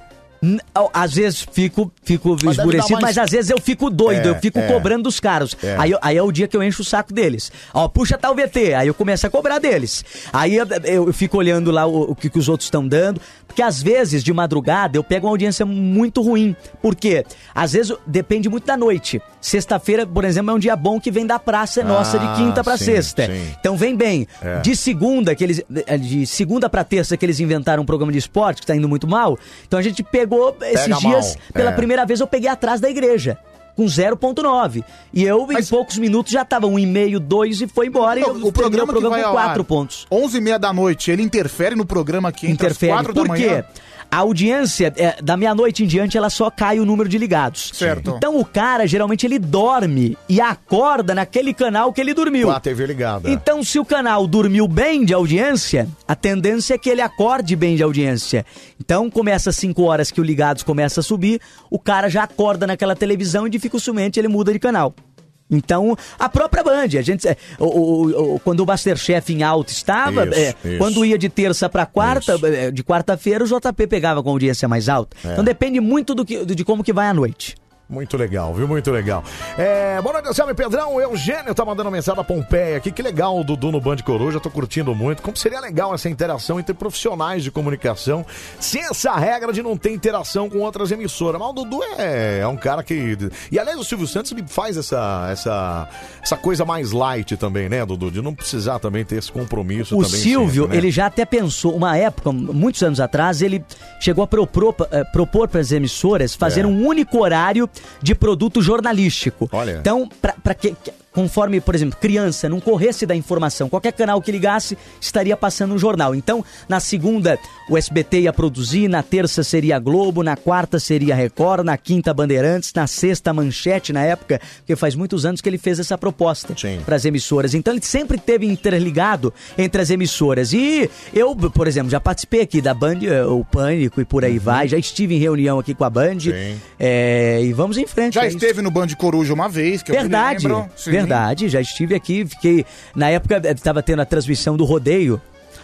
Speaker 23: Às vezes fico, fico
Speaker 3: dar
Speaker 23: esmurecido,
Speaker 3: mais-
Speaker 23: mas às vezes eu fico doido,
Speaker 3: É,
Speaker 23: eu fico
Speaker 3: é.
Speaker 23: cobrando dos caras.
Speaker 3: É.
Speaker 23: Aí, eu- aí é o dia que eu encho o saco deles. Ó, puxa tal VT, aí eu começo a cobrar deles. Aí eu, eu fico olhando lá o, o que, que os outros estão dando, porque às vezes, de madrugada, eu pego uma audiência muito ruim. Por quê? Às vezes depende muito da noite. Sexta-feira, por exemplo, é um dia bom que vem da praça é nossa
Speaker 18: Ah,
Speaker 23: de quinta pra
Speaker 18: sim,
Speaker 23: sexta.
Speaker 18: sim.
Speaker 23: Então vem bem.
Speaker 18: É.
Speaker 23: De segunda que eles eh, de segunda para terça que eles inventaram um programa de esporte que tá indo muito mal. Então a gente pegou esses
Speaker 18: Pega
Speaker 23: dias
Speaker 18: mal,
Speaker 23: pela
Speaker 18: é.
Speaker 23: primeira vez eu peguei atrás da igreja. Com 0,9. E eu, em poucos minutos, já tava 1,5, 2 e foi embora. e eu terminei
Speaker 3: O programa,
Speaker 23: o programa
Speaker 3: que vai
Speaker 23: com
Speaker 3: ao
Speaker 23: 4
Speaker 3: ar,
Speaker 23: pontos.
Speaker 3: 11 e meia da noite, ele interfere no programa que entra
Speaker 23: interfere.
Speaker 3: às 4
Speaker 23: Por
Speaker 3: da
Speaker 23: quê?
Speaker 3: manhã?
Speaker 23: A audiência, é, da meia-noite em diante, ela só cai o número de ligados.
Speaker 1: Certo.
Speaker 23: Então o cara, geralmente, ele dorme e acorda naquele canal que ele dormiu.
Speaker 1: Com a TV ligada.
Speaker 23: Então, se o canal dormiu bem de audiência, a tendência é que ele acorde bem de audiência. Então, começa às 5 horas que o ligados começa a subir, o cara já acorda naquela televisão e dificilmente ele muda de canal. Então, a própria Band, a gente, é, o- o- o- quando o Masterchef em alta estava,
Speaker 18: Isso,
Speaker 23: é,
Speaker 18: isso.
Speaker 23: quando ia de terça pra quarta, eh, de quarta-feira, o JP pegava com a audiência mais alta.
Speaker 1: É.
Speaker 23: Então depende muito do que, de como que vai a noite.
Speaker 1: Muito legal, viu? Muito legal. É, boa noite, Anselmo e Pedrão. O Eugênio tá mandando mensagem da Pompeia aqui. Que legal o Dudu no Band Coruja, tô curtindo muito. Como seria legal essa interação entre profissionais de comunicação sem essa regra de não ter interação com outras emissoras. Mas o Dudu é, é um cara que. E aliás, o Silvio Santos ele faz essa, essa, essa coisa mais light também, né, Dudu? De não precisar também ter esse compromisso
Speaker 23: O
Speaker 1: também.
Speaker 23: Silvio,
Speaker 1: sempre, né?
Speaker 23: ele já até pensou, uma época, muitos anos atrás, ele chegou a propor, eh, propor para as emissoras fazer
Speaker 18: É.
Speaker 23: um único horário de produto jornalístico.
Speaker 18: Olha.
Speaker 23: Então, para que, que- conforme, por exemplo, criança não corresse da informação, qualquer canal que ligasse estaria passando um jornal. Então, na segunda, o SBT ia produzir, na terça seria a Globo, na quarta seria a Record, na quinta Bandeirantes, na sexta Manchete, na época, porque faz muitos anos que ele fez essa proposta para as emissoras. Então, ele sempre teve interligado entre as emissoras. E eu, por exemplo, já participei aqui da Band, eh, o Pânico e por aí
Speaker 3: Uhum.
Speaker 23: vai, já estive em reunião aqui com a Band. eh, e vamos em frente.
Speaker 3: Já
Speaker 23: é isso.
Speaker 3: esteve no Band Coruja uma vez, que
Speaker 23: Verdade,
Speaker 3: eu me lembro. Sim.
Speaker 23: verdade. Já estive aqui, fiquei. Na época estava tendo a transmissão do rodeio.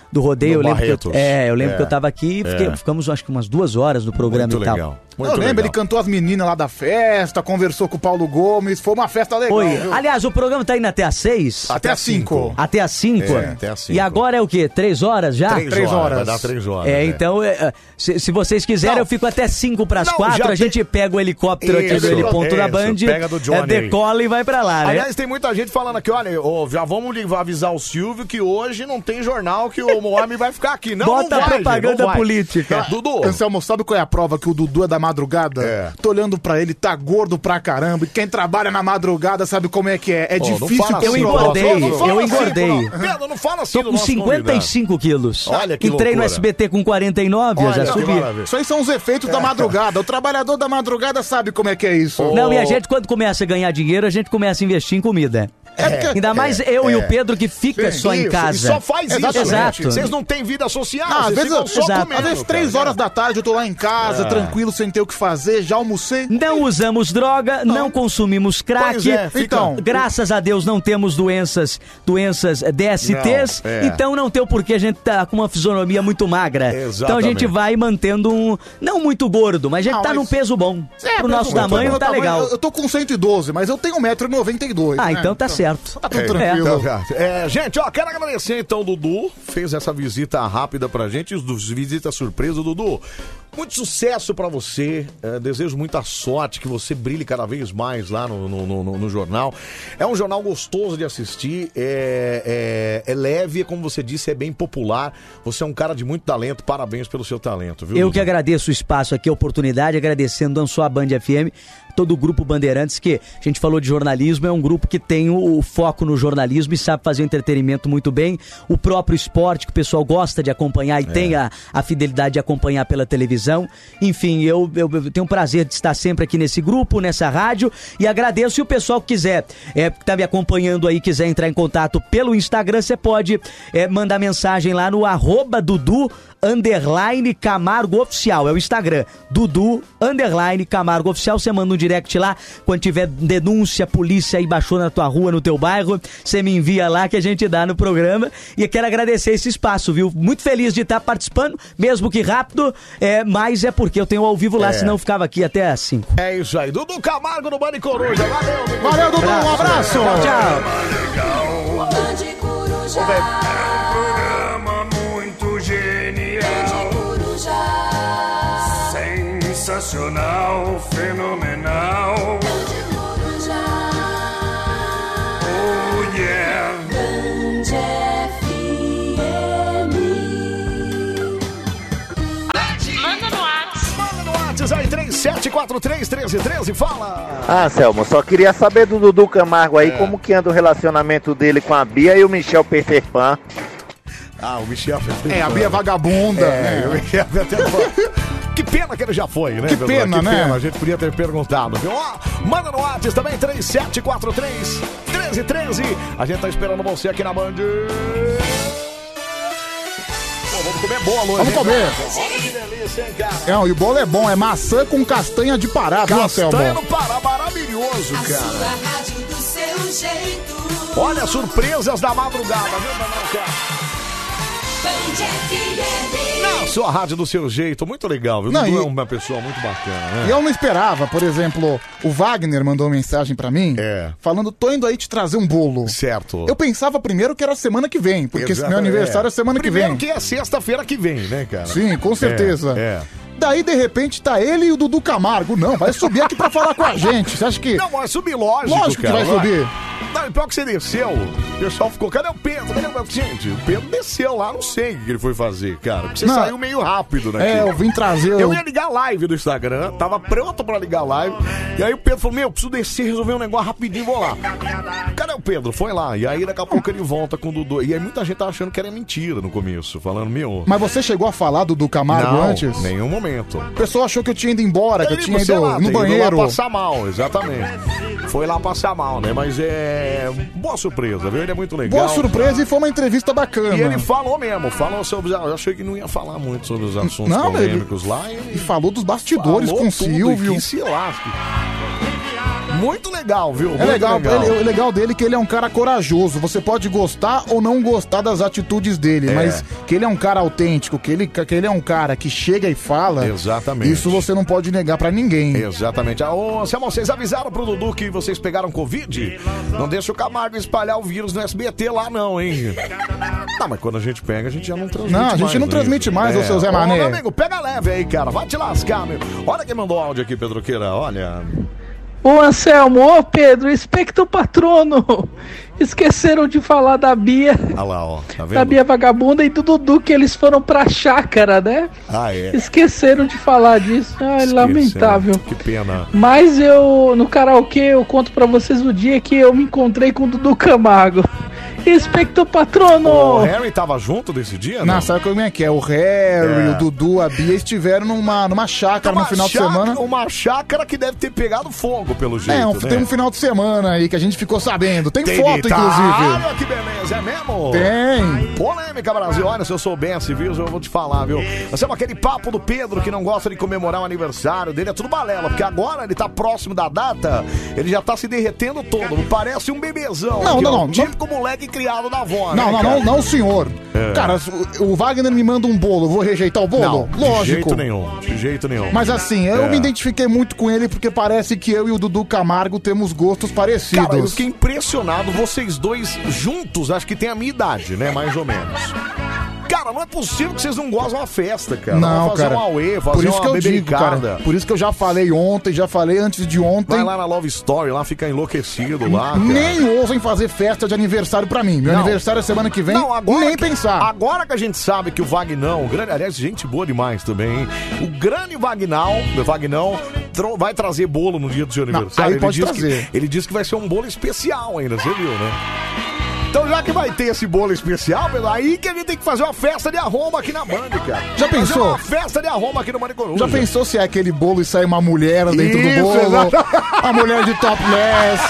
Speaker 23: Do rodeio,
Speaker 3: No
Speaker 23: eu lembro, que eu,
Speaker 3: Barretos.
Speaker 23: é, eu lembro
Speaker 3: É.
Speaker 23: que eu tava aqui e fiquei-
Speaker 3: É.
Speaker 23: ficamos acho que umas duas horas no programa
Speaker 3: Muito
Speaker 23: e tal.
Speaker 3: legal, eu lembro, ele cantou as meninas lá da festa, conversou com o Paulo Gomes, foi uma festa legal.
Speaker 23: Oi,
Speaker 3: viu?
Speaker 23: aliás, o programa tá indo até às seis?
Speaker 3: Até às cinco.
Speaker 23: Até às cinco?
Speaker 3: É, até às cinco.
Speaker 23: E agora é o quê? Três horas já?
Speaker 1: Três Três horas, horas. vai dar três horas,
Speaker 23: É,
Speaker 1: é.
Speaker 23: então, é, é, se, se vocês quiserem, eu fico até cinco pras
Speaker 1: Não,
Speaker 23: quatro,
Speaker 1: já
Speaker 23: a gente pega o helicóptero aqui do
Speaker 1: Isso,
Speaker 23: L ponto da
Speaker 1: isso,
Speaker 23: Band,
Speaker 1: pega do
Speaker 23: é,
Speaker 1: Johnny.
Speaker 23: decola e vai pra lá, né?
Speaker 1: Aliás, tem muita gente falando aqui, olha, ô, já vamos li- avisar o Silvio que hoje não tem jornal que o Moame vai ficar aqui. Não,
Speaker 3: Bota
Speaker 1: não vai,
Speaker 3: propaganda
Speaker 1: gente, não vai.
Speaker 3: política.
Speaker 1: Ah, Dudu.
Speaker 3: Anselmo, sabe qual é a prova que o Dudu é da madrugada? Tô olhando pra ele, tá gordo pra caramba. E quem trabalha na madrugada sabe como é que é. É
Speaker 1: Pô, não
Speaker 3: difícil
Speaker 1: fala
Speaker 3: que
Speaker 1: assim,
Speaker 3: se
Speaker 1: não.
Speaker 3: engordei,
Speaker 1: Não, não fala
Speaker 23: eu
Speaker 1: assim,
Speaker 23: engordei.
Speaker 1: não. Pedro, não fala assim
Speaker 23: Tô
Speaker 1: do
Speaker 23: com
Speaker 1: nosso convidado.
Speaker 23: 55 quilos.
Speaker 1: Olha que
Speaker 23: Entrei no
Speaker 1: loucura.
Speaker 23: SBT com 49, eu já subi.
Speaker 3: Isso aí são os efeitos da madrugada. O trabalhador da madrugada sabe como é que é isso.
Speaker 23: Não, e a gente, quando começa a ganhar dinheiro, a gente começa a investir em comida.
Speaker 1: É
Speaker 23: Ainda mais eu e o Pedro que fica
Speaker 1: Sim,
Speaker 23: só em
Speaker 1: isso,
Speaker 23: casa.
Speaker 1: E só faz isso. né?
Speaker 23: Exato.
Speaker 1: Vocês não têm vida social.
Speaker 3: Ah, às
Speaker 1: vocês
Speaker 3: vezes,
Speaker 1: ficam só
Speaker 3: Exato.
Speaker 1: comendo,
Speaker 3: às vezes três
Speaker 1: cara.
Speaker 3: horas da tarde eu tô lá em casa,
Speaker 23: É.
Speaker 3: tranquilo, sem ter o que fazer, já almocei.
Speaker 23: Não usamos droga, não, consumimos
Speaker 3: Pois
Speaker 23: crack.
Speaker 3: é, fica-
Speaker 23: então, graças a Deus não temos doenças, doenças eh, DSTs.
Speaker 18: Não, é.
Speaker 23: Então não tem o porquê a gente tá com uma fisionomia muito magra. Então a
Speaker 18: Exatamente.
Speaker 23: gente vai mantendo um não muito gordo, mas a gente
Speaker 3: Ah,
Speaker 23: tá
Speaker 3: mas-
Speaker 23: num peso bom.
Speaker 3: É,
Speaker 23: Pro
Speaker 3: pelo
Speaker 23: nosso
Speaker 3: meu
Speaker 23: tamanho tá legal.
Speaker 3: Eu, eu tô com 112, mas eu tenho 1,92m.
Speaker 23: Ah, então tá certo.
Speaker 3: né? Tá tudo
Speaker 1: É,
Speaker 3: tranquilo.
Speaker 1: então, cara. É, gente, ó, quero agradecer então, Dudu. Fez essa visita rápida pra gente, os dos- visita surpresa, Dudu. Muito sucesso pra você. é, desejo muita sorte, que você brilhe cada vez mais lá no, no- no- no- no jornal. É um jornal gostoso de assistir, é, é- é leve, é como você disse, é bem popular. Você é um cara de muito talento, parabéns pelo seu talento, viu?
Speaker 23: Eu
Speaker 1: Dudu?
Speaker 23: que agradeço o espaço aqui, a oportunidade, agradecendo não só a Band FM, todo o grupo Bandeirantes, que a gente falou de jornalismo, é um grupo que tem o, o foco no jornalismo e sabe fazer o entretenimento muito bem. O próprio esporte, que o pessoal gosta de acompanhar e tem a, a fidelidade de acompanhar pela televisão. televisão. Enfim, eu, eu- eu tenho o prazer de estar sempre aqui nesse grupo, nessa rádio, e agradeço. E o pessoal que quiser, é, que tá me acompanhando aí, quiser entrar em contato pelo Instagram, você pode é, mandar mensagem lá no arroba Dudu underline Camargo Oficial, é o Instagram, Dudu underline Camargo Oficial, você manda um direct lá, quando tiver denúncia, polícia aí baixou na tua rua, no teu bairro, você me envia lá que a gente dá no programa, e eu quero agradecer esse espaço, viu, muito feliz de estar participando, mesmo que rápido, é, mas é porque eu tenho ao vivo lá,
Speaker 1: É.
Speaker 23: senão eu ficava aqui até às 5.
Speaker 1: É isso aí. Dudu Camargo no Bande Coruja. Valeu, Dudu.
Speaker 13: Valeu, Dudu, um abraço.
Speaker 1: Tchau, tchau.
Speaker 13: Bande Coruja. É um programa muito genial. Sensacional, fenomenal. Oh yeah. Manda no
Speaker 1: Manda no WhatsApp aí, 37431313, fala.
Speaker 18: Ah, Selmo, só queria saber do Dudu Camargo
Speaker 1: É.
Speaker 18: aí, como que anda o relacionamento dele com a Bia e o Michel Peferpan.
Speaker 1: Ah, o Michel.
Speaker 3: É, a Bia Vagabunda,
Speaker 1: É,
Speaker 3: né?
Speaker 1: o Michel até- Que pena que ele já foi, né?
Speaker 3: Que
Speaker 1: Pedro?
Speaker 3: pena,
Speaker 1: que
Speaker 3: né?
Speaker 1: Pena. A gente podia ter perguntado, viu? Ó, manda no WhatsApp também, 3743 1313. A gente tá esperando você aqui na Band. Pô, vamos comer bolo
Speaker 3: Vamos
Speaker 1: hoje. hein,
Speaker 3: comer.
Speaker 1: cara? Olha que delícia, hein, cara?
Speaker 3: É, e o bolo é bom, é maçã com castanha de Pará, viu, Anselmo?
Speaker 1: Castanha no Pará, tá maravilhoso, cara.
Speaker 2: rádio do seu jeito.
Speaker 1: Olha, surpresas da madrugada, viu, Danão?
Speaker 2: Band FM.
Speaker 1: Não, sua rádio do seu jeito, muito legal, viu?
Speaker 3: Não,
Speaker 1: Dudu
Speaker 3: e-
Speaker 1: é uma pessoa muito bacana,
Speaker 3: E
Speaker 1: né?
Speaker 3: eu não esperava, por exemplo, o Wagner mandou uma mensagem pra mim, falando, tô indo aí te trazer um bolo.
Speaker 1: É. Certo.
Speaker 3: Eu pensava primeiro que era semana que vem, porque
Speaker 1: Exato,
Speaker 3: meu aniversário é, semana que
Speaker 1: Primeiro
Speaker 3: vem.
Speaker 1: que é sexta-feira que vem, né, cara?
Speaker 3: Sim, com
Speaker 1: É,
Speaker 3: certeza.
Speaker 1: É.
Speaker 3: Daí, de repente, tá ele e o Dudu Camargo. Não, vai subir aqui pra falar com a gente. Você acha que...
Speaker 1: Não, vai subir, lógico.
Speaker 3: Lógico que
Speaker 1: cara,
Speaker 3: vai subir.
Speaker 1: Não, e pior que você desceu, o pessoal ficou, cadê o Pedro? Cadê o Pedro? Gente, o Pedro desceu lá, não sei o que ele foi fazer, cara. Porque você
Speaker 3: Não.
Speaker 1: saiu meio rápido, né?
Speaker 3: É, eu vim trazer o-
Speaker 1: Eu ia ligar a live do Instagram, né? tava pronto pra ligar a live. E aí o Pedro falou, meu, preciso descer, resolver um negócio rapidinho, vou lá. Cadê o Pedro? Foi lá. E aí daqui a pouco ele volta com o Dudu. E aí muita gente tá achando que era mentira no começo, falando, meu...
Speaker 3: Mas você chegou a falar do Dudu Camargo
Speaker 1: não,
Speaker 3: antes?
Speaker 1: nenhum momento.
Speaker 3: O pessoal achou que eu tinha ido embora, que eu
Speaker 1: Ele,
Speaker 3: tinha
Speaker 1: sei
Speaker 3: ido
Speaker 1: lá,
Speaker 3: no
Speaker 1: tem ido lá
Speaker 3: banheiro.
Speaker 1: passar mal, exatamente. Foi lá passar mal, né? Mas é. Boa surpresa, viu? Ele é muito legal.
Speaker 3: Boa surpresa e foi uma entrevista bacana.
Speaker 1: E ele falou mesmo, falou sobre. Eu achei que não ia falar muito sobre os assuntos
Speaker 3: Não, ele-
Speaker 1: polêmicos lá. E
Speaker 3: E falou dos bastidores
Speaker 1: falou
Speaker 3: com o
Speaker 1: tudo,
Speaker 3: Silvio.
Speaker 1: e que se lasque. Muito legal, viu?
Speaker 3: É
Speaker 1: Muito
Speaker 3: legal, ele- o legal dele é que ele é um cara corajoso. Você pode gostar ou não gostar das atitudes dele,
Speaker 1: É.
Speaker 3: mas que ele é um cara autêntico, que ele, que ele é um cara que chega e fala.
Speaker 1: Exatamente.
Speaker 3: Isso você não pode negar pra ninguém.
Speaker 1: Exatamente. Ah, ô, Anselmo, vocês avisaram pro Dudu que vocês pegaram Covid? Não deixa o Camargo espalhar o vírus no SBT lá, não, hein? Não, mas quando a gente pega, a gente já não transmite
Speaker 3: Não, a gente
Speaker 1: mais,
Speaker 3: não
Speaker 1: né?
Speaker 3: transmite mais, ô, seu Zé
Speaker 1: Ô,
Speaker 3: Mané.
Speaker 1: meu amigo, pega leve aí, cara. Vai te lascar, meu. Olha quem mandou áudio aqui, Pedroqueira. Olha.
Speaker 14: Ô Anselmo, ô Pedro, espectro patrono! Esqueceram de falar da Bia,
Speaker 1: Olha lá, ó. Tá
Speaker 14: da
Speaker 1: vendo?
Speaker 14: Bia Vagabunda e do Dudu que eles foram pra chácara, né?
Speaker 1: Ah, é.
Speaker 14: Esqueceram de falar disso. Ai, lamentável.
Speaker 1: Que pena.
Speaker 14: Mas eu, no karaokê, eu conto pra vocês o dia que eu me encontrei com o Dudu Camargo. Espectro patrono!
Speaker 1: O Harry tava junto desse dia? né?
Speaker 3: Não, sabe como é que é? O Harry,
Speaker 1: É.
Speaker 3: o Dudu, a Bia estiveram numa, numa chácara no final
Speaker 1: chácara-
Speaker 3: de semana.
Speaker 1: Uma chácara que deve ter pegado fogo, pelo jeito.
Speaker 3: é, um-
Speaker 1: né?
Speaker 3: tem um final de semana aí que a gente ficou sabendo. Tem, foto,
Speaker 1: detalhe,
Speaker 3: inclusive.
Speaker 1: Olha que beleza, é mesmo?
Speaker 3: Tem.
Speaker 1: Polêmica, Brasil. Olha, se eu soubesse, viu, eu vou te falar, viu? Você sabe aquele papo do Pedro que não gosta de comemorar o aniversário dele? É tudo balela, porque agora ele tá próximo da data, ele já tá se derretendo todo. Parece um bebezão.
Speaker 3: Não,
Speaker 1: aqui,
Speaker 3: não,
Speaker 1: ó,
Speaker 3: não,
Speaker 1: um
Speaker 3: não.
Speaker 1: Típico moleque criado na
Speaker 3: Não,
Speaker 1: avó, né,
Speaker 3: não,
Speaker 1: cara?
Speaker 3: não, não, senhor.
Speaker 1: É.
Speaker 3: Cara, o o Wagner me manda um bolo, eu vou rejeitar o bolo?
Speaker 1: Não,
Speaker 3: Lógico.
Speaker 1: De jeito nenhum, de jeito nenhum.
Speaker 3: Mas assim, eu
Speaker 1: É.
Speaker 3: me identifiquei muito com ele porque parece que eu e o Dudu Camargo temos gostos parecidos.
Speaker 1: Cara, eu fiquei impressionado, vocês dois juntos, acho que tem a minha idade, né? Mais ou menos. Cara, não é possível que vocês não gostam da festa, cara.
Speaker 3: Não,
Speaker 1: Vamos fazer
Speaker 3: cara.
Speaker 1: um auê, fazer
Speaker 3: por isso
Speaker 1: uma
Speaker 3: que eu digo, cara.
Speaker 1: bebericada.
Speaker 3: Por isso que eu já falei ontem, já falei antes de ontem.
Speaker 1: Vai lá na Love Story, lá fica enlouquecido lá. cara.
Speaker 3: Nem ousem fazer festa de aniversário pra mim. Meu
Speaker 1: Não.
Speaker 3: aniversário é semana que vem.
Speaker 1: Não, agora
Speaker 3: nem
Speaker 1: que-
Speaker 3: pensar.
Speaker 1: Agora que a gente sabe que o Vagnão, o grande, aliás, gente boa demais também, hein? O grande Vagnal, o Vagnão, tro- vai trazer bolo no dia do seu aniversário.
Speaker 3: aí pode
Speaker 1: disse
Speaker 3: trazer.
Speaker 1: Que, ele disse que vai ser um bolo especial ainda, você viu, né? Então, já que vai ter esse bolo especial, meu, aí que a gente tem que fazer uma festa de arromba aqui na Band, cara.
Speaker 3: Já
Speaker 1: Fazer
Speaker 3: pensou?
Speaker 1: Uma festa de arromba aqui no Maricoruja.
Speaker 3: Já pensou se é aquele bolo e sai uma mulher dentro
Speaker 1: Isso,
Speaker 3: do bolo?
Speaker 1: exatamente.
Speaker 3: A mulher de topless,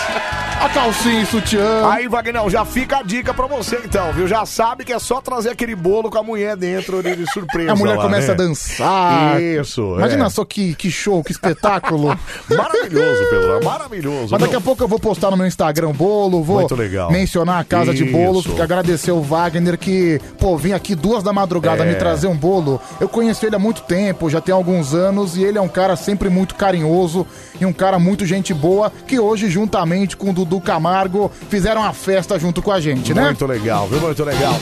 Speaker 3: a calcinha e sutiã.
Speaker 1: Aí, Vagnão, já fica a dica pra você então, viu? Já sabe que é só trazer aquele bolo com a mulher dentro de, de surpresa.
Speaker 3: a mulher
Speaker 1: lá,
Speaker 3: começa
Speaker 1: né?
Speaker 3: a dançar.
Speaker 1: Isso, é.
Speaker 3: Imagina só que, que show, que espetáculo.
Speaker 1: [laughs] Maravilhoso, Pedro. é Maravilhoso.
Speaker 3: Mas daqui a pouco eu vou postar no meu Instagram bolo, vou
Speaker 1: Muito legal.
Speaker 3: mencionar a casa de bolos,
Speaker 1: Isso.
Speaker 3: porque agradecer o Wagner que, pô, vim aqui duas da madrugada
Speaker 1: É.
Speaker 3: me trazer um bolo. Eu conheço ele há muito tempo, já tem alguns anos, e ele é um cara sempre muito carinhoso e um cara muito gente boa, que hoje, juntamente com o Dudu Camargo, fizeram a festa junto com a gente, né?
Speaker 1: Muito legal, viu? Muito legal.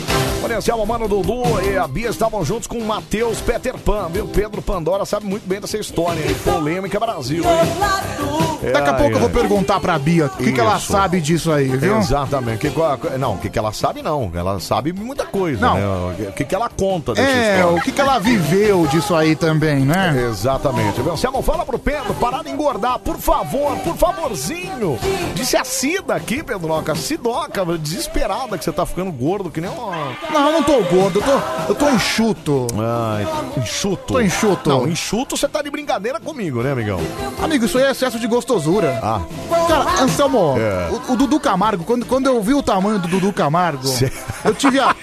Speaker 1: Olha, esse é o mano Dudu e a Bia estavam juntos com o Matheus Peter Pan, viu? Pedro Pandora sabe muito bem dessa história, hein? Polêmica Brasil, hein?
Speaker 3: É, Daqui a
Speaker 1: Ai,
Speaker 3: pouco eu vou
Speaker 1: ai.
Speaker 3: perguntar pra Bia o que, que ela
Speaker 1: Isso.
Speaker 3: sabe disso aí, viu?
Speaker 1: Exatamente. Que, qual- não, o que, que ela sabe, não. Ela sabe muita coisa,
Speaker 3: Não.
Speaker 1: né? O que, que ela conta dessa
Speaker 3: É,
Speaker 1: história.
Speaker 3: o que, que ela viveu disso aí também, né?
Speaker 1: Exatamente. Anselmo, fala pro Pedro parar de engordar, por favor, por favorzinho. Disse a Cida aqui, Pedroca. Cidoca, desesperada que você tá ficando gordo que nem uma...
Speaker 3: Não, eu não tô gordo, eu tô, eu tô enxuto.
Speaker 1: Ai, enxuto.
Speaker 3: Tô enxuto.
Speaker 1: Não, enxuto você tá de brincadeira comigo, né, amigão?
Speaker 3: Amigo, isso aí é excesso de gostosura.
Speaker 1: Ah.
Speaker 3: Cara, Anselmo,
Speaker 1: É.
Speaker 3: o, o Dudu Camargo, quando, quando eu vi o tamanho do Dudu Camargo, eu tive a,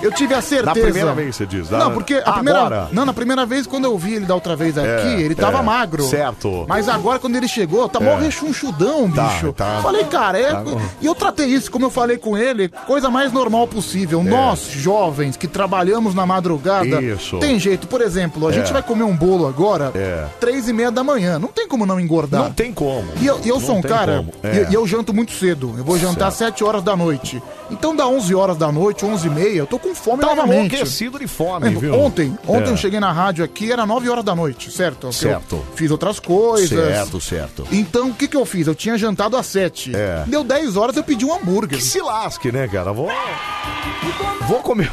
Speaker 3: eu
Speaker 1: [laughs]
Speaker 3: tive a certeza.
Speaker 1: primeira vez, você diz, né?
Speaker 3: Não, porque a primeira,
Speaker 1: Agora.
Speaker 3: não, na primeira vez, quando eu vi ele da outra vez aqui,
Speaker 1: É,
Speaker 3: ele tava
Speaker 1: é,
Speaker 3: magro.
Speaker 1: certo.
Speaker 3: Mas agora, quando ele chegou, tá mó
Speaker 1: É.
Speaker 3: rechonchudão,
Speaker 1: Tá,
Speaker 3: bicho.
Speaker 1: tá.
Speaker 3: Falei, cara, é...
Speaker 1: Tá bom.
Speaker 3: E eu tratei isso, como eu falei com ele, coisa mais normal possível.
Speaker 1: É.
Speaker 3: Nós, jovens, que trabalhamos na madrugada,
Speaker 1: Isso.
Speaker 3: tem jeito. Por exemplo, a
Speaker 1: É.
Speaker 3: gente vai comer um bolo agora,
Speaker 1: É.
Speaker 3: três e meia da manhã. Não tem como não engordar.
Speaker 1: Não tem como.
Speaker 3: E eu, e eu
Speaker 1: Não
Speaker 3: sou um
Speaker 1: tem
Speaker 3: cara,
Speaker 1: como.
Speaker 3: e-
Speaker 1: É.
Speaker 3: e eu janto muito cedo. Eu vou jantar às 7 horas da noite. Então dá 11 horas da noite, 11 e meia, eu tô com fome
Speaker 1: Tava
Speaker 3: novamente.
Speaker 1: enlouquecido de fome,
Speaker 3: Lembro,
Speaker 1: viu?
Speaker 3: Ontem, ontem
Speaker 1: É.
Speaker 3: eu cheguei na rádio aqui, era 9 horas da noite, certo? Eu
Speaker 1: Certo.
Speaker 3: fiz outras coisas.
Speaker 1: Certo, certo.
Speaker 3: Então, o que que eu fiz? Eu tinha jantado às 7.
Speaker 1: É.
Speaker 3: Deu 10 horas, eu pedi um hambúrguer.
Speaker 1: Que se lasque, né, cara? Vou... Vou comer...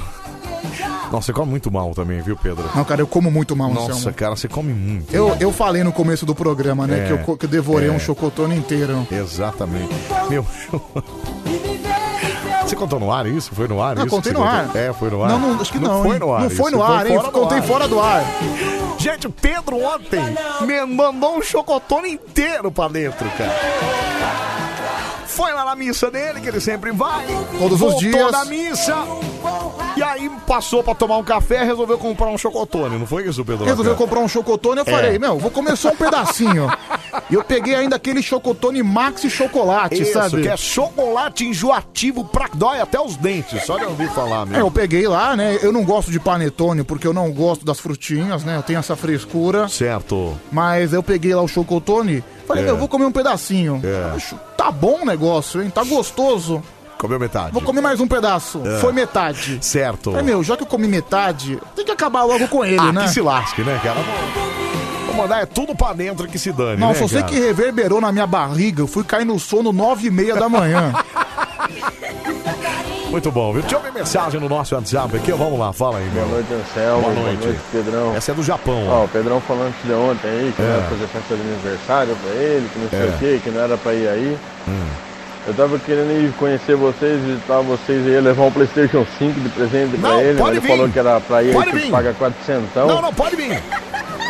Speaker 1: Nossa, você come muito mal também, viu, Pedro?
Speaker 3: Não, cara, eu como muito mal,
Speaker 1: Nossa,
Speaker 3: Anselmo.
Speaker 1: cara, você come muito.
Speaker 3: Eu, eu falei no começo do programa, né,
Speaker 1: É.
Speaker 3: que, eu, co- que eu devorei
Speaker 1: É.
Speaker 3: um chocotone inteiro.
Speaker 1: Exatamente. Meu... [laughs] Você contou no ar isso? Foi no ar
Speaker 3: Não,
Speaker 1: isso?
Speaker 3: contei
Speaker 1: Você
Speaker 3: no ar.
Speaker 1: contou- É, foi no ar.
Speaker 3: Não, não, acho que não.
Speaker 1: foi
Speaker 3: hein?
Speaker 1: no ar.
Speaker 3: Não foi
Speaker 1: isso,
Speaker 3: no ar, hein?
Speaker 1: do
Speaker 3: Contei fora do ar.
Speaker 1: Gente, o Pedro ontem me mandou um chocotone inteiro pra dentro, cara. Foi lá na missa dele, que ele sempre vai.
Speaker 3: Todos os
Speaker 1: voltou
Speaker 3: dias.
Speaker 1: da missa. E aí passou pra tomar um café e resolveu comprar um chocotone. Não foi isso, Pedro?
Speaker 3: Resolveu comprar um chocotone, eu
Speaker 1: É.
Speaker 3: falei, meu, vou comer só um pedacinho. E eu peguei ainda aquele chocotone maxi chocolate,
Speaker 1: Isso,
Speaker 3: sabe?
Speaker 1: que é chocolate enjoativo pra dói até os dentes. Só de ouvir falar, meu.
Speaker 3: É, eu peguei lá, né? Eu não gosto de panetone porque eu não gosto das frutinhas, né? Eu tenho essa frescura.
Speaker 1: Certo.
Speaker 3: Mas eu peguei lá o chocotone, falei,
Speaker 1: É.
Speaker 3: meu, eu vou comer um pedacinho. Acho- Tá bom o negócio, hein? Tá gostoso.
Speaker 1: Comeu metade.
Speaker 3: Vou comer mais um pedaço.
Speaker 1: É.
Speaker 3: Foi metade.
Speaker 1: Certo.
Speaker 3: Falei, meu, já que eu comi metade, tem que acabar logo com ele,
Speaker 1: ah,
Speaker 3: né?
Speaker 1: que se lasque, né, cara? Vou- Vou mandar é tudo pra dentro que se dane,
Speaker 3: Não,
Speaker 1: né,
Speaker 3: só sei
Speaker 1: cara?
Speaker 3: que reverberou na minha barriga. Eu fui cair no sono nove e meia da
Speaker 1: [laughs]
Speaker 3: manhã.
Speaker 1: Muito bom, viu? Deixa eu ver mensagem no nosso WhatsApp aqui. Vamos lá, fala aí, meu.
Speaker 20: Boa noite, Anselmo.
Speaker 1: Boa
Speaker 20: Boa
Speaker 1: noite.
Speaker 20: noite, Pedrão.
Speaker 1: Essa é do Japão,
Speaker 20: Ó,
Speaker 1: ó.
Speaker 20: o Pedrão falando que de ontem aí, que
Speaker 1: É.
Speaker 20: não ia fazer festa de aniversário pra ele, que não sei
Speaker 1: É.
Speaker 20: o que, que não era pra ir aí.
Speaker 1: Hum.
Speaker 20: Eu tava querendo ir conhecer vocês, visitar vocês e ia levar um Playstation 5 de presente pra
Speaker 1: Não,
Speaker 20: ele, mas
Speaker 1: pode
Speaker 20: ele
Speaker 1: vir.
Speaker 20: falou que era pra ir,
Speaker 1: Pode
Speaker 20: aí
Speaker 1: vir.
Speaker 20: que paga 400.
Speaker 1: Não, não, pode vir.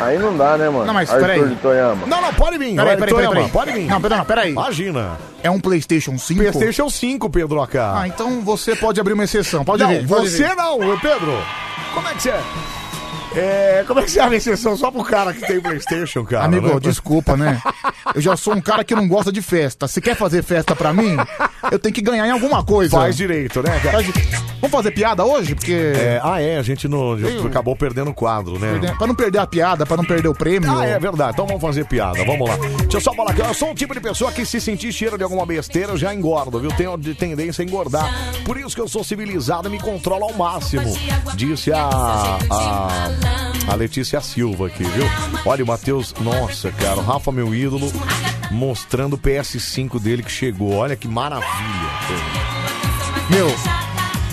Speaker 20: Aí não dá, né, mano?
Speaker 3: Não, mas
Speaker 20: então- Arthur
Speaker 3: peraí.
Speaker 20: de Toyama.
Speaker 1: Não, não, pode vir.
Speaker 3: Peraí, peraí, peraí,
Speaker 1: Toyama,
Speaker 3: peraí.
Speaker 1: Pode vir.
Speaker 3: Não, peraí, não, peraí.
Speaker 1: Imagina.
Speaker 3: É um PlayStation 5?
Speaker 1: PlayStation 5, Pedro AK.
Speaker 3: Ah, então você pode abrir uma exceção. Pode
Speaker 1: não,
Speaker 3: ver. pode
Speaker 1: você
Speaker 3: ver.
Speaker 1: não, ô, Pedro. Como é que você é? É, [laughs] como é que você abre exceção só pro cara que tem Playstation, cara?
Speaker 3: Amigo,
Speaker 1: né?
Speaker 3: desculpa, né? Eu já sou um cara que não gosta de festa. Se quer fazer festa pra mim, eu tenho que ganhar em alguma coisa.
Speaker 1: Faz direito, né, cara?
Speaker 3: Faz di- Vamos fazer piada hoje? Porque.
Speaker 1: É, ah, é, a gente não,
Speaker 3: um-
Speaker 1: acabou perdendo o quadro, né?
Speaker 3: Pra não perder a piada, pra não perder o prêmio.
Speaker 1: Ah, é verdade. Então vamos fazer piada. Vamos lá. Deixa eu só falar aqui. Eu sou um tipo de pessoa que se sentir cheiro de alguma besteira, eu já engordo, viu? Tenho de tendência a engordar. Por isso que eu sou civilizado e me controlo ao máximo. Disse a, a, a Letícia Silva aqui, viu? Olha, o Matheus, nossa, cara. O Rafa, meu ídolo, mostrando o PS5 dele que chegou. Olha que maravilha.
Speaker 3: Meu,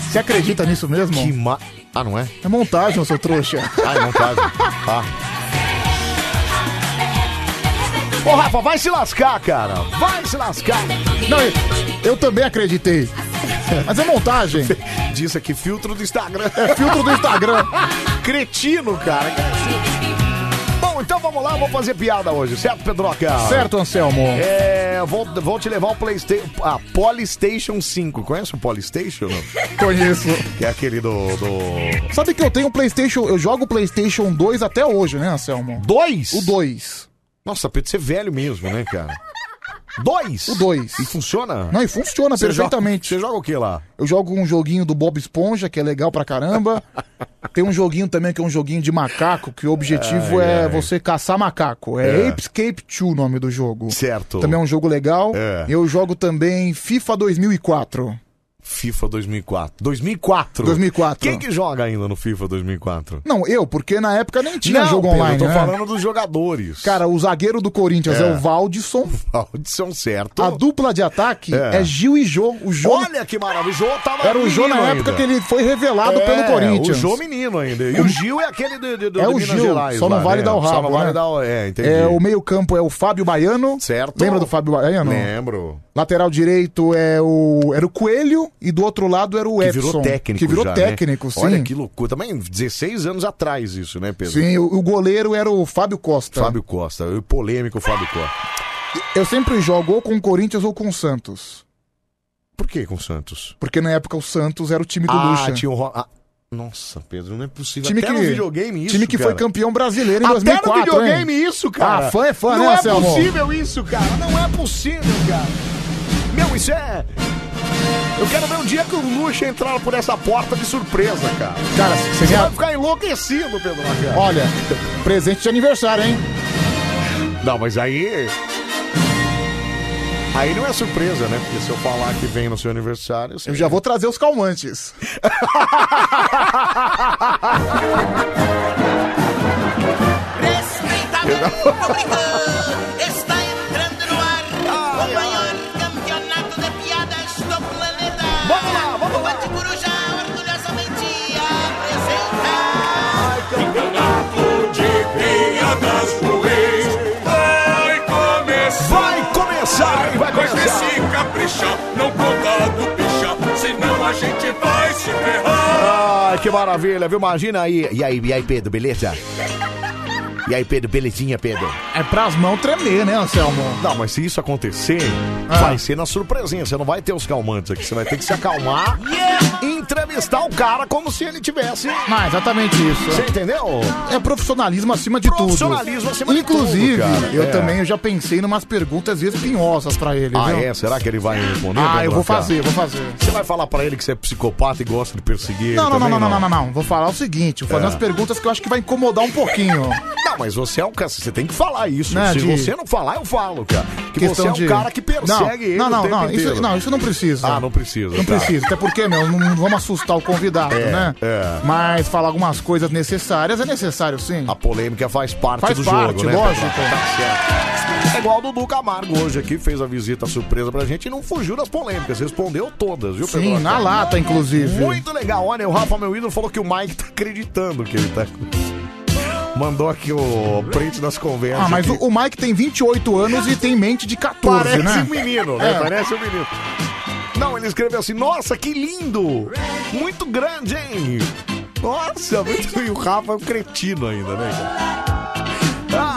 Speaker 3: você acredita nisso mesmo?
Speaker 1: Que ma... Ah, não é?
Speaker 3: É montagem, seu trouxa.
Speaker 1: Ai, montagem. Ah. Ô, Rafa, vai se lascar, cara. Vai se lascar.
Speaker 3: Não, eu- eu também acreditei. Mas é montagem.
Speaker 1: [laughs] Diz aqui, filtro do Instagram.
Speaker 3: É filtro do Instagram.
Speaker 1: [laughs] Cretino, cara. Bom, então vamos lá, vou fazer piada hoje, certo, Pedroca?
Speaker 3: Certo, Anselmo.
Speaker 1: É, vou, vou te levar o Playstation. A Polystation 5. Conhece o Polystation?
Speaker 3: [laughs] Conheço.
Speaker 1: Que é aquele do. do...
Speaker 3: Sabe que eu tenho Playstation, eu jogo Playstation 2 até hoje, né, Anselmo?
Speaker 1: Dois?
Speaker 3: O 2.
Speaker 1: Nossa, Pedro, você é velho mesmo, né, cara? Dois?
Speaker 3: O 2.
Speaker 1: E funciona?
Speaker 3: Não, e funciona
Speaker 1: Você joga-
Speaker 3: perfeitamente.
Speaker 1: você joga o que lá?
Speaker 3: Eu jogo um joguinho do Bob Esponja, que é legal pra
Speaker 1: [laughs]
Speaker 3: caramba. Tem um joguinho também que é um joguinho de macaco, que o objetivo
Speaker 1: Ai,
Speaker 3: é
Speaker 1: ai.
Speaker 3: você caçar macaco. É,
Speaker 1: É.
Speaker 3: Apescape 2 o nome do jogo.
Speaker 1: Certo.
Speaker 3: Também é um jogo legal.
Speaker 1: É.
Speaker 3: Eu jogo também FIFA 2004.
Speaker 1: FIFA 2004. 2004.
Speaker 3: 2004.
Speaker 1: Quem que joga ainda no FIFA 2004?
Speaker 3: Não, eu, porque na época nem tinha
Speaker 1: Não,
Speaker 3: jogo
Speaker 1: Pedro,
Speaker 3: online.
Speaker 1: Eu tô
Speaker 3: né?
Speaker 1: falando dos jogadores. [laughs]
Speaker 3: Cara, o zagueiro do Corinthians é,
Speaker 1: É.
Speaker 3: o Valdisson.
Speaker 1: Audição certo.
Speaker 3: A dupla de ataque
Speaker 1: É.
Speaker 3: é, Gil e Jô. O Jô
Speaker 1: Olha que maravilha. O Jô tava
Speaker 3: Era o Jô na
Speaker 1: menino
Speaker 3: época
Speaker 1: ainda.
Speaker 3: que ele foi revelado
Speaker 1: É,
Speaker 3: pelo Corinthians.
Speaker 1: O Jô menino ainda. E o Gil é aquele do, do, do
Speaker 3: é o
Speaker 1: Minas
Speaker 3: Gil,
Speaker 1: Gerais
Speaker 3: só
Speaker 1: lá,
Speaker 3: não vale
Speaker 1: né?
Speaker 3: dar o rabo.
Speaker 1: Só não vale
Speaker 3: né?
Speaker 1: dar o... É, entendi.
Speaker 3: É, o meio-campo é o Fábio Baiano.
Speaker 1: Certo.
Speaker 3: Lembra do Fábio Baiano?
Speaker 1: Lembro.
Speaker 3: Lateral direito é o era o Coelho e do outro lado era o
Speaker 1: Que
Speaker 3: Edson.
Speaker 1: virou técnico
Speaker 3: Que virou
Speaker 1: já, né?
Speaker 3: técnico, sim.
Speaker 1: Olha que loucura. Também 16 anos atrás isso, né, Pedro?
Speaker 3: Sim, o, o goleiro era o Fábio Costa.
Speaker 1: Fábio Costa. Eu- Polêmico o Fábio Costa.
Speaker 3: Eu sempre jogo ou com o Corinthians ou com o Santos.
Speaker 1: Por que com o Santos?
Speaker 3: Porque na época o Santos era o time do
Speaker 1: ah,
Speaker 3: Lucha.
Speaker 1: tinha o... Ro- Ah, nossa, Pedro, não é possível.
Speaker 3: Time
Speaker 1: Até
Speaker 3: que,
Speaker 1: no videogame isso,
Speaker 3: time que foi
Speaker 1: cara.
Speaker 3: campeão brasileiro em
Speaker 1: Até
Speaker 3: 2004,
Speaker 1: no videogame
Speaker 3: hein?
Speaker 1: isso, cara.
Speaker 3: Ah, fã é fã, né,
Speaker 1: Não é
Speaker 3: Anselmo?
Speaker 1: possível isso, cara. Não é possível, cara. Meu, isso é... Eu quero ver um dia que o Lucha entrar por essa porta de surpresa, cara.
Speaker 3: Cara, você quer-
Speaker 1: vai ficar enlouquecido, Pedro. Cara.
Speaker 3: Olha, presente de aniversário, hein?
Speaker 1: Não, mas aí... Aí não é surpresa, né? Porque se eu falar que vem no seu aniversário... você-
Speaker 3: Eu já vou trazer os calmantes.
Speaker 2: Está entrando no ar o maior campeonato de piadas do planeta. Vamos lá, vamos lá. O Coruja orgulhosamente apresenta. Campeonato de piadas ruins vai começar.
Speaker 1: Vai começar, vai
Speaker 2: Mas
Speaker 1: começar.
Speaker 2: se caprichar, não conta do pichar, senão a gente vai se ferrar.
Speaker 1: Ai, que maravilha, viu? Imagina aí. E aí, e aí, Pedro, beleza? E aí, Pedro, belezinha, Pedro?
Speaker 3: É pras mãos tremer, né, Anselmo? Ah.
Speaker 1: Não, mas se isso acontecer, vai ser na surpresinha. Você não vai ter os calmantes aqui. Você vai ter que se acalmar e entrevistar o cara como se ele tivesse.
Speaker 3: Ah, exatamente isso.
Speaker 1: Você entendeu?
Speaker 3: É profissionalismo acima de
Speaker 1: Profissionalismo
Speaker 3: tudo.
Speaker 1: acima de
Speaker 3: Inclusive,
Speaker 1: tudo, cara.
Speaker 3: eu
Speaker 1: É.
Speaker 3: também eu já pensei em umas perguntas espinhosas pra ele,
Speaker 1: Ah,
Speaker 3: viu?
Speaker 1: é? Será que ele vai responder?
Speaker 3: Ah,
Speaker 1: Pedro
Speaker 3: eu vou
Speaker 1: Lacar?
Speaker 3: fazer, vou fazer.
Speaker 1: Você vai falar pra ele que você é psicopata e gosta de perseguir
Speaker 3: Não, não,
Speaker 1: ele
Speaker 3: não,
Speaker 1: também,
Speaker 3: não, não, não, não, não. Vou falar o seguinte, vou fazer
Speaker 1: É.
Speaker 3: umas perguntas que eu acho que vai incomodar um pouquinho.
Speaker 1: Não, mas você é um cara. Você tem que falar isso.
Speaker 3: Né,
Speaker 1: Se
Speaker 3: de-
Speaker 1: você não falar, eu falo, cara. Que
Speaker 3: Questão
Speaker 1: você é um
Speaker 3: de-
Speaker 1: cara que persegue
Speaker 3: Não,
Speaker 1: ele.
Speaker 3: não,
Speaker 1: o
Speaker 3: não,
Speaker 1: tempo
Speaker 3: não, isso-
Speaker 1: inteiro.
Speaker 3: não, isso não precisa.
Speaker 1: Ah, não [laughs] precisa.
Speaker 3: Não
Speaker 1: tá.
Speaker 3: precisa, até porque, meu, não, não vamos assustar o convidado,
Speaker 1: É,
Speaker 3: né?
Speaker 1: é.
Speaker 3: Mas falar algumas coisas necessárias é necessário, sim.
Speaker 1: A polêmica faz parte
Speaker 3: Faz
Speaker 1: do
Speaker 3: parte,
Speaker 1: jogo, né?
Speaker 3: lógico.
Speaker 1: Pedro? Tá certo. É igual o Dudu Camargo hoje aqui, fez a visita surpresa pra gente e não fugiu das polêmicas, respondeu todas, viu,
Speaker 3: Sim,
Speaker 1: Pedroca?
Speaker 3: na lata, inclusive.
Speaker 1: Muito legal, olha, o Rafa, meu ídolo, falou que o Mike tá acreditando que ele tá... [laughs] Mandou aqui o print das conversas.
Speaker 3: Ah, mas o,
Speaker 1: aqui.
Speaker 3: o Mike tem 28 anos e tem mente de 14,
Speaker 1: Parece
Speaker 3: né?
Speaker 1: um menino, né?
Speaker 3: É.
Speaker 1: Parece um menino. Não, ele escreveu assim, nossa, que lindo! Muito grande, hein? Nossa, muito... e o Rafa é um cretino ainda, né? cara?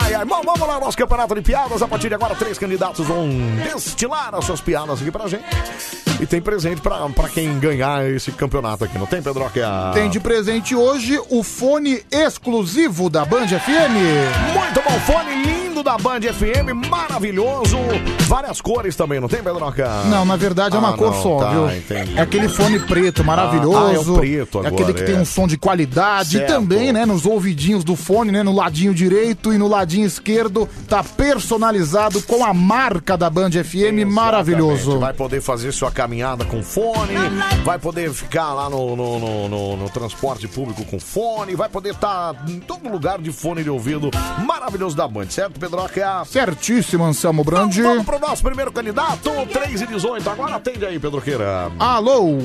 Speaker 1: Ai, ai, bom, vamos lá, nosso campeonato de piadas. A partir de agora, três candidatos vão destilar as suas piadas aqui pra gente. E tem presente pra, pra quem ganhar esse campeonato aqui, não tem, Pedro? Que
Speaker 3: Tem de presente hoje o fone exclusivo da Band FM.
Speaker 1: Muito bom, fone lindo da Band FM, maravilhoso. Várias cores também, não tem, Pedroca?
Speaker 3: Não, na verdade é uma
Speaker 1: Ah,
Speaker 3: cor
Speaker 1: não,
Speaker 3: só,
Speaker 1: tá,
Speaker 3: viu?
Speaker 1: entendi.
Speaker 3: É aquele fone preto
Speaker 1: Ah, ah, é
Speaker 3: maravilhoso.
Speaker 1: o preto
Speaker 3: é aquele
Speaker 1: agora,
Speaker 3: que
Speaker 1: é.
Speaker 3: tem um som de qualidade.
Speaker 1: Certo.
Speaker 3: E também, né, nos ouvidinhos do fone, né, no ladinho direito e no ladinho esquerdo, tá personalizado com a marca da Band FM. Maravilhoso.
Speaker 1: Vai poder fazer sua caminhada com fone, vai poder ficar lá no, no, no- no- no transporte público com fone, vai poder estar em todo lugar de fone de ouvido maravilhoso da Band, certo, Pedroca?
Speaker 3: Tá Certíssimo, Anselmo Brandi.
Speaker 1: Vamos pro nosso primeiro candidato, 3 e 18. Agora atende aí, Pedroqueira.
Speaker 3: Alô?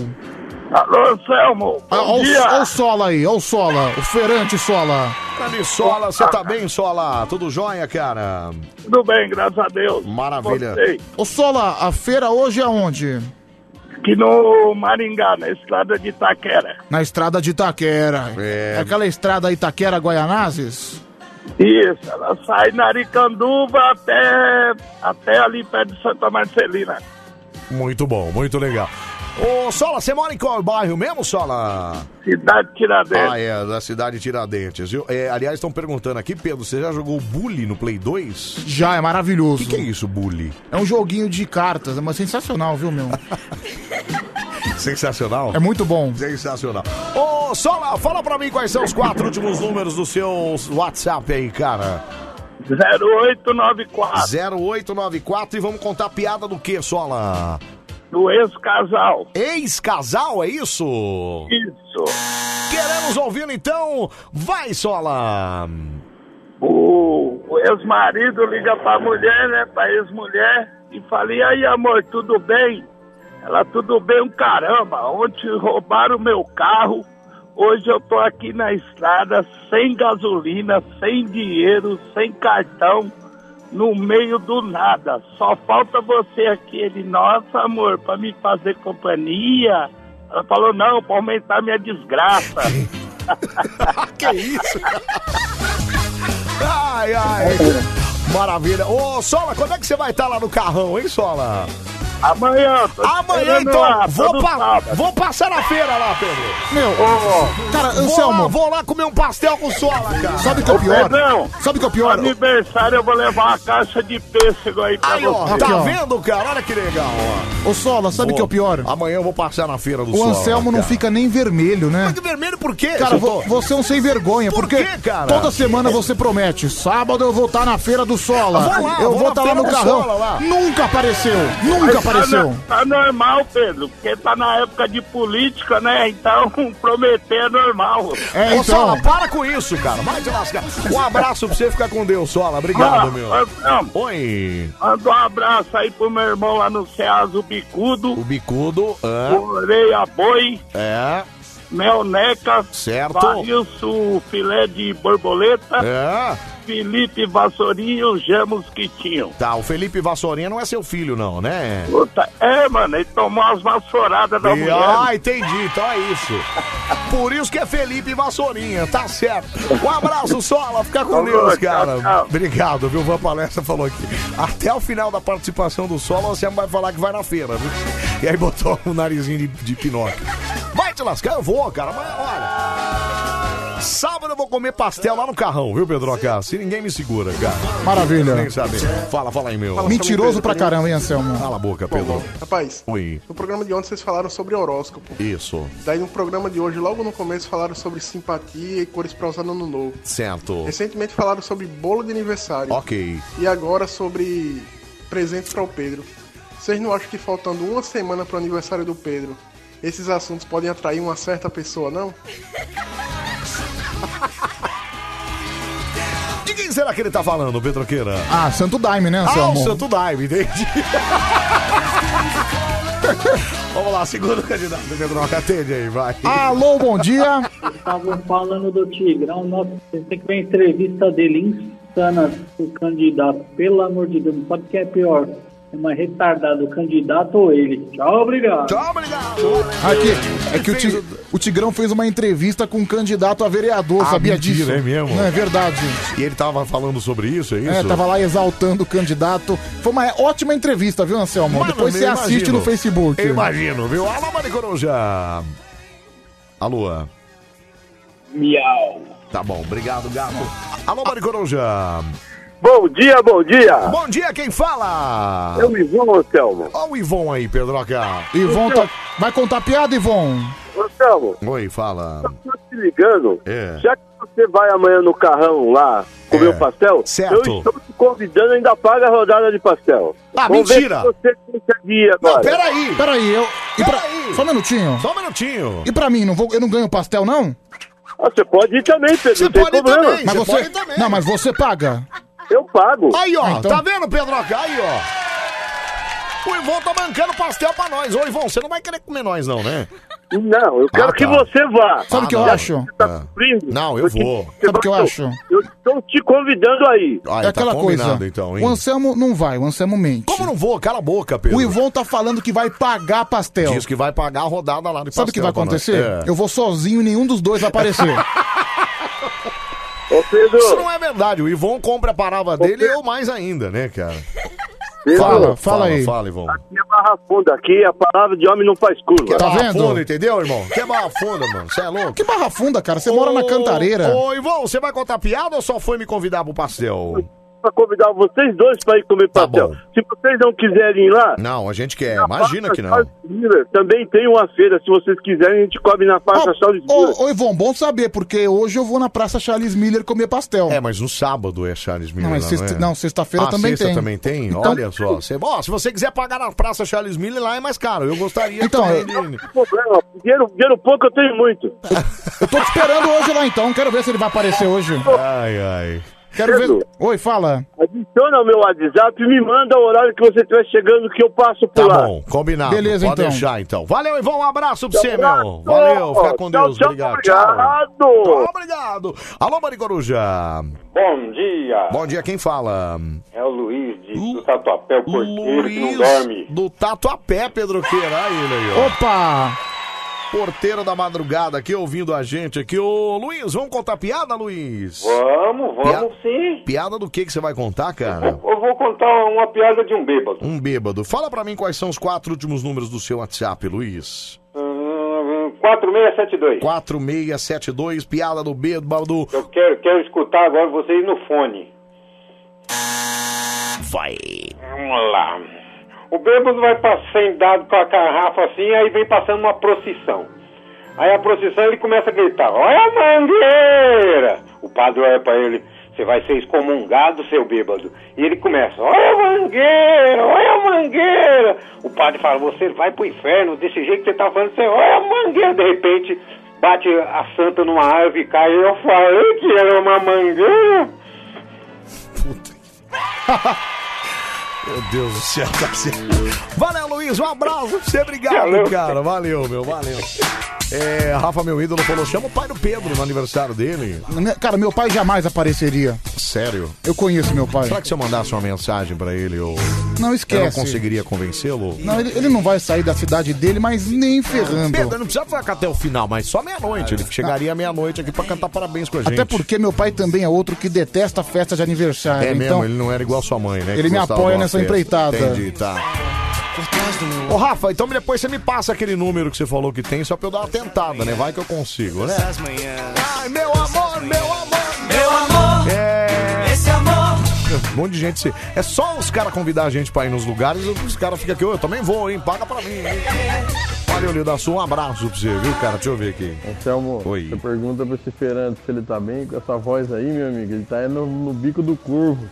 Speaker 1: Alô, Anselmo.
Speaker 3: Ah, ó o- ó o Sola aí, ó o Sola, o Ferante Sola.
Speaker 1: Grande Sola, você tá bem, Sola? Tudo jóia, cara?
Speaker 15: Tudo bem, graças a Deus.
Speaker 1: Maravilha.
Speaker 15: Gostei.
Speaker 3: Ô Sola, a feira hoje é onde?
Speaker 11: Aqui no Maringá, na estrada de Itaquera.
Speaker 3: Na estrada de Itaquera. É. Aquela estrada Itaquera-Guaianazes?
Speaker 11: Isso, ela sai na Aricanduva até, até ali perto de Santa Marcelina.
Speaker 1: Muito bom, muito legal. Ô, Sola, você mora em qual bairro mesmo, Sola?
Speaker 11: Cidade Tiradentes.
Speaker 1: Ah, é, da cidade Tiradentes, viu? É, aliás, estão perguntando aqui, Pedro, você já jogou Bully no Play 2?
Speaker 3: Já, é maravilhoso.
Speaker 1: O que, que é isso, Bully?
Speaker 3: É um joguinho de cartas, é uma sensacional, viu, meu?
Speaker 1: Sensacional?
Speaker 3: É muito bom.
Speaker 1: Sensacional. Ô, Sola, fala pra mim quais são os quatro últimos números do seu WhatsApp aí, cara.
Speaker 11: 0894.
Speaker 1: 0894 e vamos contar a piada do que, Sola?
Speaker 11: Do ex-casal.
Speaker 1: Ex-casal, é isso?
Speaker 11: Isso.
Speaker 1: Queremos ouvi-lo então. Vai, Sola.
Speaker 11: O, o ex-marido liga pra mulher, né? Pra ex-mulher, e fala: E aí, amor, tudo bem? Ela, tudo bem, um caramba. Ontem roubaram o meu carro. Hoje eu tô aqui na estrada, sem gasolina, sem dinheiro, sem cartão, no meio do nada. Só falta você aqui. Ele, nossa, amor, pra me fazer companhia. Ela falou: Não, pra aumentar minha desgraça.
Speaker 1: [laughs] que isso? Ai, ai. Maravilha. Ô, Sola, quando é que você vai estar lá no carrão, hein, Sola?
Speaker 11: Amanhã. tô
Speaker 1: Amanhã,
Speaker 11: esperando
Speaker 1: então.
Speaker 11: lá,
Speaker 1: vou,
Speaker 11: todo
Speaker 1: pa-
Speaker 11: sábado.
Speaker 1: vou passar na feira lá, Pedro.
Speaker 3: Meu, cara,
Speaker 1: Vou lá,
Speaker 3: Anselmo.
Speaker 1: vou lá comer um pastel com Sola, cara.
Speaker 3: Sabe o que é o pior?
Speaker 11: Pedrão,
Speaker 3: Sabe o que é o pior?
Speaker 11: Aniversário, eu vou levar uma caixa de pêssego aí pra
Speaker 1: Aí, ó,
Speaker 11: você.
Speaker 1: tá vendo, cara? Olha que legal, ó.
Speaker 3: Ô, Sola, sabe o
Speaker 1: Vou-
Speaker 3: que é o pior?
Speaker 1: Amanhã eu vou passar na feira do
Speaker 3: O
Speaker 1: Sola.
Speaker 3: Anselmo não
Speaker 1: cara.
Speaker 3: fica nem vermelho, né?
Speaker 1: Vermelho por quê?
Speaker 3: Cara,
Speaker 1: Seu
Speaker 3: vo- você é um sem vergonha, porque
Speaker 1: quê, cara?
Speaker 3: toda semana você promete, sábado eu vou estar na feira do Sola.
Speaker 11: Eu vou lá,
Speaker 3: eu
Speaker 11: vou
Speaker 3: vou
Speaker 11: na
Speaker 3: estar lá
Speaker 11: feira
Speaker 3: no
Speaker 11: do
Speaker 3: carrão.
Speaker 11: Sola, lá.
Speaker 3: Nunca apareceu, nunca
Speaker 11: Mas
Speaker 3: apareceu.
Speaker 11: Tá, no- tá normal, Pedro, porque tá na época de política, né? Então, [laughs] prometer é normal.
Speaker 1: Ô, Sola, para com isso, cara. Vai te lascar. Um abraço pra você ficar com Deus, Sola. Obrigado,
Speaker 11: Ah,
Speaker 1: meu.
Speaker 11: mas, não.
Speaker 1: Oi.
Speaker 11: Manda um abraço aí pro meu irmão lá no Ceasa, o Bicudo,
Speaker 1: O bicudo.
Speaker 20: É.
Speaker 1: ah,
Speaker 11: o Orelha Boi,
Speaker 1: É,
Speaker 11: Melneca,
Speaker 1: Certo.
Speaker 11: Varilso, Filé de Borboleta,
Speaker 1: É.
Speaker 11: Felipe Vassourinho, Já Mosquitinho.
Speaker 1: tá. O Felipe Vassourinha não é seu filho, não, né?
Speaker 11: Puta, é, mano, ele tomou as vassouradas da
Speaker 1: E-
Speaker 11: mulher.
Speaker 1: ah, entendi. Então é isso. Por isso que é Felipe Vassourinha, tá certo. Um abraço, Sola. Fica com
Speaker 11: Falou,
Speaker 1: Deus,
Speaker 11: tchau,
Speaker 1: cara.
Speaker 11: tchau.
Speaker 1: Obrigado, viu? Van Palestra falou aqui. Até o final da participação do Sola, você vai falar que vai na feira, viu? E aí botou um narizinho de, de Pinóquio. Vai te lascar, eu vou, cara. Mas olha. Sábado eu vou comer pastel lá no carrão, viu, Pedro K? Se ninguém me segura, cara.
Speaker 3: Maravilha.
Speaker 1: Nem saber. Fala, fala aí, meu.
Speaker 3: Mentiroso pra caramba, hein, Anselmo?
Speaker 1: Cala a boca, Pedro.
Speaker 28: Rapaz,
Speaker 1: Oi.
Speaker 28: no programa de ontem vocês falaram sobre horóscopo.
Speaker 1: Isso.
Speaker 28: Daí no programa de hoje, logo no começo, falaram sobre simpatia e cores pra usar no ano novo.
Speaker 1: Certo.
Speaker 28: Recentemente falaram sobre bolo de aniversário.
Speaker 1: Ok.
Speaker 28: E agora sobre presentes para o Pedro. Vocês não acham que faltando uma semana pro aniversário do Pedro, esses assuntos podem atrair uma certa pessoa, não?
Speaker 1: De quem será que ele tá falando, Petroqueira?
Speaker 3: Ah, Santo Daime, né,
Speaker 1: Ah,
Speaker 3: Anselmo?
Speaker 1: o Santo Daime, entendi. [laughs] Vamos lá, segundo candidato, Pedroca, atende aí, vai.
Speaker 3: Alô, bom dia.
Speaker 29: Estavam falando do Tigrão, nossa, tem que ver a entrevista dele insana o candidato, pelo amor de Deus, não sabe o que é pior. É mais retardado o candidato ou ele. Tchau, obrigado.
Speaker 1: Tchau, obrigado.
Speaker 3: Aqui, é que o, Ti- o Tigrão fez uma entrevista com um candidato a vereador,
Speaker 1: Ah,
Speaker 3: sabia
Speaker 1: mentira,
Speaker 3: disso?
Speaker 1: é mesmo?
Speaker 3: Não, é verdade.
Speaker 1: E ele tava falando sobre isso, é isso?
Speaker 3: É, tava lá exaltando o candidato. Foi uma ótima entrevista, viu, Anselmo?
Speaker 1: Mano,
Speaker 3: Depois
Speaker 1: eu
Speaker 3: você assiste
Speaker 1: imagino.
Speaker 3: no Facebook.
Speaker 1: Eu imagino, viu? Alô, Mari Coruja. Alô.
Speaker 11: Miau.
Speaker 1: Tá bom, obrigado, gato. Alô, Mari Coruja.
Speaker 11: Bom dia, bom dia.
Speaker 1: Bom dia, quem
Speaker 15: É
Speaker 1: fala?
Speaker 11: Eu, Ivon, Anselmo.
Speaker 1: Olha o Ivon aí, Pedroca.
Speaker 3: Ivon
Speaker 1: Então-
Speaker 3: tá- Vai contar piada, Ivon?
Speaker 11: Anselmo,
Speaker 1: Oi, fala.
Speaker 11: tô te ligando.
Speaker 1: É.
Speaker 11: Já que você vai amanhã no carrão lá comer
Speaker 1: É.
Speaker 11: o pastel,
Speaker 1: Certo.
Speaker 11: eu estou te convidando ainda paga a rodada de pastel.
Speaker 1: Ah,
Speaker 11: Vamos
Speaker 1: mentira.
Speaker 11: Ver se você consegue ir agora.
Speaker 1: Peraí.
Speaker 3: Peraí, eu. e pra- Só um minutinho.
Speaker 1: Só um minutinho.
Speaker 3: E pra mim, não vou... eu não ganho pastel, não?
Speaker 11: Ah, você pode ir também, Pedro, não tem problema.
Speaker 3: Mas você... Não, mas você paga.
Speaker 11: Eu pago.
Speaker 1: Aí, ó,
Speaker 3: Ah, então-
Speaker 1: tá vendo, Pedroca? Aí, ó. O Ivon tá bancando pastel pra nós. Ô, Ivon, você não vai querer comer nós, não, né?
Speaker 15: Não, eu quero
Speaker 3: Ah,
Speaker 15: que
Speaker 3: tá.
Speaker 15: você vá.
Speaker 3: Sabe o
Speaker 1: Ah,
Speaker 3: que eu
Speaker 15: Já
Speaker 3: acho?
Speaker 15: que você Tá sofrendo,
Speaker 3: Não, eu
Speaker 15: te-
Speaker 3: vou. Sabe o que eu
Speaker 15: tô-
Speaker 3: acho?
Speaker 15: Eu estou te convidando aí.
Speaker 3: é aquela coisa.
Speaker 1: Ah, tá então, hein?
Speaker 3: o Anselmo não vai, o Anselmo mente.
Speaker 1: Como não vou? Cala a boca, Pedro.
Speaker 3: O Ivon tá falando que vai pagar pastel.
Speaker 1: Diz que vai pagar a rodada lá de
Speaker 3: Sabe o que vai
Speaker 1: pastel pra nós.
Speaker 3: acontecer?
Speaker 1: É.
Speaker 3: Eu vou sozinho e nenhum dos dois vai
Speaker 1: [laughs]
Speaker 3: aparecer.
Speaker 15: Ô, Pedro,
Speaker 1: Isso não é verdade. O Ivon compra a parava dele e eu mais ainda, né, cara?
Speaker 15: Pedro,
Speaker 1: fala, fala aí. Fala, Ivon.
Speaker 15: Aqui é barra funda. Aqui
Speaker 4: é
Speaker 15: a palavra de homem não faz curva.
Speaker 3: Tá
Speaker 1: barra Funda, então. entendeu, irmão? Que barra funda, mano? Você é louco?
Speaker 3: Que barra funda, cara? Você mora na Cantareira.
Speaker 1: Ô, Ivon, você vai contar piada ou só foi me convidar pro pastel? Tá
Speaker 15: Pra convidar vocês dois pra ir comer pastel. Se vocês não quiserem ir lá.
Speaker 1: Não, a gente quer. Imagina que não.
Speaker 15: Também tem uma feira. Se vocês quiserem, a gente come na Praça Charles Miller.
Speaker 1: é.
Speaker 3: Ô, ô, Ivon, bom saber, porque hoje eu vou na Praça Charles Miller comer pastel.
Speaker 1: É, mas no sábado é Charles Miller.
Speaker 3: Não, mas sexta-
Speaker 1: é?
Speaker 3: não, sexta-feira
Speaker 1: Ah,
Speaker 3: também
Speaker 1: sexta
Speaker 3: tem.
Speaker 1: também tem?
Speaker 3: Então-
Speaker 1: Olha só. Você, ó, se você quiser pagar na Praça Charles Miller, lá é mais caro. Eu gostaria
Speaker 3: Então,
Speaker 1: também
Speaker 3: eu-
Speaker 1: de-
Speaker 15: Problema. Dinheiro, dinheiro pouco eu tenho
Speaker 1: [laughs]
Speaker 15: muito.
Speaker 3: Eu tô te esperando hoje lá então, quero ver se ele vai aparecer hoje.
Speaker 1: Ai, ai.
Speaker 3: Quero ver.
Speaker 15: Pedro.
Speaker 3: Oi, fala.
Speaker 15: Adiciona o meu WhatsApp e me manda o horário que você estiver chegando que eu passo por lá.
Speaker 1: Tá bom, combinado.
Speaker 15: Beleza,
Speaker 1: Pode
Speaker 15: então.
Speaker 1: deixar, então. Valeu, Ivan. Um abraço pra você,
Speaker 15: Abraço.
Speaker 1: meu. Valeu. Fica com
Speaker 15: Tchau,
Speaker 1: Deus.
Speaker 15: tchau,
Speaker 1: obrigado.
Speaker 15: obrigado.
Speaker 1: Tchau, obrigado. Alô, Maricoruja.
Speaker 11: Bom dia.
Speaker 1: Bom dia, quem fala?
Speaker 11: É o Luiz de, do Tatuapé, o porteiro que não
Speaker 1: Luiz
Speaker 11: dorme.
Speaker 1: Do Tatuapé, Pedro Queira. Aí ele aí, ó.
Speaker 3: Opa!
Speaker 1: Porteiro da madrugada aqui ouvindo a gente aqui. Ô, Luiz, vamos contar piada, Luiz?
Speaker 11: Vamos, vamos sim.
Speaker 1: Piada do que que você vai contar, cara?
Speaker 11: Eu vou contar uma piada de um bêbado.
Speaker 1: Um bêbado. Fala pra mim quais são os quatro últimos números do seu WhatsApp, Luiz.
Speaker 11: Hum, 4672.
Speaker 1: 4672, piada do bêbado.
Speaker 11: Eu quero, quero escutar agora vocês no fone.
Speaker 1: Vai.
Speaker 11: Vamos lá. O bêbado vai passando dado com a garrafa assim, aí vem passando uma procissão. Aí a procissão ele começa a gritar: Olha a mangueira! O padre olha pra ele: Você vai ser excomungado, seu bêbado. E ele começa: Olha a mangueira! Olha a mangueira! O padre fala: Você vai pro inferno, desse jeito que você tá falando, você olha a mangueira! De repente bate a santa numa árvore e cai. Eu falei que era uma mangueira!
Speaker 1: Meu Deus do céu, tá certo. Valeu, Luiz, um abraço pra você, obrigado, cara. Valeu, meu, valeu. É, Rafa, meu ídolo, falou: chama o pai do Pedro no aniversário dele.
Speaker 3: Cara, meu pai jamais apareceria.
Speaker 1: Sério?
Speaker 3: Eu conheço meu pai.
Speaker 1: Será que se eu mandasse uma mensagem pra ele, eu.
Speaker 3: Não, esquece.
Speaker 1: Eu não conseguiria convencê-lo?
Speaker 3: Não, ele, ele não vai sair da cidade dele, mas nem ferrando.
Speaker 1: Pedro, não precisa ficar até o final, mas só meia-noite. Ele chegaria meia-noite aqui pra cantar parabéns com a gente.
Speaker 3: Ah, tá. Até porque meu pai também é outro que detesta festa de aniversário.
Speaker 1: É mesmo,
Speaker 3: então,
Speaker 1: ele não era igual a sua mãe, né?
Speaker 3: Ele
Speaker 1: que
Speaker 3: me
Speaker 1: gostava
Speaker 3: apoia
Speaker 1: de uma
Speaker 3: nessa
Speaker 1: festa.
Speaker 3: empreitada.
Speaker 1: Entendi, tá. Ô, Rafa, então depois você me passa aquele número que você falou que tem, só pra eu dar uma tentada, né? Vai que eu consigo, né? Ai, meu amor, meu amor, É.
Speaker 13: meu amor. Esse amor.
Speaker 1: Um monte de gente. se- É só os caras convidar a gente pra ir nos lugares, os caras ficam aqui, "Ô, eu também vou, hein? Paga pra mim, hein? Valeu, Lio da Sul, um abraço pra você, viu, cara? Deixa eu ver aqui.
Speaker 20: Anselmo, você pergunta pra esse Fernando se ele tá bem com essa voz aí, meu amigo. Ele tá aí no, no bico do curvo.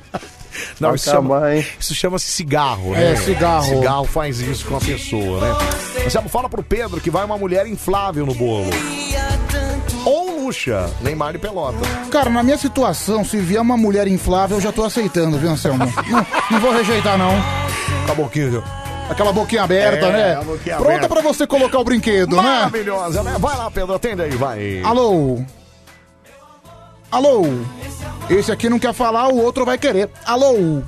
Speaker 1: Não,
Speaker 20: Vai
Speaker 1: isso
Speaker 20: acabar,
Speaker 1: chama-
Speaker 20: hein?
Speaker 1: Isso chama-se cigarro, né?
Speaker 20: É, cigarro.
Speaker 1: Cigarro faz isso com a pessoa, né? Anselmo, fala pro Pedro que vai uma mulher inflável no bolo. Ou luxa, Neymar e Pelota.
Speaker 3: Cara, na minha situação, se vier uma mulher inflável, eu já tô aceitando, viu, Anselmo? não, não vou rejeitar, não.
Speaker 1: Com a boquinha, viu?
Speaker 3: Aquela boquinha aberta,
Speaker 1: É,
Speaker 3: né?
Speaker 1: a boquinha
Speaker 3: Pronta
Speaker 1: aberta.
Speaker 3: pra você colocar o brinquedo, né?
Speaker 1: Maravilhosa, né? Vai lá, Pedro, atende aí, vai.
Speaker 3: Alô? Alô? Esse aqui não quer falar, o outro vai querer. Alô?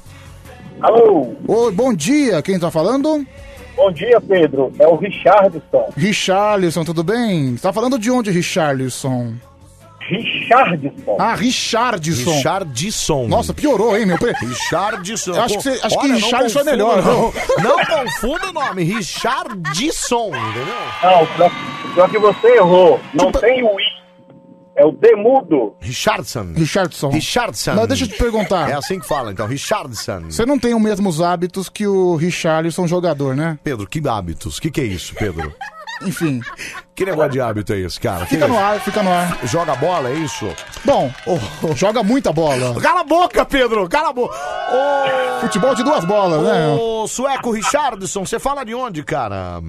Speaker 17: Alô?
Speaker 3: Oi, bom dia, quem tá falando?
Speaker 17: Bom dia, Pedro. É o Richardson.
Speaker 3: Richarlison, tudo bem? Você tá falando de onde, Richarlison?
Speaker 17: Richardson.
Speaker 3: Ah, Richardson.
Speaker 1: Richardson.
Speaker 3: Nossa, piorou, hein, meu? Pre...
Speaker 1: Richardson.
Speaker 3: Eu acho que, você, acho que
Speaker 1: Olha, não
Speaker 3: Richardson é
Speaker 1: confunda,
Speaker 3: melhor.
Speaker 1: Não, não confunda o nome, Richardson, entendeu?
Speaker 17: Não, pior, pior que você errou. Não
Speaker 1: Tipo-
Speaker 17: tem o I. É o Demudo.
Speaker 1: Richardson.
Speaker 3: Richardson.
Speaker 1: Richardson.
Speaker 3: Mas deixa eu te perguntar.
Speaker 1: É assim que fala, então, Richardson.
Speaker 3: Você não tem os mesmos hábitos que o Richarlison jogador, né?
Speaker 1: Pedro, que hábitos? Que que é isso, Pedro?
Speaker 3: Enfim,
Speaker 1: Que negócio de hábito é esse, cara?
Speaker 3: fica no ar, fica no ar.
Speaker 1: Joga bola, é isso?
Speaker 3: Bom, joga muita bola.
Speaker 1: Oh. Cala a boca, Pedro! Cala a boca!
Speaker 3: Futebol de duas bolas, né?
Speaker 1: Ô, sueco Richardson, você fala de onde, cara?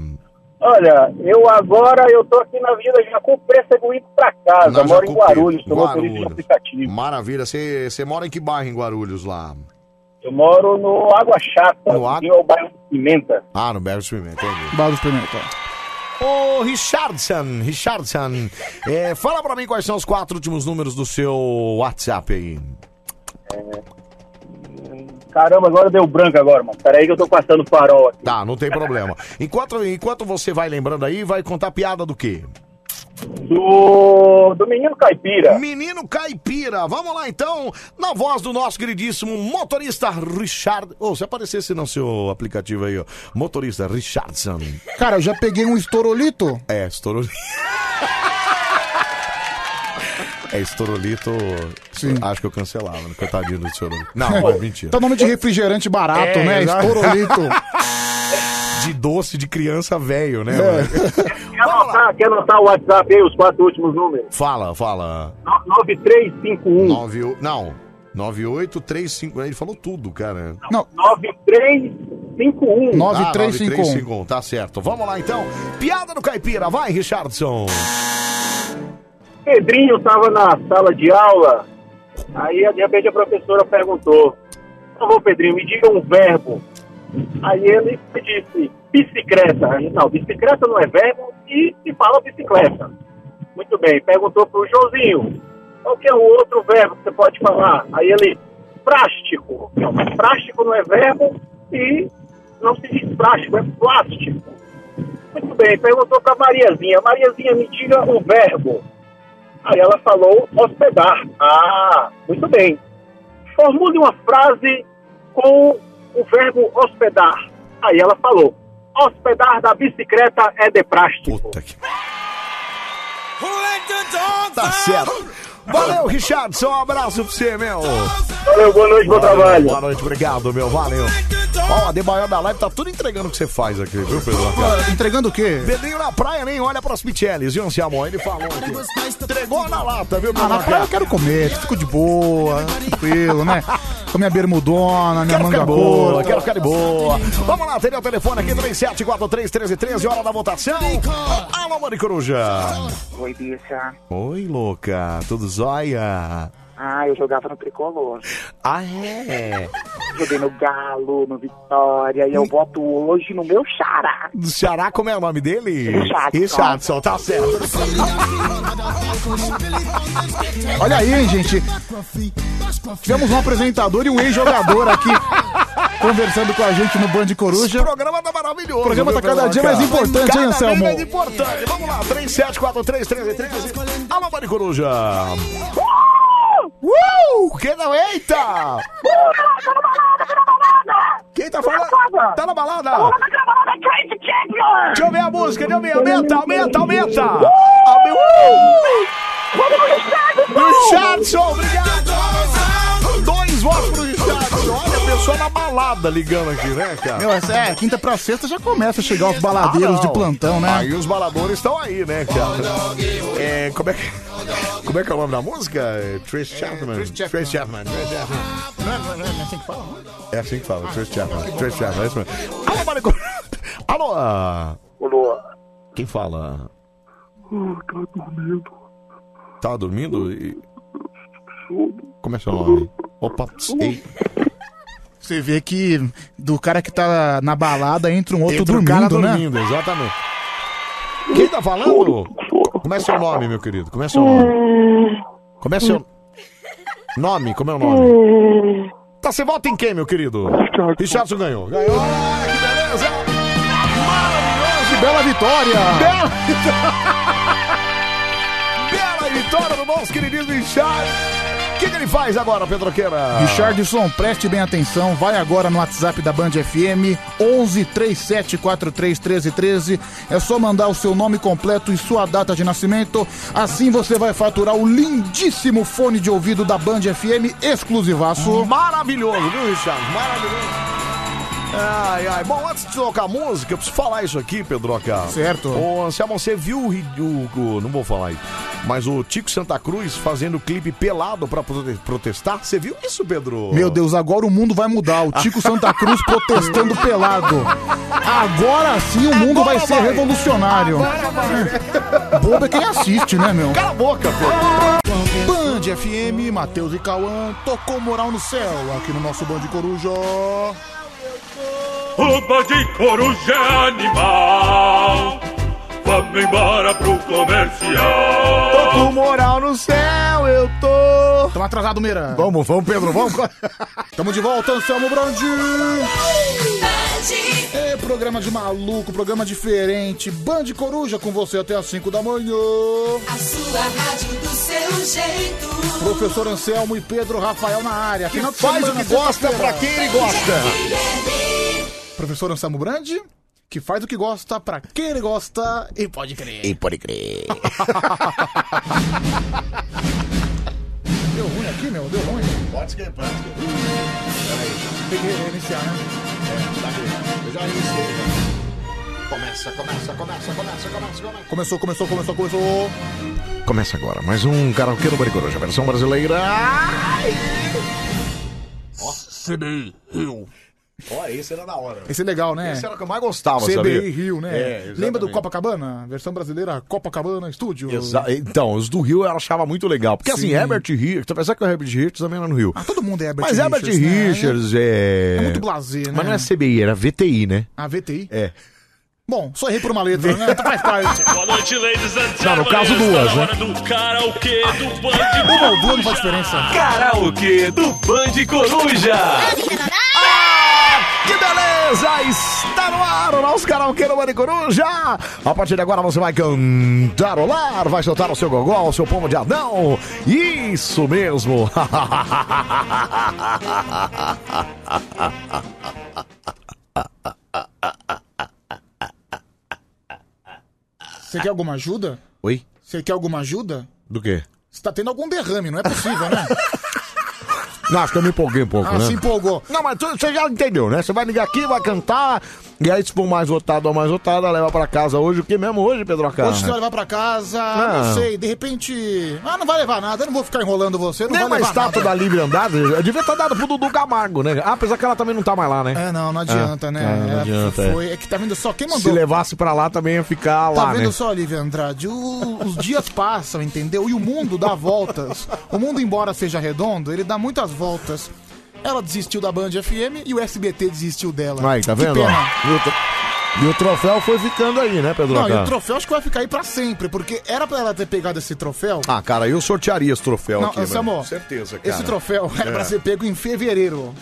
Speaker 17: Olha, eu agora eu tô aqui na Vila Jacupé, seguindo pra casa.
Speaker 1: Na
Speaker 17: Moro em
Speaker 1: Jacupé,
Speaker 17: Guarulhos, sou motorista de
Speaker 1: Guarulhos.
Speaker 17: aplicativo.
Speaker 1: Maravilha, você você mora em que bairro em Guarulhos lá?
Speaker 17: Eu moro no Água Chata,
Speaker 1: No Água-
Speaker 17: que é o bairro Pimenta.
Speaker 1: Ah, no Berro Pimenta, entendi.
Speaker 3: Barulho experimental.
Speaker 1: Ô, Richardson, Richardson, é, fala pra mim quais são os quatro últimos números do seu WhatsApp aí.
Speaker 17: é, Caramba, agora deu branco agora, mano. Pera aí que eu tô passando o farol aqui.
Speaker 1: Tá, não tem problema. Enquanto, enquanto você vai lembrando aí, vai contar piada do quê?
Speaker 17: Do, do menino caipira.
Speaker 1: Menino caipira. Vamos lá então, na voz do nosso queridíssimo motorista Richard. Ô, se aparecesse no seu aplicativo aí, ó. Motorista Richardson.
Speaker 3: Cara, eu já peguei um estorolito.
Speaker 1: É, estourou. [laughs] É, Estorolito, acho que eu cancelava, né? coitadinho do Estorolito. Não, mas mentira.
Speaker 3: Tá nome de refrigerante barato,
Speaker 1: É,
Speaker 3: né?
Speaker 1: já- [laughs]
Speaker 3: Estorolito.
Speaker 1: De doce de criança velho,
Speaker 3: É.
Speaker 1: né?
Speaker 17: Quer anotar, quer anotar o WhatsApp aí, os quatro últimos números?
Speaker 1: Fala, fala.
Speaker 17: 9351.
Speaker 1: 9, não, 98351. Ele falou tudo, cara.
Speaker 3: Não.
Speaker 17: 9351.
Speaker 1: Ah, 9351, tá certo. Vamos lá então. Piada do caipira, vai, Richardson.
Speaker 17: Pedrinho tava na sala de aula, aí de repente a professora perguntou: Por favor, Pedrinho, me diga um verbo. Aí ele disse: bicicleta. Aí, não, bicicleta não é verbo e se fala bicicleta. Muito bem, perguntou pro Joãozinho: Qual que é o outro verbo que você pode falar? Aí ele: Prástico. Não, mas prástico não é verbo e não se diz prástico, é plástico. Muito bem, perguntou pra Mariazinha: Mariazinha, me diga um verbo. Aí ela falou hospedar. Ah, muito bem. Formule uma frase com o verbo hospedar. Aí ela falou: hospedar da bicicleta é de prástico.
Speaker 1: Tá certo. Valeu, Richardson. Um abraço pra você, meu.
Speaker 17: Valeu, boa noite, bom trabalho.
Speaker 1: Boa noite, obrigado, meu. Valeu. Ó, a Debaior da Live tá tudo entregando o que você faz aqui, viu, Pedro?
Speaker 3: Entregando o quê?
Speaker 1: Belinho na praia, nem olha pras picheles, viu, Anselmo? Ele falou aqui. Entregou na lata, viu,
Speaker 3: Ah, na praia eu quero comer, fico de boa, tranquilo, né? Com minha bermudona, minha manga
Speaker 1: ficar de boa,
Speaker 3: boa.
Speaker 1: quero ficar de boa. Vamos lá, atender o telefone aqui, 37431313, hora da votação. Alô, Mari Coruja.
Speaker 30: Oi, bicha.
Speaker 1: Oi, louca, tudo jóia?
Speaker 30: Ah, eu jogava no Tricolor.
Speaker 1: Ah, é?
Speaker 30: Joguei no Galo, no Vitória, e eu voto hoje no meu xará.
Speaker 1: Do Xará, como é o nome dele?
Speaker 30: Richardson.
Speaker 1: Richardson, tá certo.
Speaker 3: Olha aí, hein, gente. Tivemos um apresentador e um ex-jogador
Speaker 1: [laughs]
Speaker 3: aqui conversando com a gente no Band
Speaker 1: Esse
Speaker 3: Coruja.
Speaker 1: programa tá maravilhoso.
Speaker 3: O programa tá
Speaker 1: viu,
Speaker 3: cada dia mais
Speaker 1: cara?
Speaker 3: importante,
Speaker 1: cada
Speaker 3: hein, Anselmo?
Speaker 1: Vez mais importante. Vamos lá, 37431313. Alô, Mari Coruja. Uh! Quem não? Eita! Quem tá falando? Tá na balada? Deixa eu ver a música, deixa eu ver. Aumenta, aumenta, aumenta! Vamos, Richardson! Obrigado! Dois votos pro Richardson. Olha, a pessoa na balada ligando aqui, né, cara?
Speaker 3: Meu, essa é, quinta pra sexta já começa a chegar os baladeiros
Speaker 1: Ah, não.
Speaker 3: de plantão, né?
Speaker 1: Aí os baladores estão aí, né, cara? É, como é que... Como é que é o nome da música? É, Trace Chapman. Trace Chapman. Trace Chapman. É assim que fala, Trace Chapman. Trace Chapman, é isso mesmo. Alô, Maricô. Alô.
Speaker 17: Alô.
Speaker 1: Quem fala? Tava dormindo e... Como é seu nome? Opa, ei.
Speaker 3: Você vê que do cara que tá na balada entra um outro
Speaker 1: Entra o
Speaker 3: dormindo,
Speaker 1: cara
Speaker 3: né?
Speaker 1: dormindo, exatamente. Quem tá falando? Como é seu nome, meu querido? Como é seu nome? Como é seu... Nome, como é o nome? Tá, você vota em quem, meu querido? Richardson ganhou. Ganhou. Olha que beleza. Maravilhoso.
Speaker 3: Bela vitória.
Speaker 1: Bela vitória. Bela vitória do nosso queridíssimo Richard. O que, que ele faz agora, Pedroqueira?
Speaker 3: Richardson, preste bem atenção, vai agora no WhatsApp da Band FM, 11 37 43 13 13. É só mandar o seu nome completo e sua data de nascimento. Assim você vai faturar o lindíssimo fone de ouvido da Band FM exclusivaço.
Speaker 1: Maravilhoso, viu, Richard? Maravilhoso. Ai, ai. Bom, antes de tocar música, eu preciso falar isso aqui, Pedroca.
Speaker 3: Certo.
Speaker 1: Ô, Anselmo, você viu o, ri- o- o- Não vou falar aí. Mas o Tico Santa Cruz fazendo clipe pelado pra prote- protestar? Você viu isso, Pedro?
Speaker 3: Meu Deus, agora o mundo vai mudar. O Tico Santa [laughs] Cruz protestando pelado. Agora sim o mundo vai ser revolucionário. Bobo é quem assiste, né, meu?
Speaker 1: Cala a boca,
Speaker 3: pô. Band FM, Matheus e Cauã, tocou moral no céu aqui no nosso Band Coruja.
Speaker 31: Roupa de coruja animal Vamos embora pro comercial.
Speaker 1: Tô com moral no céu, eu tô.
Speaker 3: Tamo atrasado, Meira.
Speaker 1: Vamos, vamos, Pedro, vamos.
Speaker 3: [laughs] Tamo de volta, Anselmo Brandi. É, programa de maluco, programa diferente. Band Coruja com você até às 5 da manhã.
Speaker 13: A sua rádio do seu jeito.
Speaker 3: Professor Anselmo e Pedro Rafael na área.
Speaker 1: Que faz o que gosta pra quem ele gosta.
Speaker 3: Professor Anselmo Brandi, que faz o que gosta pra quem ele gosta e pode crer.
Speaker 1: E pode crer.
Speaker 3: Deu ruim aqui, meu? Deu ruim? Pode ser, pode ser. Tem que reiniciar, né?
Speaker 6: É, tá aqui. Eu já iniciei. já. Começa, começa, começa, começa, começa, começa.
Speaker 3: [laughs] Começou, começou, começou, começou.
Speaker 1: Começa agora mais um karaokê do Baricoruja, versão brasileira.
Speaker 6: CBI Rio. Ó, esse era da hora.
Speaker 3: Esse é legal, né?
Speaker 6: Esse era o que eu mais gostava,
Speaker 3: CBI
Speaker 6: sabia?
Speaker 3: Rio, né?
Speaker 6: É, exatamente.
Speaker 3: Lembra do Copacabana? Versão brasileira Copacabana Studio.
Speaker 1: Exa- Então, os do Rio eu achava muito legal. Porque assim,
Speaker 3: Sim.
Speaker 1: Herbert Richards, apesar que o Herbert Richards também era no Rio.
Speaker 3: Todo mundo é Herbert
Speaker 1: Mas Herbert
Speaker 3: né?
Speaker 1: Richards é.
Speaker 3: É muito blazer, né?
Speaker 1: Mas não é CBI, era VTI, né?
Speaker 3: A VTI.
Speaker 1: É.
Speaker 3: Bom, só errei por uma letra,
Speaker 1: [laughs]
Speaker 3: né? Então Faz parte.
Speaker 31: Boa noite, ladies and
Speaker 1: Não,
Speaker 31: gentlemen.
Speaker 1: no caso,
Speaker 31: Está
Speaker 1: duas,
Speaker 31: na
Speaker 1: né?
Speaker 31: hora do karaokê do Band
Speaker 3: Uma ou duas não faz diferença.
Speaker 31: Karaokê do Band
Speaker 1: Ah, Que beleza! Está no ar o nosso karaokê do Maricoruja! A partir de agora você vai cantarolar, vai soltar o seu gogó, o seu pomo de Adão. Isso mesmo! [laughs]
Speaker 3: Você quer alguma ajuda?
Speaker 1: Oi?
Speaker 3: Você quer alguma ajuda?
Speaker 1: Do quê?
Speaker 3: Você tá tendo algum derrame, não é possível,
Speaker 1: [laughs]
Speaker 3: né?
Speaker 1: Não, acho que eu me empolguei um pouco,
Speaker 3: Ah,
Speaker 1: né?
Speaker 3: se empolgou.
Speaker 1: Não, mas tu- você já entendeu, né? Você vai ligar aqui, vai cantar, e aí se for mais votado ou mais votada, leva pra casa hoje. O que mesmo hoje, Pedro Acá?
Speaker 3: Hoje você vai levar pra casa, não
Speaker 1: Ah.
Speaker 3: sei, de repente. Ah, não vai levar nada, eu não vou ficar enrolando você, não
Speaker 1: Tem
Speaker 3: vai
Speaker 1: uma
Speaker 3: levar
Speaker 1: estátua
Speaker 3: nada.
Speaker 1: da Livre Andada, eu devia ter dado pro Dudu Camargo, né? Ah, apesar que ela também não tá mais lá, né?
Speaker 3: É, não, não adianta,
Speaker 1: Ah,
Speaker 3: né?
Speaker 1: ah, não
Speaker 3: É,
Speaker 1: adianta, é.
Speaker 3: foi, é que tá vendo só quem
Speaker 1: Se
Speaker 3: mandou.
Speaker 1: levasse pra lá também ia ficar
Speaker 3: Tá
Speaker 1: lá,
Speaker 3: vendo
Speaker 1: né?
Speaker 3: só, Olivia Andrade? O- os dias passam, entendeu? E o mundo dá voltas. O mundo, embora seja redondo, ele dá muitas voltas. Ela desistiu da Band FM e o SBT desistiu dela.
Speaker 1: Aí, tá
Speaker 3: Que
Speaker 1: vendo? ó?
Speaker 3: pena.
Speaker 1: E o, tro- e o troféu foi ficando aí, né, Pedro
Speaker 3: Não, e
Speaker 1: Acá?
Speaker 3: o troféu acho que vai ficar aí pra sempre, porque era pra ela ter pegado esse troféu.
Speaker 1: Ah, cara, eu sortearia esse troféu
Speaker 3: Não, é
Speaker 1: aqui, É mano.
Speaker 3: Anselmo,
Speaker 1: Certeza, cara.
Speaker 3: Esse troféu [laughs] era
Speaker 1: É.
Speaker 3: pra ser pego em fevereiro.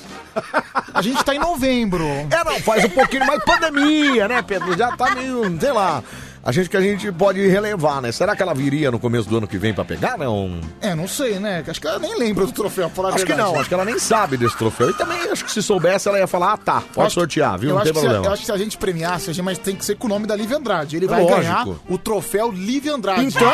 Speaker 3: A gente tá em novembro.
Speaker 1: É, não, faz um pouquinho mais pandemia, né, Pedro? Já tá meio, sei lá. A gente que a gente pode relevar, né? Será que ela viria no começo do ano que vem pra pegar, né? Um...
Speaker 3: É, não sei, né? Acho que ela nem lembra do troféu, pra falar a
Speaker 1: Acho que
Speaker 3: verdade.
Speaker 1: não, acho que ela nem sabe desse troféu. E também acho que se soubesse, ela ia falar, ah, tá, pode
Speaker 3: acho-
Speaker 1: sortear, viu?
Speaker 3: Eu
Speaker 1: Não
Speaker 3: acho,
Speaker 1: tem
Speaker 3: que se, eu
Speaker 1: problema.
Speaker 3: acho que se a gente premiasse, a gente, mas tem que ser com o nome da Lívia Andrade. Ele
Speaker 1: É
Speaker 3: vai
Speaker 1: lógico.
Speaker 3: ganhar o troféu Lívia Andrade.
Speaker 1: Então,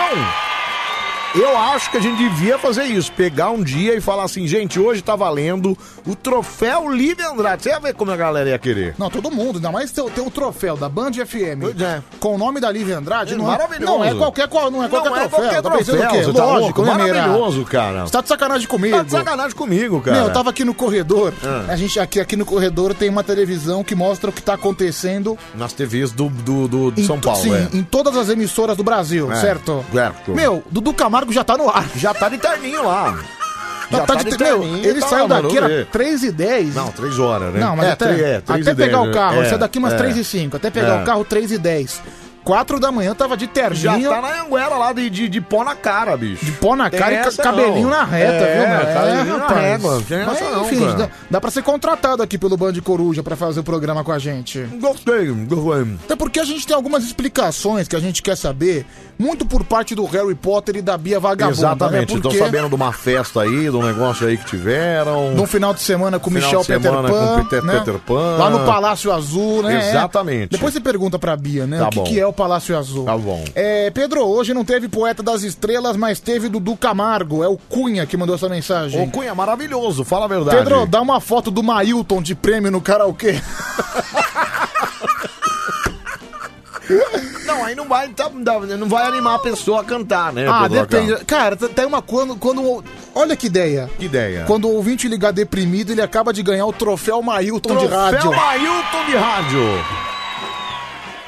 Speaker 1: eu acho que a gente devia fazer isso. Pegar um dia e falar assim, gente, hoje tá valendo o troféu Lívia Andrade. Você ia ver como a galera ia querer.
Speaker 3: Não, todo mundo, ainda mais ter, o- ter o troféu da Band FM com o nome da Lívia Andrade.
Speaker 1: É
Speaker 3: não, é,
Speaker 1: maravilhoso.
Speaker 3: não é qualquer, qual- não é qualquer
Speaker 1: Não é
Speaker 3: troféu.
Speaker 1: qualquer
Speaker 3: tá pensando
Speaker 1: troféu,
Speaker 3: o quê?
Speaker 1: você tá
Speaker 3: Lógico,
Speaker 1: louco?
Speaker 3: né, Meira?
Speaker 1: Maravilhoso, cara.
Speaker 3: Você tá de sacanagem comigo.
Speaker 1: Tá de sacanagem comigo, cara.
Speaker 3: Meu, eu tava aqui no corredor.
Speaker 1: Ah.
Speaker 3: A gente aqui, aqui no corredor tem uma televisão que mostra o que tá acontecendo
Speaker 1: Nas TVs do, do, do- de
Speaker 3: em
Speaker 1: São
Speaker 3: to-
Speaker 1: Paulo,
Speaker 3: sim,
Speaker 1: é.
Speaker 3: em todas as emissoras do Brasil,
Speaker 1: É,
Speaker 3: certo?
Speaker 1: certo.
Speaker 3: Meu, Dudu Camargo já tá no ar.
Speaker 1: Já tá de terninho lá. Já
Speaker 3: tá
Speaker 1: tá
Speaker 3: de
Speaker 1: de
Speaker 3: ter- meu,
Speaker 1: terninho,
Speaker 3: ele
Speaker 1: tá
Speaker 3: saiu
Speaker 1: lá, mano,
Speaker 3: daqui,
Speaker 1: vamos
Speaker 3: era
Speaker 1: ver.
Speaker 3: 3 e 10
Speaker 1: Não, três horas, né?
Speaker 3: Não, mas
Speaker 1: É,
Speaker 3: até,
Speaker 1: três- é, três
Speaker 3: até
Speaker 1: e dez,
Speaker 3: pegar o
Speaker 1: né?
Speaker 3: carro,
Speaker 1: É,
Speaker 3: ele saiu daqui umas
Speaker 1: é.
Speaker 3: 3 e 5 Até pegar
Speaker 1: É.
Speaker 3: o carro 3 e 10 4 da manhã tava de
Speaker 1: Já
Speaker 3: terninho.
Speaker 1: tá na anguera lá de, de, de pó na cara, bicho. De
Speaker 3: pó na cara e ca- cabelinho na reta, viu, mano?
Speaker 1: É,
Speaker 3: É,
Speaker 1: Cabelinho tá na régua. Tem
Speaker 3: Mas,
Speaker 1: essa não,
Speaker 3: enfim,
Speaker 1: cara.
Speaker 3: dá, dá pra ser contratado aqui pelo Band Coruja pra fazer o programa com a gente.
Speaker 1: Gostei, gostei.
Speaker 3: Até porque a gente tem algumas explicações que a gente quer saber, muito por parte do Harry Potter e da Bia Vagabunda.
Speaker 1: Exatamente,
Speaker 3: né?
Speaker 1: tô
Speaker 3: Porque
Speaker 1: sabendo de uma festa aí, de um negócio aí que tiveram.
Speaker 3: De um final de semana com o
Speaker 1: Final
Speaker 3: Michel
Speaker 1: de semana
Speaker 3: Peter Pan.
Speaker 1: com o Peter-
Speaker 3: né?
Speaker 1: Peter Pan.
Speaker 3: Lá no Palácio Azul, né? É.
Speaker 1: Exatamente.
Speaker 3: Depois você pergunta pra Bia, né?
Speaker 1: Tá
Speaker 3: o que,
Speaker 1: bom.
Speaker 3: que é o Palácio Azul.
Speaker 1: Tá bom.
Speaker 3: É, Pedro, hoje não teve Poeta das Estrelas, mas teve Dudu Camargo. É o Cunha que mandou essa mensagem.
Speaker 1: Ô, Cunha, maravilhoso, fala a verdade.
Speaker 3: Pedro, dá uma foto do Mailton de prêmio no karaokê.
Speaker 1: Não, aí não vai, tá- não vai animar a pessoa a cantar, né?
Speaker 3: ah,
Speaker 1: Pedro
Speaker 3: depende.
Speaker 1: Acá?
Speaker 3: Cara, t- tem uma. Quando, quando. Olha que ideia.
Speaker 1: Que ideia.
Speaker 3: Quando é o ouvinte ligar deprimido, ele acaba de ganhar o troféu Mailton um de
Speaker 1: Troféu
Speaker 3: rádio.
Speaker 1: Ailton de rádio.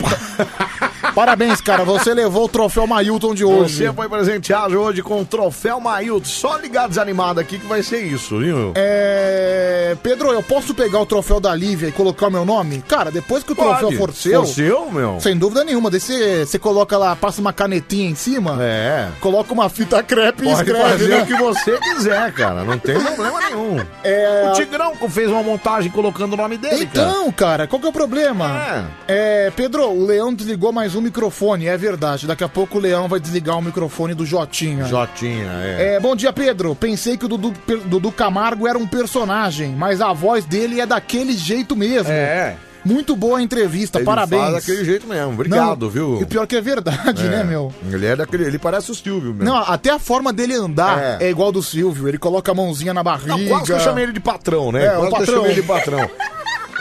Speaker 3: [laughs] Parabéns, cara. Você levou o troféu Mailton de hoje.
Speaker 1: Você foi presenteado hoje com o troféu Mailton. Só ligar desanimado aqui que vai ser isso, viu?
Speaker 3: É... Pedro, eu posso pegar o troféu da Lívia e colocar o meu nome? Cara, depois que o troféu
Speaker 1: Pode.
Speaker 3: for seu.
Speaker 1: For seu, meu.
Speaker 3: Sem dúvida nenhuma. Daí você você coloca lá, passa uma canetinha em cima.
Speaker 1: É.
Speaker 3: Coloca uma fita crepe e
Speaker 1: Pode
Speaker 3: escreve.
Speaker 1: fazer
Speaker 3: né?
Speaker 1: o que você quiser, cara. Não tem problema nenhum.
Speaker 3: É...
Speaker 1: O Tigrão fez uma montagem colocando o nome dele,
Speaker 3: Então, cara, qual que é o problema? É. Pedro, o Leão desligou mais um microfone, é verdade. Daqui a pouco o Leão vai desligar o microfone do Jotinha.
Speaker 1: Jotinha, é.
Speaker 3: É, bom dia, Pedro. Pensei que o Dudu, Dudu Camargo era um personagem, mas a voz dele é daquele jeito mesmo.
Speaker 1: É.
Speaker 3: Muito boa a entrevista,
Speaker 1: Ele
Speaker 3: parabéns.
Speaker 1: fala daquele jeito mesmo. Obrigado,
Speaker 3: Não,
Speaker 1: viu?
Speaker 3: E pior que é verdade,
Speaker 1: É.
Speaker 3: né, meu?
Speaker 1: Ele é daquele. Ele parece o Silvio, meu.
Speaker 3: Não, até a forma dele andar é.
Speaker 1: É.
Speaker 3: igual do Silvio. Ele coloca a mãozinha na barriga.
Speaker 1: Não, quase que eu chamei ele de patrão, né?
Speaker 3: É,
Speaker 1: quase
Speaker 3: o
Speaker 1: que eu
Speaker 3: patrão.
Speaker 1: chamei ele de patrão.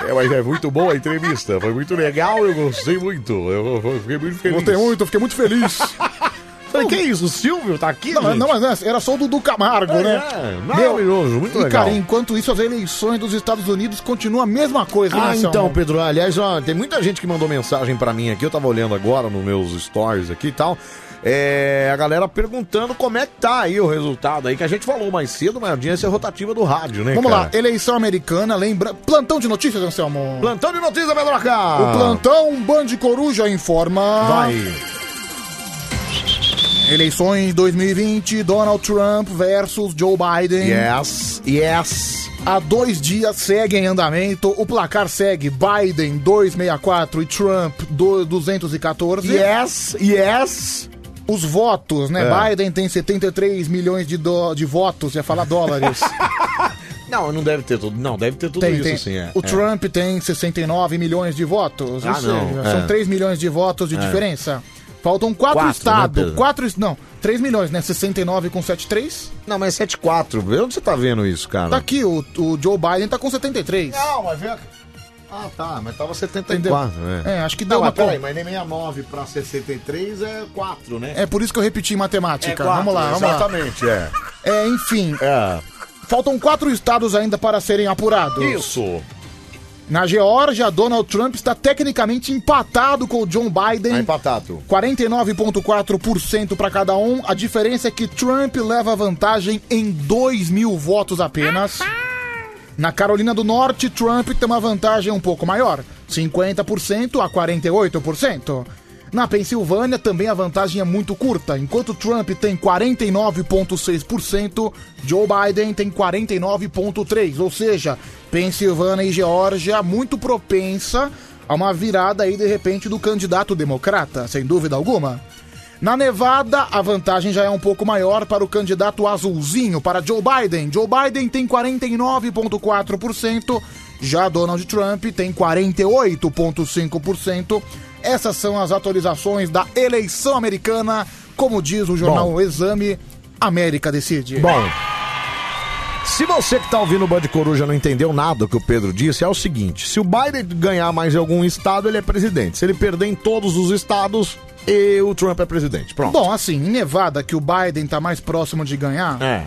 Speaker 1: É, mas é muito boa a entrevista, foi muito legal, eu gostei muito. Eu, eu fiquei muito feliz.
Speaker 3: Gostei muito, eu fiquei muito feliz.
Speaker 1: [laughs] Falei, que isso? O Silvio tá aqui?
Speaker 3: Não,
Speaker 1: gente?
Speaker 3: não, é mas né, era só o Dudu Camargo,
Speaker 1: É,
Speaker 3: né?
Speaker 1: é, maravilhoso, muito
Speaker 3: e,
Speaker 1: legal.
Speaker 3: Cara, enquanto isso, as eleições dos Estados Unidos continuam a mesma coisa, né,
Speaker 1: Ah,
Speaker 3: Anselmo?
Speaker 1: então, Pedro, aliás, ó, tem muita gente que mandou mensagem pra mim aqui, eu tava olhando agora nos meus stories aqui e tal. É, a galera perguntando como é que tá aí o resultado aí, que a gente falou mais cedo, mas a audiência é rotativa do rádio, né?
Speaker 3: Vamos
Speaker 1: cara?
Speaker 3: lá, eleição americana, lembra. Plantão de notícias, Anselmo.
Speaker 1: Plantão de notícias, Pedroca!
Speaker 3: O plantão Band Coruja informa.
Speaker 1: Ah. Vai.
Speaker 3: Eleições 2020, Donald Trump versus Joe Biden.
Speaker 1: Yes, yes.
Speaker 3: Há dois dias segue em andamento. O placar segue Biden 264 e Trump do- 214.
Speaker 1: Yes, yes.
Speaker 3: Os votos, né?
Speaker 1: É.
Speaker 3: Biden tem 73 milhões de, dó- de votos, ia falar
Speaker 1: [laughs]
Speaker 3: dólares.
Speaker 1: Não, não deve ter tudo. Não, deve ter tudo
Speaker 3: Tem,
Speaker 1: isso
Speaker 3: tem.
Speaker 1: sim. É.
Speaker 3: O
Speaker 1: é.
Speaker 3: Trump tem 69 milhões de votos.
Speaker 1: Ah,
Speaker 3: ou seja,
Speaker 1: não,
Speaker 3: são
Speaker 1: é.
Speaker 3: 3 milhões de votos de
Speaker 1: É.
Speaker 3: diferença. Faltam 4
Speaker 1: Quatro, né,
Speaker 3: estados.
Speaker 1: Pedro?
Speaker 3: 4 Não, 3 milhões, né? 69 com 73.
Speaker 1: Não, mas 74. Onde você tá vendo isso, cara?
Speaker 3: Tá aqui, o, o Joe Biden tá com 73.
Speaker 1: Não, mas vê. Ah, tá, mas tava
Speaker 3: 74,
Speaker 1: né?
Speaker 3: é. É, acho que deu
Speaker 1: não,
Speaker 3: uma
Speaker 1: mas peraí,
Speaker 3: con-
Speaker 1: mas nem 69 pra 63 é 4, né?
Speaker 3: É por isso que eu repeti em matemática.
Speaker 1: É quatro,
Speaker 3: vamos lá, vamos lá.
Speaker 1: Exatamente, é.
Speaker 3: É, enfim.
Speaker 1: É.
Speaker 3: Faltam 4 estados ainda para serem apurados.
Speaker 1: Isso.
Speaker 3: Na Geórgia, Donald Trump está tecnicamente empatado com o John Biden.
Speaker 1: Tá empatado.
Speaker 3: 49,4% para cada um. A diferença é que Trump leva vantagem em 2 mil votos apenas. Na Carolina do Norte, Trump tem uma vantagem um pouco maior, 50% a 48%. Na Pensilvânia, também a vantagem é muito curta. Enquanto Trump tem 49,6%, Joe Biden tem 49,3%. Ou seja, Pensilvânia e Geórgia muito propensa a uma virada aí, de repente, do candidato democrata, sem dúvida alguma. Na Nevada, a vantagem já é um pouco maior para o candidato azulzinho, para Joe Biden. Joe Biden tem 49,4%, já Donald Trump tem 48,5%. Essas são as atualizações da eleição americana, como diz o jornal
Speaker 1: Bom.
Speaker 3: O Exame, América decide.
Speaker 1: Bom. Se você que tá ouvindo o Band Coruja não entendeu nada do que o Pedro disse, é o seguinte: se o Biden ganhar mais em algum estado, ele é presidente. Se ele perder em todos os estados, e o Trump é presidente. Pronto.
Speaker 3: Bom, assim, em Nevada, que o Biden tá mais próximo de ganhar,
Speaker 1: É.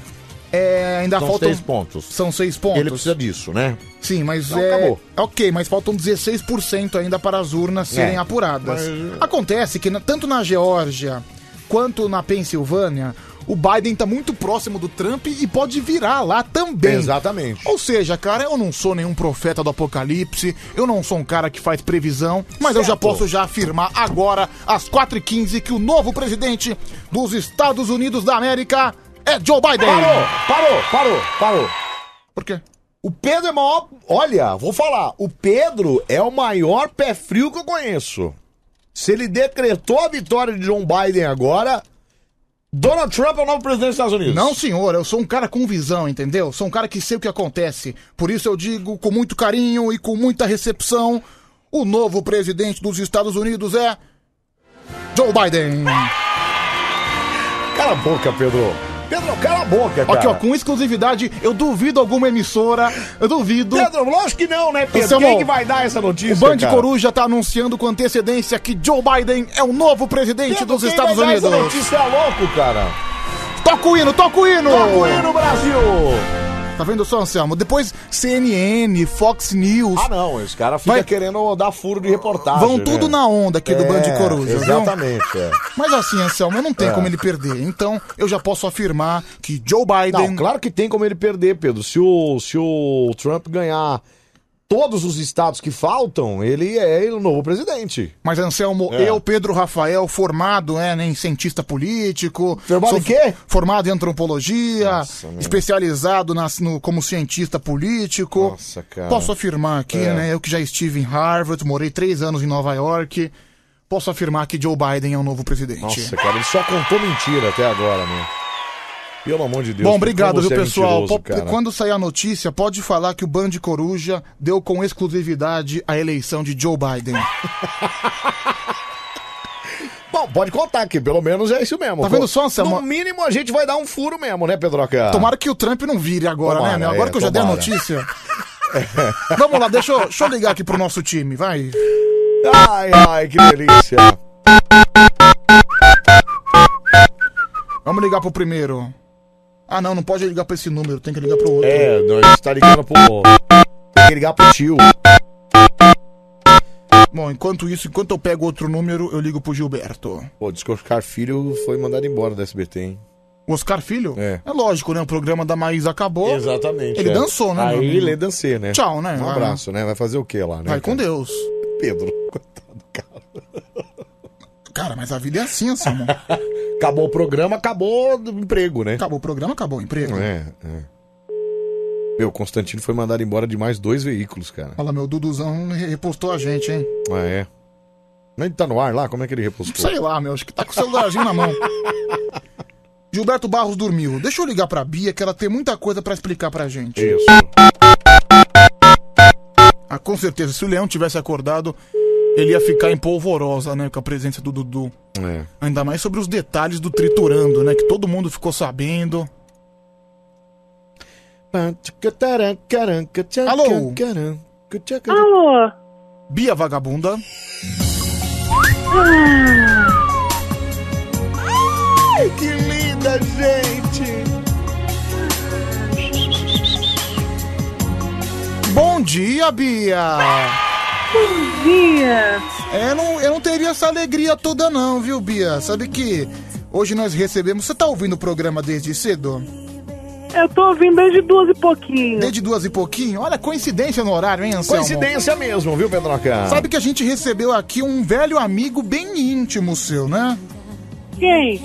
Speaker 3: é, ainda
Speaker 1: São
Speaker 3: faltam...
Speaker 1: seis pontos.
Speaker 3: São seis pontos.
Speaker 1: Ele precisa disso, né?
Speaker 3: Sim, mas
Speaker 1: Então,
Speaker 3: é.
Speaker 1: acabou.
Speaker 3: Ok, mas faltam 16% ainda para as urnas serem
Speaker 1: É,
Speaker 3: apuradas.
Speaker 1: mas-
Speaker 3: Acontece que na- tanto na Geórgia quanto na Pensilvânia, o Biden está muito próximo do Trump e pode virar lá também.
Speaker 1: Exatamente.
Speaker 3: Ou seja, cara, eu não sou nenhum profeta do apocalipse, eu não sou um cara que faz previsão, mas eu já
Speaker 1: Certo.
Speaker 3: posso já afirmar agora, às 4h15, que o novo presidente dos Estados Unidos da América é Joe Biden.
Speaker 1: Parou, parou, parou, parou.
Speaker 3: Por quê?
Speaker 1: O Pedro é maior. Olha, vou falar. O Pedro é o maior pé frio que eu conheço. Se ele decretou a vitória de John Biden agora, Donald Trump é o novo presidente dos Estados Unidos.
Speaker 3: Não, senhor, eu sou um cara com visão, entendeu? Sou um cara que sei o que acontece. Por isso eu digo com muito carinho e com muita recepção: o novo presidente dos Estados Unidos é. Joe Biden.
Speaker 1: Cala a boca, Pedro. Pedro, cala a boca, cara.
Speaker 3: Aqui, ó, com exclusividade, eu duvido alguma emissora, eu duvido.
Speaker 1: Pedro, lógico que não, né, Pedro?
Speaker 3: Anselmo,
Speaker 1: Quem que vai dar essa notícia,
Speaker 3: O Band
Speaker 1: cara?
Speaker 3: Coruja tá anunciando com antecedência que Joe Biden é o novo presidente
Speaker 1: Pedro,
Speaker 3: dos
Speaker 1: quem
Speaker 3: Estados
Speaker 1: vai dar
Speaker 3: Unidos.
Speaker 1: Essa notícia é louco, cara.
Speaker 3: Toca o hino, toca o hino!
Speaker 1: Toca o hino, Brasil!
Speaker 3: Tá vendo só, Anselmo? Depois CNN, Fox News.
Speaker 1: Ah, não, os caras ficam querendo dar furo de reportagem.
Speaker 3: Vão tudo na onda aqui do
Speaker 1: É,
Speaker 3: Band Coruja, viu?
Speaker 1: Exatamente, é.
Speaker 3: Mas assim, Anselmo, eu não tem
Speaker 1: É.
Speaker 3: como ele perder. Então, eu já posso afirmar que Joe Biden.
Speaker 1: Não, claro que tem como ele perder, Pedro. Se o, se o Trump ganhar todos os estados que faltam, ele é o novo presidente.
Speaker 3: Mas, Anselmo,
Speaker 1: É.
Speaker 3: eu, Pedro Rafael, formado né, em cientista político.
Speaker 1: Formado em quê?
Speaker 3: Formado em antropologia, especializado nas- no- como cientista político.
Speaker 1: Nossa, cara.
Speaker 3: Posso afirmar aqui,
Speaker 1: É.
Speaker 3: né? Eu que já estive em Harvard, morei três anos em Nova York. Posso afirmar que Joe Biden é o novo presidente.
Speaker 1: Nossa, cara, ele só contou mentira até agora, mano. Pelo amor de Deus.
Speaker 3: Bom, obrigado,
Speaker 1: como
Speaker 3: viu,
Speaker 1: você é
Speaker 3: pessoal.
Speaker 1: mentiroso,
Speaker 3: Po-
Speaker 1: cara.
Speaker 3: Quando sair a notícia, pode falar que o Band Coruja deu com exclusividade a eleição de Joe Biden.
Speaker 1: Bom, pode contar que pelo menos é isso mesmo.
Speaker 3: Tá vendo só,
Speaker 1: No
Speaker 3: Anselmo?
Speaker 1: mínimo a gente vai dar um furo mesmo, né, Pedroca?
Speaker 3: Tomara que o Trump não vire agora,
Speaker 1: Tomara,
Speaker 3: né, meu? Agora
Speaker 1: é,
Speaker 3: que eu já dei a
Speaker 1: tomara.
Speaker 3: notícia. Vamos lá, deixa eu, deixa eu ligar aqui pro nosso time, vai.
Speaker 1: Ai, ai, que delícia. Tá
Speaker 3: Vamos ligar pro primeiro. Ah, não, não pode ligar pra esse número, tem que ligar pro outro.
Speaker 1: É, nós tá ligando pro. Tem que ligar pro tio.
Speaker 3: Bom, enquanto isso, enquanto eu pego outro número, eu ligo pro Gilberto.
Speaker 1: Pô, diz que o Oscar Filho foi mandado embora do SBT, hein?
Speaker 3: O Oscar Filho?
Speaker 1: É.
Speaker 3: É lógico, né? O programa da Maísa acabou.
Speaker 1: Exatamente.
Speaker 3: Ele
Speaker 1: é.
Speaker 3: dançou, né? meu
Speaker 1: Aí
Speaker 3: amigo?
Speaker 1: ele dancei, né?
Speaker 3: Tchau, né?
Speaker 1: Um
Speaker 3: Ah,
Speaker 1: abraço, né? Vai fazer o que lá, né?
Speaker 3: Vai com Deus.
Speaker 1: Pedro,
Speaker 3: Cara, mas a vida é assim, Anselmo.
Speaker 1: [laughs] Acabou o programa, acabou o emprego, né?
Speaker 3: Acabou o programa, acabou o emprego.
Speaker 1: É, é. Meu, o Constantino foi mandado embora de mais dois veículos, cara.
Speaker 3: Olha lá, meu Duduzão re- repostou a gente, hein?
Speaker 1: Ah, é. Mas ele tá no ar lá? Como é que ele repostou?
Speaker 3: Sei lá, meu, acho que tá com o celularzinho na mão. Gilberto Barros dormiu. Deixa eu ligar pra Bia, que ela tem muita coisa pra explicar pra gente.
Speaker 1: Isso.
Speaker 3: Ah, com certeza, se o Leão tivesse acordado, ele ia ficar em polvorosa, né, com a presença do Dudu.
Speaker 1: É.
Speaker 3: Ainda mais sobre os detalhes do triturando, né, que todo mundo ficou sabendo. Alô?
Speaker 13: Alô?
Speaker 3: Bia Vagabunda?
Speaker 13: Ai, que linda, gente!
Speaker 3: Bom dia, Bia! Bom dia! É, não, eu não teria essa alegria toda não, viu, Bia? Sabe que hoje nós recebemos... Você tá ouvindo o programa desde cedo?
Speaker 32: Eu tô ouvindo desde duas e pouquinho.
Speaker 3: Desde duas e pouquinho? Olha, coincidência no horário, hein, Anselmo?
Speaker 1: Coincidência mesmo, viu, Pedroca?
Speaker 3: Sabe que a gente recebeu aqui um velho amigo bem íntimo seu, né?
Speaker 32: Quem?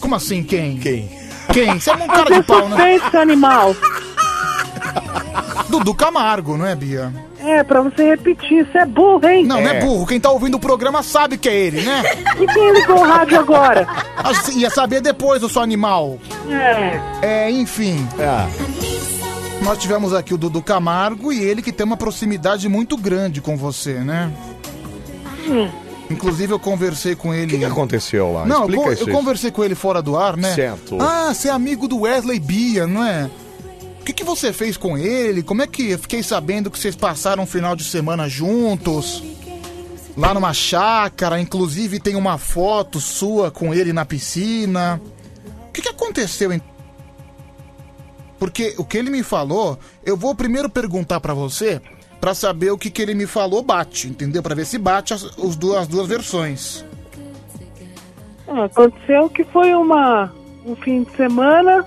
Speaker 3: Como assim, quem? Quem? Quem? Você é um cara de
Speaker 32: Eu sou
Speaker 3: pau, né?
Speaker 32: suspeita, animal.
Speaker 3: [laughs] Dudu Camargo, não é, Bia?
Speaker 32: É, pra você repetir, você é burro, hein?
Speaker 3: Não, não é burro. Quem tá ouvindo o programa sabe que é ele, né?
Speaker 32: [laughs] E quem ligou o rádio agora?
Speaker 3: Ah, se- Ia saber depois, eu sou animal.
Speaker 6: Hum.
Speaker 3: É. É, enfim. Nós tivemos aqui o Dudu Camargo e ele que tem uma proximidade muito grande com você, né? Inclusive eu conversei com ele.
Speaker 1: O que aconteceu lá?
Speaker 3: Não, eu,
Speaker 1: Explica
Speaker 3: con-
Speaker 1: isso.
Speaker 3: eu conversei com ele fora do ar, né?
Speaker 1: Certo.
Speaker 3: Ah, você é amigo do Wesley Bia, não é? O que, que você fez com ele? Como é que eu fiquei sabendo que vocês passaram um final de semana juntos? Lá numa chácara, inclusive tem uma foto sua com ele na piscina. O que, que aconteceu, hein? Porque o que ele me falou, eu vou primeiro perguntar pra você pra saber o que, que ele me falou bate, entendeu? Pra ver se bate as, os du- as duas versões.
Speaker 32: Ah, Aconteceu que foi uma, um fim de semana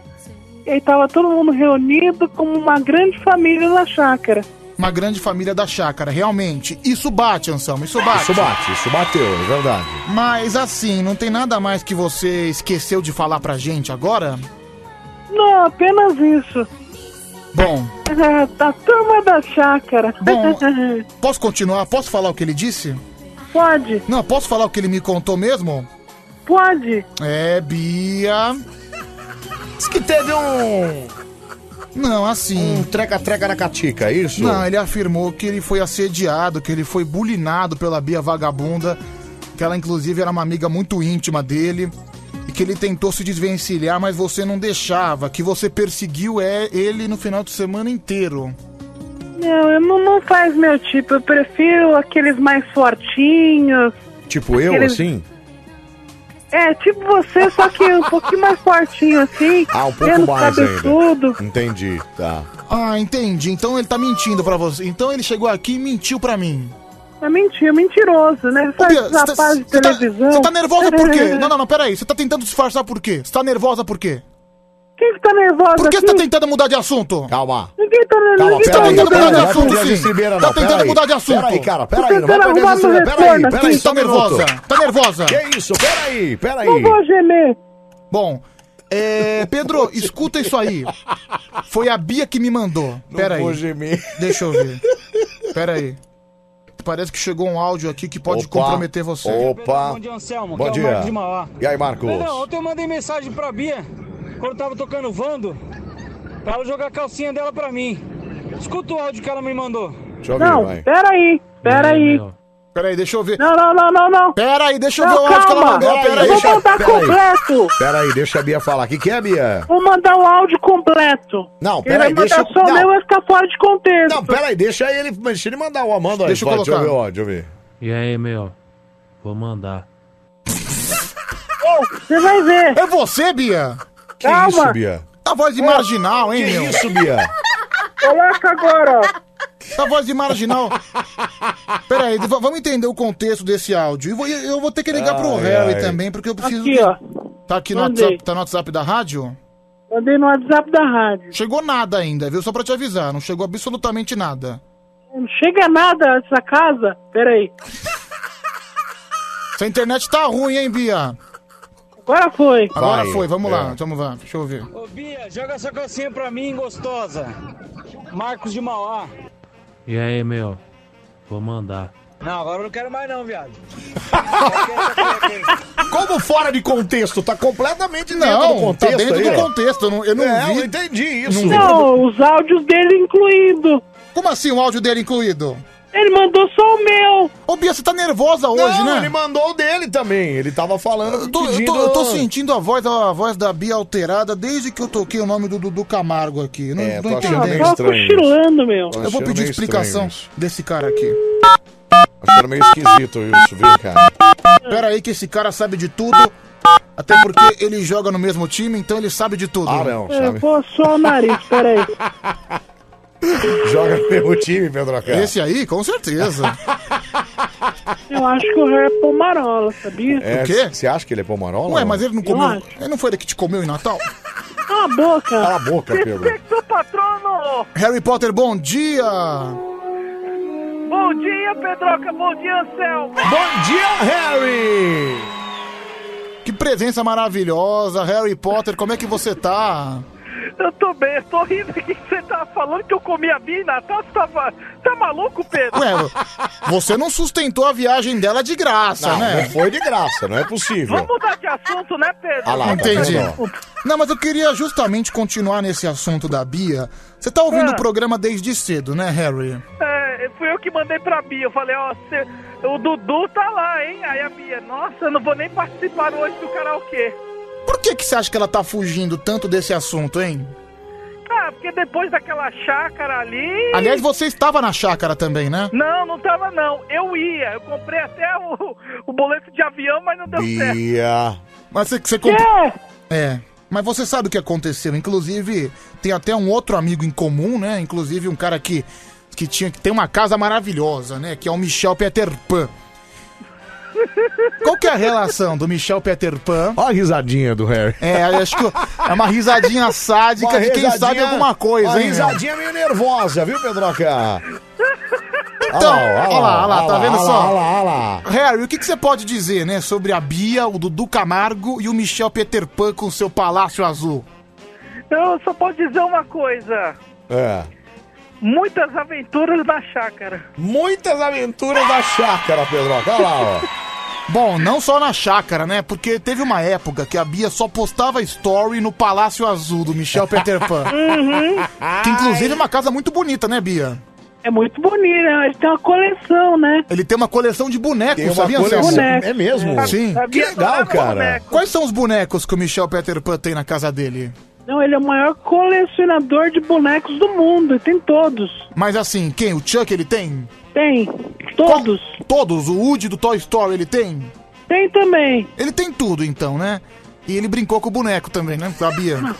Speaker 32: e aí tava todo mundo reunido como uma grande família na chácara.
Speaker 3: Uma grande família da chácara, realmente. Isso bate, Anselmo, isso bate.
Speaker 1: Isso bate, isso bateu, é verdade.
Speaker 3: Mas assim, não tem nada mais que você esqueceu de falar pra gente agora?
Speaker 32: Não, apenas isso.
Speaker 3: Bom,
Speaker 32: [laughs] Ah, Da turma da chácara. [laughs]
Speaker 3: Bom, posso continuar? Posso falar o que ele disse?
Speaker 32: Pode.
Speaker 3: Não, posso falar o que ele me contou mesmo?
Speaker 32: Pode.
Speaker 3: É, Bia.
Speaker 1: Diz que teve um.
Speaker 3: Não, assim.
Speaker 1: Um treca-treca na catica, é isso?
Speaker 3: Não, ele afirmou que ele foi assediado, que ele foi bulinado pela Bia Vagabunda, que ela inclusive era uma amiga muito íntima dele, e que ele tentou se desvencilhar, mas você não deixava, que você perseguiu é, ele no final de semana inteiro.
Speaker 32: Não, eu não, não faz meu tipo. Eu prefiro aqueles mais fortinhos.
Speaker 1: Tipo eu,
Speaker 32: Aqueles-
Speaker 1: assim?
Speaker 4: É, tipo você, só
Speaker 3: [laughs]
Speaker 4: que um pouquinho mais fortinho assim.
Speaker 1: Ah, um pouco
Speaker 4: menos
Speaker 1: mais
Speaker 4: cabeçudo.
Speaker 1: ainda. Entendi, tá.
Speaker 3: Ah, entendi. Então ele tá mentindo pra você. Então ele chegou aqui e mentiu pra mim.
Speaker 4: É mentira, mentiroso, né?
Speaker 3: Ô, Bia, você
Speaker 4: Faz
Speaker 3: tá,
Speaker 4: rapaz de
Speaker 3: você tá-
Speaker 4: televisão.
Speaker 3: você tá nervosa por
Speaker 4: [laughs]
Speaker 3: quê? Não, não, não, peraí. Você tá tentando disfarçar por quê? Você tá nervosa por quê?
Speaker 4: Quem que tá nervosa
Speaker 3: Por que você tá tentando mudar de assunto? Calma.
Speaker 4: Ninguém tá nervoso.
Speaker 3: Calma, peraí,
Speaker 4: ninguém
Speaker 3: peraí,
Speaker 4: tá mudando
Speaker 3: não
Speaker 4: de
Speaker 3: vai
Speaker 4: assunto,
Speaker 3: perder a
Speaker 4: sim.
Speaker 3: estribeira,
Speaker 4: Tá
Speaker 3: não,
Speaker 4: tentando
Speaker 3: peraí.
Speaker 4: mudar de assunto.
Speaker 33: Peraí, cara,
Speaker 4: Tô
Speaker 33: peraí, não vai
Speaker 4: tentando
Speaker 33: perder
Speaker 4: arrumar
Speaker 33: essa
Speaker 4: meu
Speaker 33: Peraí, peraí,
Speaker 4: retorno
Speaker 33: peraí,
Speaker 4: aqui.
Speaker 33: só um
Speaker 4: Tá
Speaker 33: minuto.
Speaker 4: nervosa,
Speaker 3: tá nervosa.
Speaker 33: Que isso, peraí, peraí.
Speaker 3: Não vou
Speaker 4: gemer.
Speaker 3: Bom, é, Pedro, escuta isso aí. Foi a Bia que me mandou.
Speaker 1: Não
Speaker 3: Peraí.
Speaker 1: vou gemer.
Speaker 3: Deixa eu ver. Peraí. Parece que chegou um áudio aqui que pode
Speaker 1: Opa.
Speaker 3: comprometer você.
Speaker 1: Opa. Bom dia,
Speaker 14: Anselmo,
Speaker 1: Bom
Speaker 14: que é o
Speaker 1: dia.
Speaker 14: Marcos de Mauá.
Speaker 1: E aí, Marcos?
Speaker 14: Não, ontem eu mandei mensagem pra Bia, quando tava tocando Vando, pra ela jogar a calcinha dela pra mim. Escuta o áudio que ela me mandou.
Speaker 1: Deixa
Speaker 3: eu ver,
Speaker 4: Não,
Speaker 3: vai.
Speaker 4: peraí, peraí.
Speaker 3: Peraí, deixa eu ver.
Speaker 4: Não, não, não, não, não.
Speaker 3: Peraí, deixa eu
Speaker 4: Não,
Speaker 3: ver o áudio que ela
Speaker 4: calma.
Speaker 3: mandou. Peraí,
Speaker 4: Eu
Speaker 3: deixa
Speaker 4: vou
Speaker 3: eu-
Speaker 4: mandar
Speaker 1: peraí.
Speaker 4: completo.
Speaker 1: Peraí, deixa a Bia falar. O que, que é, Bia?
Speaker 4: Vou mandar o áudio completo.
Speaker 1: Não,
Speaker 4: Ele vai
Speaker 1: peraí,
Speaker 4: mandar
Speaker 1: deixa eu.
Speaker 4: só o meu vai ficar fora de contexto.
Speaker 1: Não, peraí, deixa ele. Deixa ele mandar o Amanda.
Speaker 13: Deixa eu
Speaker 1: aí, vai,
Speaker 13: colocar.
Speaker 1: Deixa eu ver, ó, deixa eu ver.
Speaker 13: E aí, meu? Vou mandar.
Speaker 4: Você vai ver.
Speaker 3: É você, Bia?
Speaker 1: Que isso, Bia?
Speaker 3: Tá voz de marginal, hein, meu?
Speaker 1: isso, Bia?
Speaker 4: Coloca agora.
Speaker 3: Tá voz de marginal. Peraí, v- vamos entender o contexto desse áudio. E vou- Eu, vou ter que ligar pro
Speaker 1: Ai,
Speaker 3: Harry
Speaker 1: ai.
Speaker 3: também, porque eu preciso...
Speaker 4: Aqui,
Speaker 3: que-
Speaker 4: ó.
Speaker 3: Tá aqui no
Speaker 4: Mandei.
Speaker 3: WhatsApp, tá no WhatsApp da rádio?
Speaker 4: Mandei no WhatsApp da rádio.
Speaker 3: Chegou nada ainda, viu? Só pra te avisar, não chegou absolutamente nada.
Speaker 4: Não chega nada essa casa. Peraí.
Speaker 3: Essa internet tá ruim, hein, Bia?
Speaker 4: Agora foi.
Speaker 3: Agora
Speaker 14: Vai,
Speaker 3: foi, vamos lá,
Speaker 14: é.
Speaker 3: vamos lá, deixa eu ver.
Speaker 14: Ô Bia, joga essa calcinha pra mim, gostosa. Marcos de Mauá.
Speaker 13: E aí, meu? Vou mandar.
Speaker 14: Não, agora eu não quero mais não, viado.
Speaker 1: Como fora de contexto? Tá completamente dentro do
Speaker 3: Não, tá
Speaker 1: contexto.
Speaker 3: dentro do
Speaker 1: aí, ó.
Speaker 3: contexto, eu não, eu não
Speaker 1: É,
Speaker 3: vi.
Speaker 1: eu entendi isso.
Speaker 3: vi
Speaker 1: Não,
Speaker 3: como-
Speaker 4: os áudios dele incluído.
Speaker 3: Como assim o áudio dele incluído?
Speaker 4: Ele mandou só o meu.
Speaker 3: Ô, Bia, você tá nervosa hoje, né?
Speaker 1: ele mandou o dele também. Ele tava falando. um-
Speaker 3: Eu tô, eu, tô, eu tô sentindo a voz, a voz da Bia alterada desde que eu toquei o nome do Dudu Camargo aqui. Não,
Speaker 1: É,
Speaker 3: não
Speaker 1: tô achando
Speaker 3: entendendo.
Speaker 1: meio estranho isso.
Speaker 4: cochilando, meu.
Speaker 1: Tô
Speaker 3: Eu vou
Speaker 1: achando
Speaker 3: pedir
Speaker 1: meio
Speaker 3: explicação
Speaker 1: estranho
Speaker 3: desse cara aqui.
Speaker 1: Achando meio esquisito isso, viu, cara?
Speaker 3: Pera aí que esse cara sabe de tudo. Até porque ele joga no mesmo time, então ele sabe de tudo.
Speaker 1: Ah, não,
Speaker 4: Eu vou só o nariz,
Speaker 9: [laughs]
Speaker 4: peraí.
Speaker 1: Joga no mesmo time, Pedro Acá.
Speaker 3: Esse aí, com certeza.
Speaker 4: Eu acho que o Harry é pomarola, sabia?
Speaker 1: [laughs] É,
Speaker 3: O quê?
Speaker 1: Você acha que ele é pomarola?
Speaker 3: Ué, mas ele não
Speaker 4: Eu
Speaker 3: comeu.
Speaker 4: acho.
Speaker 3: Ele não foi ele que te comeu em Natal?
Speaker 4: Cala a boca. é
Speaker 1: Cala a boca, Pedro.
Speaker 4: patrono!
Speaker 3: Harry Potter, bom dia!
Speaker 4: Bom dia, Pedroca. Bom dia, Anselmo.
Speaker 1: Bom dia, Harry!
Speaker 3: Que presença maravilhosa, Harry Potter, como é que você tá?
Speaker 9: Eu tô bem, eu tô rindo aqui que você tava falando que eu comi a Bia em Natal, você tava... Tá maluco, Pedro?
Speaker 3: Ué, você não sustentou a viagem dela de graça,
Speaker 1: Não,
Speaker 3: né?
Speaker 1: não foi de graça, não é possível.
Speaker 9: Vamos mudar de assunto, né, Pedro?
Speaker 1: Ah lá, tá
Speaker 3: Entendi.
Speaker 1: vendo,
Speaker 3: Não, mas eu queria justamente continuar nesse assunto da Bia. Você tá ouvindo o programa desde cedo, né, Harry?
Speaker 9: É, fui eu que mandei pra Bia, eu falei, ó, você- o Dudu tá lá, hein? Aí a Bia, nossa, eu não vou nem participar hoje do karaokê.
Speaker 3: Por que, que você acha que ela tá fugindo tanto desse assunto, hein?
Speaker 9: Ah, porque depois daquela chácara ali...
Speaker 3: Aliás, você estava na chácara também, né?
Speaker 9: Não, não tava não, eu ia, eu comprei até o, o boleto de avião, mas não deu certo.
Speaker 1: Bia.
Speaker 3: Mas você, você comp... É. Mas você sabe o que aconteceu. Inclusive, tem até um outro amigo em comum, né? Inclusive, um cara que, que, tinha, que tem uma casa maravilhosa, né? Que é o Michel Peter Pan. Qual que é a relação do Michel Peter Pan?
Speaker 33: Olha a risadinha do Harry.
Speaker 3: É, acho que é uma risadinha sádica
Speaker 1: Uma
Speaker 3: de quem
Speaker 1: risadinha-
Speaker 3: sabe alguma coisa,
Speaker 1: uma
Speaker 3: hein?
Speaker 1: risadinha meio nervosa, viu, Pedroca?
Speaker 3: Então, olha lá, olha lá, tá vendo só?
Speaker 1: Olha lá, olha lá.
Speaker 3: Harry, o que, que você pode dizer, né, sobre a Bia, o Dudu Camargo e o Michel Peter Pan com seu Palácio Azul?
Speaker 9: Eu só posso dizer uma coisa,
Speaker 1: É.
Speaker 9: muitas aventuras na chácara.
Speaker 1: Muitas aventuras da chácara, Pedroca. Olha lá, ó.
Speaker 3: [laughs] Bom, não só na chácara, né? Porque teve uma época que a Bia só postava story no Palácio Azul do Michel Peter Pan.
Speaker 9: Uhum.
Speaker 3: Que inclusive é uma casa muito bonita, né, Bia?
Speaker 4: É muito bonito, né? Ele tem uma coleção, né?
Speaker 3: Ele tem uma coleção de bonecos,
Speaker 1: Tem uma
Speaker 3: sabia,
Speaker 1: coleção.
Speaker 3: Anselmo?
Speaker 1: Boneco. É mesmo? É.
Speaker 3: Sim.
Speaker 1: A Bia Que legal, adorava cara. bonecos.
Speaker 3: Quais são os bonecos que o Michel Peter Pan tem na casa dele?
Speaker 4: Não, ele é o maior colecionador de bonecos do mundo. Ele tem todos.
Speaker 3: Mas assim, quem? O Chuck ele tem?
Speaker 4: Tem. Todos.
Speaker 3: todos? O Woody do Toy Story ele tem?
Speaker 12: Tem também.
Speaker 3: Ele tem tudo, então, né? E ele brincou com o boneco também, né? Sabia?
Speaker 1: [laughs]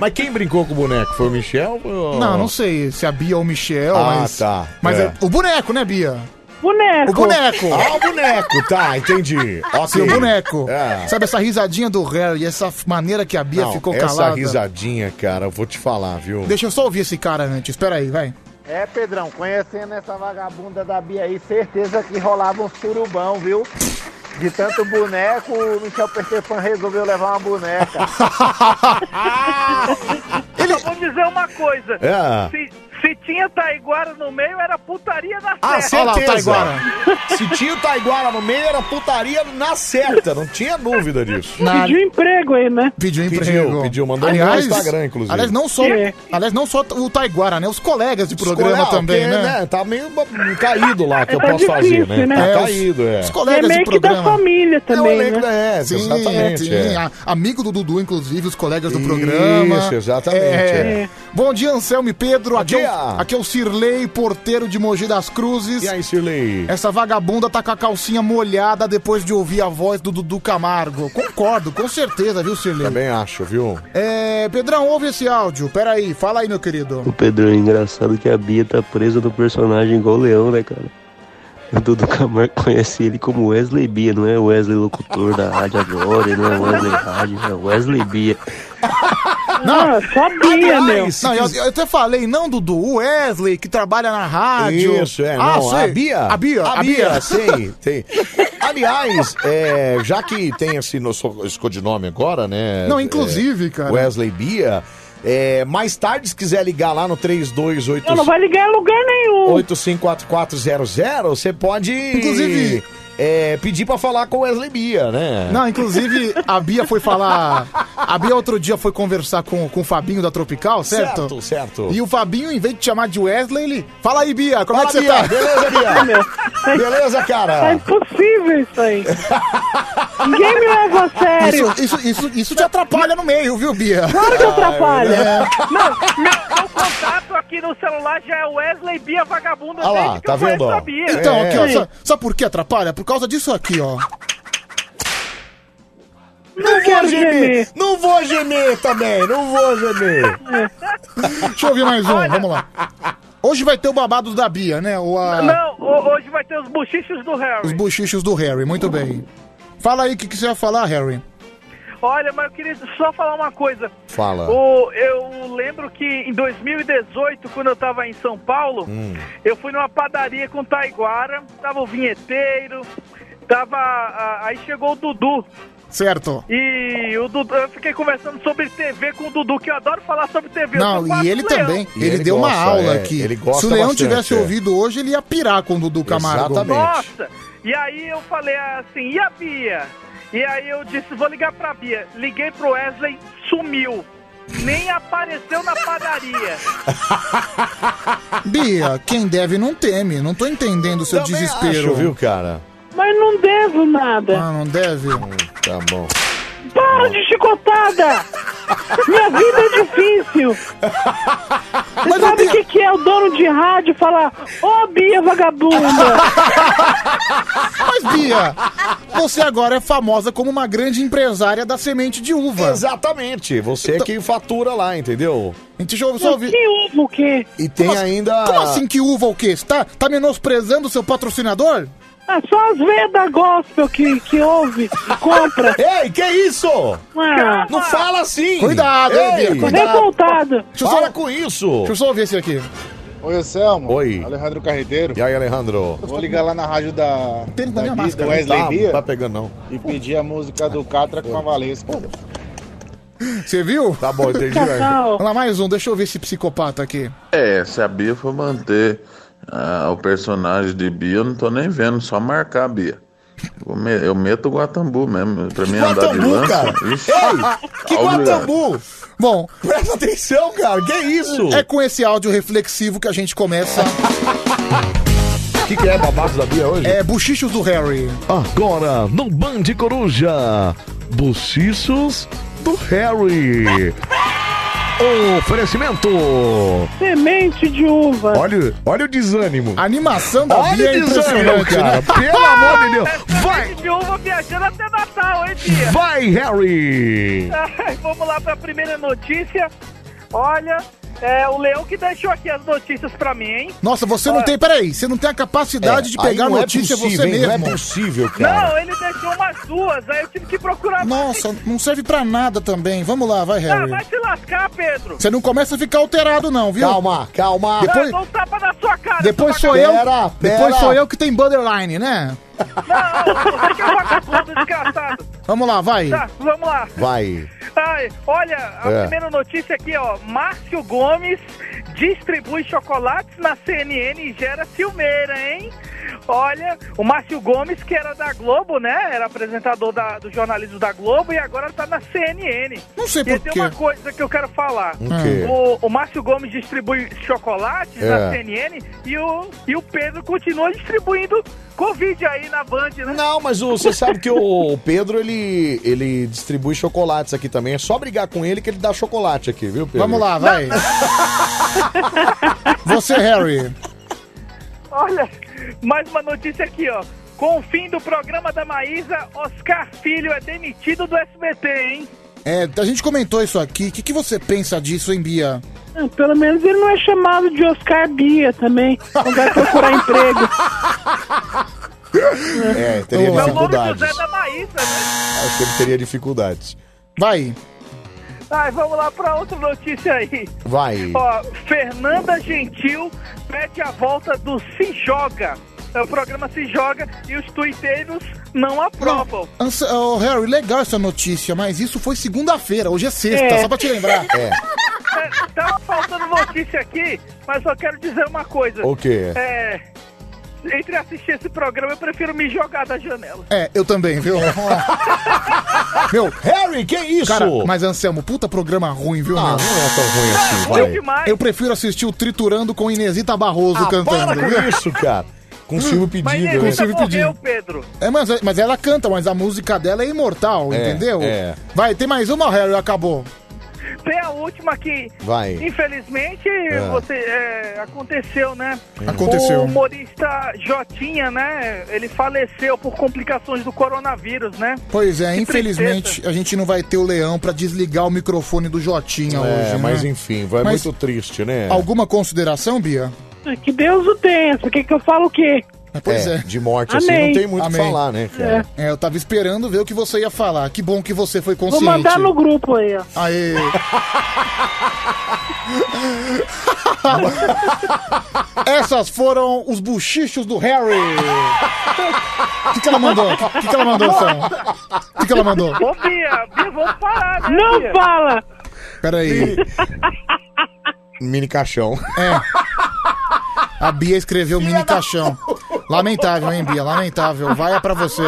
Speaker 1: Mas quem brincou com o boneco? Foi o Michel? Foi o...
Speaker 3: Não, não sei se a Bia ou o Michel,
Speaker 1: Ah,
Speaker 3: mas.
Speaker 1: tá.
Speaker 3: Mas
Speaker 1: É.
Speaker 3: é- o boneco, né, Bia? O
Speaker 12: Boneco.
Speaker 3: boneco.
Speaker 1: Ah, o boneco,
Speaker 3: [laughs]
Speaker 1: tá, entendi. Ok.
Speaker 3: Sim, o boneco.
Speaker 1: É.
Speaker 3: Sabe essa risadinha do Harry, essa maneira que a Bia
Speaker 1: Não,
Speaker 3: ficou
Speaker 1: essa
Speaker 3: calada.
Speaker 1: risadinha, cara, eu vou te falar, viu?
Speaker 3: Deixa eu só ouvir esse cara antes. Espera aí, vai.
Speaker 4: É, Pedrão, conhecendo essa vagabunda da Bia aí, certeza que rolava um surubão, viu? De tanto boneco, o Michel Percepan resolveu levar uma
Speaker 1: [laughs]
Speaker 4: boneca.
Speaker 3: Ah!
Speaker 9: Eu vou dizer uma coisa.
Speaker 1: É.
Speaker 9: Se, se tinha Taiguara no meio, era putaria na
Speaker 1: Ah,
Speaker 3: É,
Speaker 9: serra.
Speaker 1: certeza. [laughs] Se tinha o Taiguara no meio, era putaria na certa. Não tinha dúvida disso.
Speaker 3: Pediu
Speaker 12: emprego aí, né?
Speaker 3: Pediu
Speaker 1: Pediu,
Speaker 3: emprego.
Speaker 1: pediu, mandou no Instagram, inclusive.
Speaker 3: Aliás, não só,
Speaker 1: É.
Speaker 3: aliás, não só o Taiguara, né? Os colegas de programa
Speaker 1: colegas,
Speaker 3: também,
Speaker 1: porque,
Speaker 3: né?
Speaker 1: né, Tá meio caído lá, que eu
Speaker 3: Tá
Speaker 1: posso fazer,
Speaker 3: difícil,
Speaker 1: né?
Speaker 3: né?
Speaker 1: Tá
Speaker 3: É, os-
Speaker 1: caído, é.
Speaker 3: os colegas É meio de que da programa.
Speaker 12: família
Speaker 3: também,
Speaker 1: É o elenco
Speaker 3: né?
Speaker 1: da é,
Speaker 3: Sim,
Speaker 1: exatamente.
Speaker 3: sim.
Speaker 1: é.
Speaker 3: A- Amigo do Dudu, inclusive, os colegas do programa.
Speaker 1: Isso, exatamente, é.
Speaker 3: Bom dia, Anselmo e Pedro. Aqui, é
Speaker 1: dia.
Speaker 3: o, aqui é o Cirlei, porteiro de Mogi das Cruzes.
Speaker 1: E aí, Cirlei?
Speaker 3: Essa vagabunda tá com a calcinha molhada depois de ouvir a voz do Dudu Camargo. Concordo, com certeza, viu, Cirlei?
Speaker 1: Também acho, viu?
Speaker 3: É, Pedrão, ouve esse áudio. Pera aí, fala aí, meu querido.
Speaker 13: O Pedro, é engraçado que a Bia tá presa no personagem igual o Leão, né, cara? O Dudu Camargo conhece ele como Wesley Bia, não é Wesley locutor da rádio agora, não é Wesley rádio, é Wesley Bia.
Speaker 3: Não,
Speaker 13: sabia, meu.
Speaker 3: Não, eu, eu até falei, não, Dudu, o Wesley, que trabalha na rádio.
Speaker 1: Isso, é.
Speaker 3: Ah,
Speaker 1: não,
Speaker 3: sei.
Speaker 1: a Bia.
Speaker 3: A Bia, a Bia. [laughs]
Speaker 1: sei, tem. Aliás, é, já que tem esse, nosso, esse codinome agora, né?
Speaker 3: Não,
Speaker 1: é,
Speaker 3: inclusive, cara.
Speaker 1: Wesley Bia. é, mais tarde, se quiser ligar lá no 3285...
Speaker 12: Não, não vai ligar em lugar nenhum.
Speaker 1: 854400, você pode... Inclusive... pedir pra falar com o Wesley Bia, né?
Speaker 3: Não,
Speaker 1: [laughs]
Speaker 3: inclusive, a Bia foi falar. A Bia outro dia foi conversar com, com o Fabinho da Tropical, certo?
Speaker 1: Certo, certo.
Speaker 3: E o Fabinho, em vez de te chamar de Wesley, ele. Fala aí, Bia, como é
Speaker 1: Fala,
Speaker 3: que você
Speaker 1: Bia,
Speaker 3: tá?
Speaker 1: beleza, Bia? Beleza, cara?
Speaker 12: É impossível
Speaker 1: [laughs]
Speaker 12: isso aí. Ninguém me leva a sério.
Speaker 3: Isso, isso, isso, isso te atrapalha no meio, viu, Bia?
Speaker 1: Ah,
Speaker 12: Claro que
Speaker 1: é
Speaker 12: atrapalha.
Speaker 3: É. Não,
Speaker 9: Tato aqui no celular já é Wesley Bia Vagabunda
Speaker 3: Olha tá
Speaker 9: desde que eu conheço a Bia.
Speaker 3: Então, aqui, ó, sa- sabe por que atrapalha? Por causa disso aqui, ó.
Speaker 1: Não vou gemer. Não vou gemer também. Não vou gemer.
Speaker 3: Deixa eu ouvir mais um, vamos lá. Hoje vai ter o babado da Bia, né? O, a-
Speaker 9: Não, ho- hoje vai ter os bochichos do Harry.
Speaker 3: Os bochichos do Harry, muito bem. Fala aí o que, que você vai falar, Harry.
Speaker 9: Olha, mas eu queria só falar uma coisa.
Speaker 3: Fala.
Speaker 9: O- eu lembro que em 2018, quando eu tava em São Paulo,
Speaker 3: Hum.
Speaker 9: eu fui numa padaria com Taiguara, tava o vinheteiro, tava. a- aí chegou o Dudu.
Speaker 3: Certo.
Speaker 9: E o Dudu, eu fiquei conversando sobre TV com o Dudu, que eu adoro falar sobre TV. eu sou
Speaker 3: Não,
Speaker 9: quase
Speaker 3: e ele
Speaker 9: um
Speaker 3: também.
Speaker 9: leão.
Speaker 3: Ele, deu uma
Speaker 1: gosta,
Speaker 3: aula
Speaker 1: é,
Speaker 3: aqui.
Speaker 1: ele gosta
Speaker 3: Se o Leão
Speaker 1: bastante,
Speaker 3: tivesse
Speaker 1: é.
Speaker 3: ouvido hoje, ele ia pirar com o Dudu Camargo.
Speaker 9: Nossa! E aí eu falei assim, e a Bia? E aí eu disse, vou ligar pra Bia. Liguei pro Wesley, sumiu. Nem apareceu na padaria.
Speaker 3: Bia, quem deve não teme. Não tô entendendo o seu desespero.
Speaker 1: Acho, viu, cara?
Speaker 12: Mas não devo nada.
Speaker 3: Ah, não deve?
Speaker 1: Tá bom.
Speaker 12: Para de chicotada! Minha vida é difícil! Você sabe o que, que é o dono de rádio falar Ô Bia vagabunda!
Speaker 3: [laughs] Mas, Bia, você agora é famosa como uma grande empresária da semente de uva. Então-
Speaker 1: Exatamente. Você é que fatura lá, entendeu?
Speaker 3: Deixa eu só ouvir. Que
Speaker 12: uva o quê?
Speaker 1: E tem
Speaker 3: como assim-
Speaker 1: ainda.
Speaker 3: Como assim que uva o quê? Você tá, tá menosprezando o seu patrocinador?
Speaker 12: É só as vedas gospel que, que ouve e compra.
Speaker 1: [laughs] Ei, que isso? Não fala assim!
Speaker 3: Cuidado, hein,
Speaker 1: Ei,
Speaker 3: Bia, cuidado.
Speaker 12: Revoltado.
Speaker 1: Para com isso!
Speaker 3: Deixa eu só ouvir esse aqui.
Speaker 34: Oi, Anselmo.
Speaker 1: Oi.
Speaker 34: Alejandro Carreteiro.
Speaker 1: E aí, Alejandro?
Speaker 34: Vou ligar lá na rádio da,
Speaker 3: Tênis
Speaker 34: da,
Speaker 3: da minha
Speaker 34: Bi-
Speaker 3: máscara.
Speaker 34: do Wesley
Speaker 3: Tá,
Speaker 34: Bia
Speaker 3: tá
Speaker 1: pegando não.
Speaker 34: e pedir a música do Catra com a Valesca.
Speaker 3: Você viu? Tá
Speaker 34: bom, entendi, velho.
Speaker 3: Vamos lá, mais um. Deixa eu ver esse psicopata aqui.
Speaker 20: É, se a Bia for manter ah, o personagem de Bia, eu não tô nem vendo, só marcar a Bia. Eu, me- eu meto o Guatambu mesmo. Pra mim andar de
Speaker 1: Guatambu,
Speaker 20: lança.
Speaker 1: cara?
Speaker 20: Ixi,
Speaker 1: Ei, que
Speaker 20: obrigado.
Speaker 1: guatambu!
Speaker 3: Bom.
Speaker 1: Presta atenção, cara, que isso?
Speaker 3: É com esse áudio reflexivo que a gente começa.
Speaker 1: O que, que é babado da Bia hoje?
Speaker 3: É Buchichos do Harry.
Speaker 1: Agora, no Band Coruja, Buchichos do Harry.
Speaker 4: Oferecimento.
Speaker 35: Semente de uva.
Speaker 4: Olha, olha o desânimo.
Speaker 3: A animação da
Speaker 4: Olha
Speaker 3: Bia
Speaker 4: o
Speaker 3: é
Speaker 4: desânimo,
Speaker 3: impressionante,
Speaker 4: cara.
Speaker 3: né?
Speaker 4: Pelo
Speaker 3: [laughs]
Speaker 4: amor de Deus.
Speaker 9: Vai! é de uva viajando até Natal, hein, Bia?
Speaker 4: Vai, Harry.
Speaker 9: Ai, [laughs] Vamos lá para a primeira notícia. Olha, é o Leão que deixou aqui as notícias para mim, hein?
Speaker 3: Nossa, você não
Speaker 9: Olha,
Speaker 3: tem, peraí, você não tem a capacidade de
Speaker 4: aí
Speaker 3: pegar
Speaker 4: não é
Speaker 3: notícia
Speaker 4: possível,
Speaker 3: você
Speaker 4: hein?
Speaker 3: mesmo.
Speaker 4: Não é possível,
Speaker 9: Não, ele deixou umas duas, aí eu tive que procurar mais.
Speaker 3: Nossa, não serve pra nada também. Vamos lá, vai,
Speaker 9: Ah,
Speaker 3: Harry.
Speaker 9: vai se lascar, Pedro.
Speaker 3: Você não começa a ficar alterado, não, viu?
Speaker 4: Calma, calma.
Speaker 9: Não,
Speaker 3: Depois,
Speaker 9: dá um tapa na sua cara.
Speaker 3: depois
Speaker 9: seu
Speaker 3: sou eu.
Speaker 9: vagabundo.
Speaker 3: Depois sou eu que tem borderline, né?
Speaker 9: Você que é vagabundo, desgraçado.
Speaker 3: Vamos lá, Ah, vai.
Speaker 9: Tá, vamos lá.
Speaker 4: Vai.
Speaker 9: Ai, olha, a
Speaker 3: É.
Speaker 9: primeira notícia aqui, ó. Márcio Gomes distribui chocolates na CNN e gera ciumeira, hein? Olha, o Márcio Gomes, que era da Globo, né? Era apresentador da- do jornalismo da Globo e agora tá na CNN.
Speaker 3: Não sei
Speaker 9: e
Speaker 3: por
Speaker 9: tem
Speaker 3: quê.
Speaker 9: uma coisa que eu quero falar.
Speaker 3: O quê?
Speaker 9: O, o Márcio Gomes distribui chocolates
Speaker 3: É.
Speaker 9: na CNN e o, e o Pedro continua distribuindo Covid aí na Band, né?
Speaker 1: Não, mas o- você sabe que o, o Pedro, ele, ele distribui chocolates aqui também. É só brigar com ele que ele dá chocolate aqui, viu, Pedro?
Speaker 3: Vamos lá, vai. Você, Harry.
Speaker 9: Olha, mais uma notícia aqui, ó. Com o fim do programa da Maísa, Oscar Filho é demitido do SBT, hein?
Speaker 3: É, a gente comentou isso aqui. O que, que você pensa disso, hein, Bia?
Speaker 35: Não, Pelo menos ele não é chamado de Oscar Bia também. Não vai
Speaker 9: [laughs]
Speaker 35: procurar emprego.
Speaker 1: É, teria
Speaker 9: Meu nome é
Speaker 1: dificuldades.
Speaker 9: José da Maísa, né?
Speaker 1: Acho que ele teria dificuldades.
Speaker 3: Vai.
Speaker 9: Ai, vamos lá pra outra notícia aí.
Speaker 1: Vai.
Speaker 9: Ó, Fernanda Gentil pede a volta do Se Joga. É, O programa Se Joga e os tuiteiros não aprovam.
Speaker 3: Ansa- Ô, Harry, legal essa notícia, mas isso foi segunda-feira, hoje é sexta,
Speaker 9: É.
Speaker 3: só pra te lembrar.
Speaker 1: [laughs]
Speaker 9: É, tá faltando notícia aqui, mas só quero dizer uma coisa.
Speaker 1: O quê?
Speaker 9: É, entre assistir esse programa, eu prefiro me jogar da janela.
Speaker 3: É, eu também, viu? Vamos
Speaker 1: [laughs]
Speaker 3: lá. Meu,
Speaker 1: Harry, que isso?
Speaker 3: Cara, mas Anselmo, puta programa ruim, viu, meu?
Speaker 1: Ah, não é tão ruim assim,
Speaker 3: Eu-
Speaker 1: vai.
Speaker 3: Eu prefiro assistir o Triturando com Inesita Barroso
Speaker 1: Ah,
Speaker 3: cantando.
Speaker 1: para com isso, cara. Com Silvio Pedido,
Speaker 3: Mas
Speaker 1: né?
Speaker 3: com Silvio
Speaker 1: morreu,
Speaker 3: Pedido. É, mas, mas ela canta, mas a música dela é imortal,
Speaker 1: É,
Speaker 3: entendeu?
Speaker 1: é.
Speaker 3: Vai, tem mais uma, Harry, acabou.
Speaker 9: Tem a última que,
Speaker 3: Vai.
Speaker 9: infelizmente,
Speaker 3: É.
Speaker 9: você, é, aconteceu, né?
Speaker 3: Aconteceu.
Speaker 9: O humorista Jotinha, né? Ele faleceu por complicações do coronavírus, né?
Speaker 3: Pois é,
Speaker 9: Que
Speaker 3: infelizmente a gente não vai ter o leão pra desligar o microfone do Jotinha
Speaker 1: É,
Speaker 3: hoje.
Speaker 1: mas
Speaker 3: né?
Speaker 1: enfim, vai
Speaker 3: Mas
Speaker 1: muito triste, né?
Speaker 3: Alguma consideração, Bia?
Speaker 35: Ah, Que Deus o tenha. Por que, que eu falo o quê?
Speaker 3: Pois é.
Speaker 1: De morte assim não tem muito o que falar, né, cara?
Speaker 3: É. eu tava esperando ver o que você ia falar. Que bom que você foi
Speaker 35: Vou
Speaker 3: consciente.
Speaker 35: mandar no grupo aí, ó.
Speaker 3: [laughs]
Speaker 1: [laughs]
Speaker 3: Aê. Essas foram os buchichos do Harry. O que, que ela mandou? O que, que ela mandou, Sam? O que, que ela mandou?
Speaker 9: Ô, Bia, Bia, vamos parar, né,
Speaker 35: Não
Speaker 9: Bia?
Speaker 35: fala!
Speaker 3: Peraí.
Speaker 1: Mini caixão.
Speaker 3: É. A Bia escreveu mini caixão. Lamentável, hein, Bia? Lamentável. Vai é pra você.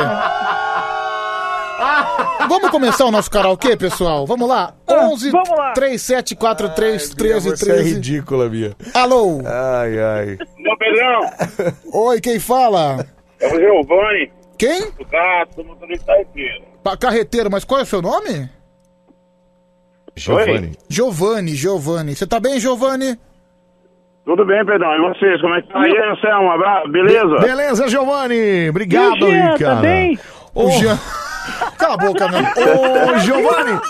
Speaker 3: Vamos começar o nosso karaokê, pessoal? Vamos lá? 11 3743
Speaker 1: Você é
Speaker 3: 1313.
Speaker 1: ridícula, Bia.
Speaker 3: Alô?
Speaker 1: Ai, ai.
Speaker 6: Meu Pedrão,
Speaker 3: Oi, quem fala?
Speaker 6: é o Giovanni.
Speaker 3: Quem?
Speaker 6: O gato, do motorista inteiro.
Speaker 3: Pa- Carreteiro, mas qual é o seu nome?
Speaker 6: Giovanni.
Speaker 3: Giovanni, Giovanni. Você tá bem, Giovanni?
Speaker 6: Tudo bem, Pedrão? E vocês, como é que tá aí, Anselmo? Abra... Beleza?
Speaker 1: Beleza, Giovanni.
Speaker 6: E
Speaker 1: Obrigado
Speaker 6: o Jean,
Speaker 1: aí, cara.
Speaker 6: tá bem?
Speaker 1: O Jean...
Speaker 3: [laughs] Cala a boca, né?
Speaker 1: Ô, Giovanni.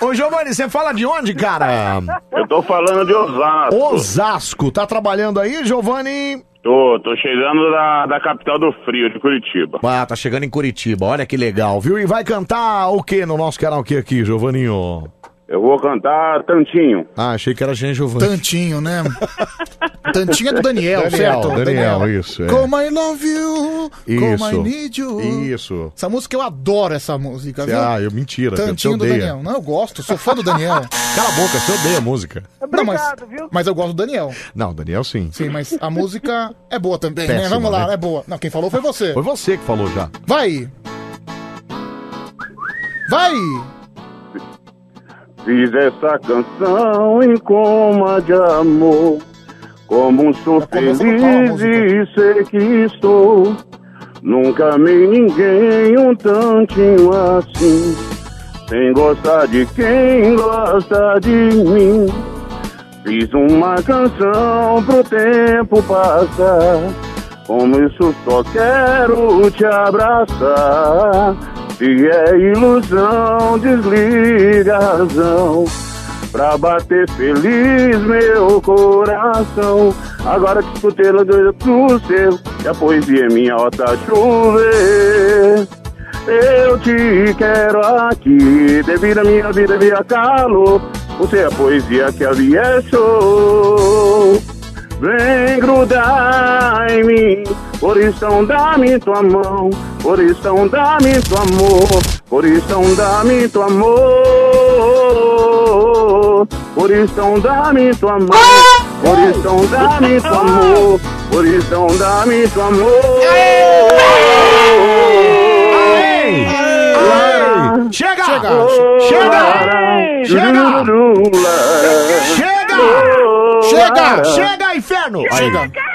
Speaker 1: Ô, Giovanni, você fala de onde, cara?
Speaker 6: Eu tô falando de Osasco.
Speaker 1: Osasco. Tá trabalhando aí, Giovanni?
Speaker 6: Tô, tô chegando da, da capital do frio, de Curitiba.
Speaker 1: Ah, tá chegando em Curitiba. Olha que legal, viu? E vai cantar o que no nosso karaokê aqui, Giovaninho?
Speaker 6: Eu vou cantar Tantinho.
Speaker 1: Ah, achei que era Jean Giovanni.
Speaker 3: Tantinho,
Speaker 1: [laughs]
Speaker 3: né? Tantinho é do Daniel,
Speaker 1: Daniel,
Speaker 3: certo?
Speaker 1: Daniel, isso, é.
Speaker 3: Como I love you, como I
Speaker 1: Isso.
Speaker 3: need you.
Speaker 1: Isso.
Speaker 3: Essa música eu adoro essa música, viu?
Speaker 1: Ah, eu mentira. você
Speaker 3: Tantinho do
Speaker 1: odeia.
Speaker 3: Daniel. Não, eu gosto, sou fã do
Speaker 1: [laughs]
Speaker 3: Daniel.
Speaker 1: Cala a boca, você odeia a música.
Speaker 3: Não, mas, mas eu gosto do Daniel.
Speaker 1: Não, Daniel sim.
Speaker 3: Sim, mas a música é boa também, né?
Speaker 1: Péssima,
Speaker 3: Vamos lá,
Speaker 1: né?
Speaker 3: é boa. Não, quem falou foi você.
Speaker 1: Foi você que falou já.
Speaker 3: Vai! Vai!
Speaker 6: Fiz essa canção em coma de amor. Como sou feliz e sei que sou. Nunca amei ninguém um tantinho assim. Sem gostar de quem gosta de mim. Fiz uma canção pro tempo passar. Como isso só quero te abraçar. Se é ilusão, desliga a razão. Pra bater feliz meu coração. Agora que escutei a doida do seu, e a poesia é minha, ó, tá chover. Eu te quero aqui, devido à minha vida via calor. Você é a poesia que havia é show. Vem grudar em mim, por isso dá-me tua mão, por isso dá-me teu amor, por isso dá-me teu amor, por isso dá-me teu amor, por isso dá-me teu amor, por isso dá-me teu amor.
Speaker 1: Chega! Chega! Chega! Chega! Chega! Chega! Chega, inferno! Chega!
Speaker 6: [laughs]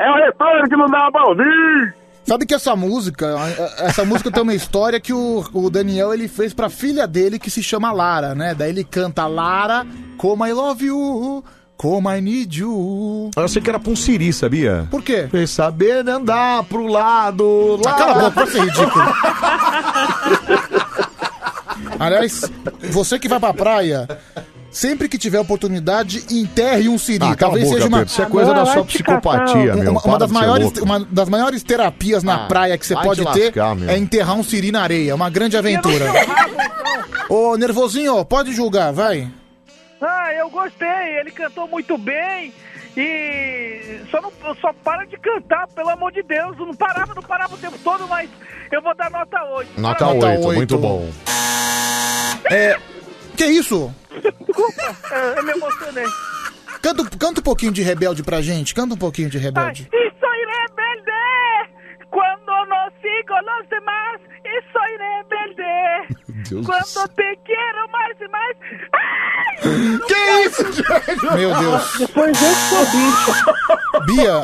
Speaker 6: É o retorno que não dá pra ouvir!
Speaker 3: Sabe que essa música, a- a- essa música tem uma história que o, o Daniel ele fez pra filha dele que se chama Lara, né? Daí ele canta Lara, como I love you, como I need you.
Speaker 1: Eu achei que era pra um siri, sabia?
Speaker 3: Por quê?
Speaker 1: Fez saber andar pro lado. lá-
Speaker 3: cala a boca, pra
Speaker 1: é
Speaker 3: ser ridículo. [laughs] Aliás, você que vai pra praia, sempre que tiver oportunidade, enterre um siri.
Speaker 1: Ah, cala
Speaker 3: Talvez
Speaker 1: a boca,
Speaker 3: seja uma.
Speaker 1: Pedro, isso é coisa da Vai sua te catar, psicopatia,
Speaker 3: uma,
Speaker 1: meu,
Speaker 3: Uma,
Speaker 1: para
Speaker 3: das
Speaker 1: de ser
Speaker 3: maiores,
Speaker 1: louco.
Speaker 3: uma das maiores terapias na
Speaker 1: Ah,
Speaker 3: praia que você
Speaker 1: vai
Speaker 3: pode
Speaker 1: te
Speaker 3: ter
Speaker 1: lascar, meu.
Speaker 3: é enterrar um siri na areia. É uma grande aventura. Ô, nervosinho, pode julgar, vai.
Speaker 9: Ah, eu gostei, ele cantou muito bem e só não só para de cantar, pelo amor de Deus, não parava, não parava o tempo todo, mas eu vou dar nota 8.
Speaker 1: Nota
Speaker 3: Nota
Speaker 1: 8,
Speaker 3: oito.
Speaker 1: muito bom.
Speaker 3: É. Que isso?
Speaker 9: Desculpa, É, eu me emocionei.
Speaker 3: Canta, canta um pouquinho de rebelde pra gente. Canta um pouquinho de rebelde.
Speaker 9: Y soy rebelde cuando no sigo a los demás. Y soy rebelde
Speaker 3: Dios
Speaker 9: cuando te quiero más y más.
Speaker 1: Que isso, Júlio?
Speaker 3: Meu Deus.
Speaker 9: Depois eu sou bicho.
Speaker 3: Bia,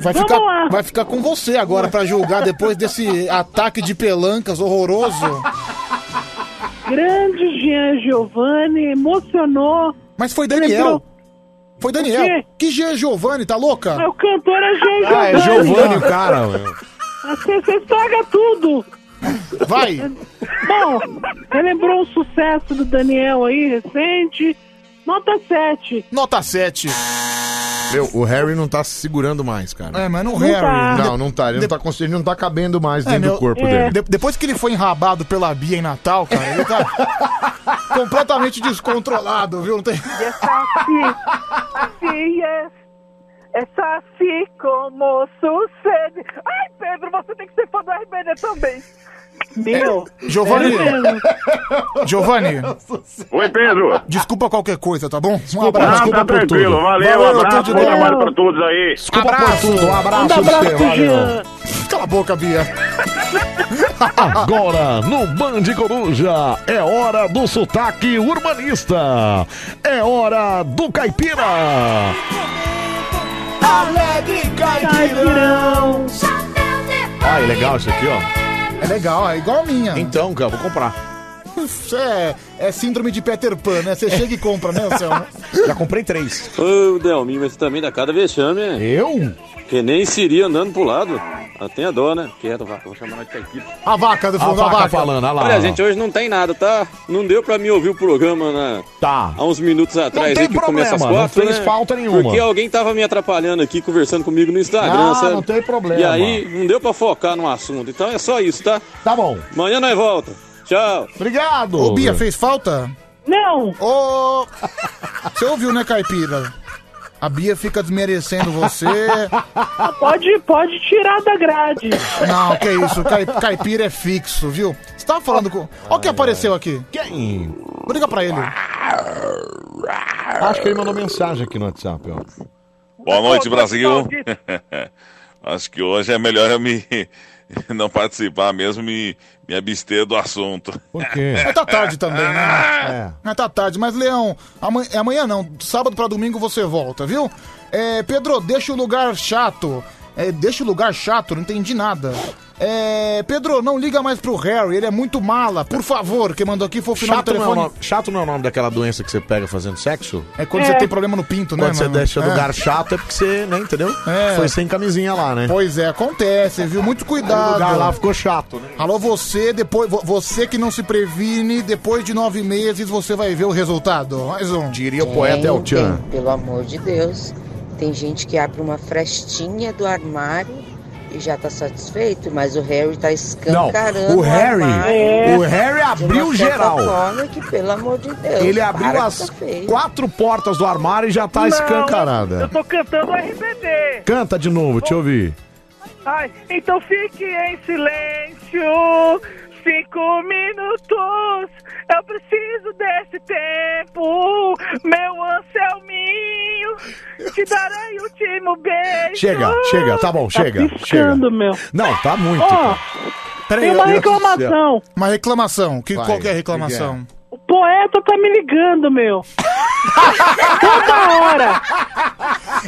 Speaker 3: vai
Speaker 1: Vamos
Speaker 3: ficar,
Speaker 1: lá.
Speaker 3: vai ficar com você agora pra julgar depois desse ataque de pelancas horroroso.
Speaker 36: Grande Jean Giovanni emocionou.
Speaker 3: Mas foi Daniel.
Speaker 36: Lembrou.
Speaker 3: Foi Daniel.
Speaker 36: O quê?
Speaker 3: Que Jean Giovanni, tá louca?
Speaker 36: Ah, O cantor é Jean Giovanni.
Speaker 1: meu.
Speaker 36: Você, você estraga tudo.
Speaker 3: Vai.
Speaker 36: Bom, relembrou um sucesso do Daniel aí, recente. Nota 7.
Speaker 3: Nota 7.
Speaker 1: Meu, o Harry não tá se segurando mais, cara.
Speaker 3: É, mas não Não Harry. tá.
Speaker 1: Não, não tá. Ele não
Speaker 3: De-
Speaker 1: tá, cons- ele não tá cabendo mais dentro
Speaker 3: meu,
Speaker 1: do corpo
Speaker 3: é,
Speaker 1: dele.
Speaker 3: de- depois que ele foi enrabado pela Bia em Natal, cara, ele tá
Speaker 1: [laughs]
Speaker 3: completamente descontrolado, viu? Não tem...
Speaker 9: Así, así es. Es así É assim como sucede. Ai, Pedro, você tem que ser fã do RBD também. Meu.
Speaker 3: Giovanni.
Speaker 9: É mesmo.
Speaker 3: Giovanni.
Speaker 6: Oi, Pedro.
Speaker 3: Desculpa qualquer coisa, tá bom? Um
Speaker 6: Não,
Speaker 3: abraço.
Speaker 6: tá tranquilo, valeu,
Speaker 3: eu tô
Speaker 6: abraço,
Speaker 3: de
Speaker 6: bom
Speaker 3: boa.
Speaker 6: trabalho pra todos aí.
Speaker 3: abraço.
Speaker 1: um abraço
Speaker 3: Manda
Speaker 1: pra você, valeu.
Speaker 3: Jean. Cala a boca, Bia.
Speaker 1: Agora, no Band Coruja, é hora do sotaque urbanista. É hora do caipira.
Speaker 4: Alegre
Speaker 1: caipirão.
Speaker 4: Chapéu de
Speaker 1: Ai, legal isso aqui, ó.
Speaker 3: É legal, é igual a minha.
Speaker 1: Então, cara, vou comprar.
Speaker 3: Isso é, é síndrome de Peter Pan, né? Você chega e compra, né,
Speaker 1: [laughs]
Speaker 3: Anselmo?
Speaker 1: Já comprei três.
Speaker 14: Ô, Delminho, mas você também dá cada vexame, né?
Speaker 1: Eu?
Speaker 14: Que nem Siri andando pro lado. Ah, Tem a dó, né? Quieto, vá, vou chamar nós de caipira.
Speaker 3: A vaca do fundo, a vaca.
Speaker 14: Olha, gente, hoje não tem nada, tá? Não deu pra mim ouvir o programa na...
Speaker 1: tá.
Speaker 14: há uns minutos atrás,
Speaker 1: tem
Speaker 14: aí, que começa às
Speaker 1: problema, não
Speaker 14: quatro,
Speaker 1: fez
Speaker 14: né?
Speaker 1: falta nenhuma.
Speaker 14: Porque alguém tava me atrapalhando aqui, conversando comigo no Instagram,
Speaker 1: Ah,
Speaker 14: sabe?
Speaker 1: não tem problema.
Speaker 14: E aí, não deu pra focar no assunto. Então é só isso, tá?
Speaker 1: Tá bom.
Speaker 14: Amanhã nós volta. Tchau.
Speaker 1: Obrigado.
Speaker 3: Ô, Bia, fez falta?
Speaker 36: Não.
Speaker 3: Ô... Você ouviu, né, Caipira? A Bia fica desmerecendo você.
Speaker 36: Ah, Pode, pode tirar da grade.
Speaker 3: Não, que isso. Cai- Caipira é fixo, viu? Você tava falando com... Olha o que apareceu aqui.
Speaker 1: Quem?
Speaker 3: Liga pra ele.
Speaker 1: Acho que ele mandou mensagem aqui no WhatsApp, ó.
Speaker 20: Boa noite, Brasil. [laughs] Acho que hoje é melhor eu me [laughs] não participar mesmo, me, me abster do assunto.
Speaker 1: Por quê?
Speaker 3: Mas tá tarde também, né?
Speaker 1: É.
Speaker 3: Mas tá tarde. Mas, Leão, amanhã, amanhã não. Sábado pra domingo você volta, viu? É, Pedro, deixa o lugar chato. É, deixa o lugar chato, não entendi nada. É, Pedro, não liga mais pro Harry, ele é muito mala. Por favor, quem mandou aqui foi o final
Speaker 1: Chato
Speaker 3: do
Speaker 1: não, é o
Speaker 3: telefone.
Speaker 1: nome, chato não é o nome daquela doença que você pega fazendo sexo?
Speaker 3: É quando você tem problema no pinto, né?
Speaker 1: Quando você
Speaker 3: mano?
Speaker 1: deixa
Speaker 3: É.
Speaker 1: lugar chato é porque você, né, entendeu?
Speaker 3: É.
Speaker 1: Foi sem camisinha lá, né?
Speaker 3: Pois é, acontece, viu? Muito cuidado.
Speaker 1: O lugar lá ficou chato, né?
Speaker 3: Alô, você, depois, vo- você que não se previne, depois de nove meses você vai ver o resultado. Mais um.
Speaker 1: Diria o poeta El Chan.
Speaker 20: Pelo amor de Deus. Tem gente que abre uma frestinha do armário e já tá satisfeito, mas o Harry tá escancarando.
Speaker 1: Não, o Harry-
Speaker 20: armário
Speaker 1: É. o Harry
Speaker 20: de uma
Speaker 1: abriu
Speaker 20: certa
Speaker 1: geral.
Speaker 20: forma que, pelo amor de
Speaker 9: É,
Speaker 20: Deus.
Speaker 1: Ele
Speaker 20: para
Speaker 1: abriu
Speaker 20: com
Speaker 1: as
Speaker 20: essa feia.
Speaker 1: quatro portas do armário e já
Speaker 9: tá
Speaker 1: tá
Speaker 9: Não, Eu
Speaker 1: escancarada.
Speaker 9: tô cantando RBD.
Speaker 1: Canta de novo, deixa eu ouvir.
Speaker 9: Ai, então fique em silêncio. Cinco minutos. Eu preciso desse tempo. Meu Anselminho. Te darei o último beijo.
Speaker 1: Chega, chega, tá bom, chega. chega. Não, tá muito.
Speaker 9: Ó,
Speaker 1: cara.
Speaker 9: tem uma
Speaker 1: meu Deus do céu.
Speaker 9: reclamação.
Speaker 3: Uma reclamação. Que,
Speaker 1: Vai,
Speaker 3: qual que é a
Speaker 1: que
Speaker 3: reclamação?
Speaker 9: O poeta tá me ligando, meu. Toda hora.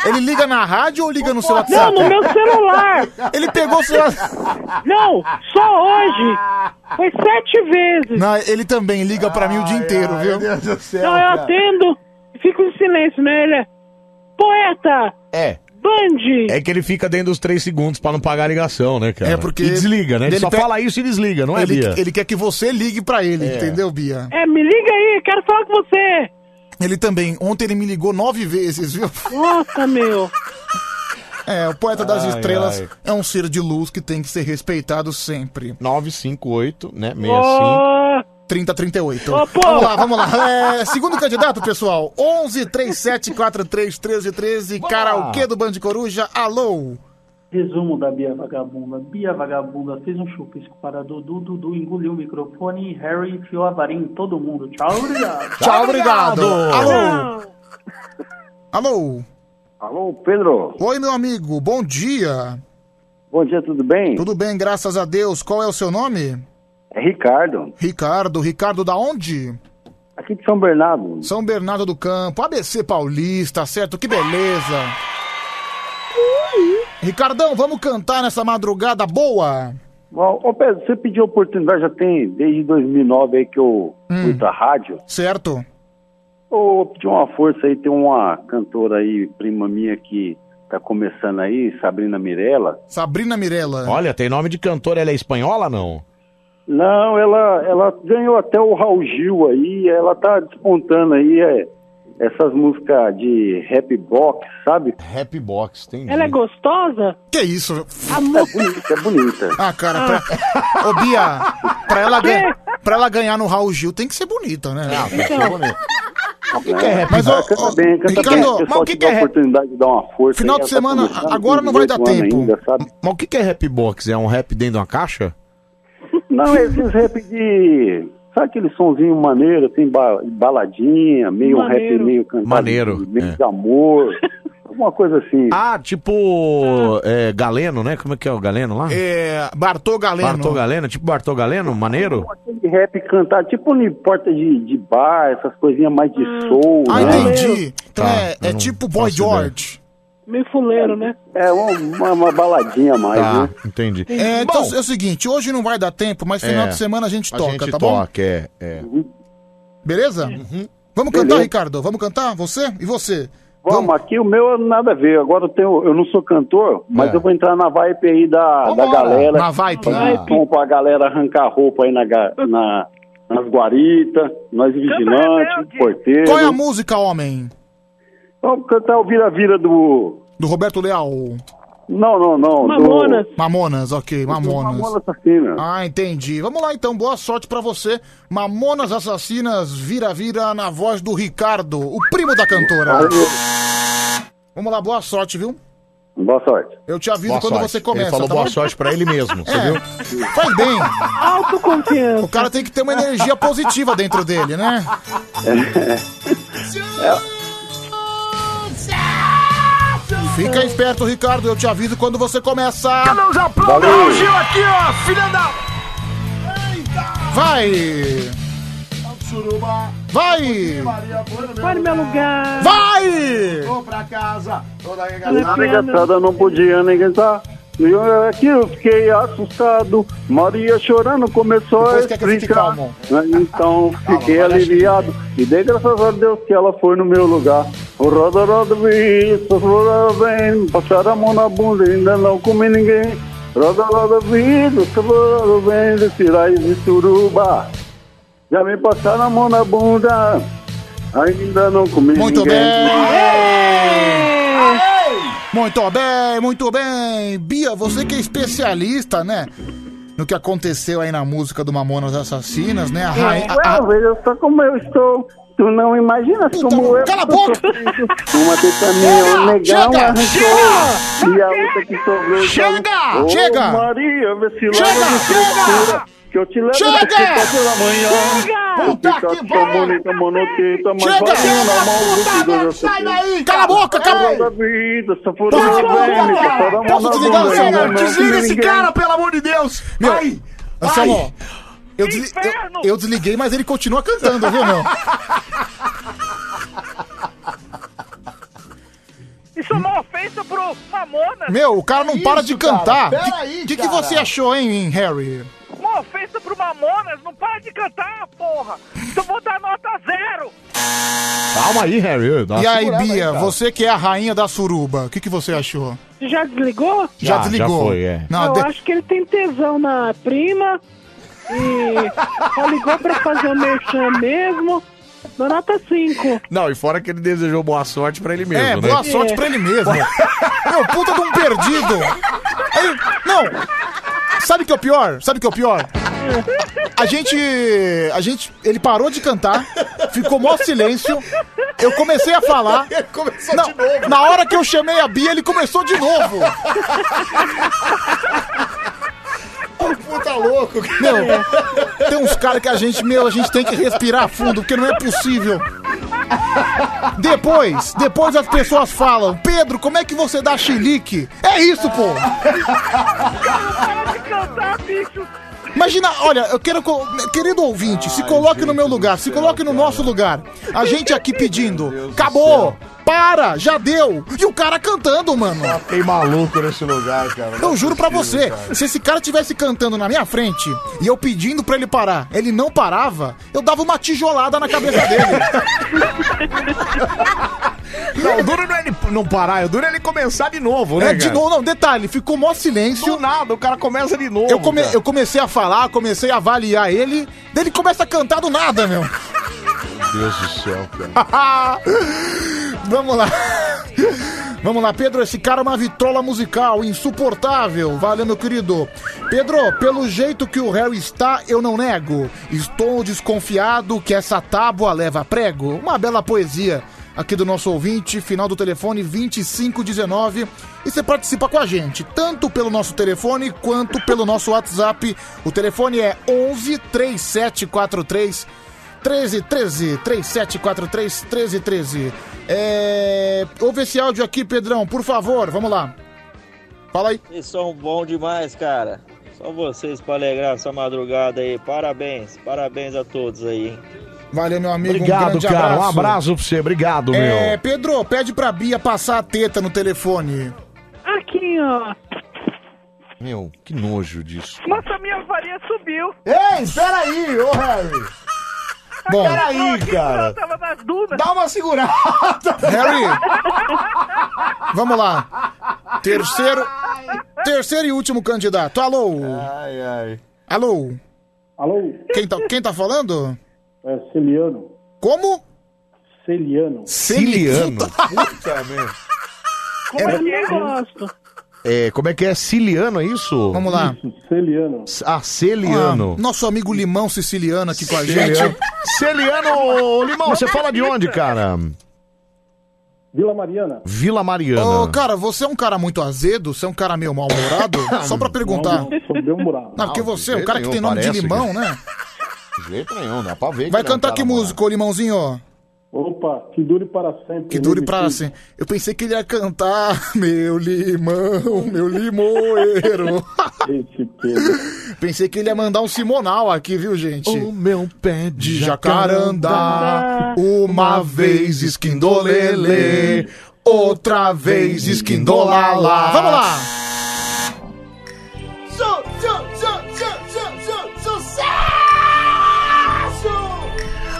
Speaker 3: Ele liga na rádio ou liga no seu
Speaker 9: Não,
Speaker 3: WhatsApp?
Speaker 9: no meu
Speaker 4: [laughs]
Speaker 9: celular.
Speaker 3: Ele pegou o celular.
Speaker 9: [laughs]
Speaker 3: [laughs]
Speaker 9: Não, só hoje. Foi sete vezes.
Speaker 3: Não, ele também liga pra mim o dia inteiro, viu? Meu Deus do céu.
Speaker 9: Não, eu atendo e fico em silêncio, né? Ele é poeta,
Speaker 1: É.
Speaker 9: Band.
Speaker 1: É que ele fica dentro dos três segundos pra não pagar a ligação, né, cara?
Speaker 3: É porque
Speaker 1: E desliga, né? Ele,
Speaker 3: ele
Speaker 1: só
Speaker 3: pe-
Speaker 1: fala isso e desliga, não é,
Speaker 3: ele,
Speaker 1: Bia?
Speaker 3: ele quer que você ligue pra ele,
Speaker 1: É.
Speaker 3: entendeu, Bia?
Speaker 9: É, me liga aí, quero falar com você.
Speaker 3: Ele também. Ontem ele me ligou nove vezes, viu?
Speaker 9: Nossa, meu.
Speaker 3: É, o poeta das
Speaker 1: Ai,
Speaker 3: estrelas
Speaker 1: ai.
Speaker 3: é um ser de luz que tem que ser respeitado sempre.
Speaker 1: 958, né?
Speaker 3: 3038.
Speaker 1: Ô, pô!
Speaker 3: Vamos lá, vamos lá. É, segundo candidato, pessoal. 11 37 43 13 13. Karaokê do Band Coruja. Alô?
Speaker 37: Resumo da Bia Vagabunda. Bia Vagabunda fez um chupisco para Dudu, Dudu engoliu o microfone e Harry enfiou a varinha em todo mundo. Tchau, obrigado.
Speaker 3: Tchau, obrigado.
Speaker 37: Alô.
Speaker 3: Alô? Alô?
Speaker 11: Alô, Pedro.
Speaker 3: Oi, meu amigo. Bom dia.
Speaker 11: Bom dia, tudo bem?
Speaker 3: Tudo bem, graças a Deus. Qual é o seu nome?
Speaker 11: É Ricardo.
Speaker 3: Ricardo. Ricardo da onde?
Speaker 11: Aqui de São Bernardo.
Speaker 3: São Bernardo do Campo. ABC Paulista, certo? Que beleza. Ricardão, vamos cantar nessa madrugada boa?
Speaker 11: Bom, ô Pedro, você pediu oportunidade, já tem desde 2009 aí que eu
Speaker 3: Hum.
Speaker 11: fui da rádio.
Speaker 3: Certo.
Speaker 11: Ô, pedi uma força aí, tem uma cantora aí, prima minha, que tá começando aí, Sabrina Mirella.
Speaker 3: Sabrina Mirella.
Speaker 1: Olha, tem nome de cantora, ela é espanhola, não?
Speaker 11: Não, ela, ela ganhou até o Raul Gil aí, ela tá despontando aí é, essas músicas de rap box, sabe?
Speaker 1: Rap box, tem.
Speaker 9: Ela é gostosa?
Speaker 3: Que isso?
Speaker 9: A mu-
Speaker 11: bonita, é bonita.
Speaker 3: Ah, cara, pra... Ô, Bia, pra ela, ganhar, pra ela ganhar no Raul Gil tem que ser bonita, né?
Speaker 11: Ah,
Speaker 3: tem
Speaker 9: Então.
Speaker 11: tem que ser bonita.
Speaker 3: O que, que é rap?
Speaker 11: Mas,
Speaker 3: Mas,
Speaker 11: ó,
Speaker 3: ó,
Speaker 11: canta
Speaker 3: ó,
Speaker 11: bem, canta
Speaker 3: Ricardo,
Speaker 11: bem. O
Speaker 3: mas
Speaker 11: pessoal
Speaker 3: o
Speaker 11: que
Speaker 3: que
Speaker 11: te
Speaker 3: que
Speaker 11: dá
Speaker 3: é
Speaker 11: a
Speaker 3: rap?
Speaker 11: oportunidade de dar uma força.
Speaker 3: Final
Speaker 11: aí,
Speaker 3: de
Speaker 11: ela tá
Speaker 3: semana,
Speaker 11: começando,
Speaker 3: agora não vai dar
Speaker 11: 18 anos
Speaker 3: tempo.
Speaker 11: ainda, sabe?
Speaker 1: Mas o que que é rap box? É um rap dentro de uma caixa?
Speaker 11: Não, esses rap de. Sabe aquele sonzinho maneiro, assim, ba- baladinha, meio um rap,
Speaker 1: Maneiro.
Speaker 11: meio cantado.
Speaker 1: Maneiro,
Speaker 11: Meio
Speaker 1: é.
Speaker 11: de amor. Alguma coisa assim.
Speaker 1: Ah, tipo é, Galeno, né? Como é que é o Galeno lá?
Speaker 3: É, Bartô Galeno.
Speaker 1: Bartô Galeno, tipo Bartô Galeno, maneiro?
Speaker 11: Aquele rap cantado, tipo em porta de, de bar, essas coisinhas mais de soul.
Speaker 3: Ah,
Speaker 11: né?
Speaker 3: entendi. Então
Speaker 11: Tá,
Speaker 3: é, é
Speaker 11: eu não
Speaker 3: tipo Boy
Speaker 11: faço ideia.
Speaker 3: George.
Speaker 9: Meio fuleiro, né?
Speaker 11: É uma, uma baladinha a mais, né?
Speaker 1: Tá, entendi.
Speaker 3: Tá. É, então é o seguinte, hoje não vai dar tempo, mas final
Speaker 1: É.
Speaker 3: de semana a gente toca, tá bom?
Speaker 1: toca, é, é.
Speaker 11: Uhum.
Speaker 3: Beleza?
Speaker 9: Uhum.
Speaker 3: Uhum. Vamos cantar,
Speaker 11: Beleza.
Speaker 3: Ricardo? Vamos cantar? Você e você?
Speaker 11: Vamos, aqui o meu é nada a ver. Agora eu, tenho, eu não sou cantor, mas
Speaker 3: É.
Speaker 11: eu vou entrar na vibe aí da, da
Speaker 3: Vambora.
Speaker 11: galera.
Speaker 3: Na vibe. né?
Speaker 11: Fazer um
Speaker 3: Vibe.
Speaker 11: som pra galera arrancar roupa aí na, ga- na- nas guaritas, nós vigilantes, um porteiro.
Speaker 3: Qual é a música, homem?
Speaker 11: Vamos cantar o vira-vira do.
Speaker 3: Do Roberto Leal.
Speaker 11: Não, não, não.
Speaker 3: Do... Mamonas, ok, Mamonas.
Speaker 11: Mamonas Assassinas.
Speaker 3: Ah, entendi. Vamos lá então, boa sorte pra você. Mamonas Assassinas, vira-vira na voz do Ricardo, o primo da cantora.
Speaker 11: Valeu.
Speaker 3: Vamos lá, boa sorte, viu?
Speaker 11: Boa sorte.
Speaker 3: Eu te aviso
Speaker 1: Boa
Speaker 3: Tá quando
Speaker 1: sorte.
Speaker 3: você começa.
Speaker 1: Ele falou
Speaker 3: tá
Speaker 1: boa
Speaker 3: bom?
Speaker 1: sorte pra ele mesmo, você
Speaker 3: É.
Speaker 11: [laughs]
Speaker 1: viu?
Speaker 3: Faz bem. Autoconfiança. O cara tem que ter uma energia positiva dentro dele, né?
Speaker 11: É,
Speaker 3: Fica esperto, Ricardo. Eu te aviso quando você começa. Cadê os
Speaker 4: aplausos? Valeu. Raul Gil
Speaker 3: aqui, ó, filha da... Vai! Vai!
Speaker 4: Vai no meu lugar!
Speaker 3: Vai!
Speaker 4: Vou pra casa!
Speaker 11: é Navega eu não podia nem cantar. E eu, aqui eu fiquei assustado. Maria chorando começou a
Speaker 21: Depois que é que eles
Speaker 11: explicar.
Speaker 21: ficam,
Speaker 11: então fiquei
Speaker 21: vai lá,
Speaker 11: aliviado. E dei graças a Deus que ela foi no meu lugar. O roda roda vista, roda vem. Passaram a mão na bunda e ainda não comi ninguém. Roda roda vista, roda vem. Desse raiz de suruba. Já me passaram a mão na bunda. Ainda não comi
Speaker 3: Muito
Speaker 11: ninguém.
Speaker 3: bem! Muito bem, muito bem! Bia, você que é especialista, né? No que aconteceu aí na música do Mamonas Assassinas, né? A rainha.
Speaker 11: Ué, veja só como eu estou. Tu não imaginas como eu Cala a boca! [laughs] Uma teta minha, um negão
Speaker 13: Chega!
Speaker 11: arranchou. E a outra que sobrou...
Speaker 13: Chega!
Speaker 11: falou, "Ô,
Speaker 13: Chega!
Speaker 11: Maria, vê se
Speaker 13: Chega!
Speaker 11: larga de frescura, Que eu te levo
Speaker 13: Chega!
Speaker 11: daqui até pela manhã.
Speaker 13: Chega!
Speaker 11: Vou
Speaker 13: Puta
Speaker 11: ficar
Speaker 13: que
Speaker 11: tão
Speaker 13: pariu!
Speaker 11: bonita, monoteta, mas
Speaker 13: Chega!
Speaker 11: vai
Speaker 13: Chega,
Speaker 11: na mão do que Deus já te deu.
Speaker 13: Cala a boca,
Speaker 11: Toda
Speaker 13: cara!
Speaker 11: vida, só por
Speaker 13: Posso-
Speaker 11: um bem,
Speaker 13: Posso-
Speaker 11: só por
Speaker 13: Posso
Speaker 11: uma
Speaker 13: desligar
Speaker 11: dor,
Speaker 13: o celular?
Speaker 11: não
Speaker 13: Desliga esse
Speaker 11: ninguém.
Speaker 13: cara,
Speaker 21: pelo amor de Deus!
Speaker 3: Meu,
Speaker 21: Ai!
Speaker 3: Anselmo, eu, desli- eu-
Speaker 21: Inferno!
Speaker 3: eu desliguei, mas ele continua cantando, viu, meu?
Speaker 9: Isso é uma ofensa pro Mamona.
Speaker 3: Meu, o cara não para de cantar.
Speaker 9: Peraí,
Speaker 3: O que, que você achou, hein, Harry?
Speaker 9: Uma ofensa pro Mamonas, não para de cantar, porra! Eu vou dar nota zero!
Speaker 12: Calma aí, Harry. dá uma
Speaker 3: e aí,
Speaker 12: segurada
Speaker 3: Bia,
Speaker 12: cara.
Speaker 3: você que é a rainha da suruba, o que, que você achou?
Speaker 32: Você já desligou?
Speaker 3: Já, desligou.
Speaker 12: é.
Speaker 3: Não,
Speaker 32: eu
Speaker 3: de-
Speaker 32: acho que ele tem tesão na prima
Speaker 3: [laughs]
Speaker 32: e só ligou pra fazer o merchan mesmo. Dou nota 5.
Speaker 1: Não, e fora que ele desejou boa sorte pra ele mesmo,
Speaker 3: É,
Speaker 1: né?
Speaker 3: boa sorte pra ele mesmo. Meu, puta de um perdido. Aí, não. Sabe o que é o pior? Sabe o que é o pior? A gente. A gente. Ele parou de cantar, ficou mó silêncio. Eu comecei a
Speaker 1: [laughs]
Speaker 3: falar.
Speaker 13: Ele
Speaker 3: começou de novo. Na hora que eu chamei a Bia, ele começou de novo.
Speaker 13: Puta louco,
Speaker 3: Meu, tem uns caras que a gente, meu, a gente tem que respirar fundo, porque não é possível. Depois, depois as pessoas falam, Pedro, como é que você dá chilique? É isso, pô! Imagina, olha, eu quero. co- Querido ouvinte, se coloque no meu lugar, se coloque no nosso lugar. A gente aqui pedindo, acabou! Para, já deu! E o cara cantando, mano!
Speaker 1: Fiquei maluco nesse lugar, cara.
Speaker 3: Eu juro pra você, se esse cara tivesse cantando na minha frente e eu pedindo pra ele parar, ele não parava, eu dava uma tijolada na cabeça dele.
Speaker 1: Não, o duro não é ele não parar, o duro é ele começar de novo, né?
Speaker 3: É, de
Speaker 1: cara?
Speaker 3: novo, não, detalhe, ficou mó silêncio. Do
Speaker 1: nada, o cara começa de novo.
Speaker 3: Eu, come-
Speaker 1: cara.
Speaker 3: eu comecei a falar, "Ah, comecei a avaliar ele, daí ele começa a cantar do nada, meu.
Speaker 1: Meu Deus do céu, cara.
Speaker 3: [laughs] Vamos lá. Vamos lá, Pedro, esse cara é uma vitrola musical insuportável. Valeu, meu querido. Pedro, pelo jeito que o Harry está, eu não nego. Estou desconfiado que essa tábua leva prego. Uma bela poesia aqui do nosso ouvinte, final do telefone 2519. E você participa com a gente, tanto pelo nosso telefone quanto pelo nosso WhatsApp. O telefone é 11 3743 1313 3743 1313. É. Ouve esse áudio aqui, Pedrão, por favor, vamos lá. Fala aí.
Speaker 30: Vocês são bom demais, cara. Só vocês pra alegrar essa madrugada aí. Parabéns, parabéns a todos aí. hein?
Speaker 3: Valeu, meu amigo.
Speaker 1: Obrigado,
Speaker 3: grande
Speaker 1: cara. Um abraço pra você. Obrigado,
Speaker 3: É,
Speaker 1: meu.
Speaker 3: Pedro, pede pra Bia passar a teta no telefone.
Speaker 32: Aqui, ó.
Speaker 1: Meu, que nojo disso.
Speaker 9: Nossa, minha varia subiu!
Speaker 1: Ei, peraí, ô Harry!
Speaker 3: Bom,
Speaker 1: peraí, cara. Dá uma segurada.
Speaker 3: Harry! Vamos lá. Terceiro. Terceiro e último candidato. Alô?
Speaker 1: Ai, ai.
Speaker 3: Alô?
Speaker 11: Alô?
Speaker 3: Quem tá, quem tá falando?
Speaker 11: É Celiano.
Speaker 3: Como?
Speaker 11: Celiano.
Speaker 1: Ciliano.
Speaker 3: [laughs]
Speaker 11: Puta
Speaker 1: merda.
Speaker 3: É
Speaker 11: é
Speaker 32: Como eu nem gosto.
Speaker 1: É, como é que é? Ciliano, é isso?
Speaker 3: Vamos lá.
Speaker 11: Celiano.
Speaker 1: Ah, Celiano.
Speaker 3: Ah, nosso amigo Limão Siciliano aqui com a
Speaker 1: Celiano.
Speaker 3: gente.
Speaker 1: Celiano, ô, Limão, você fala de onde, cara?
Speaker 11: Vila Mariana.
Speaker 1: Vila Mariana.
Speaker 3: Ô, cara, você é um cara muito azedo? Você é um cara meio
Speaker 1: [laughs]
Speaker 3: mal-humorado? Só pra perguntar.
Speaker 11: Sobre um buraco.
Speaker 3: Não, porque
Speaker 1: Não, de
Speaker 3: você é um
Speaker 1: jeito
Speaker 3: cara que
Speaker 1: nenhum,
Speaker 3: tem nome de
Speaker 1: parece que-
Speaker 3: limão, né?
Speaker 1: De jeito nenhum, dá pra ver. é
Speaker 3: Vai cantar que música, ô limãozinho?
Speaker 11: Opa, que dure para sempre.
Speaker 3: Que dure pra assim. Eu pensei que ele ia cantar [laughs] Meu limão, meu limoeiro. Pensei que ele ia mandar um simonal aqui, viu, gente? O
Speaker 1: meu pé
Speaker 3: de jacarandá, uma vez esquindolele, outra vez esquindolala. Vamos lá!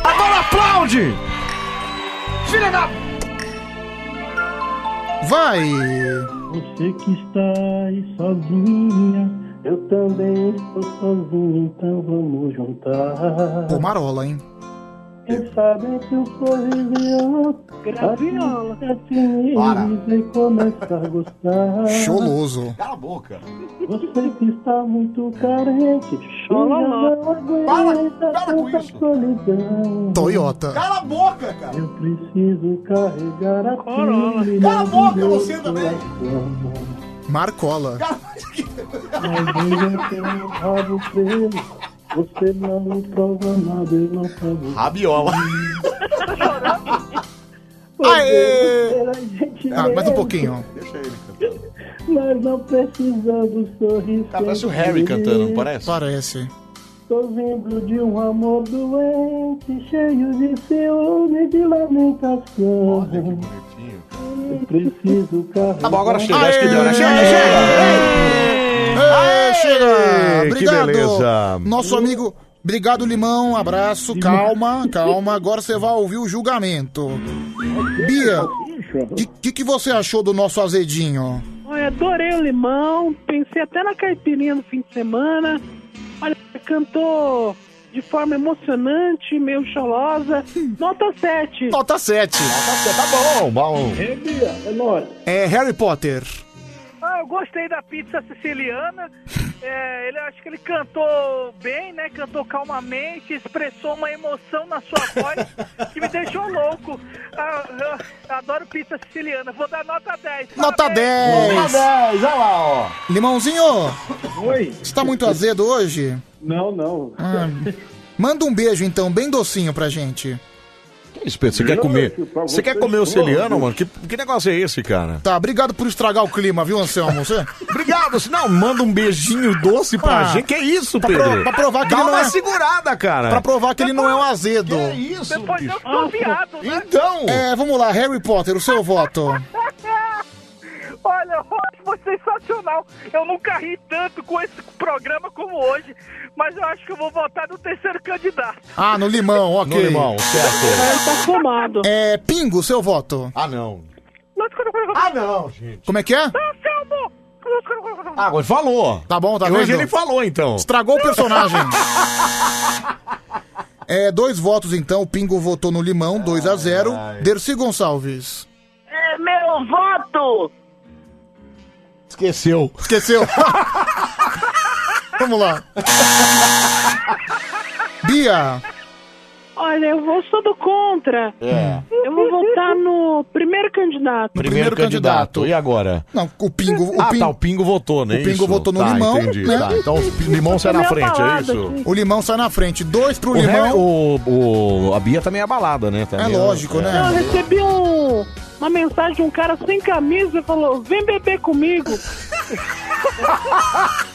Speaker 1: Responde!
Speaker 38: Filha da...
Speaker 3: Vai!
Speaker 4: Você que está aí sozinha, eu também estou sozinho, então vamos juntar.
Speaker 3: Pô, marola, hein?
Speaker 4: Quem sabe que eu sou idiota.
Speaker 38: Graviola.
Speaker 4: Para.
Speaker 32: é
Speaker 4: E
Speaker 32: tá
Speaker 4: começa a gostar.
Speaker 3: Choloso.
Speaker 1: Cala a boca.
Speaker 4: Você que está muito carente.
Speaker 38: Xololó.
Speaker 4: Para, para com isso. Solidão.
Speaker 3: Toyota.
Speaker 1: Cala a boca, cara.
Speaker 4: Eu preciso carregar a
Speaker 38: Corolla.
Speaker 4: pilha
Speaker 1: Cala a
Speaker 4: do
Speaker 1: boca,
Speaker 4: meu
Speaker 1: você também.
Speaker 4: coração.
Speaker 3: Marcola.
Speaker 4: Mas eu tenho o rabo preso. Você não me prova nada, eu não provo.
Speaker 1: Rabiola.
Speaker 4: é, Aê!
Speaker 3: Ah, mais um pouquinho.
Speaker 1: Deixa ele.
Speaker 4: Nós não precisamos sorrir.
Speaker 1: Cara, Tá, parece o
Speaker 4: sempre.
Speaker 1: Harry cantando, não parece?
Speaker 3: Parece.
Speaker 4: Tô vindo de um amor doente, cheio de ciúme e de lamentação. Olha que bonitinho. Eu preciso carregar.
Speaker 1: Tá bom, agora chega, acho que deu, né? Chega,
Speaker 3: Aê, chega!
Speaker 1: que
Speaker 3: Obrigado.
Speaker 1: beleza.
Speaker 3: Nosso amigo, obrigado, Limão. Abraço, calma, calma. Agora você vai ouvir o julgamento. Bia, o que, que, que você achou do nosso azedinho?
Speaker 39: Olha, adorei o limão, pensei até na caipirinha no fim de semana. Olha, cantou de forma emocionante, meio
Speaker 9: [laughs]
Speaker 39: cholosa. Nota 7.
Speaker 3: Nota 7.
Speaker 1: Tá bom, bom.
Speaker 4: É nóis.
Speaker 3: É Harry Potter.
Speaker 9: Ah, eu gostei da pizza
Speaker 39: [laughs]
Speaker 9: siciliana. É, ele acho que ele cantou bem, né? Cantou calmamente, expressou uma emoção na sua voz que me deixou louco. Ah, eu adoro pizza siciliana. Vou dar nota 10.
Speaker 3: Nota 10.
Speaker 1: Nota 10, olha lá, ó.
Speaker 3: Limãozinho,
Speaker 4: Oi.
Speaker 3: você tá muito azedo hoje?
Speaker 4: Não, não.
Speaker 3: Ah, manda um beijo, então, bem docinho pra gente.
Speaker 1: Espeto, você quer comer? Você quer comer o celiano, mano? Que, que negócio é esse, cara?
Speaker 3: Tá, obrigado por estragar o clima, viu, Anselmo? Você...
Speaker 1: [laughs] Obrigado, não, manda um beijinho doce pra
Speaker 3: Ah,
Speaker 1: gente. Que isso,
Speaker 3: pra
Speaker 1: Pedro?
Speaker 3: pro- pra provar que
Speaker 1: Dá
Speaker 3: ele não
Speaker 1: uma
Speaker 3: é-
Speaker 1: segurada, cara.
Speaker 3: Pra provar que ele não é um azedo.
Speaker 1: Que isso, Depois bicho?
Speaker 9: eu sou viado, né?
Speaker 1: Então!
Speaker 3: É, vamos lá, Harry Potter, o seu voto.
Speaker 9: [laughs] Olha, eu acho você é sensacional. Eu nunca ri tanto com esse programa como hoje, mas eu acho que eu vou votar no terceiro candidato.
Speaker 3: Ah, no limão, ok.
Speaker 1: No limão, certo.
Speaker 39: Tá fumado.
Speaker 3: É, Pingo, seu voto.
Speaker 1: Ah, não.
Speaker 9: Ah,
Speaker 1: não, gente.
Speaker 3: Como é que é?
Speaker 1: Ah, agora falou.
Speaker 3: Tá bom, tá
Speaker 1: E
Speaker 3: vendo?
Speaker 1: Hoje ele falou, então.
Speaker 3: Estragou o personagem. É, dois votos então, o Pingo votou no Limão, 2 a 0 Dercy Gonçalves.
Speaker 38: É meu voto!
Speaker 1: [laughs] Esqueceu.
Speaker 3: [laughs] Esqueceu. Vamos lá. Bia,
Speaker 39: Olha, eu vou sou do contra.
Speaker 1: É.
Speaker 39: Eu vou votar no primeiro candidato.
Speaker 1: Primeiro, candidato. E agora?
Speaker 3: Não, o Pingo. O
Speaker 1: ah,
Speaker 3: Pingo-
Speaker 1: tá, o Pingo votou, né?
Speaker 3: O Pingo
Speaker 1: Isso.
Speaker 3: votou no
Speaker 1: Tá,
Speaker 3: Limão,
Speaker 1: Entendi,
Speaker 3: né?
Speaker 1: tá. Então o Limão sai na frente, é isso?
Speaker 3: O Limão sai na frente. Dois pro
Speaker 1: O
Speaker 3: Limão.
Speaker 1: Harry- o, o- a Bia tá meio abalada, né? Tá
Speaker 3: É
Speaker 1: meio-
Speaker 3: lógico, né?
Speaker 39: Eu recebi um- uma mensagem de um cara sem camisa e falou: vem beber comigo.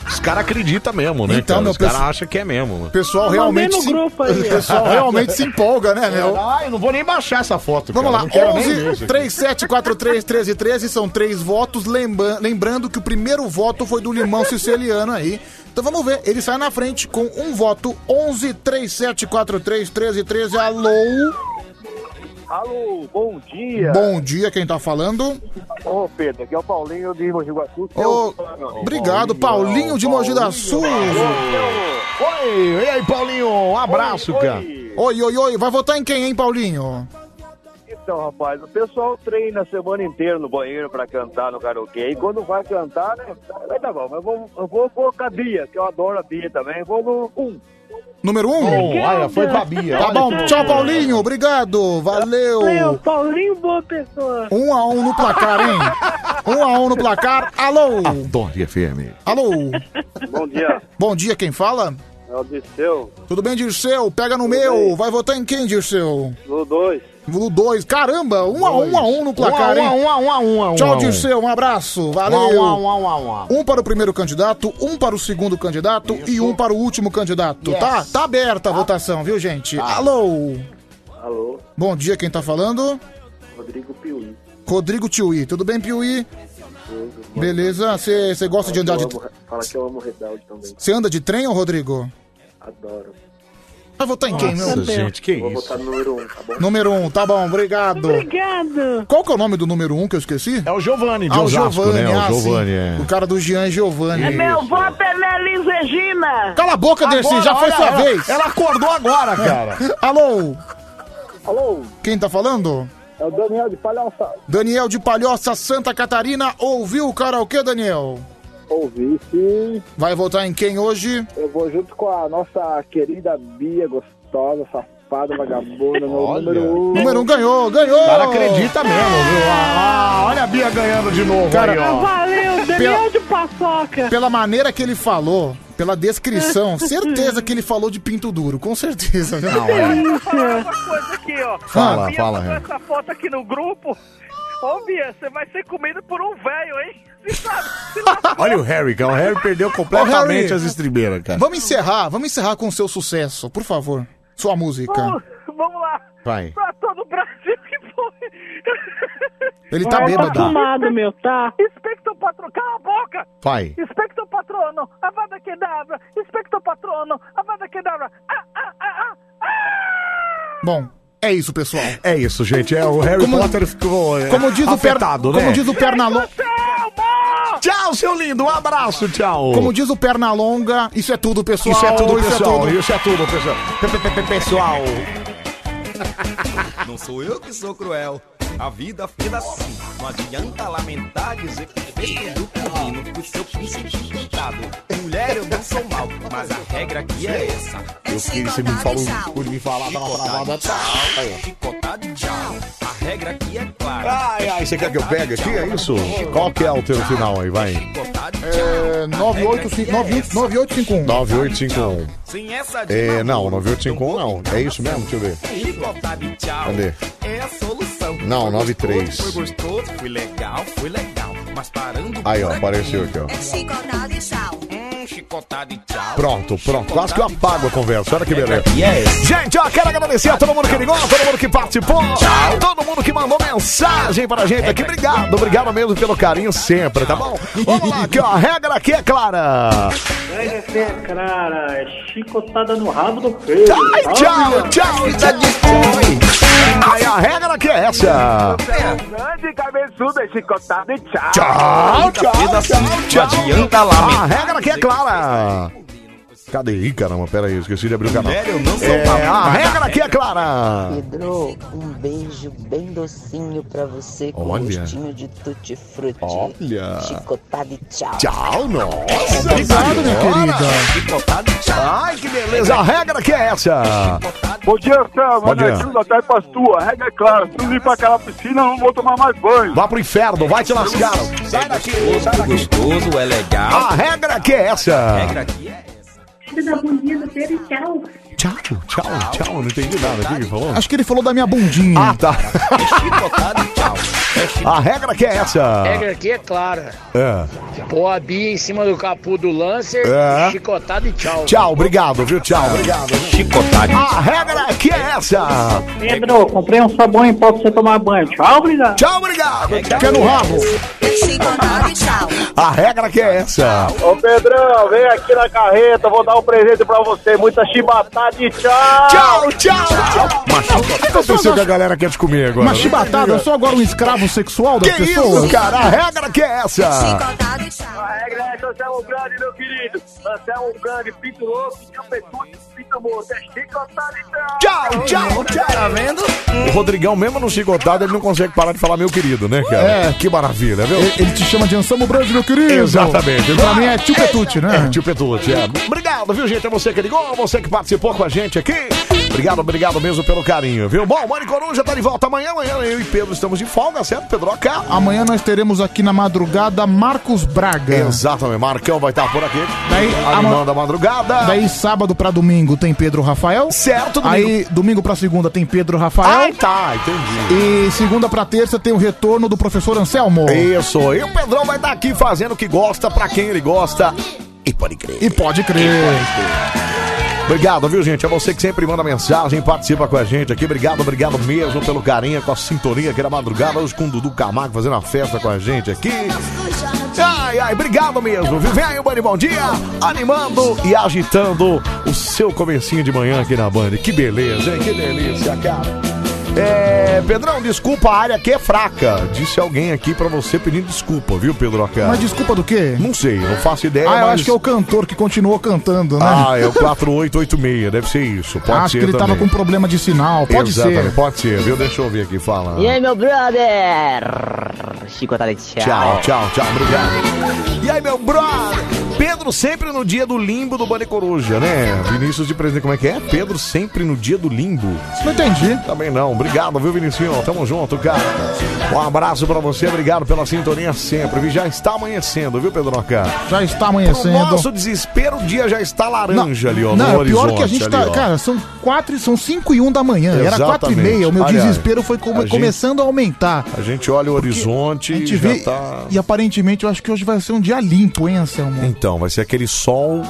Speaker 1: Os caras acreditam mesmo, né?
Speaker 3: Então,
Speaker 1: cara?
Speaker 3: meu,
Speaker 1: Os caras
Speaker 3: pessoal-
Speaker 1: acham que é mesmo. né?
Speaker 3: O pessoal
Speaker 39: Mandei
Speaker 3: realmente.
Speaker 39: no
Speaker 3: se-
Speaker 39: grupo aí, ó.
Speaker 3: [laughs] o pessoal realmente se empolga, né,
Speaker 1: É,
Speaker 3: meu?
Speaker 1: Ah, eu não vou nem baixar essa foto.
Speaker 3: Vamos lá,
Speaker 1: cara. Não quero nem ver
Speaker 3: 11
Speaker 1: isso aqui.
Speaker 3: 3743 1313 são três votos, lembra- lembrando que o primeiro voto foi do Limão Siciliano aí. Então vamos ver, ele sai na frente com um voto, 11 3743 1313. Alô?
Speaker 11: Alô, bom dia.
Speaker 3: Bom dia, quem tá falando?
Speaker 11: Ô, Pedro, aqui é o Paulinho de Mogi Guaçu.
Speaker 3: Ô, obrigado, Paulinho de Mogi da Sul.
Speaker 1: Oi, e aí, Paulinho? Um abraço,
Speaker 11: Oi, oi.
Speaker 1: cara.
Speaker 3: Oi, oi, oi, vai votar em quem, hein, Paulinho?
Speaker 11: Então, rapaz, o pessoal treina a semana inteira no banheiro pra cantar no karaokê. E quando vai cantar, né? Aí tá bom, mas eu vou, eu vou colocar Bia, que eu adoro a Bia também. Vou no um.
Speaker 3: Número um?
Speaker 1: Bom, olha, Oh, foi pra Bia.
Speaker 3: Tá
Speaker 1: Olha
Speaker 3: bom,
Speaker 1: que-
Speaker 3: tchau, Paulinho, obrigado,
Speaker 39: Meu,
Speaker 3: valeu.
Speaker 39: Paulinho, boa pessoa.
Speaker 3: Um a um no placar, hein? Um a um no placar, alô?
Speaker 1: Adore FM.
Speaker 3: Alô?
Speaker 11: Bom dia,
Speaker 3: Bom dia, quem fala?
Speaker 11: é o Disseu,
Speaker 3: Tudo bem, Dirceu? Pega no meu. Vai votar em quem, Dirceu?
Speaker 11: no 2.
Speaker 3: Lu 2. Caramba, 1 um a 1 um a um no placar,
Speaker 1: Um a um,
Speaker 3: hein?
Speaker 1: um a um, a um, a um, a
Speaker 3: Tchau,
Speaker 1: um.
Speaker 3: Dirceu. Um abraço.
Speaker 1: Um a um,
Speaker 3: Valeu.
Speaker 1: a um, a um, a um.
Speaker 3: Um para o primeiro candidato, um para o segundo candidato e um para o último candidato.
Speaker 1: Yes.
Speaker 3: Tá, tá aberta a votação, viu, gente? Alô?
Speaker 11: Alô,
Speaker 3: Bom dia, quem tá falando?
Speaker 11: Rodrigo Piuí.
Speaker 3: Rodrigo Tiuí. Tudo bem, Piuí? Beleza? Você gosta de andar de...
Speaker 11: Fala que eu amo Redaldo também.
Speaker 3: Você anda de trem, ô Rodrigo?
Speaker 11: Adoro.
Speaker 3: Vai votar em quem, meu?
Speaker 40: Nossa, gente, que Vou
Speaker 3: isso? Número 1, um, tá bom, obrigado. Obrigado. Qual que é o nome do número 1 um que eu esqueci? É o Giovanni,
Speaker 1: de
Speaker 3: ah, o
Speaker 1: Osasco,
Speaker 3: Giovanni,
Speaker 1: né? O
Speaker 3: ah, sim.
Speaker 1: Giovanni, é.
Speaker 3: O cara do Jean Giovanni.
Speaker 41: É meu voto é na Elis Regina.
Speaker 3: Cala a boca, Dercy,
Speaker 41: Agora,
Speaker 3: já foi
Speaker 41: olha,
Speaker 3: sua
Speaker 41: ela-
Speaker 3: vez. É.
Speaker 41: ela
Speaker 1: acordou agora, cara.
Speaker 3: [laughs] Alô,
Speaker 42: Alô,
Speaker 3: quem tá falando?
Speaker 42: é o Daniel de Palhaça.
Speaker 3: Daniel de Palhoça, Santa Catarina. Ouviu o karaokê, Daniel?
Speaker 42: Ouvi sim.
Speaker 3: Vai votar em quem hoje?
Speaker 42: Eu vou junto com a nossa querida Bia, gostosa, safada, vagabunda, no número um.
Speaker 3: Número 1 um ganhou, ganhou.
Speaker 42: cara acredita
Speaker 1: mesmo, viu? Ah, olha a Bia ganhando de novo
Speaker 3: Cara,
Speaker 1: aí, ó.
Speaker 41: Ah, Valeu, Daniel de Paçoca.
Speaker 3: Pela maneira que ele falou,
Speaker 41: [laughs]
Speaker 3: pela descrição, certeza que ele falou de pinto duro, com certeza. né?
Speaker 1: Não, é.
Speaker 9: Deixa eu falar uma coisa aqui, ó.
Speaker 3: Fala,
Speaker 9: A Bia
Speaker 3: fala,
Speaker 9: mandou
Speaker 3: Renan.
Speaker 9: essa foto aqui no grupo. Ô, Bia, você vai ser comido por um velho, hein? Você sabe? Se lascou.
Speaker 1: Olha o Harry, cara. O Harry perdeu
Speaker 3: Ô, Harry.
Speaker 1: completamente as estribeiras, cara.
Speaker 3: Vamos encerrar, vamos encerrar com o seu sucesso, por favor. Sua música.
Speaker 9: Vamos, vamos lá.
Speaker 1: Vai.
Speaker 9: Pra todo o Brasil que foi.
Speaker 3: Ele tá
Speaker 9: Vai,
Speaker 3: bêbado.
Speaker 9: tá fumado,
Speaker 41: meu, tá?
Speaker 9: Inspector patrono, cala a boca!
Speaker 1: Vai.
Speaker 9: Inspector patrono, avada kedavra! Inspector patrono, avada kedavra! Ah, ah, ah, ah!
Speaker 3: Bom, é isso, pessoal.
Speaker 1: É isso, gente. É, o Harry
Speaker 3: Como-
Speaker 1: Potter ficou é,
Speaker 3: Como diz o
Speaker 1: afetado,
Speaker 3: Perna,
Speaker 1: né?
Speaker 3: como diz o Pernalonga,
Speaker 1: Tchau, seu lindo. Um abraço, tchau.
Speaker 3: como diz o Pernalonga, isso é tudo, pessoal.
Speaker 1: Isso é tudo, pessoal.
Speaker 3: tudo.
Speaker 1: Isso é tudo, pessoal. Pessoal.
Speaker 4: [laughs] Não sou eu que sou cruel, a vida fez assim. Não adianta lamentar, dizer que é fez tudo por mim. Não fui seu príncipe encantado. Mulher, eu não sou mal, mas a regra aqui é essa.
Speaker 1: Eu queria que você me falou por me falar da palavra tal.
Speaker 4: Chicotado e tchau, a regra aqui é clara.
Speaker 1: Ai, ai, você quer que eu pegue aqui? É isso? Qual que é o teu final aí? Vai.
Speaker 3: É, 98 98 9851.
Speaker 1: 9851.
Speaker 4: Sem essa de
Speaker 1: É, não, 9851 não. É isso mesmo? Deixa eu ver.
Speaker 4: Chicotado e tchau
Speaker 1: Cadê?
Speaker 4: é a solução.
Speaker 1: Não,
Speaker 4: Foi
Speaker 1: 93.
Speaker 4: gostoso, Foi gostoso, foi legal, foi legal. Mas parando
Speaker 1: Aí, ó,
Speaker 4: por
Speaker 1: apareceu aqui, ó.
Speaker 4: É chicotado e tchau. Hum, chicotado e tchau.
Speaker 1: Pronto, pronto. Quase que eu apago a conversa. Olha que beleza.
Speaker 4: Yes.
Speaker 1: Gente, ó, quero agradecer a todo mundo que ligou, a todo mundo que participou, a todo mundo que mandou mensagem pra gente aqui. Obrigado, obrigado mesmo pelo carinho sempre, tá bom? Vamos lá, aqui, ó. A regra aqui é clara.
Speaker 43: É, cara, é chicotada no rabo do peito.
Speaker 1: Ai, tchau, tchau, tchau. Aí, a regra aqui é essa.
Speaker 4: Grande cabeçuda, é chicotado e tchau.
Speaker 1: Tchau, tchau, tchau, tchau.
Speaker 4: Não adianta lá.
Speaker 1: A regra aqui é clara. Cadê? Ih, caramba, pera aí, esqueci de abrir o canal. É, a regra aqui é clara.
Speaker 44: Pedro, um beijo bem docinho pra você com
Speaker 1: Olha.
Speaker 44: gostinho de tutti-frutti.
Speaker 1: Olha.
Speaker 44: Chicotado e tchau.
Speaker 1: Tchau, nossa.
Speaker 44: Obrigado, minha
Speaker 1: senhora.
Speaker 44: querida.
Speaker 1: Ai, que beleza. A regra aqui é essa.
Speaker 4: Bom dia, né? Sam.
Speaker 1: Bom dia.
Speaker 4: Boa tarde pra tua. A regra é clara. Se não ir pra aquela piscina, eu não vou tomar mais banho.
Speaker 1: Vá pro inferno, vai te lascar. Sai daqui, sai daqui.
Speaker 4: Gostoso, é legal.
Speaker 1: A regra aqui é essa.
Speaker 45: Da bundinha do Pedro, tchau.
Speaker 1: Tchau, tchau, tchau. Não entendi nada. O que ele falou?
Speaker 3: Acho que ele falou da minha bundinha.
Speaker 1: Ah,
Speaker 3: [laughs]
Speaker 1: tá. A regra aqui é essa.
Speaker 46: A regra aqui é clara.
Speaker 1: É.
Speaker 46: Pô a Bia em cima do capô do Lancer,
Speaker 1: É.
Speaker 46: chicotado e tchau.
Speaker 1: Tchau, obrigado, viu? Tchau, obrigado. Chicotade. A regra aqui é essa.
Speaker 43: Pedro, comprei um sabão em pó pra você tomar banho. Tchau, obrigado.
Speaker 1: Tchau, obrigado.
Speaker 4: É
Speaker 1: Fica no rabo. A regra que é essa.
Speaker 4: Ô Pedrão, vem aqui na carreta, vou dar um presente pra você. Muita chibatada e tchau!
Speaker 1: Tchau, tchau, tchau! O que aconteceu que a galera quer te comer agora? né?
Speaker 3: Uma chibatada, eu sou agora um escravo sexual das
Speaker 1: Que
Speaker 3: pessoas?
Speaker 1: isso, cara? A regra que é essa.
Speaker 4: A regra é que eu sou um grande, meu querido. Você é um grande, pinto louco, campetudo, pinto morto. É chicotada e tchau!
Speaker 1: Tchau, tchau, tchau! Tá vendo? O Rodrigão, mesmo no chicotado, ele não consegue parar de falar meu querido, né, cara?
Speaker 3: É.
Speaker 1: Que maravilha, viu?
Speaker 3: Ele ele te chama de Anselmo Brand, meu querido.
Speaker 1: Exatamente.
Speaker 3: Pra mim é tio Petute, né?
Speaker 1: É, tio Petute, é. Obrigado, viu, gente? É você que ligou, você que participou com a gente aqui. Obrigado, obrigado mesmo pelo carinho, viu? Bom, Mari Coruja tá de volta amanhã. Amanhã eu e Pedro estamos de folga, certo, Pedroca?
Speaker 3: Amanhã nós teremos aqui na madrugada Marcos Braga.
Speaker 1: Exatamente, Marcão vai estar por aqui.
Speaker 3: É. Daí,
Speaker 1: animando
Speaker 3: ama-
Speaker 1: da madrugada.
Speaker 3: Daí sábado pra domingo tem Pedro Rafael.
Speaker 1: Certo, domingo.
Speaker 3: Aí domingo pra segunda tem Pedro Rafael.
Speaker 1: Ah, tá, entendi.
Speaker 3: E segunda pra terça tem o retorno do professor Anselmo.
Speaker 1: Isso, e o Pedrão vai estar aqui fazendo o que gosta, pra quem ele gosta. E pode crer.
Speaker 3: E pode crer.
Speaker 1: Obrigado, viu, gente? É você que sempre manda mensagem, participa com a gente aqui. Obrigado, obrigado mesmo pelo carinho, com a sintonia aqui na madrugada. Hoje com o Dudu Camargo fazendo a festa com a gente aqui. Ai, ai, obrigado mesmo. Viu? Vem aí o Band Bom Dia, animando e agitando o seu comecinho de manhã aqui na Band. Que beleza, hein? Que delícia, cara. É, Pedrão, desculpa, a área aqui é fraca. Disse alguém aqui pra você pedindo desculpa, viu, Pedro? Cara?
Speaker 21: Mas desculpa do quê?
Speaker 1: Não sei, eu faço ideia.
Speaker 21: Ah, eu
Speaker 1: mas-
Speaker 21: acho que é o cantor que continuou cantando, né?
Speaker 3: [laughs]
Speaker 1: Ah, é o 4886, deve ser isso. Pode
Speaker 21: acho
Speaker 1: ser
Speaker 21: que ele
Speaker 1: também.
Speaker 21: tava com problema de sinal. Pode
Speaker 1: Exatamente,
Speaker 21: ser.
Speaker 1: pode ser, viu? Deixa eu ver aqui, fala.
Speaker 18: E aí, meu brother? Chicotada de tchau.
Speaker 1: Tchau, tchau, tchau, obrigado. E aí, meu brother? Pedro sempre no dia do limbo do Bande Coruja, né? Vinícius de Presidente, como é que é? Pedro sempre no dia do limbo.
Speaker 21: Não entendi.
Speaker 1: Também não. Obrigado, viu, Vinicinho? Tamo junto, cara. Um abraço pra você, obrigado pela sintonia sempre. viu? Já está amanhecendo, viu, Pedroca?
Speaker 21: Já está
Speaker 1: Pro
Speaker 21: amanhecendo.
Speaker 1: nosso desespero, o dia já está laranja ali, ó.
Speaker 21: Não,
Speaker 1: no
Speaker 21: é pior que a
Speaker 1: horizonte
Speaker 21: gente
Speaker 1: ali,
Speaker 21: tá.
Speaker 1: ó.
Speaker 21: Cara, são quatro, e- são cinco e um da manhã. Era quatro e
Speaker 1: Exatamente.
Speaker 21: meia. O meu
Speaker 1: Aliás,
Speaker 21: desespero foi come-
Speaker 1: a gente-
Speaker 21: começando a aumentar.
Speaker 1: A gente olha o horizonte
Speaker 21: A gente
Speaker 1: e já
Speaker 21: vê.
Speaker 1: tá...
Speaker 21: E aparentemente eu acho que hoje vai ser um dia limpo, hein, Anselmo?
Speaker 1: Então, vai ser aquele sol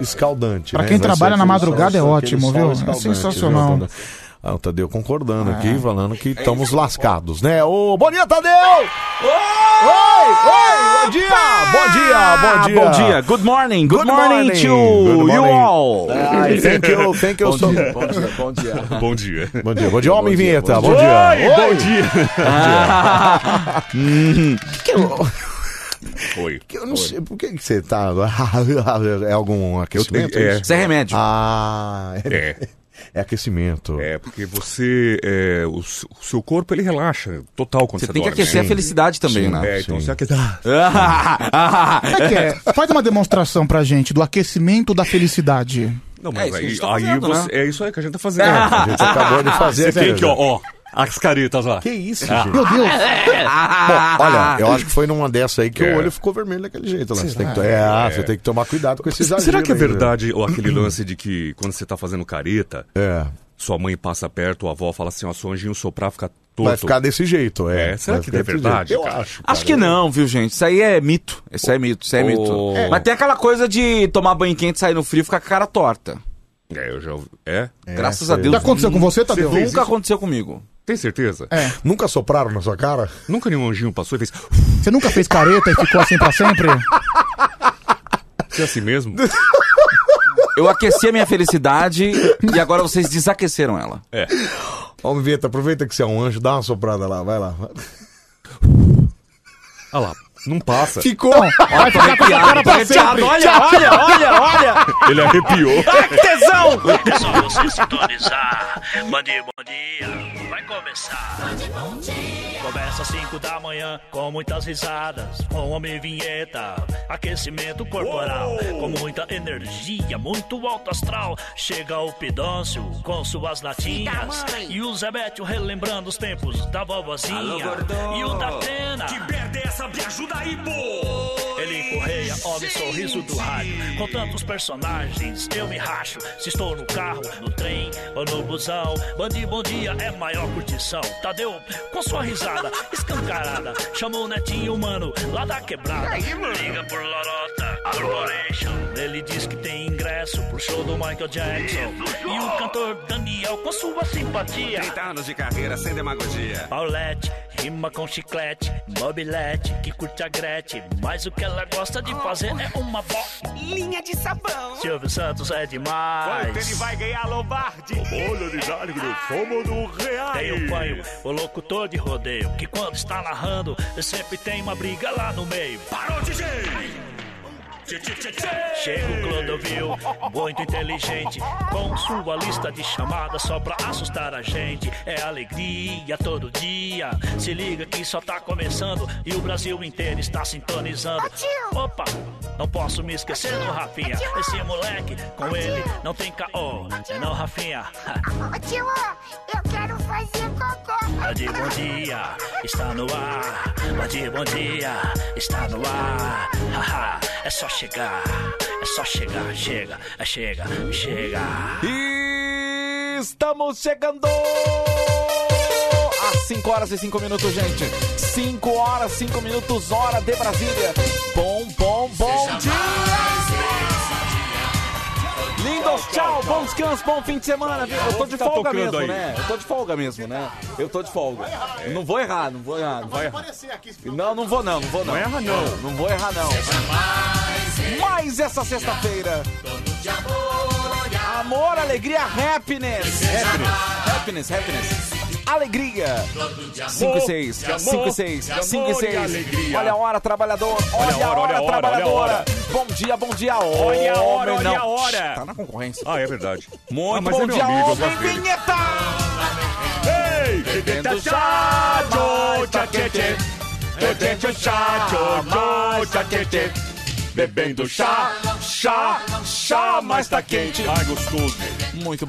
Speaker 1: escaldante.
Speaker 21: Pra
Speaker 1: né?
Speaker 21: quem
Speaker 1: Vai ser
Speaker 21: trabalha na
Speaker 1: aquele
Speaker 21: madrugada é
Speaker 1: sol-
Speaker 21: ótimo,
Speaker 1: aquele
Speaker 21: viu?
Speaker 1: sol
Speaker 21: É
Speaker 1: escaldante,
Speaker 21: sensacional.
Speaker 1: viu, Tadeu? Ah, o Tadeu concordando
Speaker 21: É.
Speaker 23: Ah.
Speaker 1: aqui, falando que estamos lascados, né? Ô, bom dia, Tadeu! Oi! Oi! Bom dia! Bom dia, bom dia!
Speaker 23: Ah, Bom dia. Good morning. Good, morning, to
Speaker 1: Good
Speaker 23: you
Speaker 1: morning.
Speaker 23: all.
Speaker 1: Ai, thank you, thank you so
Speaker 23: bom dia, bom dia.
Speaker 14: [laughs] Bom dia.
Speaker 1: Bom dia, bom dia,
Speaker 23: Bom
Speaker 1: homem
Speaker 23: dia,
Speaker 1: vinheta.
Speaker 23: bom
Speaker 1: Bom
Speaker 23: dia.
Speaker 1: dia.
Speaker 23: Oi, bom
Speaker 1: [laughs]
Speaker 23: dia. Ah. Hum.
Speaker 1: que eu...
Speaker 14: Oi.
Speaker 1: Que eu não sei, por que que você tá... [laughs] é algum aquecimento? tá-
Speaker 14: é. Isso é
Speaker 1: remédio. Ah, é. É aquecimento.
Speaker 14: É, porque você. é, o, s- o seu corpo ele relaxa total quando
Speaker 23: Você
Speaker 14: você,
Speaker 23: tem que
Speaker 14: dorme,
Speaker 23: aquecer
Speaker 14: né?
Speaker 23: a felicidade também,
Speaker 14: Sim,
Speaker 23: né?
Speaker 14: É, então
Speaker 23: Sim. [laughs]
Speaker 14: você aquece. Ah,
Speaker 3: ah,
Speaker 21: Como é que é?
Speaker 1: [laughs]
Speaker 21: Faz uma demonstração pra gente do aquecimento da felicidade.
Speaker 14: Não,
Speaker 23: É
Speaker 14: mas
Speaker 23: isso que a
Speaker 14: aí, aí
Speaker 23: gente tá fazendo,
Speaker 14: você.
Speaker 23: né?
Speaker 14: É isso aí que a gente tá [laughs] fazendo.
Speaker 23: É, a gente acabou de fazer,
Speaker 14: Você tem
Speaker 23: né,
Speaker 14: que, ó, ó, as caretas lá.
Speaker 1: Que isso,
Speaker 14: Ah.
Speaker 1: gente?
Speaker 14: Meu [laughs]
Speaker 21: Deus.
Speaker 1: Bom, olha, eu acho que foi numa dessa aí que
Speaker 14: Ah. É.
Speaker 1: o olho ficou vermelho daquele jeito lá. Você
Speaker 14: Será?
Speaker 1: tem, que, to- é, ah,
Speaker 14: É.
Speaker 1: você tem que tomar cuidado com esses
Speaker 14: Será que é verdade ou aquele lance de que quando você tá fazendo careta, sua mãe passa perto, a avó fala assim, ó, seu anjinho soprar fica torto.
Speaker 1: Vai ficar desse jeito, é.
Speaker 14: É, será
Speaker 1: Vai
Speaker 14: que
Speaker 1: ficar
Speaker 14: é
Speaker 1: desse jeito.
Speaker 14: verdade?
Speaker 1: Eu
Speaker 14: cara?
Speaker 1: acho.
Speaker 23: Acho que não, viu, gente? Isso aí é mito. Isso aí é mito, isso aí é
Speaker 14: Oh.
Speaker 23: mito.
Speaker 14: É.
Speaker 23: Mas tem aquela coisa de tomar banho quente, sair no frio e ficar com a cara torta.
Speaker 14: É, eu já ouvi. É?
Speaker 23: Graças a Deus. Nunca
Speaker 14: Nunca aconteceu.
Speaker 23: aconteceu comigo.
Speaker 14: Tem certeza?
Speaker 21: É.
Speaker 1: Nunca sopraram na sua cara?
Speaker 14: Nunca nenhum anjinho passou e fez.
Speaker 21: Você nunca fez careta e ficou assim pra sempre?
Speaker 14: [laughs] "Você É assim mesmo?
Speaker 23: Eu aqueci a minha felicidade e agora vocês desaqueceram ela.
Speaker 14: É.
Speaker 1: Ó, Vieta, aproveita que você é um anjo, dá uma soprada lá, vai lá.
Speaker 14: Olha lá, não passa.
Speaker 1: Ficou.
Speaker 23: Olha, tô arrepiado, tô arrepiado. Olha, olha, olha, olha.
Speaker 14: Ele arrepiou.
Speaker 23: Ai, que tesão!
Speaker 13: Só você sintonizar. Mande bom dia, vai começar. Começa às 5 da manhã com muitas risadas, com um homem vinheta, aquecimento corporal, com muita energia, muito alto astral. Chega o Pidócio com suas latinhas e o Zé Bétio relembrando os tempos da vovozinha e o da Atena. Que perde
Speaker 14: é
Speaker 13: essa, me ajuda aí, pô! Ele correia, homem sorriso do rádio, com tantos personagens eu me racho. Se estou no carro, no trem ou no busão, Bandi Bom Dia é maior curtição. Tadeu, com sua risada escancarada, chamou o netinho, mano, lá da quebrada. Liga por Lorota Corporation. Ele diz que tem ingresso pro show do Michael Jackson. E o cantor Daniel, com sua simpatia.
Speaker 16: 30 anos de carreira sem demagogia.
Speaker 13: Paulette, rima com chiclete, mobilete, que curte a Gretchen. Mas o que ela gosta de fazer é uma bola.
Speaker 16: Linha de sabão.
Speaker 13: Silvio Santos é
Speaker 16: Ele
Speaker 13: demais.
Speaker 16: vai ganhar Lombardi.
Speaker 13: Olho de Zagre, somos do Real. Tem o Panho, o locutor de rodeio, que quando está narrando, sempre tem uma briga lá no meio. Parou, DJ! Chega o Clodovil, muito inteligente, com sua lista de chamadas só pra assustar a gente. É alegria todo dia. Se liga que só tá começando e o Brasil inteiro está sintonizando. Opa, não posso me esquecer do Rafinha. Esse moleque, com ele, não tem caô. É não, Rafinha. [laughs]
Speaker 47: tio, eu quero fazer cocô.
Speaker 13: Bom dia, bom dia, está no ar. Bom dia, bom dia, está no ar. Haha, é só chegar, é só chegar, chega, é chega, chega.
Speaker 23: Estamos chegando às 5 horas e 5 minutos, gente. 5 horas, 5 minutos, hora de Brasília. Bom, bom, bom dia! Lindos, tchau, bom
Speaker 14: descanso, bom fim de semana. viu? Eu tô de
Speaker 4: ficar
Speaker 14: folga
Speaker 4: Tá tocando
Speaker 14: mesmo,
Speaker 4: aí.
Speaker 14: né? Eu tô de folga mesmo, né? Eu tô de folga. Não vou errar, não vou errar. Não, vou errar. não, não vou não, não vou não.
Speaker 4: Não erra, não.
Speaker 14: Não vou errar não. Mas essa sexta-feira. Amor, alegria, happiness. Happiness, happiness, happiness. Alegria. 5 e 6, 5 e 6, 5 e 6. Olha a hora, trabalhador. Olha a hora,
Speaker 4: olha a É hora, olha a
Speaker 14: trabalhadora.
Speaker 4: hora.
Speaker 14: Bom dia, bom dia.
Speaker 4: Olha a hora,
Speaker 14: homem,
Speaker 4: olha
Speaker 14: não.
Speaker 4: a hora.
Speaker 14: Tá na concorrência.
Speaker 4: Ah, é verdade. Muito
Speaker 14: bom dia, homem,
Speaker 4: vinheta! Ei, vinheta
Speaker 14: chato,
Speaker 4: tchá, tchê, tchê. Bebendo chá, tchô, tchô, tchá, tchê, tchê. Bebendo chá, chá, chá, mas tá quente. Ai, gostoso.
Speaker 14: Muito